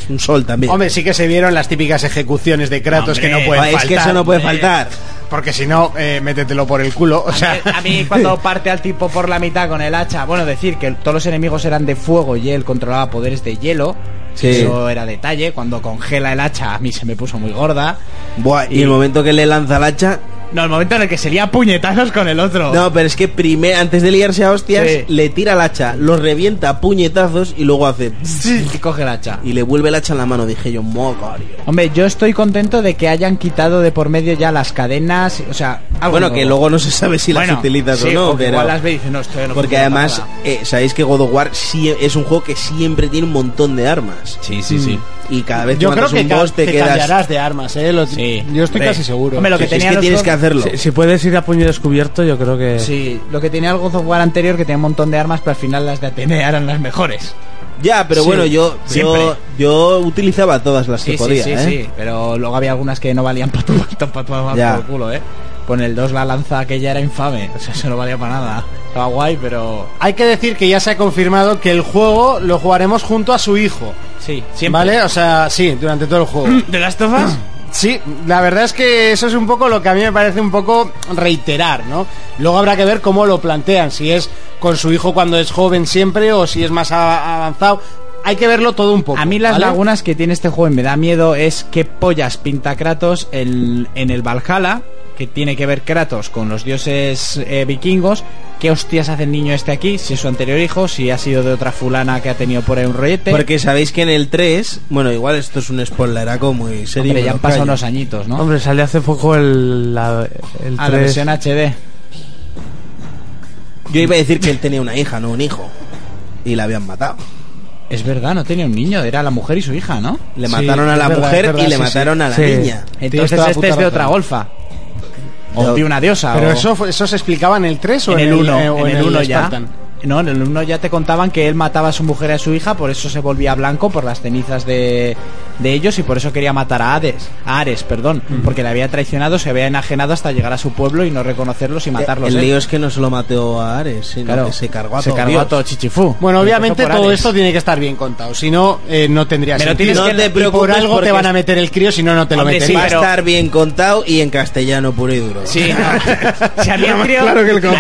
[SPEAKER 5] Es un sol también.
[SPEAKER 2] Hombre, sí que se vieron las típicas ejecuciones de Kratos que no pueden
[SPEAKER 5] Ah, es
[SPEAKER 2] faltar.
[SPEAKER 5] que eso no puede
[SPEAKER 2] hombre.
[SPEAKER 5] faltar.
[SPEAKER 2] Porque si no, eh, métetelo por el culo. O sea,
[SPEAKER 3] Eh, A mí cuando parte al tipo por la mitad con el hacha, bueno, decir que todos los enemigos eran de fuego y él controlaba poderes de hielo,
[SPEAKER 5] Sí.
[SPEAKER 3] eso era detalle, cuando congela el hacha a mí se me puso muy gorda.
[SPEAKER 5] Buah, y,
[SPEAKER 3] Y-
[SPEAKER 5] el momento que le lanza la hacha.
[SPEAKER 3] No, el momento en el que se lía puñetazos con el otro.
[SPEAKER 5] No, pero es que primer, antes de liarse a hostias,
[SPEAKER 3] Oh. Sí.
[SPEAKER 5] le tira la hacha, lo revienta a puñetazos y luego hace.
[SPEAKER 3] Sí. Y coge el hacha.
[SPEAKER 5] Y le vuelve el hacha en la mano. Dije yo, mogorio.
[SPEAKER 3] Hombre, yo estoy contento de que hayan quitado de por medio ya las cadenas, o sea, algo
[SPEAKER 5] Bueno,
[SPEAKER 3] nuevo.
[SPEAKER 5] que luego no se sabe si
[SPEAKER 3] Bueno,
[SPEAKER 5] las utilizas
[SPEAKER 3] sí,
[SPEAKER 5] o no,
[SPEAKER 3] que
[SPEAKER 5] pero.
[SPEAKER 3] igual las ve y dice, no, esto ya no
[SPEAKER 5] Porque
[SPEAKER 3] funciona
[SPEAKER 5] además,
[SPEAKER 3] para nada.
[SPEAKER 5] eh, sabéis que God of War sí- es un juego que siempre tiene un montón de armas.
[SPEAKER 3] Sí, sí, sí.
[SPEAKER 5] Y cada vez que
[SPEAKER 2] yo creo
[SPEAKER 5] matas
[SPEAKER 2] que
[SPEAKER 5] un
[SPEAKER 2] ca-
[SPEAKER 5] boss te
[SPEAKER 2] te
[SPEAKER 5] quedas.
[SPEAKER 2] cambiarás de armas, ¿eh? Lo-
[SPEAKER 3] Sí.
[SPEAKER 2] Yo estoy
[SPEAKER 5] Hombre.
[SPEAKER 2] casi seguro.
[SPEAKER 3] Hombre, lo
[SPEAKER 5] Sí,
[SPEAKER 3] que
[SPEAKER 5] es
[SPEAKER 3] tenían
[SPEAKER 5] que
[SPEAKER 3] los
[SPEAKER 5] tienes
[SPEAKER 3] dos-
[SPEAKER 5] que hacerlo.
[SPEAKER 4] Si, si puedes ir a puño descubierto, yo creo que...
[SPEAKER 3] Sí, lo que tenía el God of War anterior que tenía un montón de armas, pero al final las de Atenea eran las mejores.
[SPEAKER 5] Ya, pero
[SPEAKER 3] Sí,
[SPEAKER 5] bueno, yo, yo,
[SPEAKER 3] siempre.
[SPEAKER 5] yo utilizaba todas las
[SPEAKER 3] Sí,
[SPEAKER 5] que
[SPEAKER 3] sí,
[SPEAKER 5] podía,
[SPEAKER 3] sí,
[SPEAKER 5] ¿eh?
[SPEAKER 3] sí, pero luego había algunas que no valían para tu, pa' tu- pa' tu-
[SPEAKER 5] Ya.
[SPEAKER 3] por el culo, ¿eh? Con el 2 la lanza aquella era infame, o sea, eso no valía para nada. Estaba guay, pero...
[SPEAKER 2] Hay que decir que ya se ha confirmado que el juego lo jugaremos junto a su hijo.
[SPEAKER 3] Sí, siempre.
[SPEAKER 2] ¿Vale? O sea, sí, durante todo el juego.
[SPEAKER 5] Mm,
[SPEAKER 3] ¿De las tofas?
[SPEAKER 2] Sí, la verdad es que eso es un poco lo que a mí me parece un poco reiterar, ¿no? Luego habrá que ver cómo lo plantean, si es con su hijo cuando es joven siempre o si es más a- avanzado. Hay que verlo todo un poco.
[SPEAKER 3] A mí las
[SPEAKER 2] ¿vale?
[SPEAKER 3] lagunas que tiene este juego y me da miedo es qué pollas pinta Kratos en, en el Valhalla, que tiene que ver Kratos con los dioses eh, vikingos. ¿Qué hostias hace el niño este aquí? Si es su anterior hijo, si ha sido de otra fulana que ha tenido por ahí un rollete.
[SPEAKER 5] Porque sabéis que en el 3, bueno, igual esto es un spoileraco muy serio.
[SPEAKER 3] Hombre, ya han
[SPEAKER 5] me
[SPEAKER 3] pasado
[SPEAKER 5] callo.
[SPEAKER 3] unos añitos, ¿no?
[SPEAKER 4] Hombre, salió hace poco el, la, el
[SPEAKER 3] a la
[SPEAKER 4] 3.
[SPEAKER 3] versión HD.
[SPEAKER 5] Yo iba a decir que él tenía una hija, no un hijo. Y la habían matado.
[SPEAKER 3] Es verdad, no tenía un niño, era la mujer y su hija, ¿no?
[SPEAKER 5] Le
[SPEAKER 2] Sí,
[SPEAKER 5] mataron a
[SPEAKER 2] es
[SPEAKER 5] la
[SPEAKER 2] verdad,
[SPEAKER 5] mujer
[SPEAKER 2] es verdad,
[SPEAKER 5] y
[SPEAKER 2] sí,
[SPEAKER 5] le
[SPEAKER 2] sí.
[SPEAKER 5] mataron a la
[SPEAKER 4] Sí.
[SPEAKER 5] niña.
[SPEAKER 2] Tienes
[SPEAKER 3] Entonces
[SPEAKER 2] toda la
[SPEAKER 3] este
[SPEAKER 2] puta
[SPEAKER 3] es de
[SPEAKER 2] razón.
[SPEAKER 3] otra golfa.
[SPEAKER 5] Pero-
[SPEAKER 3] O de una diosa.
[SPEAKER 2] Pero
[SPEAKER 3] o-
[SPEAKER 2] eso, fue- eso se explicaba en el 3 o
[SPEAKER 3] en el
[SPEAKER 2] uno
[SPEAKER 3] 1,
[SPEAKER 2] eh, o
[SPEAKER 3] en el 1 ya.
[SPEAKER 2] Spartan.
[SPEAKER 3] No, en el 1 ya te contaban que él mataba a su mujer y a su hija, por eso se volvía blanco por las cenizas de, de ellos y por eso quería matar a Hades, a Ares, perdón, porque le había traicionado, se había enajenado hasta llegar a su pueblo y no reconocerlos y matarlos.
[SPEAKER 5] Eh, El
[SPEAKER 3] él.
[SPEAKER 5] lío es que no solo mató a Ares, sino
[SPEAKER 3] ¿eh? Claro.
[SPEAKER 5] que se cargó a
[SPEAKER 3] Se
[SPEAKER 5] todo
[SPEAKER 3] cargó
[SPEAKER 5] Dios.
[SPEAKER 3] a todo Chichifú.
[SPEAKER 2] Bueno,
[SPEAKER 3] Empezó
[SPEAKER 2] obviamente
[SPEAKER 3] por
[SPEAKER 2] todo
[SPEAKER 3] Ares.
[SPEAKER 2] esto tiene que estar bien contado, si no, eh, no tendría
[SPEAKER 3] Pero
[SPEAKER 2] sentido.
[SPEAKER 3] tienes
[SPEAKER 2] Y
[SPEAKER 3] que-
[SPEAKER 5] no te
[SPEAKER 2] por
[SPEAKER 5] preocupes
[SPEAKER 2] algo
[SPEAKER 5] porque
[SPEAKER 2] te van a meter el crío si no, no te lo
[SPEAKER 3] Hombre,
[SPEAKER 2] meten.
[SPEAKER 3] sí,
[SPEAKER 5] va
[SPEAKER 3] pero-
[SPEAKER 5] a estar bien contado y en castellano puro y duro.
[SPEAKER 3] Sí, no. Si a mí el crío-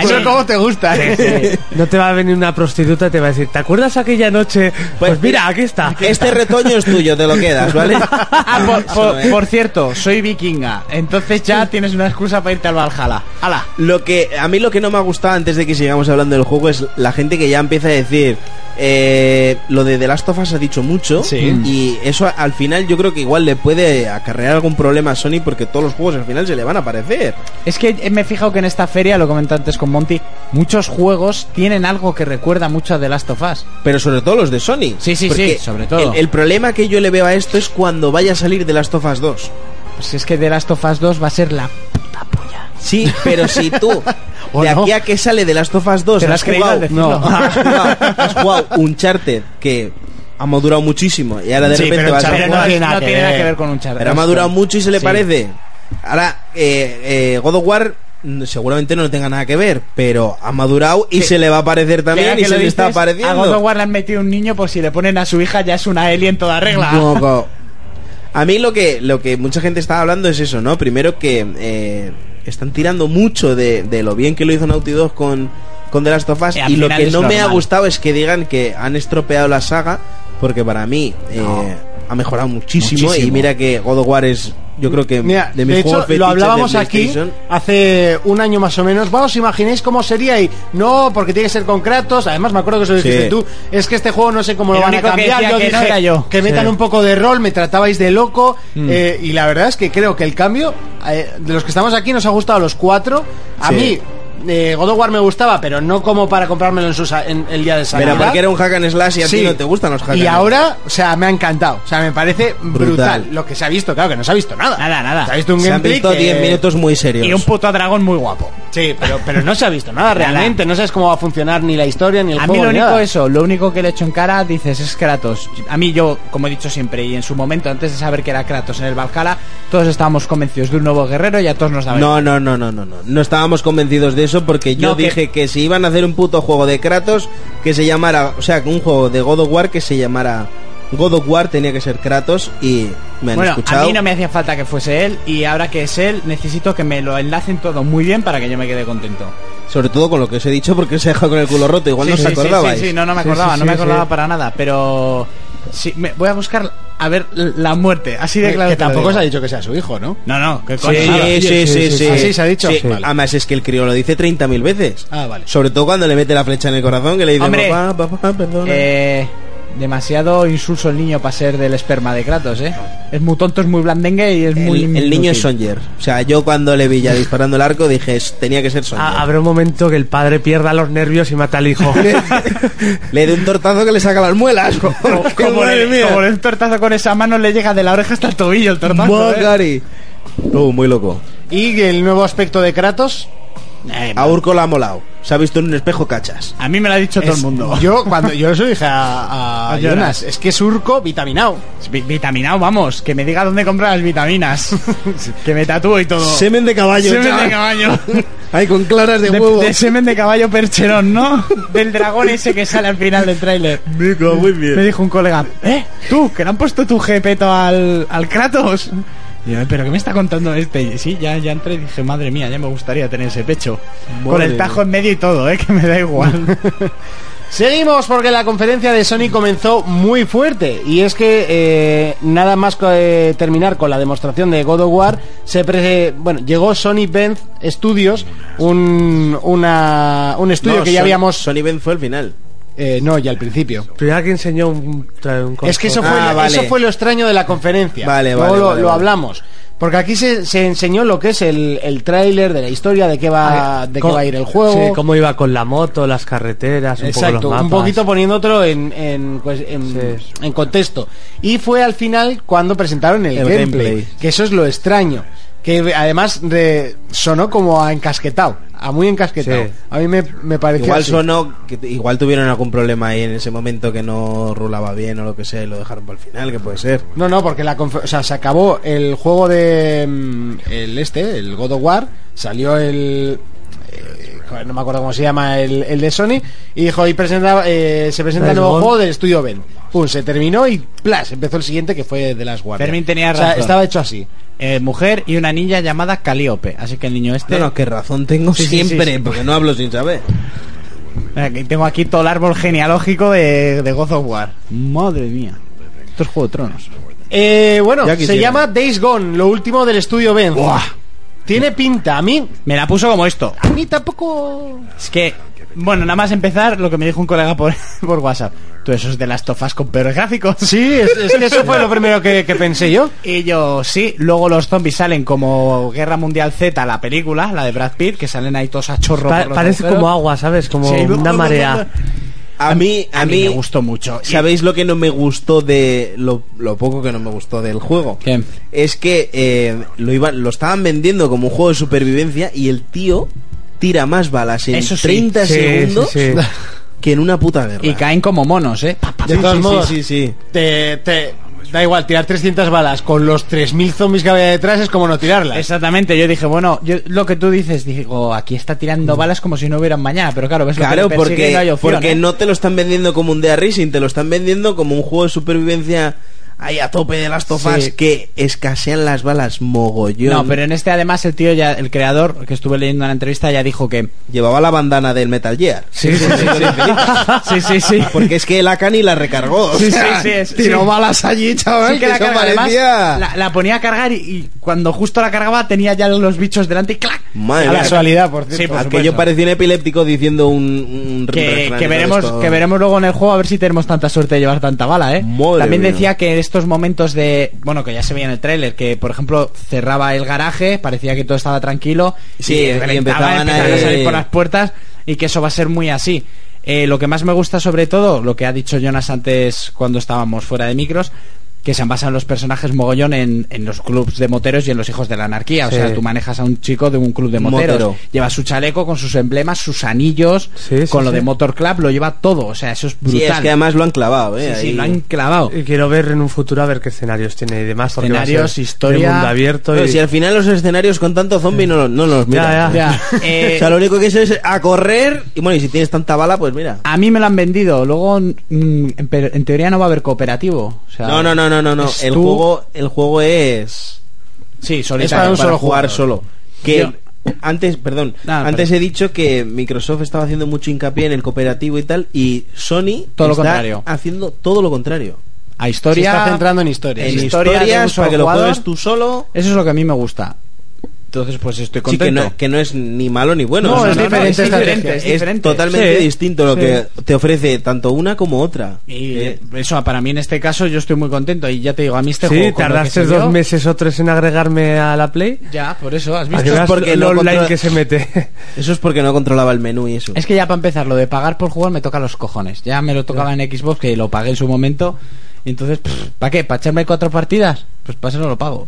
[SPEAKER 2] Eso
[SPEAKER 3] Ahí-
[SPEAKER 2] como te gusta. ¿eh?
[SPEAKER 3] Sí.
[SPEAKER 4] No te va a venir una prostituta y te va a decir, ¿te acuerdas aquella noche? Pues, mira, aquí está.
[SPEAKER 5] Este retoño es tuyo, te lo quedas, ¿vale?
[SPEAKER 3] Ah, por,
[SPEAKER 5] Eso,
[SPEAKER 3] por-
[SPEAKER 5] ¿eh?
[SPEAKER 3] por cierto, soy vikinga, entonces ya tienes una excusa para irte al Valhalla. ¡Hala!
[SPEAKER 5] Lo que a mí lo que no me ha gustado antes de que sigamos hablando del juego es la gente que ya empieza a decir eh, lo de The Last of Us ha dicho mucho
[SPEAKER 3] Sí.
[SPEAKER 5] y eso a- al final yo creo que igual le puede acarrear algún problema a Sony porque todos los juegos al final se le van a aparecer.
[SPEAKER 3] Es que me he fijado que en esta feria, lo comenté antes con Monty, muchos juegos tienen algo que recuerda mucho a The Last of Us.
[SPEAKER 5] Pero sobre todo los de Sony.
[SPEAKER 3] Sí, sí,
[SPEAKER 5] Porque
[SPEAKER 3] sí, sobre todo.
[SPEAKER 5] El, el problema que yo le veo a esto es cuando vaya a salir The Last of Us 2.
[SPEAKER 3] Pues es que The Last of Us 2 va a ser la...
[SPEAKER 5] Sí, pero si tú
[SPEAKER 2] ¿O
[SPEAKER 5] de
[SPEAKER 2] no?
[SPEAKER 5] aquí a que sale The Last of Us 2
[SPEAKER 3] ¿Te lo
[SPEAKER 5] has
[SPEAKER 3] has creído
[SPEAKER 5] jugado,
[SPEAKER 3] al decirlo?
[SPEAKER 5] no, has jugado, has jugado Uncharted que ha madurado muchísimo y ahora de
[SPEAKER 2] Sí,
[SPEAKER 5] repente
[SPEAKER 2] pero
[SPEAKER 5] vas a
[SPEAKER 2] Uncharted
[SPEAKER 5] jugar
[SPEAKER 2] no tiene nada
[SPEAKER 3] no
[SPEAKER 2] que
[SPEAKER 3] tiene nada
[SPEAKER 2] ver.
[SPEAKER 3] que ver con un charter.
[SPEAKER 5] Pero ha madurado mucho y se le
[SPEAKER 3] Sí.
[SPEAKER 5] parece. Ahora, eh, eh, God of War mm, seguramente no tenga nada que ver, pero ha madurado y
[SPEAKER 3] Sí.
[SPEAKER 5] se le va a parecer también y se le está
[SPEAKER 3] A God of
[SPEAKER 5] pareciendo.
[SPEAKER 3] War le han metido un niño, por si le ponen a su hija ya es una Ellie en toda regla.
[SPEAKER 5] Moco. A mí lo que, lo que mucha gente está hablando es eso, ¿no? Primero que eh, están tirando mucho de, de lo bien que lo hizo Naughty Dog con, con The Last of Us
[SPEAKER 3] Eh, al
[SPEAKER 5] y lo
[SPEAKER 3] final
[SPEAKER 5] que
[SPEAKER 3] es
[SPEAKER 5] no me ha
[SPEAKER 3] normal.
[SPEAKER 5] gustado es que digan que han estropeado la saga porque para mí eh, ha mejorado muchísimo, y
[SPEAKER 3] Muchísimo.
[SPEAKER 5] mira que God of War es yo creo que
[SPEAKER 2] Mira, de,
[SPEAKER 5] de mis
[SPEAKER 2] hecho,
[SPEAKER 5] juegos fetiches de
[SPEAKER 2] lo hablábamos aquí
[SPEAKER 5] PlayStation.
[SPEAKER 2] hace un año más o menos. Vamos, imaginéis cómo sería y no, porque tiene que ser con Kratos. Además, me acuerdo que eso lo dijiste
[SPEAKER 5] Sí.
[SPEAKER 2] tú. Es que este juego no sé cómo lo
[SPEAKER 3] El
[SPEAKER 2] van a
[SPEAKER 3] único que
[SPEAKER 2] cambiar.
[SPEAKER 3] decía
[SPEAKER 2] yo
[SPEAKER 3] que no
[SPEAKER 2] dije
[SPEAKER 3] era yo.
[SPEAKER 2] que metan
[SPEAKER 3] Sí.
[SPEAKER 2] un poco de rol, me tratabais de loco.
[SPEAKER 5] Mm.
[SPEAKER 2] eh, y la verdad es que creo que el cambio eh, de los que estamos aquí nos ha gustado a los cuatro. A
[SPEAKER 5] Sí.
[SPEAKER 2] mí. eh, God of War me gustaba, pero no como para comprármelo en, su sa- en el día de salida.
[SPEAKER 5] Mira, porque era un hack and slash y a
[SPEAKER 2] Sí.
[SPEAKER 5] ti no te gustan los hack and
[SPEAKER 2] Y
[SPEAKER 5] slash.
[SPEAKER 2] ahora, o sea, me ha encantado. O sea, me parece brutal.
[SPEAKER 5] Brutal.
[SPEAKER 2] Lo que se ha visto, claro, que no se ha visto nada.
[SPEAKER 3] Nada, nada.
[SPEAKER 2] Se ha visto un
[SPEAKER 5] Se han
[SPEAKER 2] gameplay
[SPEAKER 5] visto
[SPEAKER 2] que-
[SPEAKER 5] 10 minutos muy serios.
[SPEAKER 3] Y un puto dragón muy guapo.
[SPEAKER 2] Sí, pero, pero no se ha visto nada
[SPEAKER 3] Nada.
[SPEAKER 2] realmente. No sabes cómo va a funcionar ni la historia ni el
[SPEAKER 3] A mí
[SPEAKER 2] juego.
[SPEAKER 3] lo
[SPEAKER 2] ni
[SPEAKER 3] único
[SPEAKER 2] nada.
[SPEAKER 3] eso, lo único que le echo en cara, dices, es Kratos. A mí yo, como he dicho siempre, y en su momento, antes de saber que era Kratos en el Valhalla, todos estábamos convencidos de un nuevo guerrero y a todos nos daba
[SPEAKER 5] No, no, no, no, no, no. No estábamos convencidos de eso porque yo
[SPEAKER 3] No, que-
[SPEAKER 5] dije que... si iban a hacer un puto juego de Kratos que se llamara, o sea, un juego de God of War que se llamara God of War tenía que ser Kratos y me han
[SPEAKER 3] bueno,
[SPEAKER 5] escuchado.
[SPEAKER 3] a mí no me hacía falta que fuese él y ahora que es él necesito que me lo enlacen todo muy bien para que yo me quede contento.
[SPEAKER 5] Sobre todo con lo que os he dicho porque se deja con el culo roto, igual
[SPEAKER 3] Sí,
[SPEAKER 5] no os
[SPEAKER 3] sí, sí,
[SPEAKER 5] acordabais.
[SPEAKER 3] Sí, sí, no, no me
[SPEAKER 4] Sí,
[SPEAKER 3] acordaba,
[SPEAKER 4] sí,
[SPEAKER 3] no me
[SPEAKER 4] sí,
[SPEAKER 3] acordaba
[SPEAKER 4] sí.
[SPEAKER 3] para nada, pero sí, me- voy a buscar a ver la muerte, así de
[SPEAKER 2] Que,
[SPEAKER 3] claro. te lo
[SPEAKER 2] tampoco
[SPEAKER 3] digo.
[SPEAKER 2] se ha dicho que sea su hijo, ¿no?
[SPEAKER 3] No, no, que
[SPEAKER 5] Sí,
[SPEAKER 3] coño, nada.
[SPEAKER 5] sí, sí, sí, sí.
[SPEAKER 2] Ah, sí, se ha dicho.
[SPEAKER 5] Sí,
[SPEAKER 2] Vale.
[SPEAKER 5] Además es que el crío lo dice 30.000 veces.
[SPEAKER 2] Ah, vale.
[SPEAKER 5] Sobre todo cuando le mete la flecha en el corazón que le dice,
[SPEAKER 3] Hombre,
[SPEAKER 5] papá, papá, perdona.
[SPEAKER 3] Eh, demasiado insulso el niño para ser del esperma de Kratos, ¿eh? Es muy tonto, es muy blandengue y es
[SPEAKER 5] El,
[SPEAKER 3] muy...
[SPEAKER 5] el niño
[SPEAKER 3] inútil.
[SPEAKER 5] es Songer. O sea, yo cuando le vi ya disparando el arco dije, "Es- tenía que ser Songer.
[SPEAKER 3] Ah,
[SPEAKER 4] Ha- habrá un momento que el padre pierda los nervios y mata al hijo.
[SPEAKER 5] Le dé un tortazo que le saca las muelas.
[SPEAKER 3] Como
[SPEAKER 5] Madre
[SPEAKER 3] le,
[SPEAKER 5] mía.
[SPEAKER 3] como le dé un tortazo con esa mano le llega de la oreja hasta el tobillo el tortazo. ¿eh?
[SPEAKER 5] Magari. Tú, muy loco.
[SPEAKER 2] Y el nuevo aspecto de Kratos.
[SPEAKER 3] Eh,
[SPEAKER 5] A Urco la ha molado. Se ha visto en un espejo cachas.
[SPEAKER 3] a mí me lo ha dicho todo el
[SPEAKER 2] es-
[SPEAKER 3] mundo.
[SPEAKER 2] Yo, cuando yo eso dije a, a
[SPEAKER 3] A Jonas.
[SPEAKER 2] Jonas, es que es urco vitaminado.
[SPEAKER 3] Vi- Vitaminado, vamos, que me diga dónde comprar las vitaminas. que me tatúo y todo.
[SPEAKER 5] Semen de caballo.
[SPEAKER 3] Semen de
[SPEAKER 5] chaval.
[SPEAKER 3] caballo.
[SPEAKER 5] Ay, con claras de,
[SPEAKER 3] De,
[SPEAKER 5] este huevo.
[SPEAKER 3] de semen de caballo percherón, ¿no? Del dragón ese que sale al final del tráiler.
[SPEAKER 5] Mico, muy
[SPEAKER 3] Me dijo un colega, ¿eh? Tú, que le han puesto tu jepeto al, al Kratos. Y yo, ¿pero qué me está contando este? Y sí, ya, ya entré y dije, madre mía, ya me gustaría tener ese pecho. Con
[SPEAKER 5] Madre
[SPEAKER 3] el tajo en medio y todo, ¿eh? Que me da igual.
[SPEAKER 2] Seguimos porque la conferencia de Sony comenzó muy fuerte y es que eh, nada más co- eh, terminar con la demostración de God of War se pre- bueno llegó Sony Benz Studios un una- un estudio
[SPEAKER 5] No,
[SPEAKER 2] que ya
[SPEAKER 5] Sony-
[SPEAKER 2] habíamos
[SPEAKER 5] Sony Ben fue el final.
[SPEAKER 2] eh, no ya al principio
[SPEAKER 4] Primero que enseñó un, tra- un
[SPEAKER 2] es que eso
[SPEAKER 5] Ah,
[SPEAKER 2] fue la-
[SPEAKER 5] vale.
[SPEAKER 2] eso fue lo extraño de la conferencia
[SPEAKER 5] Vale,
[SPEAKER 2] Luego
[SPEAKER 5] vale,
[SPEAKER 2] lo,
[SPEAKER 5] vale,
[SPEAKER 2] lo
[SPEAKER 5] vale.
[SPEAKER 2] hablamos porque aquí se, se enseñó lo que es el, el tráiler de la historia de qué va Ah, de qué
[SPEAKER 4] Eh, Co-
[SPEAKER 2] va a ir el juego
[SPEAKER 4] Sí, cómo iba con la moto, las carreteras, un
[SPEAKER 2] Exacto,
[SPEAKER 4] poco los mapas.
[SPEAKER 2] un poquito poniéndotelo en, en, pues, en,
[SPEAKER 4] Sí.
[SPEAKER 2] en contexto. Y fue al final cuando presentaron el,
[SPEAKER 5] El
[SPEAKER 2] gameplay,
[SPEAKER 5] gameplay.
[SPEAKER 2] que eso es lo extraño. Que además de, sonó como a encasquetado, a muy encasquetado.
[SPEAKER 4] Sí.
[SPEAKER 2] A mí me, me pareció.
[SPEAKER 5] Igual
[SPEAKER 2] así.
[SPEAKER 5] sonó, que, igual tuvieron algún problema ahí en ese momento que no rulaba bien o lo que sea y lo dejaron para el final, que puede ser.
[SPEAKER 2] No, no, porque la conf- o sea, se acabó el juego de. mm, El este, el God of War. Salió el. eh, joder, No me acuerdo cómo se llama el, el de Sony. Y dijo: y presenta, eh, se presenta el
[SPEAKER 4] Days
[SPEAKER 2] nuevo
[SPEAKER 4] Gone.
[SPEAKER 2] juego del estudio Ben. Pum, se terminó y plas, empezó el siguiente que fue de las Guardian.
[SPEAKER 3] Fermín tenía
[SPEAKER 2] O sea,
[SPEAKER 3] razón.
[SPEAKER 2] estaba hecho así.
[SPEAKER 3] Eh, mujer y una niña llamada Calíope. Así que el niño este...
[SPEAKER 5] No, no, qué razón tengo
[SPEAKER 3] Sí, sí, sí,
[SPEAKER 5] siempre,
[SPEAKER 3] sí.
[SPEAKER 5] porque no hablo sin saber.
[SPEAKER 3] eh, Aquí Tengo aquí todo el árbol genealógico de, de God of War. Madre mía. Esto es Juego de Tronos.
[SPEAKER 2] Eh, bueno,
[SPEAKER 5] Ya
[SPEAKER 2] se
[SPEAKER 5] quisiera.
[SPEAKER 2] llama Days Gone, lo último del estudio Ben. Tiene pinta. A mí,
[SPEAKER 3] Me la puso como esto.
[SPEAKER 2] a mí tampoco.
[SPEAKER 3] Es que, bueno, nada más empezar lo que me dijo un colega por, por WhatsApp. Tú, eso es de las tofas con peores gráficos.
[SPEAKER 2] Sí, es, es que eso fue lo primero que, que pensé yo.
[SPEAKER 3] Y yo, sí, luego los zombies salen como Guerra Mundial Z, la película, la de Brad Pitt, que salen ahí todos a chorro.
[SPEAKER 4] Pa-
[SPEAKER 3] por los
[SPEAKER 4] parece
[SPEAKER 3] agujeros.
[SPEAKER 4] como agua, ¿sabes? Como
[SPEAKER 3] Sí.
[SPEAKER 4] una marea.
[SPEAKER 5] A mí, a,
[SPEAKER 3] A mí
[SPEAKER 5] mí,
[SPEAKER 3] me gustó mucho. Y-
[SPEAKER 5] ¿Sabéis lo que no me gustó de. Lo, lo poco que no me gustó del juego?
[SPEAKER 3] ¿Qué?
[SPEAKER 5] Es que eh, lo, iban, lo estaban vendiendo como un juego de supervivencia y el tío tira más balas en
[SPEAKER 3] Eso sí.
[SPEAKER 5] 30
[SPEAKER 4] Sí,
[SPEAKER 5] segundos
[SPEAKER 4] sí, sí.
[SPEAKER 5] que en una puta guerra.
[SPEAKER 3] Y caen como monos, ¿eh? Pa, pa,
[SPEAKER 2] De
[SPEAKER 5] Sí,
[SPEAKER 2] todos
[SPEAKER 5] sí, sí,
[SPEAKER 2] modos,
[SPEAKER 5] sí, sí.
[SPEAKER 2] te, te- da igual tirar 300 balas con los 3.000 zombies que había detrás es como no tirarlas.
[SPEAKER 3] Exactamente, yo dije, bueno, yo, lo que tú dices, digo, aquí está tirando balas como si no hubieran mañana, pero claro, ves lo que
[SPEAKER 5] Claro,
[SPEAKER 3] le persigue y
[SPEAKER 5] porque,
[SPEAKER 3] no hay opción,
[SPEAKER 5] porque
[SPEAKER 3] ¿eh?
[SPEAKER 5] no te lo están vendiendo como un Dead Rising, te lo están vendiendo como un juego de supervivencia ahí a tope de las tofas
[SPEAKER 3] Sí.
[SPEAKER 5] que escasean las balas mogollón.
[SPEAKER 3] No, pero en este además el tío ya, el creador, que estuve leyendo en la entrevista, ya dijo que...
[SPEAKER 5] Llevaba la bandana del Metal Gear.
[SPEAKER 3] Sí, sí, sí, sí, sí, sí.
[SPEAKER 5] Porque es que el Akani la recargó. o
[SPEAKER 3] Sí,
[SPEAKER 5] sea,
[SPEAKER 3] sí, sí, es-
[SPEAKER 5] tiró
[SPEAKER 3] sí.
[SPEAKER 5] balas allí, chaval.
[SPEAKER 3] Sí que la
[SPEAKER 5] eso
[SPEAKER 3] carga, además,
[SPEAKER 5] parecía-
[SPEAKER 3] la, la ponía a cargar y, y cuando justo la cargaba tenía ya los bichos delante y ¡clac!
[SPEAKER 5] Madre
[SPEAKER 2] A la
[SPEAKER 5] mía.
[SPEAKER 2] casualidad, por
[SPEAKER 3] Sí,
[SPEAKER 2] cierto.
[SPEAKER 3] por
[SPEAKER 5] Aquello
[SPEAKER 3] supuesto.
[SPEAKER 5] parecía un epiléptico diciendo un. un
[SPEAKER 3] que,
[SPEAKER 5] refrán
[SPEAKER 3] que
[SPEAKER 5] y todo
[SPEAKER 3] veremos
[SPEAKER 5] esto.
[SPEAKER 3] que veremos luego en el juego a ver si tenemos tanta suerte de llevar tanta bala eh
[SPEAKER 5] Madre
[SPEAKER 3] también
[SPEAKER 5] mía.
[SPEAKER 3] decía que estos momentos de. Bueno, que ya se veía en el tráiler, que por ejemplo cerraba el garaje, parecía que todo estaba tranquilo.
[SPEAKER 5] Sí,
[SPEAKER 3] y
[SPEAKER 5] y
[SPEAKER 3] reventaba,
[SPEAKER 5] empezaban
[SPEAKER 3] empezaban a
[SPEAKER 5] ahí-
[SPEAKER 3] salir por las puertas, y que eso va a ser muy así. Eh, lo que más me gusta, sobre todo, lo que ha dicho Jonas antes cuando estábamos fuera de micros, que se han basado en los personajes mogollón en, en los clubs de moteros y en los hijos de la anarquía. O
[SPEAKER 4] Sí.
[SPEAKER 3] sea, tú manejas a un chico de un club de moteros.
[SPEAKER 5] Motero.
[SPEAKER 3] Lleva su chaleco con sus emblemas, sus anillos,
[SPEAKER 4] Sí, sí,
[SPEAKER 3] con lo
[SPEAKER 4] sí.
[SPEAKER 3] de Motor Club, lo lleva todo. O sea, eso es brutal.
[SPEAKER 5] Sí, es que además lo han clavado,
[SPEAKER 3] Sí,
[SPEAKER 5] ¿eh?
[SPEAKER 3] sí,
[SPEAKER 5] Ahí.
[SPEAKER 3] lo han clavado.
[SPEAKER 4] Y quiero ver en un futuro a ver qué escenarios tiene y demás. porque va a ser
[SPEAKER 3] Escenarios,
[SPEAKER 4] de
[SPEAKER 3] historia.
[SPEAKER 4] mundo abierto.
[SPEAKER 5] No,
[SPEAKER 4] y-
[SPEAKER 5] si al final los escenarios con tanto zombie no, lo- no los miras.
[SPEAKER 4] ya.
[SPEAKER 3] Ya, eh,
[SPEAKER 5] o sea, lo único que es es a correr y bueno, y si tienes tanta bala, pues mira.
[SPEAKER 3] A mí me lo han vendido. Luego, mm, en, pero en teoría no va a haber cooperativo. O sea,
[SPEAKER 5] No, no, no, no, no, no.
[SPEAKER 3] Ah, es
[SPEAKER 5] El
[SPEAKER 3] tú-
[SPEAKER 5] juego, el juego es
[SPEAKER 3] Sí,
[SPEAKER 5] es
[SPEAKER 3] solitario.
[SPEAKER 5] para,
[SPEAKER 3] para
[SPEAKER 5] jugar
[SPEAKER 3] jugador.
[SPEAKER 5] solo. Que
[SPEAKER 3] Yo-
[SPEAKER 5] antes, perdón,
[SPEAKER 3] Nada,
[SPEAKER 5] antes
[SPEAKER 3] perdón.
[SPEAKER 5] he dicho que Microsoft estaba haciendo mucho hincapié en el cooperativo y tal, y Sony
[SPEAKER 3] Todo lo
[SPEAKER 5] está
[SPEAKER 3] contrario.
[SPEAKER 5] haciendo todo lo contrario.
[SPEAKER 3] A
[SPEAKER 2] Se
[SPEAKER 3] historia.
[SPEAKER 2] está centrando en historias.
[SPEAKER 5] En
[SPEAKER 3] historia
[SPEAKER 5] historias,
[SPEAKER 3] de un solo
[SPEAKER 5] para que lo
[SPEAKER 3] jugador.
[SPEAKER 5] juegues tú solo.
[SPEAKER 3] Eso es lo que a mí me gusta. Entonces, pues estoy
[SPEAKER 5] Sí,
[SPEAKER 3] contento.
[SPEAKER 5] que no, que no es ni malo ni bueno.
[SPEAKER 2] No,
[SPEAKER 5] O sea,
[SPEAKER 2] es diferente
[SPEAKER 3] es
[SPEAKER 2] estrategia.
[SPEAKER 3] diferente, es
[SPEAKER 5] es
[SPEAKER 3] diferente.
[SPEAKER 5] totalmente
[SPEAKER 3] Sí.
[SPEAKER 5] distinto lo que te ofrece tanto una como otra.
[SPEAKER 3] Y
[SPEAKER 5] Eh,
[SPEAKER 3] eso, para mí en este caso, yo estoy muy contento. Y ya te digo, a mí este
[SPEAKER 4] Sí,
[SPEAKER 3] juego. con lo que
[SPEAKER 4] tardaste
[SPEAKER 3] se
[SPEAKER 4] dos
[SPEAKER 3] vio-
[SPEAKER 4] meses o tres en agregarme a la Play.
[SPEAKER 3] Ya, por eso, has
[SPEAKER 4] Para que
[SPEAKER 3] visto.
[SPEAKER 5] Adiós.
[SPEAKER 4] veas
[SPEAKER 5] porque
[SPEAKER 4] lo
[SPEAKER 5] no
[SPEAKER 4] online
[SPEAKER 5] controla-
[SPEAKER 4] que se mete.
[SPEAKER 5] Eso es porque no controlaba el menú y eso.
[SPEAKER 3] Es que ya para empezar, lo de pagar por jugar me toca los cojones. Ya me lo tocaba en Xbox, que lo pagué en su momento. Y entonces, ¿para qué? ¿Para echarme cuatro partidas? Pues para eso no lo pago.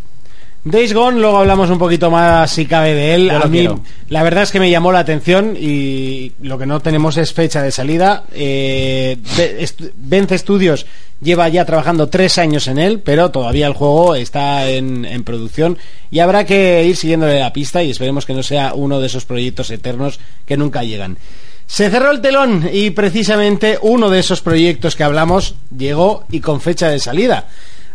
[SPEAKER 2] Days Gone, luego hablamos un poquito más si cabe de él.
[SPEAKER 3] Yo lo
[SPEAKER 2] A mí,
[SPEAKER 3] quiero.
[SPEAKER 2] la verdad es que me llamó la atención y lo que no tenemos es fecha de salida. Eh, Ve- Est- Vence Studios lleva ya trabajando tres años en él, pero todavía el juego está en, en producción y habrá que ir siguiéndole la pista y esperemos que no sea uno de esos proyectos eternos que nunca llegan. Se cerró el telón y precisamente uno de esos proyectos que hablamos llegó y con fecha de salida.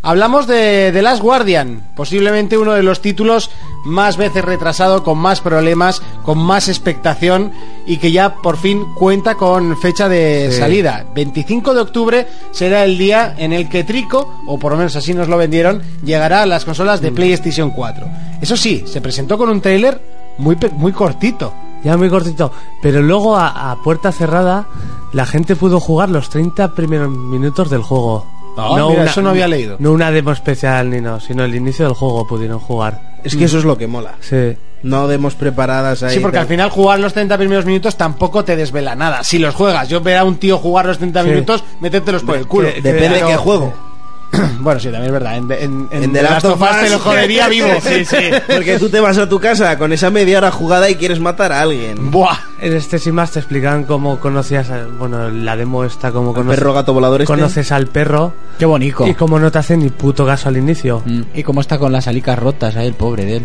[SPEAKER 2] Hablamos de The Last Guardian, posiblemente uno de los títulos más veces retrasado, con más problemas, con más expectación y que ya por fin cuenta con fecha de
[SPEAKER 4] Sí.
[SPEAKER 2] salida. 25 de octubre será el día en el que Trico, o por lo menos así nos lo vendieron, llegará a las consolas
[SPEAKER 4] Mm.
[SPEAKER 2] de PlayStation 4. Eso sí, se presentó con un tráiler muy, pe- muy cortito.
[SPEAKER 4] Ya muy cortito. Pero luego a, a puerta cerrada la gente pudo jugar los 30 primeros minutos del juego.
[SPEAKER 2] Ah, mira, eso no había leído.
[SPEAKER 4] No una demo especial ni no, sino el inicio del juego pudieron jugar.
[SPEAKER 5] Es que eso es lo que mola.
[SPEAKER 4] Sí.
[SPEAKER 5] No demos preparadas ahí.
[SPEAKER 2] Sí, porque
[SPEAKER 5] tal.
[SPEAKER 2] al final jugar los 30 primeros minutos tampoco te desvela nada. Si los juegas, yo ver a un tío jugar los 30
[SPEAKER 4] Sí.
[SPEAKER 2] minutos, métetelos por el culo.
[SPEAKER 4] que-
[SPEAKER 5] Depende de
[SPEAKER 2] Pero-
[SPEAKER 5] qué juego.
[SPEAKER 2] Bueno, sí, también es verdad. En, en, en
[SPEAKER 5] En
[SPEAKER 2] The Last of Us te lo jodería vivo.
[SPEAKER 5] Porque tú te vas a tu casa con esa media hora jugada y quieres matar a alguien.
[SPEAKER 2] Buah.
[SPEAKER 4] En este sin más te explican cómo conocías, a- bueno, la demo está como
[SPEAKER 5] Con perro gato volador este.
[SPEAKER 4] conoces al perro
[SPEAKER 3] Qué bonito.
[SPEAKER 4] y cómo no te hace ni puto caso al inicio.
[SPEAKER 3] Mm, Y cómo está con las alicas rotas ahí el pobre de él.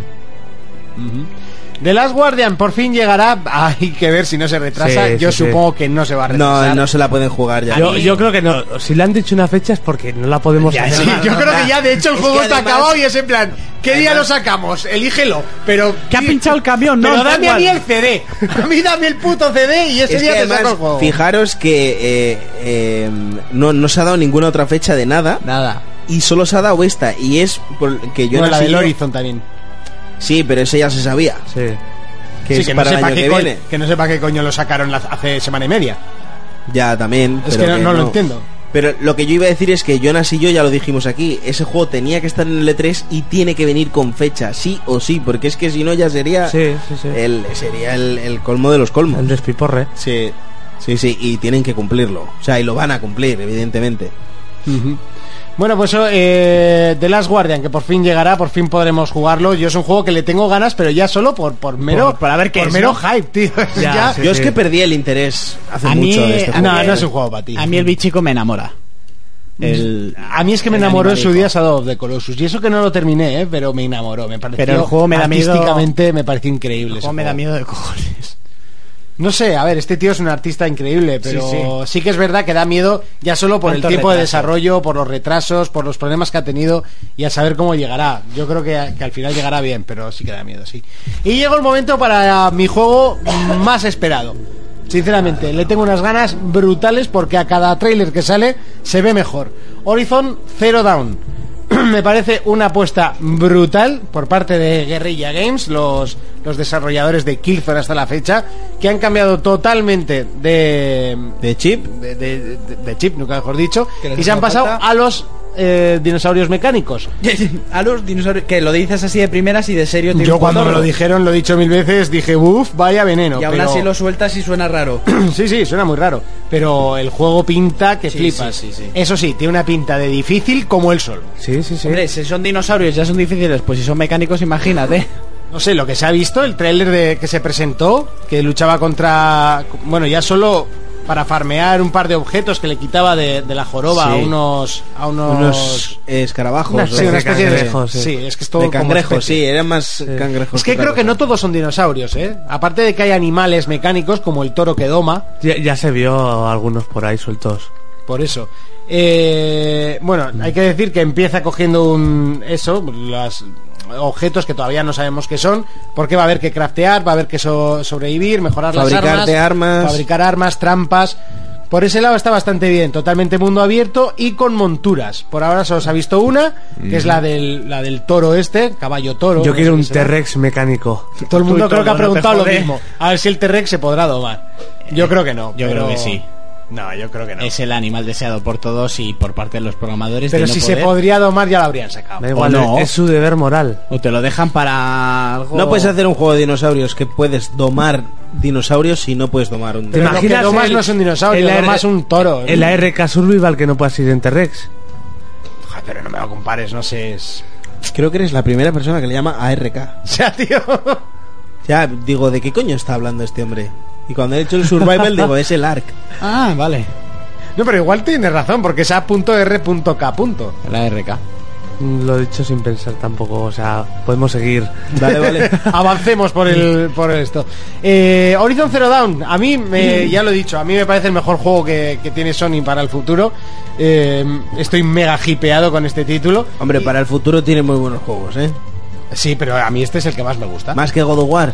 [SPEAKER 2] The Last Guardian por fin llegará. Hay que ver si no se retrasa.
[SPEAKER 4] Sí,
[SPEAKER 2] yo
[SPEAKER 4] sí, sí.
[SPEAKER 2] supongo que no se va a retrasar.
[SPEAKER 5] No, no se la pueden jugar ya.
[SPEAKER 4] Yo, yo creo que no, si le han dicho una fecha es porque no la podemos
[SPEAKER 5] Ya,
[SPEAKER 4] hacer
[SPEAKER 2] Sí,
[SPEAKER 4] más.
[SPEAKER 2] yo creo que ya de hecho el
[SPEAKER 5] Es
[SPEAKER 2] juego
[SPEAKER 5] que
[SPEAKER 2] está
[SPEAKER 5] además-
[SPEAKER 2] acabado y es en plan, ¿qué día lo sacamos? Elígelo, pero...
[SPEAKER 3] Que ha pinchado el camión, no,
[SPEAKER 2] Pero
[SPEAKER 3] da
[SPEAKER 2] dame a mí
[SPEAKER 3] igual.
[SPEAKER 2] el CD, a mí dame el puto CD y ese
[SPEAKER 5] Es que
[SPEAKER 2] día te saco
[SPEAKER 5] además,
[SPEAKER 2] el juego.
[SPEAKER 5] fijaros que eh, eh, no, no se ha dado ninguna otra fecha de nada
[SPEAKER 3] Nada.
[SPEAKER 5] y solo se ha dado esta. Y es por- que yo
[SPEAKER 2] Bueno,
[SPEAKER 5] no
[SPEAKER 2] la
[SPEAKER 5] sé
[SPEAKER 2] del
[SPEAKER 5] yo-
[SPEAKER 2] Horizon también.
[SPEAKER 5] Sí, pero ese ya se sabía.
[SPEAKER 4] Sí.
[SPEAKER 5] Que
[SPEAKER 2] Sí,
[SPEAKER 5] es
[SPEAKER 2] que, no
[SPEAKER 5] para el
[SPEAKER 2] sepa
[SPEAKER 5] año
[SPEAKER 2] qué
[SPEAKER 5] que
[SPEAKER 2] coño,
[SPEAKER 5] viene.
[SPEAKER 2] que no sepa qué coño lo sacaron la- hace semana y media.
[SPEAKER 5] Ya, también.
[SPEAKER 2] Es
[SPEAKER 5] pero
[SPEAKER 2] que no- no lo entiendo.
[SPEAKER 5] Pero lo que yo iba a decir es que Jonas y yo ya lo dijimos aquí. Ese juego tenía que estar en el E3 y tiene que venir con fecha, sí o sí, porque es que si no ya sería
[SPEAKER 4] Sí, sí, sí.
[SPEAKER 5] el sería el, el colmo de los colmos.
[SPEAKER 4] El despiporre.
[SPEAKER 5] Sí, sí, sí, y tienen que cumplirlo. O sea, y lo van a cumplir, evidentemente.
[SPEAKER 2] Bueno, pues eh, The Last Guardian, que por fin llegará, por fin podremos jugarlo. Yo es un juego que le tengo ganas, pero ya solo por, por mero,
[SPEAKER 4] Por- para ver qué
[SPEAKER 2] por
[SPEAKER 4] es,
[SPEAKER 2] mero
[SPEAKER 4] ¿no?
[SPEAKER 2] hype, tío.
[SPEAKER 4] Ya,
[SPEAKER 2] Ya-
[SPEAKER 4] sí.
[SPEAKER 5] Yo es que perdí el interés hace
[SPEAKER 3] A mí-
[SPEAKER 5] mucho de este
[SPEAKER 3] a
[SPEAKER 5] juego.
[SPEAKER 2] No, no es un juego para ti.
[SPEAKER 3] A mí el bichico me enamora. El-
[SPEAKER 2] A mí es que me
[SPEAKER 3] el
[SPEAKER 2] enamoró en su
[SPEAKER 3] animalico.
[SPEAKER 2] día Shadow of the Colossus. Y eso que no lo terminé, ¿eh? pero me enamoró. Me pareció,
[SPEAKER 3] Pero el juego me da miedo-
[SPEAKER 2] Artísticamente me pareció increíble.
[SPEAKER 3] El
[SPEAKER 2] ese
[SPEAKER 3] juego me da
[SPEAKER 2] juego.
[SPEAKER 3] miedo de cojones.
[SPEAKER 2] No sé, a ver, este tío es un artista increíble, pero sí,
[SPEAKER 3] Sí,
[SPEAKER 2] que es verdad que da miedo ya solo por el
[SPEAKER 3] Tanto
[SPEAKER 2] tiempo de
[SPEAKER 3] retraso.
[SPEAKER 2] desarrollo, por los retrasos, por los problemas que ha tenido y a saber cómo llegará. Yo creo que, que al final llegará bien, pero sí que da miedo, sí. Y llegó el momento para mi juego más esperado. Sinceramente, le tengo unas ganas brutales porque a cada tráiler que sale se ve mejor. Horizon Zero Down. me parece una apuesta brutal por parte de Guerrilla Games, los, los desarrolladores de Killzone hasta la fecha, que han cambiado totalmente de,
[SPEAKER 5] ¿De chip?
[SPEAKER 2] de, de- de- de chip, nunca mejor dicho,
[SPEAKER 5] Que les
[SPEAKER 2] y se han
[SPEAKER 5] hacía
[SPEAKER 2] pasado
[SPEAKER 5] falta.
[SPEAKER 2] a los
[SPEAKER 6] eh, dinosaurios mecánicos.
[SPEAKER 3] a los dinosaurios. Que lo dices así de primeras y de serio. tiene
[SPEAKER 2] Yo
[SPEAKER 3] un
[SPEAKER 2] cuando me lo
[SPEAKER 3] condoro.
[SPEAKER 2] dijeron, lo he dicho mil veces, dije, uff, vaya veneno.
[SPEAKER 3] Y aún
[SPEAKER 2] pero-
[SPEAKER 3] así lo sueltas y suena raro.
[SPEAKER 2] Sí, sí, suena muy raro. Pero el juego pinta que
[SPEAKER 3] Sí,
[SPEAKER 2] flipas.
[SPEAKER 3] sí, sí, sí.
[SPEAKER 2] Eso sí, tiene una pinta de difícil como el sol.
[SPEAKER 4] Sí, sí, sí.
[SPEAKER 3] Hombre, si son dinosaurios ya son difíciles, pues si son mecánicos, imagínate.
[SPEAKER 2] No sé, lo que se ha visto, el tráiler de que se presentó, que luchaba contra... Bueno, ya solo para farmear un par de objetos que le quitaba de, de la joroba a
[SPEAKER 5] Sí.
[SPEAKER 2] unos... A unos...
[SPEAKER 5] Unos eh, escarabajos.
[SPEAKER 2] una
[SPEAKER 5] o
[SPEAKER 2] especie,
[SPEAKER 5] de-
[SPEAKER 2] una especie de
[SPEAKER 4] cangrejos, sí.
[SPEAKER 2] sí, es que es todo
[SPEAKER 5] de
[SPEAKER 2] como
[SPEAKER 5] cangrejos,
[SPEAKER 2] especie.
[SPEAKER 5] sí, eran más cangrejos.
[SPEAKER 2] Es que creo
[SPEAKER 5] Pues otra
[SPEAKER 2] que no
[SPEAKER 5] cosa.
[SPEAKER 2] todos son dinosaurios, ¿eh? Aparte de que hay animales mecánicos como el toro que doma,
[SPEAKER 4] Ya, ya se vio algunos por ahí sueltos.
[SPEAKER 2] Por eso. Eh, bueno,
[SPEAKER 5] Mm.
[SPEAKER 2] hay que decir que empieza cogiendo un. Eso, los objetos que todavía no sabemos qué son, porque va a haber que craftear, va a haber que so- sobrevivir, mejorar las
[SPEAKER 5] Fabricarte
[SPEAKER 2] armas,
[SPEAKER 5] armas.
[SPEAKER 2] fabricar armas, trampas. Por ese lado está bastante bien, totalmente mundo abierto y con monturas. Por ahora solo se ha visto una, que
[SPEAKER 5] Mm.
[SPEAKER 2] es la del, la del toro este, caballo toro.
[SPEAKER 4] Yo
[SPEAKER 2] no
[SPEAKER 4] quiero
[SPEAKER 2] sé
[SPEAKER 4] un
[SPEAKER 2] qué será.
[SPEAKER 4] T-Rex mecánico.
[SPEAKER 2] Todo el mundo
[SPEAKER 3] Tú y
[SPEAKER 2] creo que
[SPEAKER 3] todo,
[SPEAKER 2] ha
[SPEAKER 3] no te
[SPEAKER 2] preguntado lo
[SPEAKER 3] jode.
[SPEAKER 2] mismo. A ver si el T-Rex se podrá domar. Yo creo que no.
[SPEAKER 3] yo
[SPEAKER 2] pero-
[SPEAKER 3] creo que sí.
[SPEAKER 2] No, yo creo que no.
[SPEAKER 3] Es el animal deseado por todos y por parte de los programadores. de
[SPEAKER 2] Pero
[SPEAKER 3] no
[SPEAKER 2] si se
[SPEAKER 3] poder.
[SPEAKER 2] podría domar ya lo habrían sacado.
[SPEAKER 4] Da igual,
[SPEAKER 3] no.
[SPEAKER 4] es su deber moral.
[SPEAKER 3] O te lo dejan para algo.
[SPEAKER 5] No puedes hacer un juego de dinosaurios que puedes domar dinosaurios si no puedes domar un
[SPEAKER 4] Pero
[SPEAKER 2] Pero lo
[SPEAKER 5] dinosaurio.
[SPEAKER 2] que
[SPEAKER 4] imaginas
[SPEAKER 2] domas
[SPEAKER 4] el-
[SPEAKER 2] no es un dinosaurio,
[SPEAKER 4] el
[SPEAKER 2] lo
[SPEAKER 4] R-
[SPEAKER 2] domas un toro.
[SPEAKER 4] El ARK Survival que no puedas ir en T-Rex.
[SPEAKER 2] Joder, Pero no me lo compares, no sé. es-
[SPEAKER 5] Creo que eres la primera persona que le llama ARK.
[SPEAKER 2] O sea, tío.
[SPEAKER 5] Ya, digo, ¿de qué coño está hablando este hombre? Y cuando he hecho el survival, digo, es el ARK.
[SPEAKER 3] Ah, vale.
[SPEAKER 2] No, pero igual tienes razón, porque es a.r.k. punto.
[SPEAKER 3] La RK.
[SPEAKER 4] Lo he dicho sin pensar tampoco, o sea, podemos seguir.
[SPEAKER 5] Vale, vale.
[SPEAKER 2] Avancemos por el por esto. Eh, Horizon Zero Dawn, a mí, me, ya lo he dicho, a mí me parece el mejor juego que, que tiene Sony para el futuro. Eh, estoy mega hipeado con este título.
[SPEAKER 5] Hombre,
[SPEAKER 2] Y-
[SPEAKER 5] para el futuro tiene muy buenos juegos, ¿eh?
[SPEAKER 2] Sí, pero a mí este es el que más me gusta.
[SPEAKER 5] Más que God of War,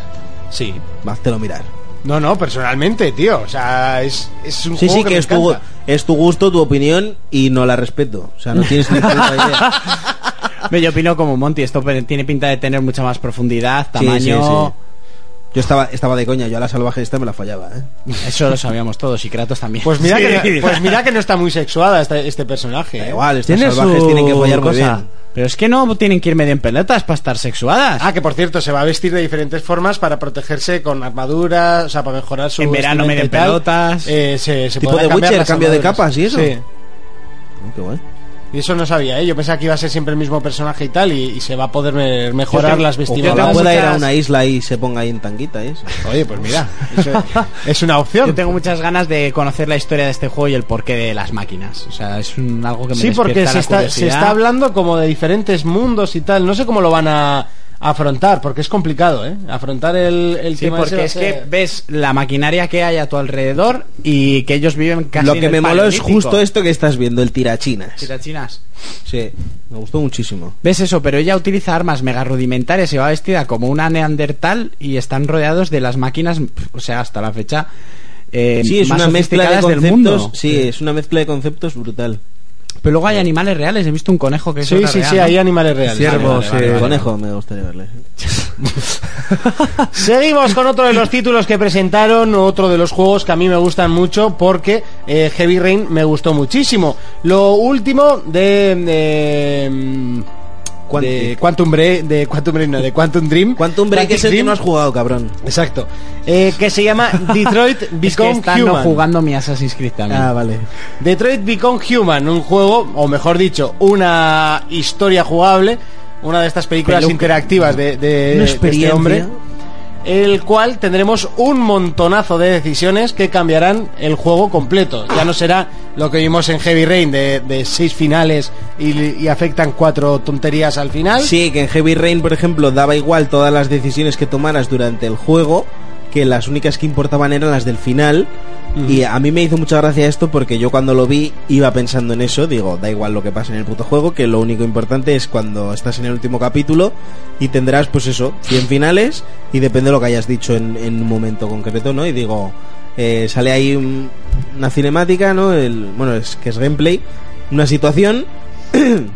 [SPEAKER 2] Sí.
[SPEAKER 5] más te lo mirar.
[SPEAKER 2] No, no, personalmente, tío. O sea, es, es un
[SPEAKER 5] Sí,
[SPEAKER 2] juego
[SPEAKER 5] sí, que,
[SPEAKER 2] me
[SPEAKER 5] es, tu,
[SPEAKER 2] encanta.
[SPEAKER 5] es tu gusto, tu opinión y no la respeto. O sea, no tienes ni puta idea.
[SPEAKER 3] Yo opino como Monty, esto pe- tiene pinta de tener mucha más profundidad,
[SPEAKER 5] Sí,
[SPEAKER 3] tamaño.
[SPEAKER 5] sí, sí. Yo estaba, estaba de coña, yo a la salvaje esta me la fallaba, ¿eh?
[SPEAKER 3] Eso lo sabíamos todos y Kratos también.
[SPEAKER 2] Pues mira,
[SPEAKER 3] Sí.
[SPEAKER 2] que, pues mira que no está muy sexuada este, este personaje.
[SPEAKER 5] Da
[SPEAKER 2] ¿eh?
[SPEAKER 5] igual, estos
[SPEAKER 4] Tiene
[SPEAKER 5] salvajes
[SPEAKER 4] su
[SPEAKER 5] tienen que follar muy
[SPEAKER 4] cosa.
[SPEAKER 5] bien.
[SPEAKER 3] Pero es que no tienen que ir medio en pelotas para estar sexuadas.
[SPEAKER 2] Ah, que por cierto, se va a vestir de diferentes formas para protegerse con armaduras, o sea, para mejorar su.
[SPEAKER 3] En verano
[SPEAKER 2] vestimenta
[SPEAKER 3] medio
[SPEAKER 2] y tal.
[SPEAKER 3] pelotas.
[SPEAKER 2] Eh, se, se
[SPEAKER 5] Tipo
[SPEAKER 2] podrá
[SPEAKER 5] de
[SPEAKER 2] cambiar
[SPEAKER 5] Witcher,
[SPEAKER 2] las
[SPEAKER 5] cambio de
[SPEAKER 2] armaduras.
[SPEAKER 5] capas y eso.
[SPEAKER 2] Sí.
[SPEAKER 5] Oh, qué guay.
[SPEAKER 2] Y eso no sabía, ¿eh? Yo pensaba que iba a ser siempre el mismo personaje y tal, y, y se va a poder me- mejorar las
[SPEAKER 5] Ojalá
[SPEAKER 2] vestimentas.
[SPEAKER 5] pueda ir a una isla y se ponga ahí en tanguita, ¿eh?
[SPEAKER 2] Oye, pues mira, eso es una opción.
[SPEAKER 3] Yo tengo muchas ganas de conocer la historia de este juego y el porqué de las máquinas. O sea, es un- algo que me
[SPEAKER 2] Sí, porque
[SPEAKER 3] despierta
[SPEAKER 2] se
[SPEAKER 3] la
[SPEAKER 2] está, se
[SPEAKER 3] curiosidad.
[SPEAKER 2] está hablando como de diferentes mundos y tal. No sé cómo lo van a a afrontar, porque es complicado, ¿eh? Afrontar el, el
[SPEAKER 3] Sí,
[SPEAKER 2] tema ese
[SPEAKER 3] porque
[SPEAKER 2] va a
[SPEAKER 3] es que
[SPEAKER 2] ser-
[SPEAKER 3] ves la maquinaria que hay a tu alrededor y que ellos viven casi
[SPEAKER 5] Lo que
[SPEAKER 3] en
[SPEAKER 5] me
[SPEAKER 3] el
[SPEAKER 5] moló es
[SPEAKER 3] Paleolítico.
[SPEAKER 5] justo esto que estás viendo, el tirachinas.
[SPEAKER 3] Tirachinas.
[SPEAKER 5] Sí, me gustó muchísimo.
[SPEAKER 3] ¿Ves eso? Pero ella utiliza armas mega rudimentarias y va vestida como una neandertal y están rodeados de las máquinas, pf, o sea, hasta la fecha, eh,
[SPEAKER 5] Sí, es
[SPEAKER 3] más
[SPEAKER 5] una mezcla de
[SPEAKER 3] sofisticadas
[SPEAKER 5] conceptos.
[SPEAKER 3] del mundo.
[SPEAKER 5] Sí, es una mezcla de conceptos brutal.
[SPEAKER 3] Pero luego hay animales reales. He visto un conejo que es
[SPEAKER 2] Sí,
[SPEAKER 3] otra
[SPEAKER 2] sí,
[SPEAKER 3] real,
[SPEAKER 2] sí,
[SPEAKER 3] ¿no?
[SPEAKER 2] hay animales reales.
[SPEAKER 4] Ciervos,
[SPEAKER 5] El
[SPEAKER 4] eh,
[SPEAKER 5] conejo me gustaría verle.
[SPEAKER 2] Seguimos con otro de los títulos que presentaron, otro de los juegos que a mí me gustan mucho porque eh, Heavy Rain me gustó muchísimo. Lo último de... de, mm, de Quantum Break, de Quantum Break, no, de Quantum Dream.
[SPEAKER 5] Quantum Break
[SPEAKER 2] Quantic
[SPEAKER 5] es el que
[SPEAKER 2] Dream,
[SPEAKER 5] no has jugado, cabrón.
[SPEAKER 2] Exacto. Eh, que se llama Detroit
[SPEAKER 3] Es que
[SPEAKER 2] Become
[SPEAKER 3] están no
[SPEAKER 2] Human.
[SPEAKER 3] jugando mi Assassin's Creed también.
[SPEAKER 5] Ah, vale.
[SPEAKER 2] Ah, Detroit Become Human, un juego, o mejor dicho, una historia jugable, una de estas películas
[SPEAKER 3] Peluca.
[SPEAKER 2] interactivas de, de-
[SPEAKER 5] Una
[SPEAKER 2] de este
[SPEAKER 5] experiencia.
[SPEAKER 2] hombre, el cual tendremos un montonazo de decisiones que cambiarán el juego completo. Ya no será lo que vimos en Heavy Rain de, de seis finales y, y afectan cuatro tonterías al final.
[SPEAKER 5] Sí, que en Heavy Rain, por ejemplo, daba igual todas las decisiones que tomaras durante el juego, que las únicas que importaban eran las del final. Y a mí me hizo mucha gracia esto porque yo cuando lo vi iba pensando en eso, digo, da igual lo que pase en el puto juego, que lo único importante es cuando estás en el último capítulo y tendrás pues eso, 100 finales y depende de lo que hayas dicho en, en un momento concreto, ¿no? Y digo, eh, sale ahí un- una cinemática, ¿no? El, bueno, es que es gameplay, una situación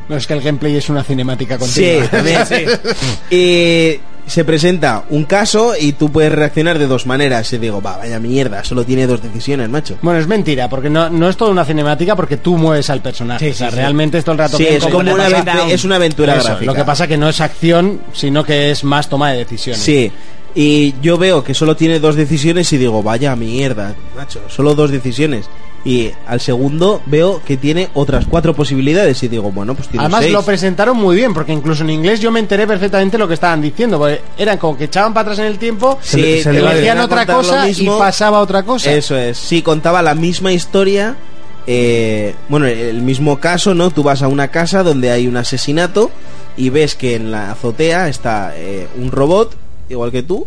[SPEAKER 2] No es que el gameplay es una cinemática
[SPEAKER 5] Sí,
[SPEAKER 2] continua.
[SPEAKER 5] también, sí. Y se presenta un caso y tú puedes reaccionar de dos maneras. Y digo, va, vaya mierda, solo tiene dos decisiones, macho.
[SPEAKER 2] Bueno, es mentira, porque no, no es toda una cinemática porque tú mueves al personaje.
[SPEAKER 3] Sí,
[SPEAKER 2] o sea,
[SPEAKER 3] sí, sí.
[SPEAKER 2] realmente es todo el rato
[SPEAKER 5] Sí,
[SPEAKER 2] que
[SPEAKER 5] es como
[SPEAKER 3] una
[SPEAKER 5] una,
[SPEAKER 3] pasada
[SPEAKER 5] aventu-
[SPEAKER 3] down.
[SPEAKER 5] es una aventura
[SPEAKER 2] Eso,
[SPEAKER 5] gráfica.
[SPEAKER 2] Lo que pasa que no es acción, sino que es más toma de decisiones.
[SPEAKER 5] Sí. Y yo veo que solo tiene dos decisiones y digo, vaya mierda, macho, solo dos decisiones. Y al segundo veo que tiene otras cuatro posibilidades y digo, bueno, pues tiene
[SPEAKER 2] Además
[SPEAKER 5] seis.
[SPEAKER 2] lo presentaron muy bien, porque incluso en inglés yo me enteré perfectamente lo que estaban diciendo, porque eran como que echaban para atrás en el tiempo,
[SPEAKER 5] Sí,
[SPEAKER 2] y
[SPEAKER 5] se le va a
[SPEAKER 2] decían
[SPEAKER 5] llegar a
[SPEAKER 2] otra
[SPEAKER 5] contar lo
[SPEAKER 2] cosa y
[SPEAKER 5] mismo.
[SPEAKER 2] pasaba otra cosa.
[SPEAKER 5] Eso es. Sí, contaba la misma historia. eh, bueno, el mismo caso, ¿no? Tú vas a una casa donde hay un asesinato y ves que en la azotea está eh, un robot, igual que tú,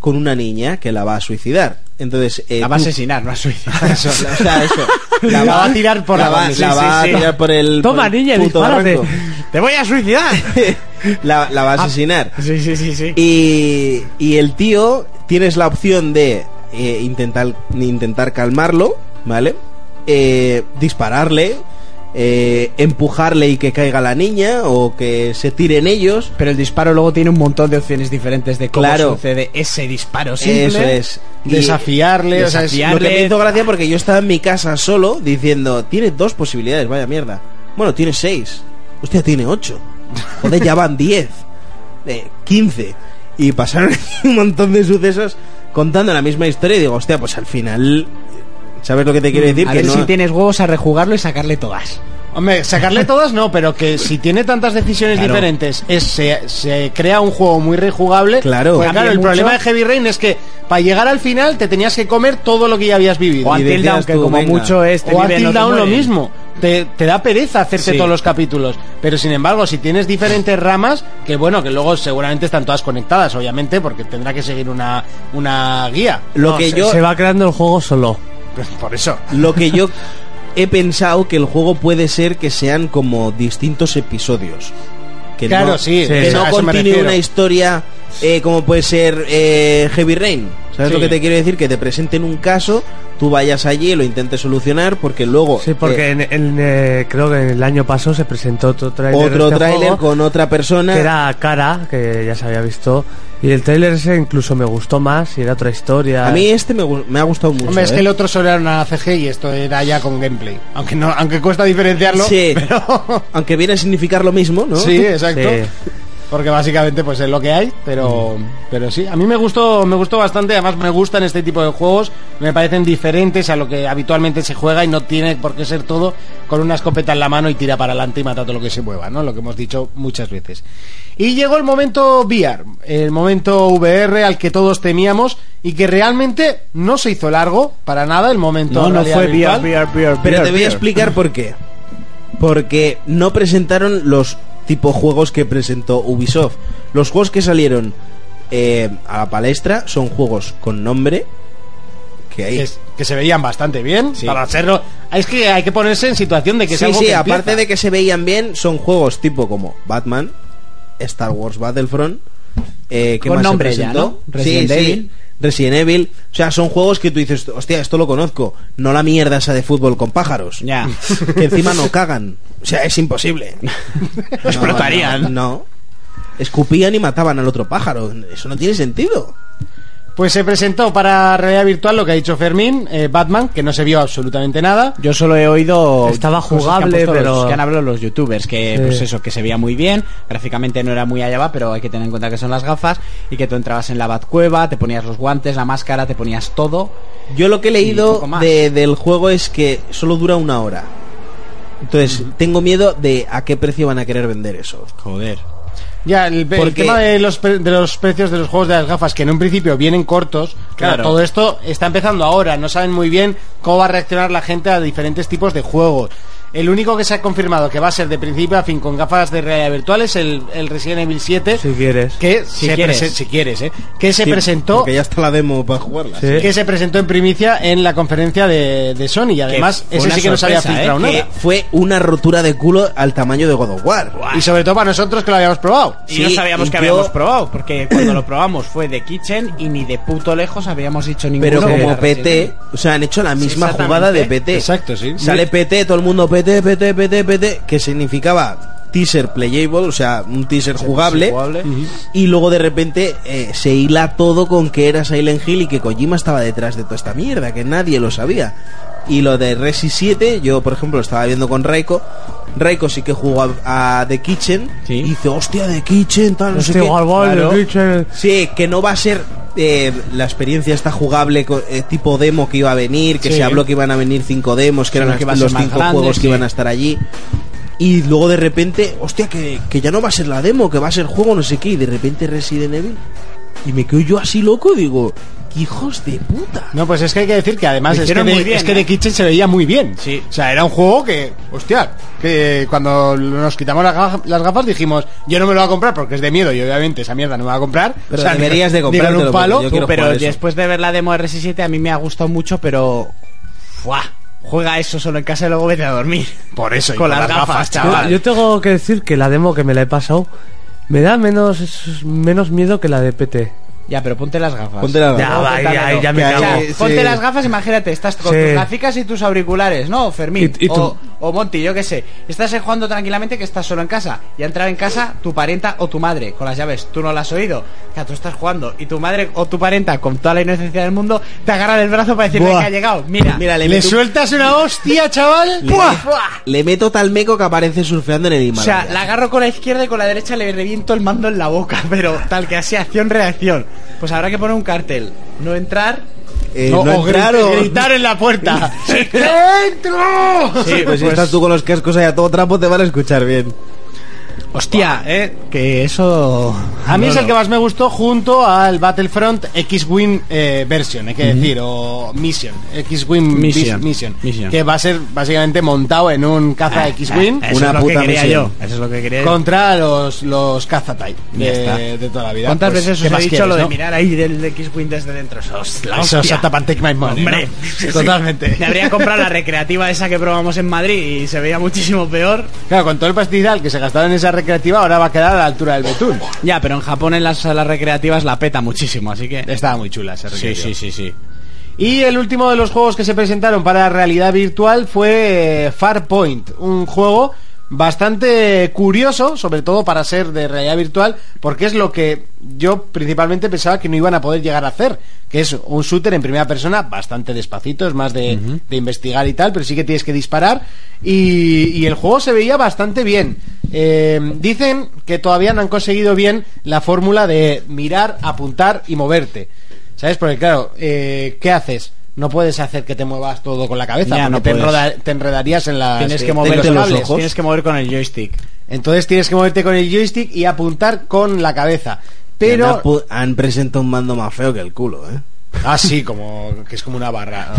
[SPEAKER 5] con una niña que la va a suicidar. Entonces, eh,
[SPEAKER 3] La va a
[SPEAKER 5] tú-
[SPEAKER 3] asesinar, no a suicidar.
[SPEAKER 5] Eso, la- o sea, eso. La va a tirar por la, va,
[SPEAKER 3] banda,
[SPEAKER 5] la
[SPEAKER 3] sí,
[SPEAKER 5] va
[SPEAKER 3] sí,
[SPEAKER 5] a
[SPEAKER 3] sí.
[SPEAKER 5] tirar por el
[SPEAKER 4] Toma,
[SPEAKER 5] por el
[SPEAKER 4] niña,
[SPEAKER 5] puto
[SPEAKER 4] dispárate.
[SPEAKER 5] barranco.
[SPEAKER 3] ¡Te voy a suicidar!
[SPEAKER 5] la, la va a asesinar.
[SPEAKER 3] Sí, sí, sí, sí.
[SPEAKER 5] Y, y el tío tienes la opción de eh, intentar, intentar calmarlo, ¿vale? Eh, dispararle, eh, empujarle y que caiga la niña o que se tiren ellos.
[SPEAKER 3] Pero el disparo luego tiene un montón de opciones diferentes de cómo
[SPEAKER 5] Claro.
[SPEAKER 3] sucede ese disparo simple.
[SPEAKER 5] Eso es. Y
[SPEAKER 2] Desafiarle, o sea, es-
[SPEAKER 5] lo que me
[SPEAKER 3] Desafiarle.
[SPEAKER 5] hizo gracia porque yo estaba en mi casa solo diciendo, tiene dos posibilidades, vaya mierda. Bueno, tiene seis. Hostia, tiene ocho. Joder, ya van diez. Eh, quince. Y pasaron un montón de sucesos contando la misma historia y digo, hostia, pues al final... ¿Sabes lo que te quiero decir?
[SPEAKER 3] Mm, A
[SPEAKER 5] que
[SPEAKER 3] ver
[SPEAKER 5] no-
[SPEAKER 3] si tienes huevos a rejugarlo y sacarle todas.
[SPEAKER 2] Hombre, sacarle todas no, pero que si tiene tantas decisiones
[SPEAKER 5] Claro.
[SPEAKER 2] diferentes, es, se, se crea un juego muy rejugable.
[SPEAKER 5] Claro.
[SPEAKER 2] Porque,
[SPEAKER 3] Cambia
[SPEAKER 2] claro, el
[SPEAKER 3] mucho.
[SPEAKER 2] problema de Heavy Rain es que para llegar al final te tenías que comer todo lo que ya habías vivido.
[SPEAKER 3] O
[SPEAKER 5] Y
[SPEAKER 3] Until
[SPEAKER 5] decías
[SPEAKER 3] Dawn, que
[SPEAKER 5] tú,
[SPEAKER 3] como
[SPEAKER 5] venga.
[SPEAKER 3] mucho es... te
[SPEAKER 2] o
[SPEAKER 3] vive, este
[SPEAKER 2] Until
[SPEAKER 3] no te
[SPEAKER 2] Dawn lo
[SPEAKER 3] muere.
[SPEAKER 2] mismo. Te, te da pereza hacerte
[SPEAKER 3] Sí.
[SPEAKER 2] todos los capítulos. Pero sin embargo, si tienes diferentes ramas, que bueno, que luego seguramente están todas conectadas, obviamente, porque tendrá que seguir una, una guía.
[SPEAKER 5] Lo
[SPEAKER 4] No,
[SPEAKER 5] que
[SPEAKER 4] se-
[SPEAKER 5] yo...
[SPEAKER 4] se va creando el juego solo.
[SPEAKER 2] Por eso.
[SPEAKER 5] Lo que yo he pensado que el juego puede ser que sean como distintos episodios. Que
[SPEAKER 2] Claro,
[SPEAKER 5] no,
[SPEAKER 2] sí,
[SPEAKER 4] sí,
[SPEAKER 5] que
[SPEAKER 4] a
[SPEAKER 5] no
[SPEAKER 2] eso me
[SPEAKER 5] continúe
[SPEAKER 2] refiero.
[SPEAKER 5] una historia eh, como puede ser eh, Heavy Rain. ¿Sabes
[SPEAKER 2] Sí.
[SPEAKER 5] lo que te quiero decir? Que te presenten un caso, tú vayas allí, lo intentes solucionar, porque luego
[SPEAKER 4] Sí, porque
[SPEAKER 5] eh,
[SPEAKER 4] en, en, eh, creo que en el año pasado se presentó otro tráiler. de
[SPEAKER 5] otro
[SPEAKER 4] este
[SPEAKER 5] tráiler
[SPEAKER 4] juego,
[SPEAKER 5] con otra persona.
[SPEAKER 4] que era cara, que ya se había visto. Y el tráiler ese incluso me gustó más y era otra historia.
[SPEAKER 5] A mí este me, gu- me ha gustado mucho.
[SPEAKER 2] Hombre, es
[SPEAKER 5] ¿eh?
[SPEAKER 2] que el otro solo era una CG y esto era ya con gameplay. Aunque no, aunque cuesta diferenciarlo.
[SPEAKER 5] Sí.
[SPEAKER 2] Pero...
[SPEAKER 5] Aunque viene a significar lo mismo, ¿no?
[SPEAKER 2] Sí, exacto.
[SPEAKER 4] Sí.
[SPEAKER 2] Porque básicamente pues es lo que hay, pero
[SPEAKER 3] Mm.
[SPEAKER 2] pero sí, a mí me gustó me gustó bastante, además me gustan este tipo de juegos, me parecen diferentes a lo que habitualmente se juega y no tiene por qué ser todo con una escopeta en la mano y tira para adelante y mata todo lo que se mueva, ¿no? Lo que hemos dicho muchas veces. Y llegó el momento VR, el momento VR al que todos temíamos y que realmente no se hizo largo para nada el momento
[SPEAKER 3] No, no
[SPEAKER 2] realidad
[SPEAKER 3] fue
[SPEAKER 2] virtual.
[SPEAKER 3] VR, VR, VR.
[SPEAKER 5] Pero te voy a explicar por qué. Porque no presentaron los tipo juegos que presentó Ubisoft. Los juegos que salieron eh, a la palestra son juegos con nombre. Que hay.
[SPEAKER 2] que, es- que se veían bastante bien para hacerlo. Es que hay que ponerse en situación de que
[SPEAKER 5] Sí,
[SPEAKER 2] sea algo
[SPEAKER 5] sí,
[SPEAKER 2] que
[SPEAKER 5] aparte
[SPEAKER 2] empieza.
[SPEAKER 5] de que se veían bien, son juegos tipo como Batman, Star Wars Battlefront. Eh, ¿qué
[SPEAKER 3] Con
[SPEAKER 5] más se
[SPEAKER 3] nombre ya,
[SPEAKER 5] presentó?
[SPEAKER 3] ¿no?
[SPEAKER 5] Sí,
[SPEAKER 3] Resident
[SPEAKER 5] sí,
[SPEAKER 3] Evil.
[SPEAKER 5] Resident Evil. O sea, son juegos que tú dices, hostia, esto lo conozco. No la mierda esa de fútbol con pájaros.
[SPEAKER 3] Ya.
[SPEAKER 5] que encima no cagan. O sea, es imposible. No,
[SPEAKER 3] explotarían.
[SPEAKER 5] No, no. Escupían y mataban al otro pájaro. Eso no tiene sentido.
[SPEAKER 2] Pues se presentó para realidad virtual lo que ha dicho Fermín, eh, Batman, que no se vio absolutamente nada.
[SPEAKER 3] Yo solo he oído.
[SPEAKER 4] Estaba
[SPEAKER 3] cosas que han
[SPEAKER 4] jugable,
[SPEAKER 3] puesto los-
[SPEAKER 4] pero-
[SPEAKER 3] que han hablado los youtubers, que
[SPEAKER 4] Sí.
[SPEAKER 3] pues eso, que se veía muy bien. Gráficamente no era muy allá va, pero hay que tener en cuenta que son las gafas. Y que tú entrabas en la Batcueva, te ponías los guantes, la máscara, te ponías todo.
[SPEAKER 5] Yo lo que he leído
[SPEAKER 3] poco más.
[SPEAKER 5] de- del juego es que solo dura una hora. Entonces, tengo miedo de a qué precio van a querer vender eso.
[SPEAKER 3] Joder.
[SPEAKER 2] Ya, el, el
[SPEAKER 5] Porque-
[SPEAKER 2] tema de los, pre- de los precios de los juegos de las gafas, que en un principio vienen cortos, claro.
[SPEAKER 3] Claro.
[SPEAKER 2] todo esto está empezando ahora, no saben muy bien cómo va a reaccionar la gente a diferentes tipos de juegos. El único que se ha confirmado que va a ser de principio a fin con gafas de realidad virtual es el, el Resident Evil 7,
[SPEAKER 4] Si quieres.
[SPEAKER 2] que
[SPEAKER 3] Si
[SPEAKER 2] se
[SPEAKER 3] quieres.
[SPEAKER 2] prese- si quieres, ¿eh? que se
[SPEAKER 5] Sí,
[SPEAKER 2] presentó
[SPEAKER 5] Porque ya está la demo para jugarla.
[SPEAKER 4] Sí.
[SPEAKER 2] que se presentó en primicia en la conferencia de, de Sony y además
[SPEAKER 3] fue
[SPEAKER 2] ese
[SPEAKER 3] una
[SPEAKER 2] sí que nos había
[SPEAKER 3] sorpresa,
[SPEAKER 2] filtrado
[SPEAKER 3] ¿eh?
[SPEAKER 5] Que
[SPEAKER 2] nada.
[SPEAKER 5] fue una rotura de culo al tamaño de God of War.
[SPEAKER 2] Y sobre todo para nosotros que lo habíamos probado.
[SPEAKER 3] Y
[SPEAKER 5] Sí,
[SPEAKER 3] no sabíamos
[SPEAKER 5] y
[SPEAKER 3] que
[SPEAKER 5] yo-
[SPEAKER 3] habíamos probado, porque cuando lo probamos fue de Kitchen y ni de puto lejos habíamos dicho ninguno.
[SPEAKER 5] Pero
[SPEAKER 3] que
[SPEAKER 5] como
[SPEAKER 3] era
[SPEAKER 5] PT,
[SPEAKER 3] Resident
[SPEAKER 5] o sea, han hecho la
[SPEAKER 3] Sí,
[SPEAKER 5] misma
[SPEAKER 3] exactamente.
[SPEAKER 5] jugada de PT.
[SPEAKER 2] Exacto, sí.
[SPEAKER 5] Sale PT, todo el mundo PT, PT, PT, PT, que significaba teaser playable, o sea, un teaser jugable, y luego de repente eh, se hila todo con que era Silent Hill y que Kojima estaba detrás de toda esta mierda, que nadie lo sabía. Y lo de Resi 7, yo por ejemplo lo estaba viendo con Raiko. Raiko sí que jugó a, a The Kitchen.
[SPEAKER 3] Sí.
[SPEAKER 5] Y dice, hostia, The Kitchen, tal, no sé
[SPEAKER 4] Hostia,
[SPEAKER 5] qué".
[SPEAKER 4] guau, guau, The
[SPEAKER 5] Claro.
[SPEAKER 4] Kitchen.
[SPEAKER 5] Sí, que no va a ser eh, la experiencia esta jugable co- eh, tipo demo que iba a venir, que
[SPEAKER 3] Sí.
[SPEAKER 5] se habló que iban a venir cinco demos, que eran
[SPEAKER 3] que va a
[SPEAKER 5] los
[SPEAKER 3] ser más
[SPEAKER 5] cinco
[SPEAKER 3] grande,
[SPEAKER 5] juegos
[SPEAKER 3] sí.
[SPEAKER 5] que iban a estar allí. Y luego de repente, hostia, que, que ya no va a ser la demo, que va a ser juego, no sé qué, y de repente Resident Evil. Y me quedo yo así loco, digo, hijos de puta.
[SPEAKER 2] No, pues es que hay que decir que además es
[SPEAKER 3] Lo
[SPEAKER 2] que,
[SPEAKER 3] hicieron
[SPEAKER 2] de,
[SPEAKER 3] muy bien,
[SPEAKER 2] es que
[SPEAKER 3] ¿eh?
[SPEAKER 2] The Kitchen se veía muy bien.
[SPEAKER 3] Sí.
[SPEAKER 2] O sea, era un juego que, hostia, que cuando nos quitamos las gafas, las gafas dijimos, yo no me lo voy a comprar porque es de miedo y obviamente esa mierda no me va a comprar.
[SPEAKER 5] Pero
[SPEAKER 2] o sea,
[SPEAKER 5] deberías de
[SPEAKER 2] ni- ni con
[SPEAKER 5] comprártelo,
[SPEAKER 2] un
[SPEAKER 5] porque
[SPEAKER 2] palo.
[SPEAKER 5] yo
[SPEAKER 3] Tú,
[SPEAKER 5] quiero
[SPEAKER 3] pero
[SPEAKER 5] jugar eso.
[SPEAKER 3] después de ver la demo de RS7 a mí me ha gustado mucho, pero... ¡Fua! Juega eso solo en casa y luego vete a dormir.
[SPEAKER 2] Por eso, y
[SPEAKER 3] Con las gafas,
[SPEAKER 2] Ah,
[SPEAKER 3] chaval.
[SPEAKER 4] Yo, yo tengo que decir que la demo que me la he pasado me da menos, menos miedo que la de PT.
[SPEAKER 3] Ya, pero ponte las gafas.
[SPEAKER 5] Ponte las
[SPEAKER 4] Ya,
[SPEAKER 5] gafas.
[SPEAKER 4] va, ya, ya me
[SPEAKER 3] O sea,
[SPEAKER 4] cago.
[SPEAKER 3] ponte las gafas, imagínate, estás con
[SPEAKER 4] Sí.
[SPEAKER 3] tus gráficas y tus auriculares, ¿no? Fermín.
[SPEAKER 4] Y- y tú.
[SPEAKER 3] o, o Monty, yo qué sé. Estás eh, jugando tranquilamente que estás solo en casa. Y ha entrado en casa tu parenta o tu madre con las llaves. Tú no las has oído. O sea, tú estás jugando y tu madre o tu parenta con toda la inocencia del mundo te agarra del brazo para decirle
[SPEAKER 2] Buah.
[SPEAKER 3] que ha llegado. Mira.
[SPEAKER 5] Mira, le
[SPEAKER 2] Le
[SPEAKER 5] meto,
[SPEAKER 2] sueltas una hostia, chaval.
[SPEAKER 5] le- le meto tal meco que aparece surfeando en el
[SPEAKER 3] O
[SPEAKER 5] Himalaya.
[SPEAKER 3] sea, la agarro con la izquierda y con la derecha le reviento el mando en la boca, pero tal que así, acción-reacción. Pues habrá que poner un cartel. No entrar.
[SPEAKER 5] Eh,
[SPEAKER 2] O-
[SPEAKER 5] no
[SPEAKER 2] o gri-
[SPEAKER 5] entraron.
[SPEAKER 2] gritar en la puerta.
[SPEAKER 5] Sí, pues, si estás tú con los cascos allá todo trapo, te van a escuchar bien.
[SPEAKER 3] Hostia, eh, que eso.
[SPEAKER 2] A mí es el que más me gustó junto al Battlefront X-Wing eh, version, hay que decir, o Mission. X-Wing
[SPEAKER 3] Mission,
[SPEAKER 2] vis- mission,
[SPEAKER 3] mission.
[SPEAKER 2] Que va a ser básicamente montado en un caza X-Wing
[SPEAKER 5] eso es lo que quería yo,
[SPEAKER 3] Eso es lo que quería
[SPEAKER 2] contra los, los caza type
[SPEAKER 3] Ya está.
[SPEAKER 2] de, de toda la vida.
[SPEAKER 3] ¿Cuántas
[SPEAKER 2] Pues,
[SPEAKER 3] veces
[SPEAKER 2] ¿qué
[SPEAKER 3] os he
[SPEAKER 2] más
[SPEAKER 3] dicho
[SPEAKER 2] quieres,
[SPEAKER 3] lo de
[SPEAKER 2] no?
[SPEAKER 3] mirar ahí del X-Wing desde dentro? Eso es la
[SPEAKER 2] Eso es
[SPEAKER 3] hostia.
[SPEAKER 2] Atapan Take My Money.
[SPEAKER 3] Hombre,
[SPEAKER 2] ¿no? totalmente.
[SPEAKER 3] Me habría comprado la recreativa esa que probamos en Madrid y se veía muchísimo peor.
[SPEAKER 2] Claro, con todo el pastizal que se gastaron en esa recreativa, ahora va a quedar a la altura del betún.
[SPEAKER 3] Ya, pero en Japón en las salas recreativas la peta muchísimo, así que.
[SPEAKER 2] Estaba muy chula esa
[SPEAKER 3] Sí,
[SPEAKER 2] recreativa.
[SPEAKER 3] sí, sí, sí.
[SPEAKER 2] Y el último de los juegos que se presentaron para realidad virtual fue eh, Farpoint, un juego bastante curioso, sobre todo para ser de realidad virtual, porque es lo que yo principalmente pensaba que no iban a poder llegar a hacer, que es un shooter en primera persona bastante despacito, es más de, de investigar y tal, pero sí que tienes que disparar y, y el juego se veía bastante bien. Eh, dicen que todavía no han conseguido bien la fórmula de mirar, apuntar y moverte. ¿Sabes? Porque claro, eh, ¿qué haces? No puedes hacer que te muevas todo con la cabeza,
[SPEAKER 3] Ya,
[SPEAKER 2] porque
[SPEAKER 3] no
[SPEAKER 2] te,
[SPEAKER 3] puedes.
[SPEAKER 2] enroda- te enredarías en las...
[SPEAKER 3] Tienes que
[SPEAKER 2] en
[SPEAKER 3] mover
[SPEAKER 2] los cables.
[SPEAKER 3] Tienes que mover con el joystick.
[SPEAKER 2] Entonces tienes que moverte con el joystick y apuntar con la cabeza.
[SPEAKER 5] Han
[SPEAKER 2] Pero...
[SPEAKER 5] apu- Han presentado un mando más feo que el culo, ¿eh?
[SPEAKER 2] Así, ah, como que es como una barra.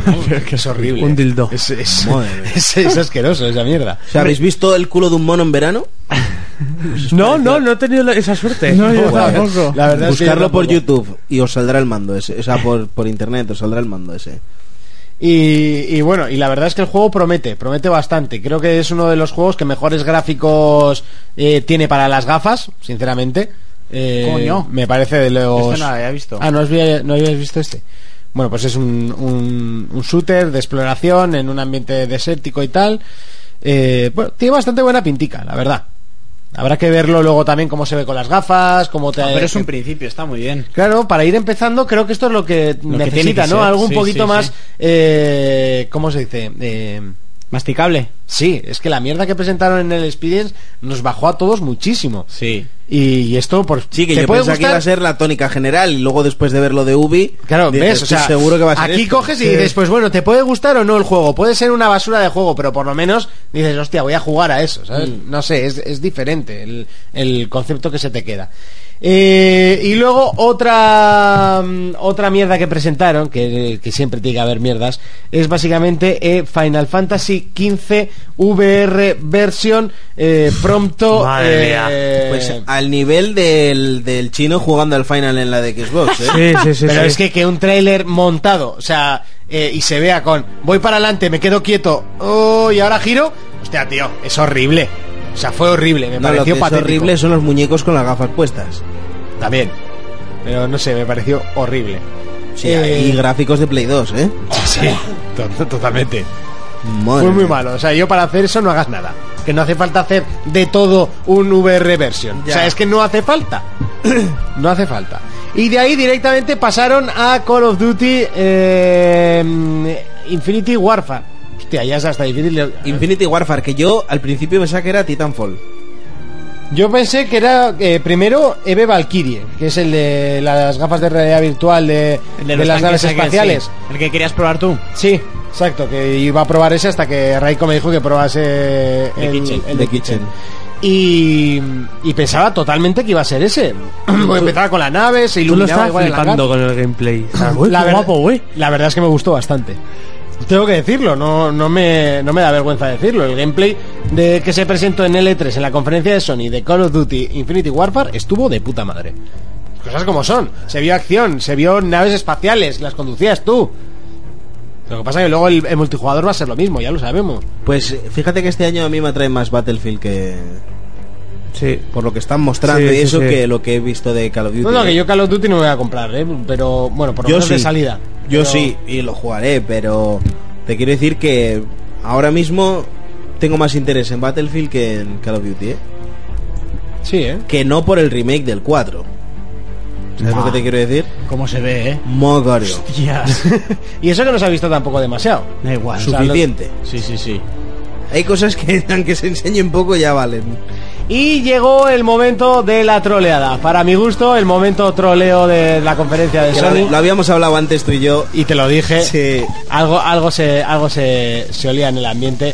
[SPEAKER 2] que es horrible.
[SPEAKER 4] Un dildo.
[SPEAKER 2] Es, es-
[SPEAKER 5] Madre mía.
[SPEAKER 2] es- es asqueroso esa mierda.
[SPEAKER 5] O sea, ¿habéis visto el culo de un mono en verano?
[SPEAKER 4] No, no, no he tenido la- esa suerte.
[SPEAKER 5] Joder.
[SPEAKER 2] La verdad es que yo
[SPEAKER 5] Buscarlo por
[SPEAKER 2] tampoco.
[SPEAKER 5] YouTube y os saldrá el mando ese. O sea, por, por internet os saldrá el mando ese.
[SPEAKER 2] Y, y bueno, y la verdad es que el juego promete, promete bastante. Creo que es uno de los juegos que mejores gráficos eh, tiene para las gafas, sinceramente. Eh,
[SPEAKER 3] Coño.
[SPEAKER 2] Me parece de los...
[SPEAKER 3] Este no lo había visto.
[SPEAKER 2] Ah, no, os vi- no habías visto este. Bueno, pues es un, un, un shooter de exploración en un ambiente desértico y tal. Eh, bueno, tiene bastante buena pintica, la verdad. Habrá que verlo luego también cómo se ve con las gafas, cómo te...
[SPEAKER 3] Ah, pero es un principio, está muy bien.
[SPEAKER 2] Claro, para ir empezando, creo que esto es lo que
[SPEAKER 3] tiene
[SPEAKER 2] necesita,
[SPEAKER 3] que
[SPEAKER 2] ¿no?
[SPEAKER 3] ser,
[SPEAKER 2] Algo un
[SPEAKER 3] sí,
[SPEAKER 2] poquito
[SPEAKER 3] sí,
[SPEAKER 2] más.
[SPEAKER 3] sí.
[SPEAKER 2] eh, ¿Cómo se dice? Eh,
[SPEAKER 3] Masticable.
[SPEAKER 2] sí, es que la mierda que presentaron en el Experience nos bajó a todos muchísimo.
[SPEAKER 3] Sí.
[SPEAKER 2] Y, y esto, por.
[SPEAKER 5] Sí, que
[SPEAKER 2] ¿te
[SPEAKER 5] yo
[SPEAKER 2] puede
[SPEAKER 5] pensaba que
[SPEAKER 2] gustar?
[SPEAKER 5] iba a ser la tónica general y luego después de ver lo de Ubi...
[SPEAKER 2] Claro,
[SPEAKER 5] dices,
[SPEAKER 2] ves, o
[SPEAKER 5] "Estoy
[SPEAKER 2] sea,
[SPEAKER 5] seguro que va a ser
[SPEAKER 2] aquí
[SPEAKER 5] esto".
[SPEAKER 2] coges y
[SPEAKER 5] Sí.
[SPEAKER 2] dices, pues bueno, te puede gustar o no el juego, puede ser una basura de juego, pero por lo menos dices, hostia, voy a jugar a eso, ¿sabes?
[SPEAKER 5] Mm.
[SPEAKER 2] No sé, es, es diferente el, el concepto que se te queda. Eh, y luego otra mm, otra mierda que presentaron, que, que siempre tiene que haber mierdas, es básicamente eh, Final Fantasy XV VR version eh, pronto.
[SPEAKER 4] Madre mía.
[SPEAKER 2] eh,
[SPEAKER 5] Pues al nivel del, del chino jugando al final en la de Xbox, ¿eh?
[SPEAKER 4] Sí, sí, sí.
[SPEAKER 2] Pero
[SPEAKER 4] sí.
[SPEAKER 2] es que que un tráiler montado, o sea, eh, y se vea con voy para adelante, me quedo quieto, oh, y ahora giro. Hostia, tío, es horrible. O sea, fue horrible, me
[SPEAKER 5] No, lo que
[SPEAKER 2] pareció
[SPEAKER 5] es
[SPEAKER 2] patético.
[SPEAKER 5] horrible son los muñecos con las gafas puestas.
[SPEAKER 2] También. Pero no sé, me pareció horrible.
[SPEAKER 5] Sí,
[SPEAKER 2] Eh,
[SPEAKER 5] y gráficos de Play 2, ¿eh?
[SPEAKER 2] Sí, to- totalmente.
[SPEAKER 5] Madre
[SPEAKER 2] Fue muy
[SPEAKER 5] mía.
[SPEAKER 2] malo. O sea, yo para hacer eso no hagas nada. Que no hace falta hacer de todo un VR version. O sea, es que no hace falta. no hace falta. Y de ahí directamente pasaron a Call of Duty eh, Infinity Warfare. Hostia, ya es hasta difícil.
[SPEAKER 5] Infinity Warfare, que yo al principio pensaba que era Titanfall.
[SPEAKER 2] Yo pensé que era eh, primero Eve Valkyrie, que es el de las gafas de realidad virtual de,
[SPEAKER 3] El
[SPEAKER 2] de
[SPEAKER 3] los
[SPEAKER 2] las naves
[SPEAKER 3] tanques aquel,
[SPEAKER 2] espaciales.
[SPEAKER 3] sí. El que querías probar tú.
[SPEAKER 2] Sí, exacto, que iba a probar ese hasta que Raiko me dijo que probase el,
[SPEAKER 3] Kitchen.
[SPEAKER 2] el
[SPEAKER 5] The
[SPEAKER 2] de Kitchen.
[SPEAKER 5] Kitchen.
[SPEAKER 2] Y, y pensaba totalmente que iba a ser ese. Porque empezaba con la nave, se
[SPEAKER 4] Tú lo
[SPEAKER 2] iluminaba
[SPEAKER 4] estás
[SPEAKER 2] igual el hangar.
[SPEAKER 4] flipando con el gameplay. Ah, uy,
[SPEAKER 2] La
[SPEAKER 4] qué
[SPEAKER 2] ver-
[SPEAKER 4] guapo, güey.
[SPEAKER 2] La verdad es que me gustó bastante. Tengo que decirlo, no, no, me, no me da vergüenza decirlo. El gameplay de que se presentó en L3 en la conferencia de Sony de Call of Duty Infinity Warfare estuvo de puta madre. Cosas como son. Se vio acción, se vio naves espaciales, las conducías tú. Lo que pasa es que luego el, el multijugador va a ser lo mismo, ya lo sabemos.
[SPEAKER 5] Pues eh, fíjate que este año a mí me atrae más Battlefield que
[SPEAKER 4] Sí.
[SPEAKER 5] por lo que están mostrando
[SPEAKER 4] Sí,
[SPEAKER 5] y
[SPEAKER 4] sí,
[SPEAKER 5] eso
[SPEAKER 4] sí.
[SPEAKER 5] que lo que he visto de Call of Duty.
[SPEAKER 2] No, no, que yo Call of Duty no me voy a comprar, ¿eh? pero bueno, por lo
[SPEAKER 5] Yo
[SPEAKER 2] menos de
[SPEAKER 5] sí.
[SPEAKER 2] salida.
[SPEAKER 5] Yo
[SPEAKER 2] Pero-
[SPEAKER 5] sí, y lo jugaré, pero te quiero decir que ahora mismo tengo más interés en Battlefield que en Call of Duty, ¿eh?
[SPEAKER 2] Sí, ¿eh?
[SPEAKER 5] Que no por el remake del 4. ¿Sabes
[SPEAKER 3] Ah,
[SPEAKER 5] lo que te quiero decir?
[SPEAKER 3] ¿Cómo se ve, eh?
[SPEAKER 5] Mogorio.
[SPEAKER 3] Tías.
[SPEAKER 2] Y eso que no se ha visto tampoco demasiado.
[SPEAKER 3] da igual.
[SPEAKER 2] sea, lo-
[SPEAKER 5] Suficiente.
[SPEAKER 3] Sí, sí, sí.
[SPEAKER 5] Hay cosas que aunque se enseñe un poco ya valen.
[SPEAKER 2] Y llegó el momento de la troleada. Para mi gusto, el momento troleo de la conferencia de
[SPEAKER 5] Que lo,
[SPEAKER 2] Sony.
[SPEAKER 5] lo habíamos hablado antes tú y yo.
[SPEAKER 2] Y te lo
[SPEAKER 3] Eh.
[SPEAKER 2] dije.
[SPEAKER 5] Sí.
[SPEAKER 2] Algo, algo, se, algo se, se olía en el ambiente.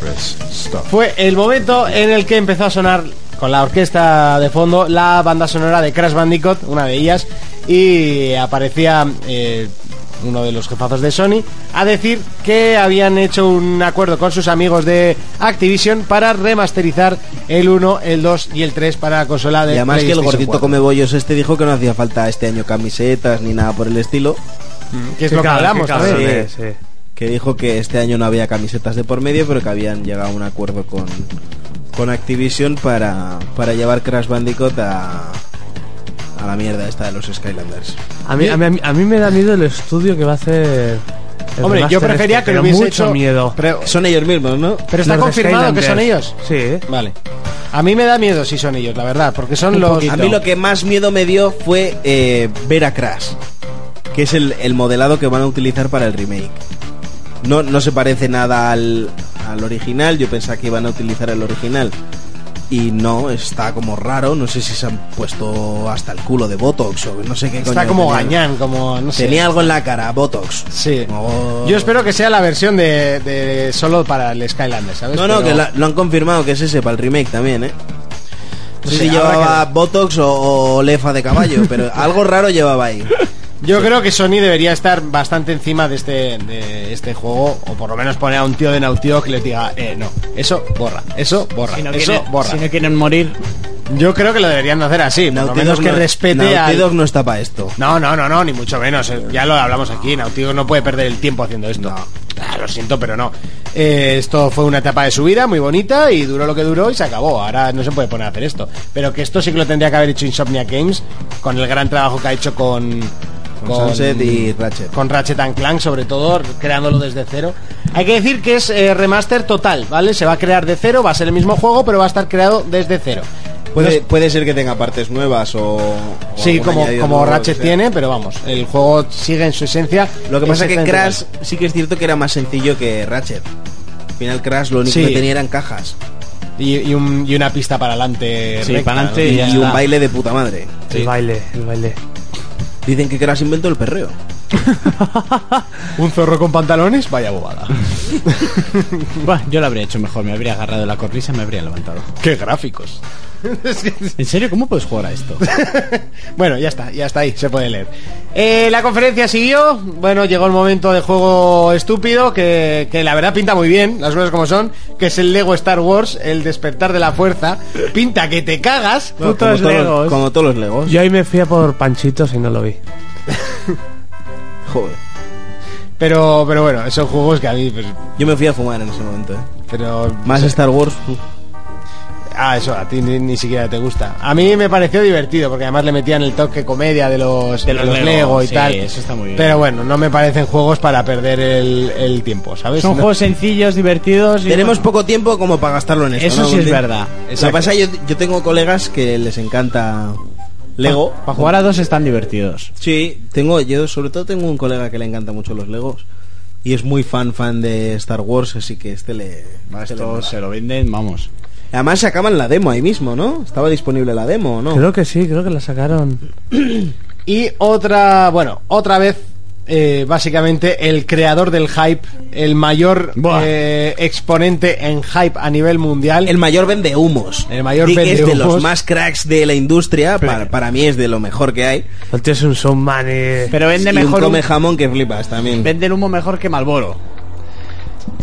[SPEAKER 2] Fue el momento en el que empezó a sonar con la orquesta de fondo la banda sonora de Crash Bandicoot, una de ellas, y aparecía eh, uno de los jefazos de Sony a decir que habían hecho un acuerdo con sus amigos de Activision para remasterizar el 1, el 2 y el 3 para la consola de
[SPEAKER 5] Y además que el
[SPEAKER 2] PlayStation
[SPEAKER 5] gordito
[SPEAKER 2] 4,
[SPEAKER 5] come bollos este dijo que no hacía falta este año camisetas ni nada por el estilo.
[SPEAKER 2] que es lo que hablamos
[SPEAKER 5] cabrón.
[SPEAKER 2] también.
[SPEAKER 5] también. Que dijo que este año no había camisetas de por medio, pero que habían llegado a un acuerdo con, con Activision para, para llevar Crash Bandicoot a, a la mierda esta de los Skylanders.
[SPEAKER 4] A mí, a, mí, a mí me da miedo el estudio que va a hacer. el
[SPEAKER 2] Hombre, yo
[SPEAKER 4] remaster
[SPEAKER 2] prefería
[SPEAKER 4] este,
[SPEAKER 2] que lo
[SPEAKER 4] pero
[SPEAKER 2] hubiese
[SPEAKER 4] mucho
[SPEAKER 2] hecho-
[SPEAKER 4] miedo.
[SPEAKER 2] Pero,
[SPEAKER 5] Son ellos mismos, ¿no?
[SPEAKER 2] pero está
[SPEAKER 4] Los de
[SPEAKER 2] confirmado que son ellos.
[SPEAKER 4] Skylanders. Sí.
[SPEAKER 2] Vale. A mí me da miedo si son ellos, la verdad, porque son los...
[SPEAKER 5] A mí lo que más miedo me dio fue eh, ver a Crash, que es el, el modelado que van a utilizar para el remake. No, no se parece nada al, al original, yo pensaba que iban a utilizar el original. Y no, está como raro, no sé si se han puesto hasta el culo de Botox o no sé qué
[SPEAKER 2] Está
[SPEAKER 5] coño
[SPEAKER 2] como
[SPEAKER 5] tenían.
[SPEAKER 2] gañán, como... No sé.
[SPEAKER 5] Tenía algo en la cara, Botox.
[SPEAKER 2] Sí.
[SPEAKER 5] Oh.
[SPEAKER 2] Yo espero que sea la versión de, de solo para el Skylander, ¿sabes?
[SPEAKER 5] No, no,
[SPEAKER 2] Pero-
[SPEAKER 5] que la- lo han confirmado que es ese para el remake también, ¿eh? No sé
[SPEAKER 2] Sí,
[SPEAKER 5] si
[SPEAKER 2] habrá
[SPEAKER 5] llevaba Botox o, o lefa de caballo, pero algo raro llevaba ahí.
[SPEAKER 2] Yo creo que Sony debería estar bastante encima de este, de este juego, o por lo menos poner a un tío de Naughty Dog que les diga, eh, no, eso borra, eso borra,
[SPEAKER 3] Si no,
[SPEAKER 2] eso
[SPEAKER 3] quieren,
[SPEAKER 2] borra.
[SPEAKER 3] si no quieren morir,
[SPEAKER 2] Yo creo que lo deberían hacer así, por lo
[SPEAKER 5] Naughty
[SPEAKER 2] menos
[SPEAKER 5] Dog
[SPEAKER 2] que
[SPEAKER 5] no- Naughty
[SPEAKER 2] respete al-
[SPEAKER 5] Dog no está para esto.
[SPEAKER 2] No, no, no, no, ni mucho menos. eh, Ya lo hablamos aquí. Naughty Dog no puede perder el tiempo haciendo esto. Ah, lo siento, pero no. Eh, esto fue una etapa de su vida muy bonita y duró lo que duró y se acabó. Ahora no se puede poner a hacer esto. Pero que esto sí que lo tendría que haber hecho Insomnia Games con el gran trabajo que ha hecho con.
[SPEAKER 5] Con Sunset y Ratchet.
[SPEAKER 2] Con Ratchet and Clank, sobre todo, creándolo desde cero. Hay que decir que es eh, remaster total, ¿vale? Se va a crear de cero, va a ser el mismo juego, pero va a estar creado desde cero.
[SPEAKER 5] Puede, puede ser que tenga partes nuevas o. o
[SPEAKER 2] Pues- Sí,
[SPEAKER 5] algún
[SPEAKER 2] como,
[SPEAKER 5] añadido
[SPEAKER 2] como
[SPEAKER 5] nuevo,
[SPEAKER 2] Ratchet
[SPEAKER 5] lo que sea.
[SPEAKER 2] tiene, pero vamos, el juego sigue en su esencia.
[SPEAKER 5] Lo que pasa es que
[SPEAKER 2] exactamente
[SPEAKER 5] Crash
[SPEAKER 2] igual.
[SPEAKER 5] sí que es cierto que era más sencillo que Ratchet. Al final, Crash lo único
[SPEAKER 2] Sí.
[SPEAKER 5] que tenía eran cajas
[SPEAKER 2] Y, y un- y una pista para adelante.
[SPEAKER 3] Sí,
[SPEAKER 2] recta,
[SPEAKER 3] para
[SPEAKER 2] ¿no?
[SPEAKER 3] adelante
[SPEAKER 5] y,
[SPEAKER 3] y ya
[SPEAKER 5] y un
[SPEAKER 3] está.
[SPEAKER 5] baile de puta madre.
[SPEAKER 4] El baile, el baile.
[SPEAKER 5] Dicen que Crash inventó el perreo.
[SPEAKER 2] Un zorro con pantalones, vaya bobada.
[SPEAKER 3] Buah, yo lo habría hecho mejor. Me habría agarrado la cornisa y me habría levantado.
[SPEAKER 2] Qué gráficos. Es que-
[SPEAKER 3] ¿En serio? ¿Cómo puedes jugar a esto?
[SPEAKER 2] bueno, ya está, ya está ahí, se puede leer. Eh, la conferencia siguió. Bueno, llegó el momento de juego estúpido que, que la verdad pinta muy bien, las cosas como son, que es el Lego Star Wars, el despertar de la fuerza. Pinta que te cagas.
[SPEAKER 4] Putos
[SPEAKER 5] como, todos
[SPEAKER 4] Legos.
[SPEAKER 5] Los, como todos los Legos.
[SPEAKER 4] Yo ahí me fui a por panchitos y no lo vi.
[SPEAKER 5] Joder.
[SPEAKER 2] Pero, pero bueno, esos juegos que a mí. pues,
[SPEAKER 5] Yo me fui a fumar en ese momento. ¿eh?
[SPEAKER 2] pero
[SPEAKER 5] Más Star Wars.
[SPEAKER 2] Ah, eso, a ti ni, ni siquiera te gusta. A mí me pareció divertido, porque además le metían el toque comedia de los, de
[SPEAKER 3] los
[SPEAKER 2] los
[SPEAKER 3] Lego,
[SPEAKER 2] Lego y
[SPEAKER 3] sí,
[SPEAKER 2] tal.
[SPEAKER 3] eso está muy bien.
[SPEAKER 2] Pero bueno, no me parecen juegos para perder el, el tiempo, ¿sabes?
[SPEAKER 3] Son
[SPEAKER 2] No-
[SPEAKER 3] juegos sencillos, divertidos. y
[SPEAKER 5] Tenemos
[SPEAKER 3] bueno.
[SPEAKER 5] poco tiempo como para gastarlo en esto. ¿no?
[SPEAKER 3] Eso sí
[SPEAKER 5] Algún
[SPEAKER 3] es
[SPEAKER 5] día.
[SPEAKER 3] verdad.
[SPEAKER 5] Lo que pasa yo, yo tengo colegas que les encanta Lego.
[SPEAKER 3] Para jugar a dos están divertidos.
[SPEAKER 5] Sí, tengo, yo sobre todo tengo un colega que le encanta mucho los Legos. Y es muy fan, fan de Star Wars, así que este le... este le mola.
[SPEAKER 3] se lo venden, vamos.
[SPEAKER 5] Además sacaban la demo ahí mismo, ¿no? Estaba disponible la demo, ¿no?
[SPEAKER 4] Creo que sí, creo que la sacaron.
[SPEAKER 2] Y otra, bueno, otra vez, eh, básicamente, el creador del hype, el mayor
[SPEAKER 3] Buah.
[SPEAKER 2] eh, exponente en hype a nivel mundial.
[SPEAKER 5] El mayor vende humos.
[SPEAKER 2] El mayor
[SPEAKER 5] Di que es de
[SPEAKER 2] vendehumos.
[SPEAKER 5] los más cracks de la industria. Para, para mí es de lo mejor que hay.
[SPEAKER 4] El tío es un showman eh. y...
[SPEAKER 3] Pero vende
[SPEAKER 5] y un
[SPEAKER 3] mejor.
[SPEAKER 5] come
[SPEAKER 3] humo-
[SPEAKER 5] jamón que flipas también.
[SPEAKER 3] Vende el humo mejor que Malboro.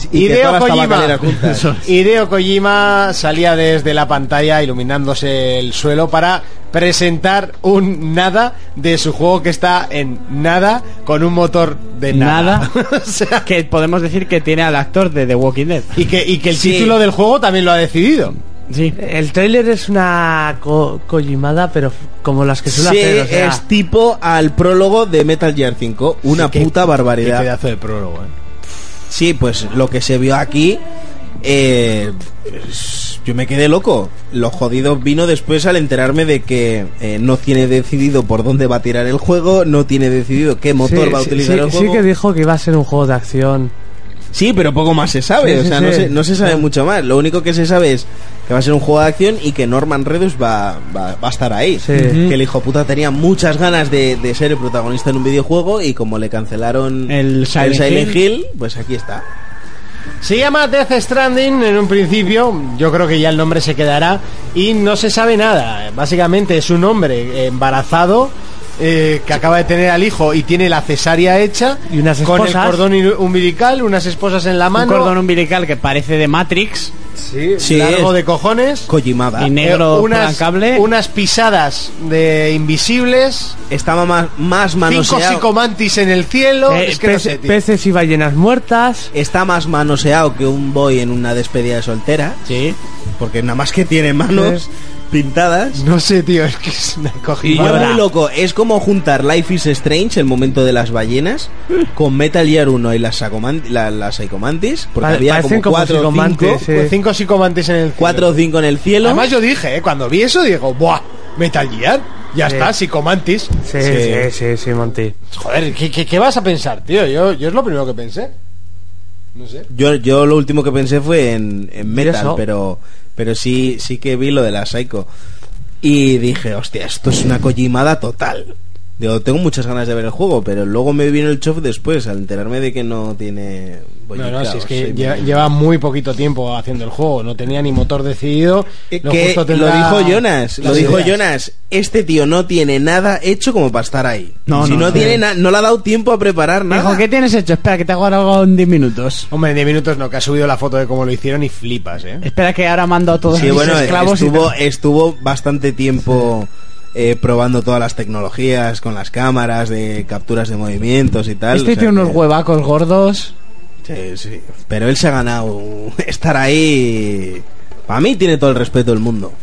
[SPEAKER 5] y que
[SPEAKER 2] Hideo
[SPEAKER 5] todas
[SPEAKER 2] Kojima.
[SPEAKER 5] tabacaleras juntas.
[SPEAKER 2] Eso es. Hideo Kojima salía desde la pantalla iluminándose el suelo para presentar un nada de su juego que está en nada con un motor de nada.
[SPEAKER 3] Nada.
[SPEAKER 2] O sea,
[SPEAKER 3] Que podemos decir que tiene al actor de The Walking Dead.
[SPEAKER 2] y que, y que el
[SPEAKER 5] Sí.
[SPEAKER 2] título del juego también lo ha decidido.
[SPEAKER 3] Sí.
[SPEAKER 4] El tráiler es una co- collimada, pero f- como las que
[SPEAKER 5] Sí,
[SPEAKER 4] suele hacer, o sea,
[SPEAKER 5] es tipo al prólogo de Metal Gear 5. Una
[SPEAKER 2] qué-
[SPEAKER 5] puta
[SPEAKER 2] Qué
[SPEAKER 5] barbaridad.
[SPEAKER 2] pedazo de prólogo, eh.
[SPEAKER 5] Sí, pues lo que se vio aquí. eh, es- yo me quedé loco. Lo jodido vino después al enterarme de que eh, no tiene decidido por dónde va a tirar el juego, no tiene decidido qué motor va a
[SPEAKER 4] sí,
[SPEAKER 5] utilizar
[SPEAKER 4] sí,
[SPEAKER 5] el
[SPEAKER 4] sí
[SPEAKER 5] juego.
[SPEAKER 4] que dijo que iba a ser un juego de acción.
[SPEAKER 5] Sí, pero poco más se sabe.
[SPEAKER 4] Sí,
[SPEAKER 5] o
[SPEAKER 4] sí,
[SPEAKER 5] sea,
[SPEAKER 4] sí.
[SPEAKER 5] No, se, no se sabe
[SPEAKER 4] Sí.
[SPEAKER 5] mucho más. Lo único que se sabe es que va a ser un juego de acción y que Norman Redus va, va, va a estar ahí.
[SPEAKER 4] Sí. Ujú.
[SPEAKER 5] Que el hijo puta tenía muchas ganas de, de ser el protagonista en un videojuego y como le cancelaron
[SPEAKER 3] El Silent
[SPEAKER 5] Silent
[SPEAKER 3] Hill.
[SPEAKER 5] Hill, pues aquí está.
[SPEAKER 2] Se llama Death Stranding en un principio, yo creo que ya el nombre se quedará y no se sabe nada. Básicamente es un hombre embarazado eh, que acaba de tener al hijo y tiene la cesárea hecha
[SPEAKER 4] Y unas
[SPEAKER 2] con el
[SPEAKER 4] esposas.
[SPEAKER 2] cordón i- umbilical, unas esposas en la
[SPEAKER 3] Un
[SPEAKER 2] mano,
[SPEAKER 3] cordón umbilical que parece de Matrix
[SPEAKER 2] sí,
[SPEAKER 5] Sí,
[SPEAKER 2] largo
[SPEAKER 5] es-
[SPEAKER 2] de cojones,
[SPEAKER 5] Kojimada.
[SPEAKER 3] y
[SPEAKER 2] eh,
[SPEAKER 3] negro
[SPEAKER 2] unas,
[SPEAKER 3] cable.
[SPEAKER 2] unas pisadas de invisibles,
[SPEAKER 5] Estaba más, más
[SPEAKER 2] cinco
[SPEAKER 5] manoseado.
[SPEAKER 2] psicomantis en el cielo,
[SPEAKER 4] Eh,
[SPEAKER 2] es que no
[SPEAKER 4] pece-
[SPEAKER 2] sé, tío.
[SPEAKER 4] peces y ballenas muertas.
[SPEAKER 5] Está más manoseado que un boy en una despedida de soltera.
[SPEAKER 3] Sí.
[SPEAKER 5] Porque nada más que tiene manos
[SPEAKER 4] Sí.
[SPEAKER 5] pintadas.
[SPEAKER 2] No sé, tío, es que es una
[SPEAKER 3] Y
[SPEAKER 5] Fue
[SPEAKER 2] cogida.
[SPEAKER 3] llora.
[SPEAKER 5] muy loco. Es como juntar Life is Strange, el momento de las ballenas, con Metal Gear 1 y las, sacoman- la- las Psychomantis. Porque
[SPEAKER 4] Pa-
[SPEAKER 5] había como
[SPEAKER 4] parecen como
[SPEAKER 5] 4 o 5.
[SPEAKER 4] psicomantis, sí.
[SPEAKER 2] Cinco psicomantis en el cielo.
[SPEAKER 5] 4 o 5 en el cielo.
[SPEAKER 2] Además yo dije, eh, cuando vi eso, digo, ¡buah! Metal Gear, ya
[SPEAKER 4] Sí.
[SPEAKER 2] está, psicomantis.
[SPEAKER 4] Sí,
[SPEAKER 5] Sí.
[SPEAKER 4] sí, sí, sí, Monty.
[SPEAKER 2] Joder, ¿qué, qué, qué vas a pensar, tío? Yo, yo es lo primero que pensé. No sé.
[SPEAKER 5] yo, yo lo último que pensé fue en, en Metal,
[SPEAKER 4] Curioso.
[SPEAKER 5] pero, pero sí, sí que vi lo de la Psycho. Y dije, hostia, esto es una collimada total. Digo, tengo muchas ganas de ver el juego, pero luego me vino el chof después al enterarme de que no tiene...
[SPEAKER 2] No, no,
[SPEAKER 5] Boyuca,
[SPEAKER 2] si es
[SPEAKER 5] o
[SPEAKER 2] que
[SPEAKER 5] sea,
[SPEAKER 2] lleva, lleva muy poquito tiempo haciendo el juego, no tenía ni motor decidido.
[SPEAKER 5] Eh,
[SPEAKER 2] lo
[SPEAKER 5] que
[SPEAKER 2] justo
[SPEAKER 5] lo
[SPEAKER 2] tendrá
[SPEAKER 5] dijo Jonas,
[SPEAKER 2] las
[SPEAKER 5] lo dijo
[SPEAKER 2] ideas.
[SPEAKER 5] Jonas. Este tío no tiene nada hecho como para estar ahí.
[SPEAKER 3] No,
[SPEAKER 5] si no,
[SPEAKER 3] no, no.
[SPEAKER 5] tiene na- no le ha dado tiempo a preparar nada.
[SPEAKER 3] Dijo, ¿qué tienes hecho? Espera, que te hago algo en 10 minutos.
[SPEAKER 2] Hombre, en 10 minutos no, que ha subido la foto de cómo lo hicieron y flipas, ¿eh?
[SPEAKER 3] Espera, que ahora mando a todos
[SPEAKER 5] Sí,
[SPEAKER 3] mis
[SPEAKER 5] bueno,
[SPEAKER 3] esclavos y
[SPEAKER 5] estuvo,
[SPEAKER 3] tal".
[SPEAKER 5] estuvo bastante tiempo eh, probando todas las tecnologías con las cámaras de capturas de movimientos y tal.
[SPEAKER 3] Este
[SPEAKER 5] o sea
[SPEAKER 3] tiene unos
[SPEAKER 5] que-
[SPEAKER 3] huevacos gordos.
[SPEAKER 5] Sí, sí. Pero él se ha ganado estar ahí. Para mí tiene todo el respeto del mundo.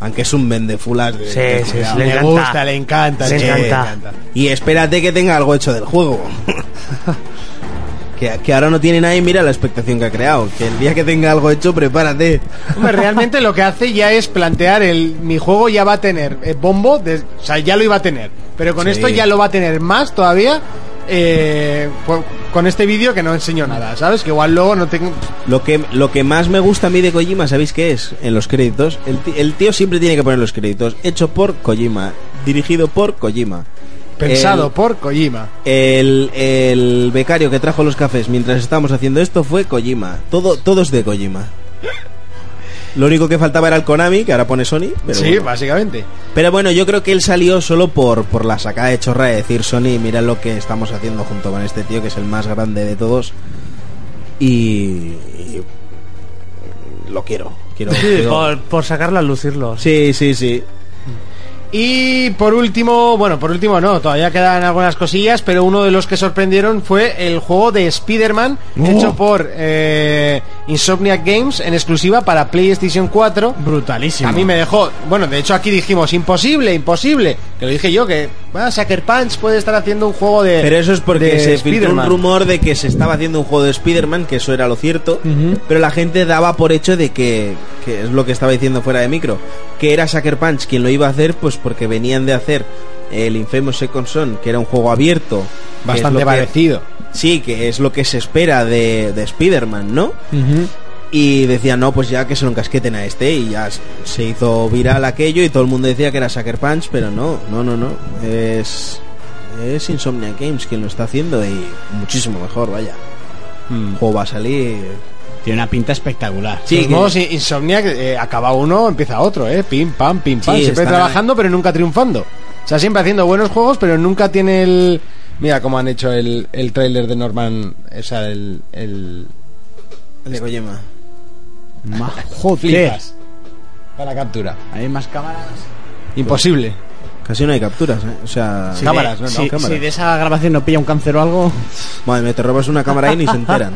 [SPEAKER 5] Aunque es un vendefulas de,
[SPEAKER 4] Sí,
[SPEAKER 5] de
[SPEAKER 4] sí,
[SPEAKER 5] cuidado.
[SPEAKER 4] sí. Le
[SPEAKER 2] le
[SPEAKER 4] encanta.
[SPEAKER 2] gusta, le encanta,
[SPEAKER 4] Le
[SPEAKER 2] sí,
[SPEAKER 4] encanta.
[SPEAKER 5] Y espérate que tenga algo hecho del juego. que, que ahora no tiene nadie, mira la expectación que ha creado. Que el día que tenga algo hecho, prepárate.
[SPEAKER 2] Hombre, realmente lo que hace ya es plantear el mi juego ya va a tener eh, bombo, de- o sea, ya lo iba a tener, pero con
[SPEAKER 5] Sí.
[SPEAKER 2] esto ya lo va a tener más todavía. eh, por- con este vídeo que no enseño nada, ¿sabes? Que igual luego no tengo.
[SPEAKER 5] Lo que, lo que más me gusta a mí de Kojima, ¿sabéis qué es? En los créditos. El, ti- el tío siempre tiene que poner los créditos. Hecho por Kojima. Dirigido por Kojima.
[SPEAKER 2] Pensado
[SPEAKER 5] El-
[SPEAKER 2] por Kojima.
[SPEAKER 5] El, el becario que trajo los cafés mientras estábamos haciendo esto fue Kojima. Todo, todo es de Kojima. Lo único que faltaba era el Konami, que ahora pone Sony. Pero
[SPEAKER 2] sí,
[SPEAKER 5] bueno.
[SPEAKER 2] básicamente.
[SPEAKER 5] Pero bueno, yo creo que él salió solo por, por la sacada de chorra de decir Sony, mira lo que estamos haciendo junto con este tío que es el más grande de todos. Y. y- lo quiero. quiero, quiero-
[SPEAKER 4] Por, por sacarlo a lucirlo.
[SPEAKER 5] Sí, sí, sí.
[SPEAKER 2] Y por último, bueno, por último no, todavía quedan algunas cosillas,
[SPEAKER 5] Uh.
[SPEAKER 2] pero uno de los que sorprendieron fue el juego de Spider-Man hecho por eh, Insomniac Games en exclusiva para PlayStation 4.
[SPEAKER 7] Brutalísimo.
[SPEAKER 2] A mí me dejó. Bueno, de hecho aquí dijimos imposible, imposible. Que lo dije yo que ah, Sucker Punch puede estar haciendo un juego de.
[SPEAKER 5] Pero eso es porque
[SPEAKER 2] Eh, de
[SPEAKER 5] se filtró un
[SPEAKER 2] Spider-Man.
[SPEAKER 5] rumor de que se estaba haciendo un juego de Spider-Man, que eso era lo cierto,
[SPEAKER 2] Mm.
[SPEAKER 5] pero la gente daba por hecho de que, que es lo que estaba diciendo fuera de micro, que era Sucker Punch quien lo iba a hacer, pues porque venían de hacer el Infamous Second Son, que era un juego abierto. que es lo
[SPEAKER 2] bastante
[SPEAKER 5] que-
[SPEAKER 2] parecido.
[SPEAKER 5] Sí, que es lo que se espera de, de Spider-Man, ¿no? Y decía, no, pues ya que se lo encasqueten a este. Y ya s- se hizo viral aquello y todo el mundo decía que era Sucker Punch, pero no, no, no, no. Es, es Insomnia Games quien lo está haciendo y muchísimo mejor, vaya.
[SPEAKER 3] Mm.
[SPEAKER 5] El juego va a salir.
[SPEAKER 3] Tiene una pinta espectacular.
[SPEAKER 5] Sí,
[SPEAKER 2] Los
[SPEAKER 5] que-
[SPEAKER 2] modos In- Insomniac eh, acaba uno, empieza otro, ¿eh? Pim, pam, pim, pam.
[SPEAKER 5] Sí,
[SPEAKER 2] siempre
[SPEAKER 5] están
[SPEAKER 2] trabajando, pero nunca triunfando. O sea, siempre haciendo buenos juegos, pero nunca tiene el. Mira cómo han hecho el, el trailer de Norman. O sea, el. el...
[SPEAKER 5] de Kojima.
[SPEAKER 7] Ma- Joder.
[SPEAKER 2] Flipas. Para la captura.
[SPEAKER 7] Hay más cámaras.
[SPEAKER 2] Imposible.
[SPEAKER 5] Casi no hay capturas, ¿eh? O sea,
[SPEAKER 7] Si
[SPEAKER 2] Cámaras,
[SPEAKER 7] de,
[SPEAKER 2] no, no,
[SPEAKER 7] si,
[SPEAKER 5] cámaras.
[SPEAKER 7] si de esa grabación no pilla un cáncer o algo.
[SPEAKER 5] madre mía, te robas una cámara ahí y ni se enteran.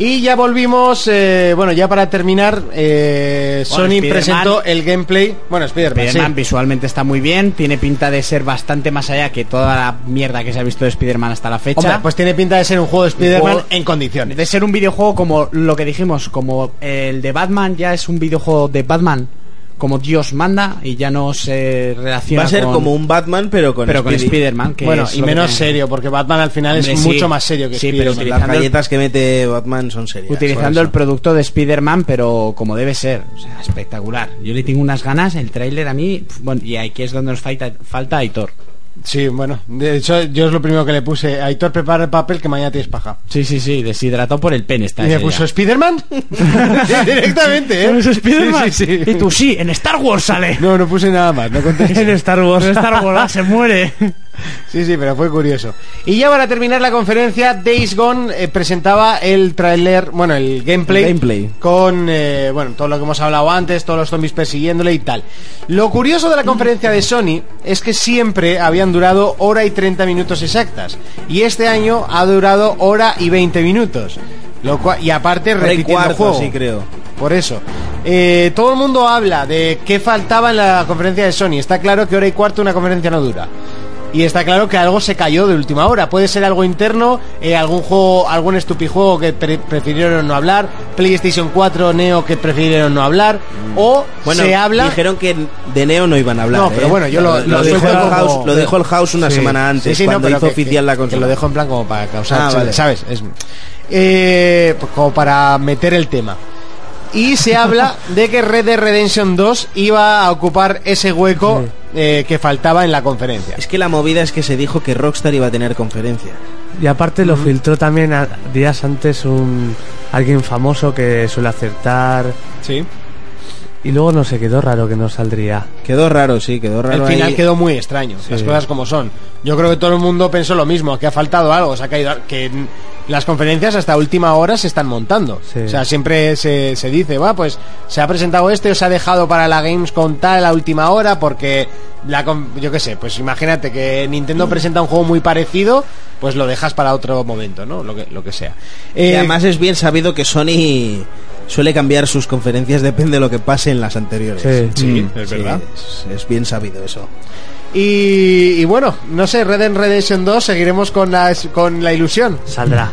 [SPEAKER 2] Y ya volvimos, eh, bueno, ya para terminar, eh,
[SPEAKER 3] Bueno,
[SPEAKER 2] Sony
[SPEAKER 3] Spider-Man-
[SPEAKER 2] presentó el gameplay. Bueno, Spider-Man,
[SPEAKER 3] Spider-Man
[SPEAKER 2] sí.
[SPEAKER 3] visualmente está muy bien, tiene pinta de ser bastante más allá que toda la mierda que se ha visto de Spider-Man hasta la fecha.
[SPEAKER 2] Hombre, pues tiene pinta de ser un juego de Spider-Man
[SPEAKER 3] juego-
[SPEAKER 2] en condiciones.
[SPEAKER 3] de ser un videojuego como lo que dijimos, como el de Batman ya es un videojuego de Batman como Dios manda y ya no se relaciona
[SPEAKER 5] Va a ser
[SPEAKER 3] con-
[SPEAKER 5] como un Batman, pero con
[SPEAKER 3] pero con
[SPEAKER 5] Speedy.
[SPEAKER 3] Spider-Man, que
[SPEAKER 2] bueno,
[SPEAKER 3] es
[SPEAKER 2] y
[SPEAKER 3] lo que
[SPEAKER 2] menos
[SPEAKER 3] tiene.
[SPEAKER 2] serio, porque Batman al final es
[SPEAKER 3] Hombre, sí.
[SPEAKER 2] mucho más serio que
[SPEAKER 3] Sí, pero
[SPEAKER 2] Spider-Man.
[SPEAKER 3] utiliza-
[SPEAKER 5] Las
[SPEAKER 3] utilizando el-
[SPEAKER 5] galletas que mete Batman son serias.
[SPEAKER 3] utilizando
[SPEAKER 5] por
[SPEAKER 3] el
[SPEAKER 5] eso.
[SPEAKER 3] producto de Spider-Man, pero como debe ser, o sea, espectacular. Yo le tengo unas ganas, el tráiler a mí, pf, bueno, y aquí es donde nos falta falta Aitor.
[SPEAKER 2] Sí, bueno, de hecho yo es lo primero que le puse. Aitor, prepara el papel que mañana tienes paja.
[SPEAKER 3] Sí, sí, sí, deshidratado por el pene está
[SPEAKER 2] Y me
[SPEAKER 3] ese
[SPEAKER 2] puso
[SPEAKER 3] Ah, ya.
[SPEAKER 2] Spider-Man directamente, ¿eh?
[SPEAKER 3] Spider-Man?
[SPEAKER 2] Sí, sí, sí.
[SPEAKER 3] Y tú sí, en Star Wars sale.
[SPEAKER 2] No, no puse nada más, no contesté.
[SPEAKER 4] En Star Wars.
[SPEAKER 3] En Star Wars ah, se muere.
[SPEAKER 2] Sí, sí, pero fue curioso. Y ya para terminar la conferencia, Days Gone eh, presentaba el tráiler, bueno, el gameplay,
[SPEAKER 5] El gameplay.
[SPEAKER 2] con, eh, bueno, todo lo que hemos hablado antes, todos los zombies persiguiéndole y tal. Lo curioso de la conferencia de Sony es que siempre habían durado hora y 30 minutos exactas. Y este año ha durado hora y 20 minutos. Lo cual, y aparte
[SPEAKER 5] Hora y
[SPEAKER 2] repitiendo
[SPEAKER 5] cuarto,
[SPEAKER 2] juego.
[SPEAKER 5] sí, creo.
[SPEAKER 2] Por eso. Eh, todo el mundo habla de qué faltaba en la conferencia de Sony. Está claro que hora y cuarto una conferencia no dura. Y está claro que algo se cayó de última hora. Puede ser algo interno, eh, algún juego, algún estupijuego que pre- prefirieron no hablar, PlayStation 4 Neo que prefirieron no hablar, o
[SPEAKER 5] Bueno,
[SPEAKER 2] se habla.
[SPEAKER 5] dijeron que de Neo no iban a hablar.
[SPEAKER 2] No, pero
[SPEAKER 5] ¿eh?
[SPEAKER 2] bueno, yo lo- lo
[SPEAKER 5] dijo
[SPEAKER 2] suelto
[SPEAKER 5] el
[SPEAKER 2] como-
[SPEAKER 5] House, lo dijo el House una
[SPEAKER 2] Sí.
[SPEAKER 5] semana
[SPEAKER 2] Sí,
[SPEAKER 5] antes
[SPEAKER 2] sí, no,
[SPEAKER 5] cuando
[SPEAKER 2] pero
[SPEAKER 5] hizo
[SPEAKER 2] que-
[SPEAKER 5] oficial
[SPEAKER 2] que-
[SPEAKER 5] la
[SPEAKER 2] Que
[SPEAKER 5] consola.
[SPEAKER 2] lo dejo en plan como para causar,
[SPEAKER 5] Ah, vale.
[SPEAKER 2] ¿sabes? Es, eh, pues como para meter el tema. Y se habla de que Red Dead Redemption 2 iba a ocupar ese hueco eh, que faltaba en la conferencia.
[SPEAKER 5] Es que la movida es que se dijo que Rockstar iba a tener conferencia.
[SPEAKER 4] Y aparte lo filtró también a- días antes un alguien famoso que suele acertar.
[SPEAKER 2] Sí.
[SPEAKER 4] Y luego no se quedó raro que no saldría.
[SPEAKER 5] Quedó raro, sí, quedó raro.
[SPEAKER 2] El final
[SPEAKER 5] ahí.
[SPEAKER 2] quedó muy extraño, las cosas como son. Yo creo que todo el mundo pensó lo mismo, que ha faltado algo, se ha caído al- que n- las conferencias hasta última hora se están montando.
[SPEAKER 4] Sí.
[SPEAKER 2] O sea, siempre se, se dice, va, pues se ha presentado este o se ha dejado para la Games con tal a última hora porque la con- yo qué sé, pues imagínate que
[SPEAKER 5] Mm.
[SPEAKER 2] Nintendo presenta un juego muy parecido, pues lo dejas para otro momento, ¿no? Lo que lo que sea.
[SPEAKER 5] Y
[SPEAKER 2] Eh,
[SPEAKER 5] además es bien sabido que Sony suele cambiar sus conferencias depende de lo que pase en las anteriores.
[SPEAKER 4] Sí.
[SPEAKER 2] sí,
[SPEAKER 5] Mm,
[SPEAKER 2] es
[SPEAKER 5] sí,
[SPEAKER 2] verdad.
[SPEAKER 5] es- es bien sabido eso.
[SPEAKER 2] Y, y bueno, no sé, Red Dead Redemption 2 seguiremos con la, con la ilusión.
[SPEAKER 4] Saldrá.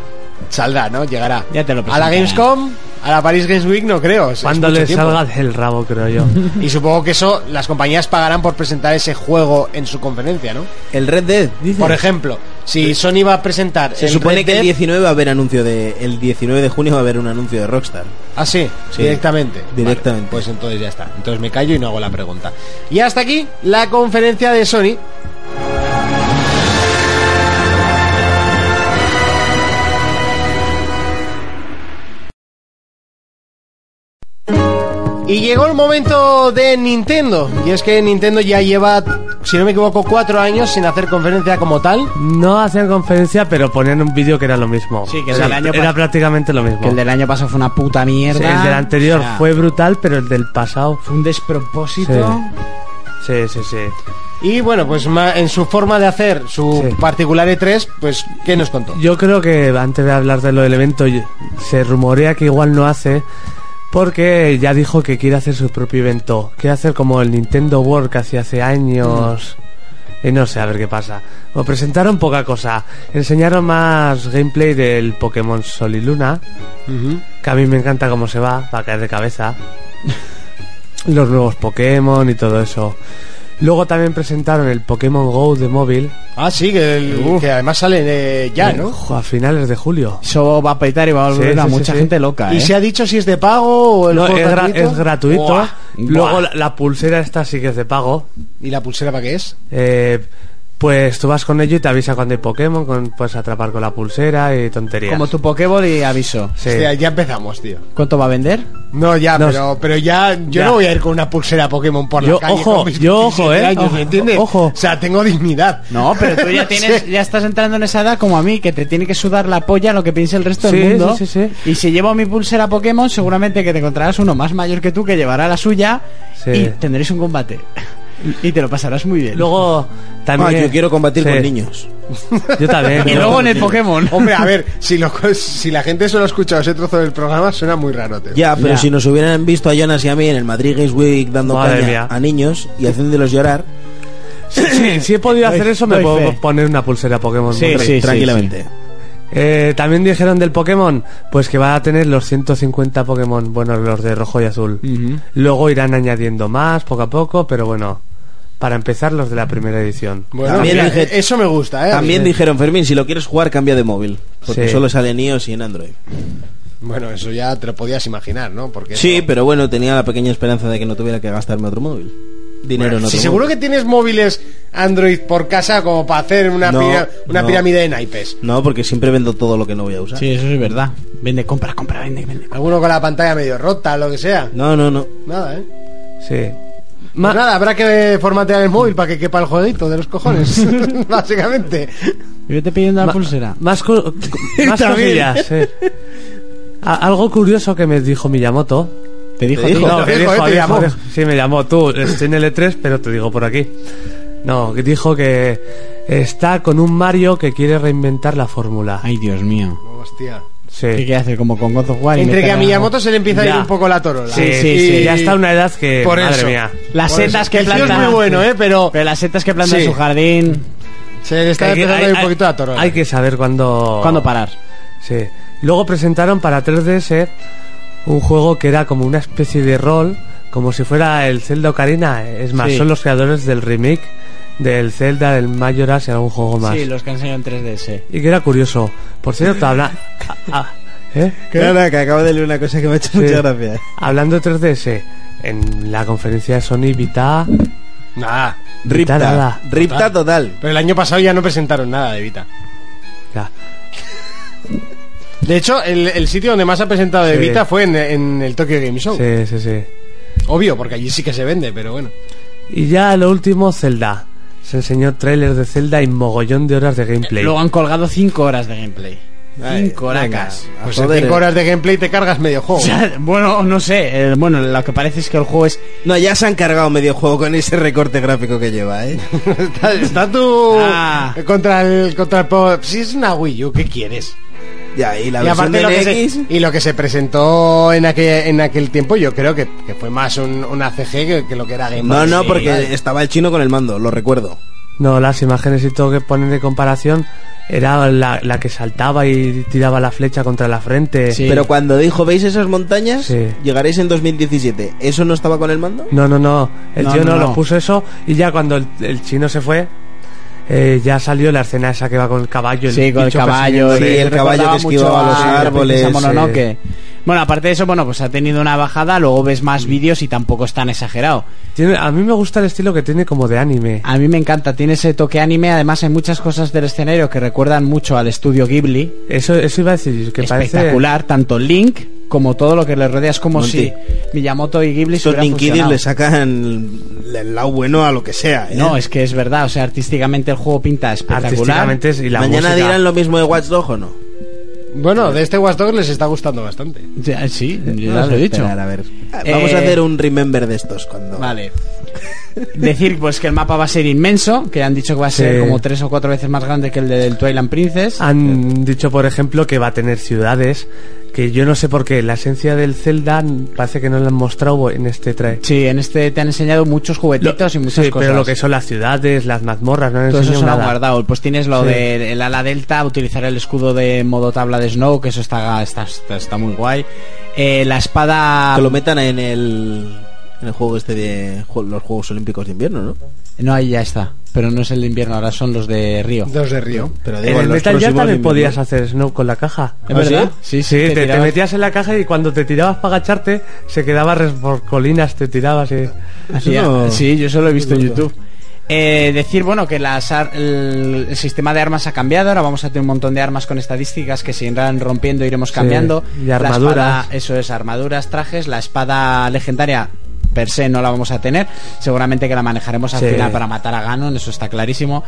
[SPEAKER 2] Saldrá, ¿no? Llegará.
[SPEAKER 3] Ya te lo
[SPEAKER 2] A la
[SPEAKER 3] presentarán.
[SPEAKER 2] Gamescom, a la Paris Games Week, no creo. es- es
[SPEAKER 4] Cuando
[SPEAKER 2] mucho
[SPEAKER 4] le
[SPEAKER 2] tiempo.
[SPEAKER 4] salga del rabo, creo yo.
[SPEAKER 2] Y supongo que eso las compañías pagarán por presentar ese juego en su conferencia, ¿no?
[SPEAKER 5] El Red Dead, dice.
[SPEAKER 2] Por ejemplo, si Sony va a presentar.
[SPEAKER 5] se
[SPEAKER 2] el
[SPEAKER 5] supone
[SPEAKER 2] Red
[SPEAKER 5] que el
[SPEAKER 2] Dead-
[SPEAKER 5] 19 va a haber anuncio de el 19 de junio va a haber un anuncio de Rockstar.
[SPEAKER 2] Ah, sí,
[SPEAKER 5] Sí.
[SPEAKER 2] directamente.
[SPEAKER 5] Directamente.
[SPEAKER 2] Vale, pues entonces ya está. Entonces me callo y no hago la pregunta. Y hasta aquí la conferencia de Sony. Y llegó el momento de Nintendo. Y es que Nintendo ya lleva, si no me equivoco, cuatro años sin hacer conferencia como tal.
[SPEAKER 4] No hacían conferencia, pero ponían un vídeo que era lo mismo.
[SPEAKER 3] Sí, que
[SPEAKER 4] era,
[SPEAKER 3] el año
[SPEAKER 4] era
[SPEAKER 3] pas-
[SPEAKER 4] prácticamente lo mismo.
[SPEAKER 3] Que el del año pasado fue una puta
[SPEAKER 4] Sí,
[SPEAKER 3] mierda.
[SPEAKER 4] el del anterior
[SPEAKER 3] O sea,
[SPEAKER 4] fue brutal, pero el del pasado.
[SPEAKER 3] fue un despropósito.
[SPEAKER 4] Sí, sí, sí.
[SPEAKER 2] Y bueno, pues ma- en su forma de hacer su
[SPEAKER 4] Sí.
[SPEAKER 2] particular E3, pues, ¿qué nos contó?
[SPEAKER 4] Yo creo que antes de hablar de lo del evento, y- se rumorea que igual no hace, porque ya dijo que quiere hacer su propio evento. Quiere hacer como el Nintendo World que hacía hace años. Y no sé, a ver qué pasa. O presentaron poca cosa. Enseñaron más gameplay del Pokémon Sol y Luna. Que a mí me encanta cómo se va, va a caer de cabeza. Los nuevos Pokémon y todo eso. Luego también presentaron el Pokémon Go de móvil.
[SPEAKER 2] Ah, sí, que, el- que además sale eh, ya, ¿no?
[SPEAKER 4] A finales de julio.
[SPEAKER 3] Eso va a peitar y va a volver
[SPEAKER 4] Sí,
[SPEAKER 3] a
[SPEAKER 4] sí, sí,
[SPEAKER 3] mucha
[SPEAKER 4] sí.
[SPEAKER 3] gente loca.
[SPEAKER 2] Y
[SPEAKER 3] ¿eh?
[SPEAKER 2] se ha dicho si es de pago o el
[SPEAKER 4] No,
[SPEAKER 2] juego
[SPEAKER 4] es, gra-
[SPEAKER 2] gratuito.
[SPEAKER 4] es gratuito.
[SPEAKER 2] Buah.
[SPEAKER 4] Luego la, la pulsera esta sí que es de pago.
[SPEAKER 2] ¿Y la pulsera para qué es?
[SPEAKER 4] Eh, pues tú vas con ello y te avisa cuando hay Pokémon, con- puedes atrapar con la pulsera y tonterías.
[SPEAKER 3] Como tu Pokéball y aviso.
[SPEAKER 4] Sí.
[SPEAKER 2] Hostia, ya empezamos, tío.
[SPEAKER 3] ¿Cuánto va a vender?
[SPEAKER 2] No, ya,
[SPEAKER 4] No,
[SPEAKER 2] pero, pero ya, yo
[SPEAKER 4] ya.
[SPEAKER 2] no voy a ir con una pulsera Pokémon por la
[SPEAKER 4] Yo,
[SPEAKER 2] calle.
[SPEAKER 4] ojo,
[SPEAKER 2] con mis
[SPEAKER 4] yo, ojo,
[SPEAKER 2] 17
[SPEAKER 4] eh,
[SPEAKER 2] años,
[SPEAKER 4] ojo,
[SPEAKER 2] ¿me entiendes?
[SPEAKER 4] ojo.
[SPEAKER 2] O sea, tengo dignidad.
[SPEAKER 3] No, pero tú ya tienes, ya estás entrando en esa edad como a mí, que te tiene que sudar la polla lo que piense el resto
[SPEAKER 4] Sí,
[SPEAKER 3] del mundo.
[SPEAKER 4] sí, sí,
[SPEAKER 3] Y si llevo mi pulsera Pokémon, seguramente que te encontrarás uno más mayor que tú que llevará la suya
[SPEAKER 4] Sí.
[SPEAKER 3] y tendréis un combate. Y te lo pasarás muy bien.
[SPEAKER 4] Luego
[SPEAKER 5] Ah,
[SPEAKER 4] también.
[SPEAKER 5] yo quiero combatir
[SPEAKER 4] Sí,
[SPEAKER 5] con niños.
[SPEAKER 4] Yo también.
[SPEAKER 3] y luego en el Pokémon.
[SPEAKER 4] Oh.
[SPEAKER 2] Hombre, a ver, si, lo, si la gente solo ha escuchado ese trozo del programa, suena muy raro, tío.
[SPEAKER 5] Ya, pero
[SPEAKER 4] Ya.
[SPEAKER 5] si nos hubieran visto a Jonas y a mí en el Madrid Games Week dando
[SPEAKER 4] Madre
[SPEAKER 5] caña
[SPEAKER 4] mía.
[SPEAKER 5] a niños y haciéndolos llorar
[SPEAKER 4] Sí, si he podido hacer
[SPEAKER 3] Doy-
[SPEAKER 4] eso, me
[SPEAKER 3] doy
[SPEAKER 4] puedo
[SPEAKER 3] fe.
[SPEAKER 4] poner una pulsera Pokémon.
[SPEAKER 3] Sí,
[SPEAKER 5] tra-
[SPEAKER 3] sí, sí,
[SPEAKER 5] tranquilamente.
[SPEAKER 4] Eh, también dijeron del Pokémon, pues que va a tener los 150 Pokémon, bueno, los de rojo y azul. Luego irán añadiendo más poco a poco, pero bueno, para empezar los de la primera edición.
[SPEAKER 2] Bueno,
[SPEAKER 5] También
[SPEAKER 2] mira,
[SPEAKER 5] dije-
[SPEAKER 2] eso me gusta, ¿eh?
[SPEAKER 5] También dijeron, Fermín, si lo quieres jugar, cambia de móvil. Porque
[SPEAKER 4] Sí.
[SPEAKER 5] solo sale en iOS y en Android.
[SPEAKER 2] Bueno, eso ya te lo podías imaginar, ¿no? Porque
[SPEAKER 5] Sí,
[SPEAKER 2] eso-
[SPEAKER 5] pero bueno, tenía la pequeña esperanza de que no tuviera que gastarme otro móvil. Dinero no
[SPEAKER 2] Si seguro que tienes móviles Android por casa como para hacer una,
[SPEAKER 5] No,
[SPEAKER 2] pira- una
[SPEAKER 5] no.
[SPEAKER 2] pirámide de naipes.
[SPEAKER 5] No, porque siempre vendo todo lo que no voy a usar.
[SPEAKER 3] Sí, eso es verdad. Vende, compra, compra, vende, vende.
[SPEAKER 2] Alguno con la pantalla medio rota, lo que sea.
[SPEAKER 5] No, no, no.
[SPEAKER 2] Nada, ¿eh?
[SPEAKER 4] Sí.
[SPEAKER 2] Pues nada, habrá que formatear el móvil para que quepa el jueguito de los cojones, básicamente.
[SPEAKER 3] Y vete pidiendo la
[SPEAKER 4] Ma-
[SPEAKER 3] pulsera.
[SPEAKER 4] Más, co- más cosillas, sí. A- algo curioso que me dijo Miyamoto.
[SPEAKER 3] Te dijo,
[SPEAKER 5] Te dijo.
[SPEAKER 4] No,
[SPEAKER 2] te
[SPEAKER 4] que
[SPEAKER 2] dijo, eh, te
[SPEAKER 4] dijo,
[SPEAKER 2] llamó.
[SPEAKER 4] dijo. Sí, me llamó tú. Estoy en el E3, pero te digo por aquí. No, que dijo que está con un Mario que quiere reinventar la fórmula.
[SPEAKER 3] Ay, Dios mío.
[SPEAKER 2] Hostia.
[SPEAKER 3] ¿Qué
[SPEAKER 4] Sí.
[SPEAKER 3] quiere hacer? Como con God of War. y
[SPEAKER 2] Entre que
[SPEAKER 3] meter
[SPEAKER 2] a Miyamoto se le empieza a ir
[SPEAKER 4] Ya.
[SPEAKER 2] un poco la torola.
[SPEAKER 4] Sí, sí,
[SPEAKER 3] Sí,
[SPEAKER 4] sí,
[SPEAKER 3] sí.
[SPEAKER 4] Ya está a una edad que.
[SPEAKER 2] Eh, Por
[SPEAKER 4] madre
[SPEAKER 2] eso.
[SPEAKER 4] mía.
[SPEAKER 3] Las
[SPEAKER 2] Por
[SPEAKER 3] setas
[SPEAKER 2] eso.
[SPEAKER 3] que
[SPEAKER 2] El tío es
[SPEAKER 3] planta.
[SPEAKER 2] muy bueno, ¿eh? Pero
[SPEAKER 3] Pero las setas que planta
[SPEAKER 2] Sí.
[SPEAKER 3] en su jardín.
[SPEAKER 2] se le está
[SPEAKER 4] Que
[SPEAKER 2] empezando a ir un poquito la ¿eh? torola.
[SPEAKER 4] hay que saber cuándo.
[SPEAKER 3] ¿Cuándo parar?
[SPEAKER 4] Sí. Luego presentaron para 3DS un juego que era como una especie de rol, como si fuera el Zelda Ocarina. Es más,
[SPEAKER 3] Sí.
[SPEAKER 4] son los creadores del remake del Zelda, del Majora's y algún juego más.
[SPEAKER 3] Sí, los que han salido en 3DS.
[SPEAKER 4] Y que era curioso. Por cierto, habla... ah, ah, ¿eh?
[SPEAKER 5] que acabo de leer una cosa que me ha hecho
[SPEAKER 4] Sí.
[SPEAKER 5] mucha gracia.
[SPEAKER 4] Hablando de 3DS, en la conferencia de Sony Vita...
[SPEAKER 2] Nah,
[SPEAKER 4] Vita
[SPEAKER 5] Ripta.
[SPEAKER 4] nada.
[SPEAKER 5] Ripta total.
[SPEAKER 2] pero el año pasado ya no presentaron nada de Vita.
[SPEAKER 4] Ya.
[SPEAKER 2] De hecho, el, el sitio donde más ha presentado de
[SPEAKER 4] Sí.
[SPEAKER 2] Vita fue en, en el Tokyo Game Show.
[SPEAKER 4] Sí, sí, sí.
[SPEAKER 2] Obvio, porque allí sí que se vende, pero bueno.
[SPEAKER 4] Y ya lo último, Zelda. Se enseñó trailer de Zelda y mogollón de horas de gameplay.
[SPEAKER 3] Luego Eh, han colgado 5 horas de gameplay. 5 horacas.
[SPEAKER 5] Venga, a
[SPEAKER 2] Pues
[SPEAKER 5] joder.
[SPEAKER 2] en 5 horas de gameplay te cargas medio juego.
[SPEAKER 3] O sea, bueno, no sé. eh, bueno, lo que parece es que el juego es.
[SPEAKER 5] No, ya se han cargado medio juego con ese recorte gráfico que lleva, ¿eh?
[SPEAKER 2] está, está tu...
[SPEAKER 3] Ah.
[SPEAKER 2] Contra el... Contra el po- si es una Wii U, ¿qué quieres?
[SPEAKER 5] Ya, y la
[SPEAKER 2] y
[SPEAKER 5] versión
[SPEAKER 2] aparte lo que,
[SPEAKER 5] de NX...
[SPEAKER 2] se, y lo que se presentó en aquel, en aquel tiempo, yo creo que, que fue más un, una CG que, que lo que era Game
[SPEAKER 5] No,
[SPEAKER 2] Boy.
[SPEAKER 5] no,
[SPEAKER 2] Sí,
[SPEAKER 5] porque
[SPEAKER 2] vale.
[SPEAKER 5] estaba el chino con el mando, lo recuerdo.
[SPEAKER 4] No, las imágenes y todo que ponen de comparación era la, la que saltaba y tiraba la flecha contra la frente.
[SPEAKER 3] Sí.
[SPEAKER 5] Pero cuando dijo, ¿veis esas montañas?
[SPEAKER 4] Sí.
[SPEAKER 5] Llegaréis en 2017. ¿Eso no estaba con el mando?
[SPEAKER 4] No, no, no. El
[SPEAKER 3] No,
[SPEAKER 4] tío
[SPEAKER 3] no,
[SPEAKER 4] no,
[SPEAKER 3] no.
[SPEAKER 4] lo puso eso y ya cuando el, el chino se fue, eh, ya salió la escena esa que va con el caballo. el
[SPEAKER 3] Sí, con el
[SPEAKER 4] bicho
[SPEAKER 3] caballo.
[SPEAKER 5] Sí,
[SPEAKER 4] persiguiendo.
[SPEAKER 3] y
[SPEAKER 5] el
[SPEAKER 3] recordaba
[SPEAKER 5] caballo que
[SPEAKER 3] mucho
[SPEAKER 5] esquivaba los
[SPEAKER 3] a la
[SPEAKER 5] árboles,
[SPEAKER 3] princesa Mononoke.
[SPEAKER 4] sí.
[SPEAKER 3] Bueno, aparte de eso, bueno, pues ha tenido una bajada. Luego ves
[SPEAKER 5] Mm.
[SPEAKER 3] más vídeos y tampoco es tan exagerado.
[SPEAKER 4] Tiene- a mí me gusta el estilo que tiene como de anime.
[SPEAKER 3] A mí me encanta, tiene ese toque anime. Además, hay muchas cosas del escenario que recuerdan mucho al estudio Ghibli.
[SPEAKER 4] Eso, eso iba a decir, que parece...
[SPEAKER 3] espectacular, tanto Link como todo lo que le rodea. Es como
[SPEAKER 5] Monty.
[SPEAKER 3] si Miyamoto y Ghibli se
[SPEAKER 5] Estos
[SPEAKER 3] hubieran
[SPEAKER 5] Ninkiris
[SPEAKER 3] fusionado.
[SPEAKER 5] le sacan el- el lado bueno a lo que sea, ¿eh?
[SPEAKER 3] No, es que es verdad, o sea, artísticamente el juego pinta espectacular.
[SPEAKER 4] Artísticamente es- y la
[SPEAKER 5] Mañana
[SPEAKER 4] música.
[SPEAKER 5] dirán lo mismo de Watch Dogs o no.
[SPEAKER 2] Bueno, de este Watch Dogs les está gustando bastante.
[SPEAKER 3] Ya, sí, ya
[SPEAKER 5] Vamos
[SPEAKER 4] Eh,
[SPEAKER 3] lo
[SPEAKER 5] a
[SPEAKER 3] he dicho.
[SPEAKER 5] esperar, a ver. Vamos a
[SPEAKER 3] Eh,
[SPEAKER 5] hacer un remember de estos cuando.
[SPEAKER 3] Vale. Decir pues que el mapa va a ser inmenso, que han dicho que va a ser
[SPEAKER 4] Sí. Ah.
[SPEAKER 3] como tres o cuatro veces más grande que el del Twilight Princess.
[SPEAKER 4] Han dicho, por ejemplo, que va a tener ciudades, que yo no sé por qué, la esencia del Zelda parece que no la han mostrado en este trae.
[SPEAKER 3] Sí, en este te han enseñado muchos juguetitos y muchas
[SPEAKER 4] Sí,
[SPEAKER 3] cosas.
[SPEAKER 4] pero lo que son las ciudades, las mazmorras, no han
[SPEAKER 3] Todo eso
[SPEAKER 4] enseñado
[SPEAKER 3] se lo han
[SPEAKER 4] nada.
[SPEAKER 3] guardado. Pues tienes lo
[SPEAKER 4] Sí.
[SPEAKER 3] del el ala delta, utilizar el escudo de modo tabla de Snow, que eso está, está, está, está muy guay. Eh, la espada...
[SPEAKER 5] Que lo metan en el, en el juego este de ju- los Juegos Olímpicos de Invierno, ¿no?
[SPEAKER 3] No, ahí ya está. Pero no es el de invierno, ahora son los de Río.
[SPEAKER 2] Dos de río.
[SPEAKER 5] Pero
[SPEAKER 4] En
[SPEAKER 5] digo,
[SPEAKER 4] el
[SPEAKER 5] los
[SPEAKER 4] Metal Gear
[SPEAKER 5] próximos
[SPEAKER 4] también
[SPEAKER 5] de
[SPEAKER 4] podías
[SPEAKER 5] invierno.
[SPEAKER 4] hacer Snow con la caja. ¿Ah,
[SPEAKER 3] ¿Es verdad?
[SPEAKER 4] Sí, te, te
[SPEAKER 3] tirabas-
[SPEAKER 4] metías en la caja y cuando te tirabas para agacharte, se quedaba res- por colinas, te tirabas y...
[SPEAKER 3] Hacía-
[SPEAKER 5] no-
[SPEAKER 3] Pues Sí, yo solo he visto en YouTube. Eh, decir, bueno, que las ar- el, el sistema de armas ha cambiado, ahora vamos a tener un montón de armas con estadísticas que se irán rompiendo, iremos cambiando.
[SPEAKER 4] y
[SPEAKER 3] La espada-
[SPEAKER 4] armaduras.
[SPEAKER 3] eso es, armaduras, trajes, la espada legendaria per se no la vamos a tener, seguramente que la manejaremos al
[SPEAKER 4] Sí.
[SPEAKER 3] final para matar a Ganon, eso está clarísimo.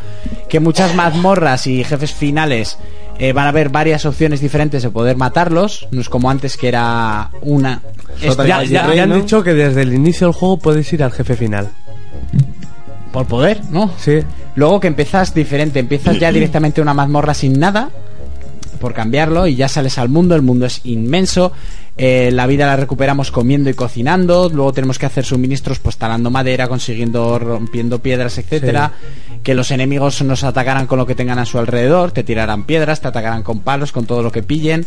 [SPEAKER 3] Que muchas mazmorras y jefes finales eh, van a haber varias opciones diferentes de poder matarlos, no es como antes que era una...
[SPEAKER 5] Sota y
[SPEAKER 4] Ya,
[SPEAKER 5] Valle
[SPEAKER 4] ya-
[SPEAKER 5] Rey,
[SPEAKER 4] ya han
[SPEAKER 5] ¿no?
[SPEAKER 4] dicho que desde el inicio del juego puedes ir al jefe final.
[SPEAKER 3] por poder, ¿no?
[SPEAKER 4] Sí.
[SPEAKER 3] Luego que empiezas diferente, empiezas ya directamente una mazmorra sin nada, por cambiarlo, y ya sales al mundo, el mundo es inmenso, eh, la vida la recuperamos comiendo y cocinando, luego tenemos que hacer suministros pues talando madera, consiguiendo, rompiendo piedras, etcétera, que los enemigos nos atacarán con lo que tengan a su alrededor, te tirarán piedras, te atacarán con palos, con todo lo que pillen.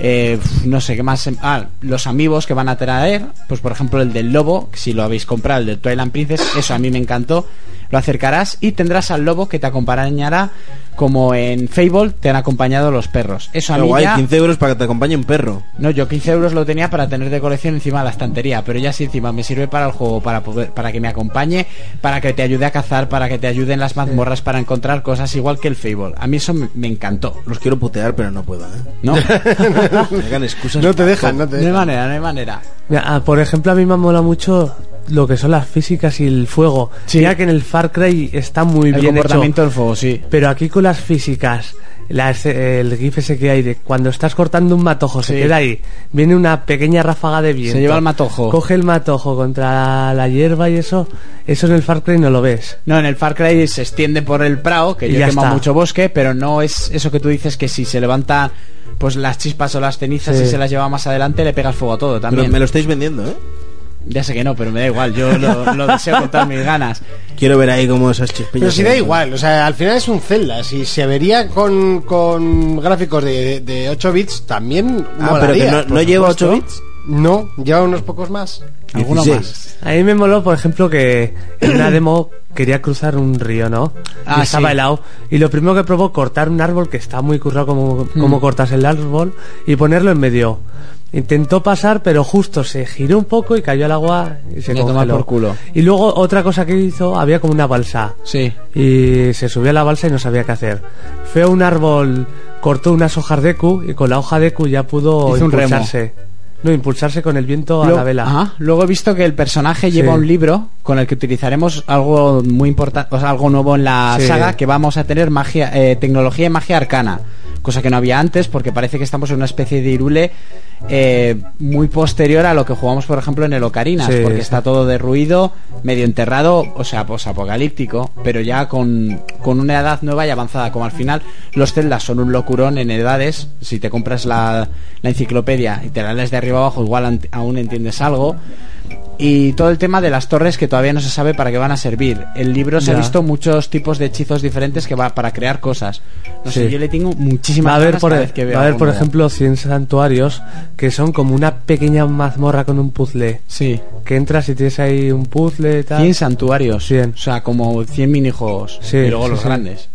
[SPEAKER 3] Eh, pf, no sé qué más. em- Ah, los amigos que van a traer. Pues por ejemplo el del lobo, que si lo habéis comprado, el del Twilight Princess, eso a mí me encantó. Lo acercarás y tendrás al lobo que te acompañará como en Fable te han acompañado los perros. Eso a
[SPEAKER 5] Qué
[SPEAKER 3] mí
[SPEAKER 5] guay,
[SPEAKER 3] ya-
[SPEAKER 5] 15 euros para que te acompañe un perro.
[SPEAKER 3] No, yo 15 euros lo tenía para tener de colección encima de la estantería, pero ya sí encima me sirve para el juego, para poder, para que me acompañe, para que te ayude a cazar, para que te ayude en las mazmorras, para encontrar cosas igual que el Fable. A mí eso me me encantó,
[SPEAKER 5] Los quiero putear, pero no puedo, ¿eh?
[SPEAKER 3] ¿no?
[SPEAKER 5] Me hagan excusas.
[SPEAKER 2] No te dejan, no te
[SPEAKER 3] No hay
[SPEAKER 2] dejan.
[SPEAKER 3] manera, no hay manera.
[SPEAKER 4] Mira, ah, por ejemplo, a mí me mola mucho lo que son las físicas y el fuego.
[SPEAKER 3] Sí.
[SPEAKER 4] Mira que en el Far Cry está muy bien
[SPEAKER 3] el
[SPEAKER 4] hecho.
[SPEAKER 3] comportamiento del fuego, sí.
[SPEAKER 4] Pero aquí con las físicas, las- el gif ese que hay de cuando estás cortando un matojo, se
[SPEAKER 3] Sí.
[SPEAKER 4] queda ahí. Viene una pequeña ráfaga de viento.
[SPEAKER 3] Se lleva el matojo.
[SPEAKER 4] Coge el matojo contra la hierba y eso. Eso en el Far Cry no lo ves.
[SPEAKER 3] No, en el Far Cry se extiende por el prado, que
[SPEAKER 4] Y
[SPEAKER 3] yo he
[SPEAKER 4] ya
[SPEAKER 3] quemado
[SPEAKER 4] está.
[SPEAKER 3] mucho bosque, pero no es eso que tú dices que si se levantan pues las chispas o las cenizas
[SPEAKER 4] Sí.
[SPEAKER 3] y se las lleva más adelante, le pega el fuego a todo
[SPEAKER 5] Me lo-
[SPEAKER 3] también.
[SPEAKER 5] me lo estáis vendiendo, ¿eh?
[SPEAKER 3] Ya sé que no, pero me da igual, yo lo, lo deseo con todas mis ganas.
[SPEAKER 5] Quiero ver ahí como esas chispillas.
[SPEAKER 2] Pero si da
[SPEAKER 5] de-
[SPEAKER 2] igual, o sea, al final es un Zelda. Si se vería con, con gráficos de, de 8 bits, también.
[SPEAKER 5] Ah, pero que
[SPEAKER 2] molaría,
[SPEAKER 5] no,
[SPEAKER 2] por
[SPEAKER 5] no lleva 8
[SPEAKER 2] supuesto.
[SPEAKER 5] bits.
[SPEAKER 2] No, lleva unos pocos más.
[SPEAKER 3] Alguno
[SPEAKER 5] 16.
[SPEAKER 4] A mí me moló, por ejemplo, que en una demo quería cruzar un río, ¿no?
[SPEAKER 3] Ah,
[SPEAKER 4] y estaba
[SPEAKER 3] sí.
[SPEAKER 4] helado. Y lo primero que probó, cortar un árbol, que está muy currado como,
[SPEAKER 3] Mm.
[SPEAKER 4] como cortas el árbol, y ponerlo en medio. Intentó pasar, pero justo se giró un poco y cayó al agua y se
[SPEAKER 3] Y a tomar
[SPEAKER 4] congeló.
[SPEAKER 3] por culo.
[SPEAKER 4] Y luego otra cosa que hizo, había como una balsa.
[SPEAKER 3] Sí.
[SPEAKER 4] Y se subió a la balsa y no sabía qué hacer. Fue a un árbol, cortó unas hojas de Q y con la hoja de Q ya pudo
[SPEAKER 3] Hizo un remo.
[SPEAKER 4] impulsarse. No, impulsarse con el viento a
[SPEAKER 3] Lo-
[SPEAKER 4] la vela.
[SPEAKER 3] Ajá. Luego he visto que el personaje
[SPEAKER 4] Sí.
[SPEAKER 3] lleva un libro con el que utilizaremos algo muy importante, o sea, algo nuevo en la
[SPEAKER 4] Sí.
[SPEAKER 3] saga, que vamos a tener magia, eh, tecnología y magia arcana, cosa que no había antes, porque parece que estamos en una especie de irule eh, muy posterior a lo que jugamos, por ejemplo, en el Ocarinas,
[SPEAKER 4] Sí,
[SPEAKER 3] porque
[SPEAKER 4] sí.
[SPEAKER 3] está todo derruido, medio enterrado, o sea, apocalíptico, pero ya con, con una edad nueva y avanzada, como al final los celdas son un locurón en edades, si te compras la, la enciclopedia y te la lees de arriba abajo, igual ant- aún entiendes algo. Y todo el tema de las torres que todavía no se sabe para qué van a servir. El libro se ha
[SPEAKER 4] Ya.
[SPEAKER 3] visto muchos tipos de hechizos diferentes que va para crear cosas. No sé,
[SPEAKER 4] Sí.
[SPEAKER 3] yo le tengo muchísimas
[SPEAKER 4] Va a haber,
[SPEAKER 3] ganas
[SPEAKER 4] por, e-
[SPEAKER 3] cada vez que veo
[SPEAKER 4] va a haber,
[SPEAKER 3] algo
[SPEAKER 4] por
[SPEAKER 3] nuevo.
[SPEAKER 4] ejemplo, 100 santuarios que son como una pequeña mazmorra con un puzzle.
[SPEAKER 3] Sí.
[SPEAKER 4] Que entras y tienes ahí un puzzle y tal.
[SPEAKER 3] 100 santuarios.
[SPEAKER 4] 100.
[SPEAKER 3] O sea, como 100 minijuegos.
[SPEAKER 4] Sí,
[SPEAKER 3] y luego
[SPEAKER 4] sí,
[SPEAKER 3] los
[SPEAKER 4] sí.
[SPEAKER 3] grandes.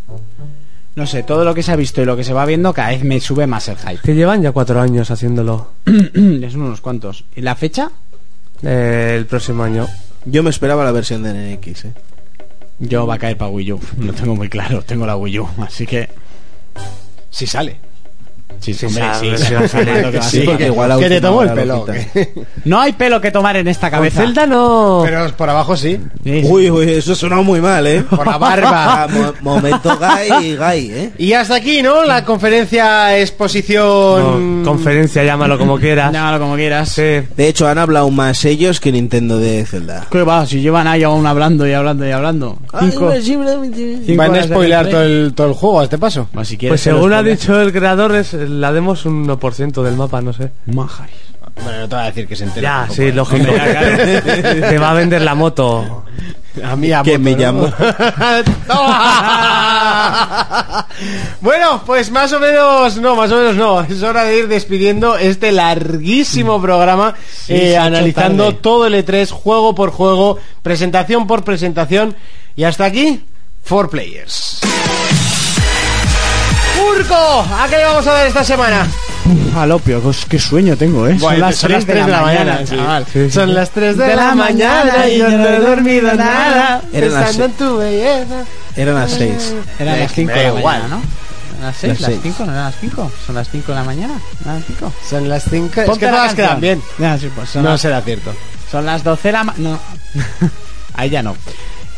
[SPEAKER 3] No sé, todo lo que se ha visto y lo que se va viendo cada vez me sube más el hype.
[SPEAKER 4] Que llevan ya cuatro años haciéndolo.
[SPEAKER 3] Ya son unos cuantos. ¿Y la fecha?
[SPEAKER 4] Eh, el próximo año.
[SPEAKER 5] Yo me esperaba la versión de NX, ¿eh?
[SPEAKER 3] Yo va a caer para Wii U. Lo tengo muy claro. Tengo la Wii U. Así que...
[SPEAKER 2] Si sale.
[SPEAKER 4] Sí, sí,
[SPEAKER 3] hombre,
[SPEAKER 4] sabe,
[SPEAKER 3] sí,
[SPEAKER 4] sí, va a salir.
[SPEAKER 3] claro que
[SPEAKER 4] Sí,
[SPEAKER 3] sí.
[SPEAKER 5] porque igual a
[SPEAKER 2] Que te
[SPEAKER 5] última
[SPEAKER 2] tomó el
[SPEAKER 5] hora lo
[SPEAKER 2] pelo.
[SPEAKER 5] quitan.
[SPEAKER 3] No hay pelo que tomar en esta
[SPEAKER 4] Con
[SPEAKER 3] cabeza.
[SPEAKER 4] Zelda no.
[SPEAKER 2] Pero por abajo sí.
[SPEAKER 3] Sí, sí.
[SPEAKER 5] Uy, uy, eso sonó muy mal, ¿eh?
[SPEAKER 2] Por la barba.
[SPEAKER 5] Ah, mo- momento gay y gay, ¿eh?
[SPEAKER 2] Y hasta aquí, ¿no? La conferencia, exposición.
[SPEAKER 3] Mm.
[SPEAKER 4] No, Conferencia, llámalo como quieras.
[SPEAKER 3] Llámalo como quieras.
[SPEAKER 4] Sí.
[SPEAKER 5] De hecho, han hablado más ellos que Nintendo de Zelda.
[SPEAKER 3] ¿Qué va? Si llevan ahí aún hablando y hablando y hablando.
[SPEAKER 2] Ah,
[SPEAKER 3] Cinco,
[SPEAKER 5] pues,
[SPEAKER 3] cinco
[SPEAKER 2] Van a
[SPEAKER 3] horas de
[SPEAKER 2] spoilear
[SPEAKER 3] gameplay.
[SPEAKER 2] todo el, todo el juego a este paso.
[SPEAKER 3] Bueno, si quieres
[SPEAKER 4] Pues
[SPEAKER 3] que lo
[SPEAKER 4] según ha
[SPEAKER 3] spoileas.
[SPEAKER 4] dicho el creador, es, la demo es un 1% del mapa, no sé.
[SPEAKER 3] Maja.
[SPEAKER 2] Bueno, no te voy a decir que se entera.
[SPEAKER 4] Ya, sí, lógico. Te va a vender la moto.
[SPEAKER 2] A mí a
[SPEAKER 5] Que
[SPEAKER 2] moto,
[SPEAKER 5] me
[SPEAKER 2] ¿no?
[SPEAKER 5] llamó.
[SPEAKER 2] ¡Toma! bueno, pues más o menos, no, más o menos no. Es hora de ir despidiendo este larguísimo programa, eh,
[SPEAKER 3] se ha hecho
[SPEAKER 2] analizando
[SPEAKER 3] tarde.
[SPEAKER 2] todo el E3, juego por juego, presentación por presentación. Y hasta aquí, Four Players. ¡Urco! ¿A qué le vamos a dar esta semana?
[SPEAKER 3] Falopio, pues qué sueño tengo, ¿eh?
[SPEAKER 2] Bueno, son las 3 de la mañana,
[SPEAKER 3] sí.
[SPEAKER 2] chaval.
[SPEAKER 4] Sí, sí.
[SPEAKER 2] Son las 3 de,
[SPEAKER 3] De
[SPEAKER 2] la,
[SPEAKER 3] la
[SPEAKER 2] mañana y yo no he dormido nada.
[SPEAKER 5] Eran las
[SPEAKER 2] Pensando en tu belleza.
[SPEAKER 5] Eran las seis.
[SPEAKER 2] Mm.
[SPEAKER 3] Eran las 5 de la mañana, ¿no? ¿Eran ¿Las 6?
[SPEAKER 5] Las
[SPEAKER 3] ¿Las
[SPEAKER 5] seis.
[SPEAKER 3] 5? ¿No eran las 5? ¿Son las 5 de la mañana? ¿Eran las 5?
[SPEAKER 2] Son las 5. Es que todas quedan bien.
[SPEAKER 3] Ya, sí, pues son,
[SPEAKER 2] No
[SPEAKER 3] las,
[SPEAKER 2] será cierto.
[SPEAKER 3] son las 12 de la mañana. No. Ahí ya no.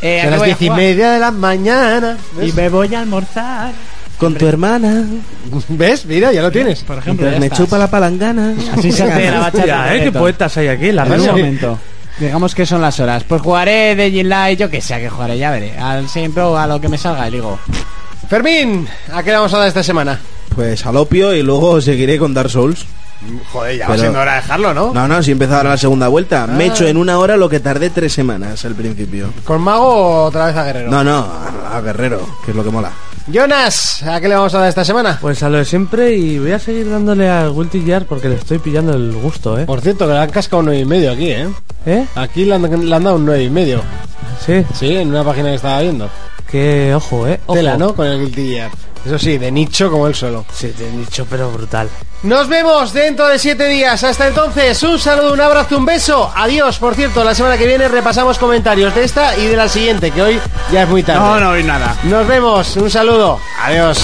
[SPEAKER 3] Eh, ¿a qué
[SPEAKER 2] Son las
[SPEAKER 3] voy a
[SPEAKER 2] 10 y
[SPEAKER 3] jugar?
[SPEAKER 2] media de la mañana.
[SPEAKER 3] Y
[SPEAKER 2] ¿Ves?
[SPEAKER 3] me voy a almorzar.
[SPEAKER 5] Con tu hermana,
[SPEAKER 2] ¿Ves? Mira, ya lo tienes.
[SPEAKER 3] Por ejemplo,
[SPEAKER 5] mientras
[SPEAKER 3] ya
[SPEAKER 5] me
[SPEAKER 3] estás.
[SPEAKER 5] chupa la palangana.
[SPEAKER 3] Así se hace la bachata.
[SPEAKER 4] Ya, ¿eh?
[SPEAKER 3] de
[SPEAKER 4] ¿Qué
[SPEAKER 3] reggaetón.
[SPEAKER 4] poetas hay aquí en la
[SPEAKER 3] En un
[SPEAKER 4] radio?
[SPEAKER 3] momento. Digamos que son las horas. Pues jugaré de Light, yo que sé a qué jugaré, ya veré. Al siempre o a lo que me salga, y digo.
[SPEAKER 2] Fermín, ¿a qué le vamos a dar esta semana?
[SPEAKER 5] Pues al opio y luego seguiré con Dark Souls.
[SPEAKER 2] Joder, ya
[SPEAKER 5] va siendo
[SPEAKER 2] hora de dejarlo,
[SPEAKER 5] No, no, si empezaba ahora la segunda vuelta.
[SPEAKER 2] Ah.
[SPEAKER 5] Me echo en una hora lo que tardé tres semanas al principio.
[SPEAKER 2] ¿Con Mago o otra vez a Guerrero?
[SPEAKER 5] No, no, a, a Guerrero, que es lo que mola.
[SPEAKER 2] Jonas, ¿a qué le vamos a dar esta semana?
[SPEAKER 4] Pues a lo de siempre y voy a seguir dándole a Guilty Gear porque le estoy pillando el gusto, ¿eh?
[SPEAKER 2] Por cierto, que le han cascado un 9 y medio aquí, ¿eh?
[SPEAKER 4] ¿Eh?
[SPEAKER 2] Aquí le han, le han dado un 9 y medio.
[SPEAKER 4] Sí,
[SPEAKER 2] Sí, en una página que estaba viendo.
[SPEAKER 4] que ojo, ¿eh? Ojo.
[SPEAKER 2] Tela, ¿no? Con el Guilty Gear. Eso sí, de nicho como él solo.
[SPEAKER 4] Sí, te he dicho, pero brutal.
[SPEAKER 2] Nos vemos dentro de siete días. Hasta entonces, un saludo, un abrazo, un beso. Adiós. Por cierto, la semana que viene repasamos comentarios de esta y de la siguiente, que hoy ya es muy tarde.
[SPEAKER 3] no vi nada.
[SPEAKER 2] Nos vemos. Un saludo. Adiós.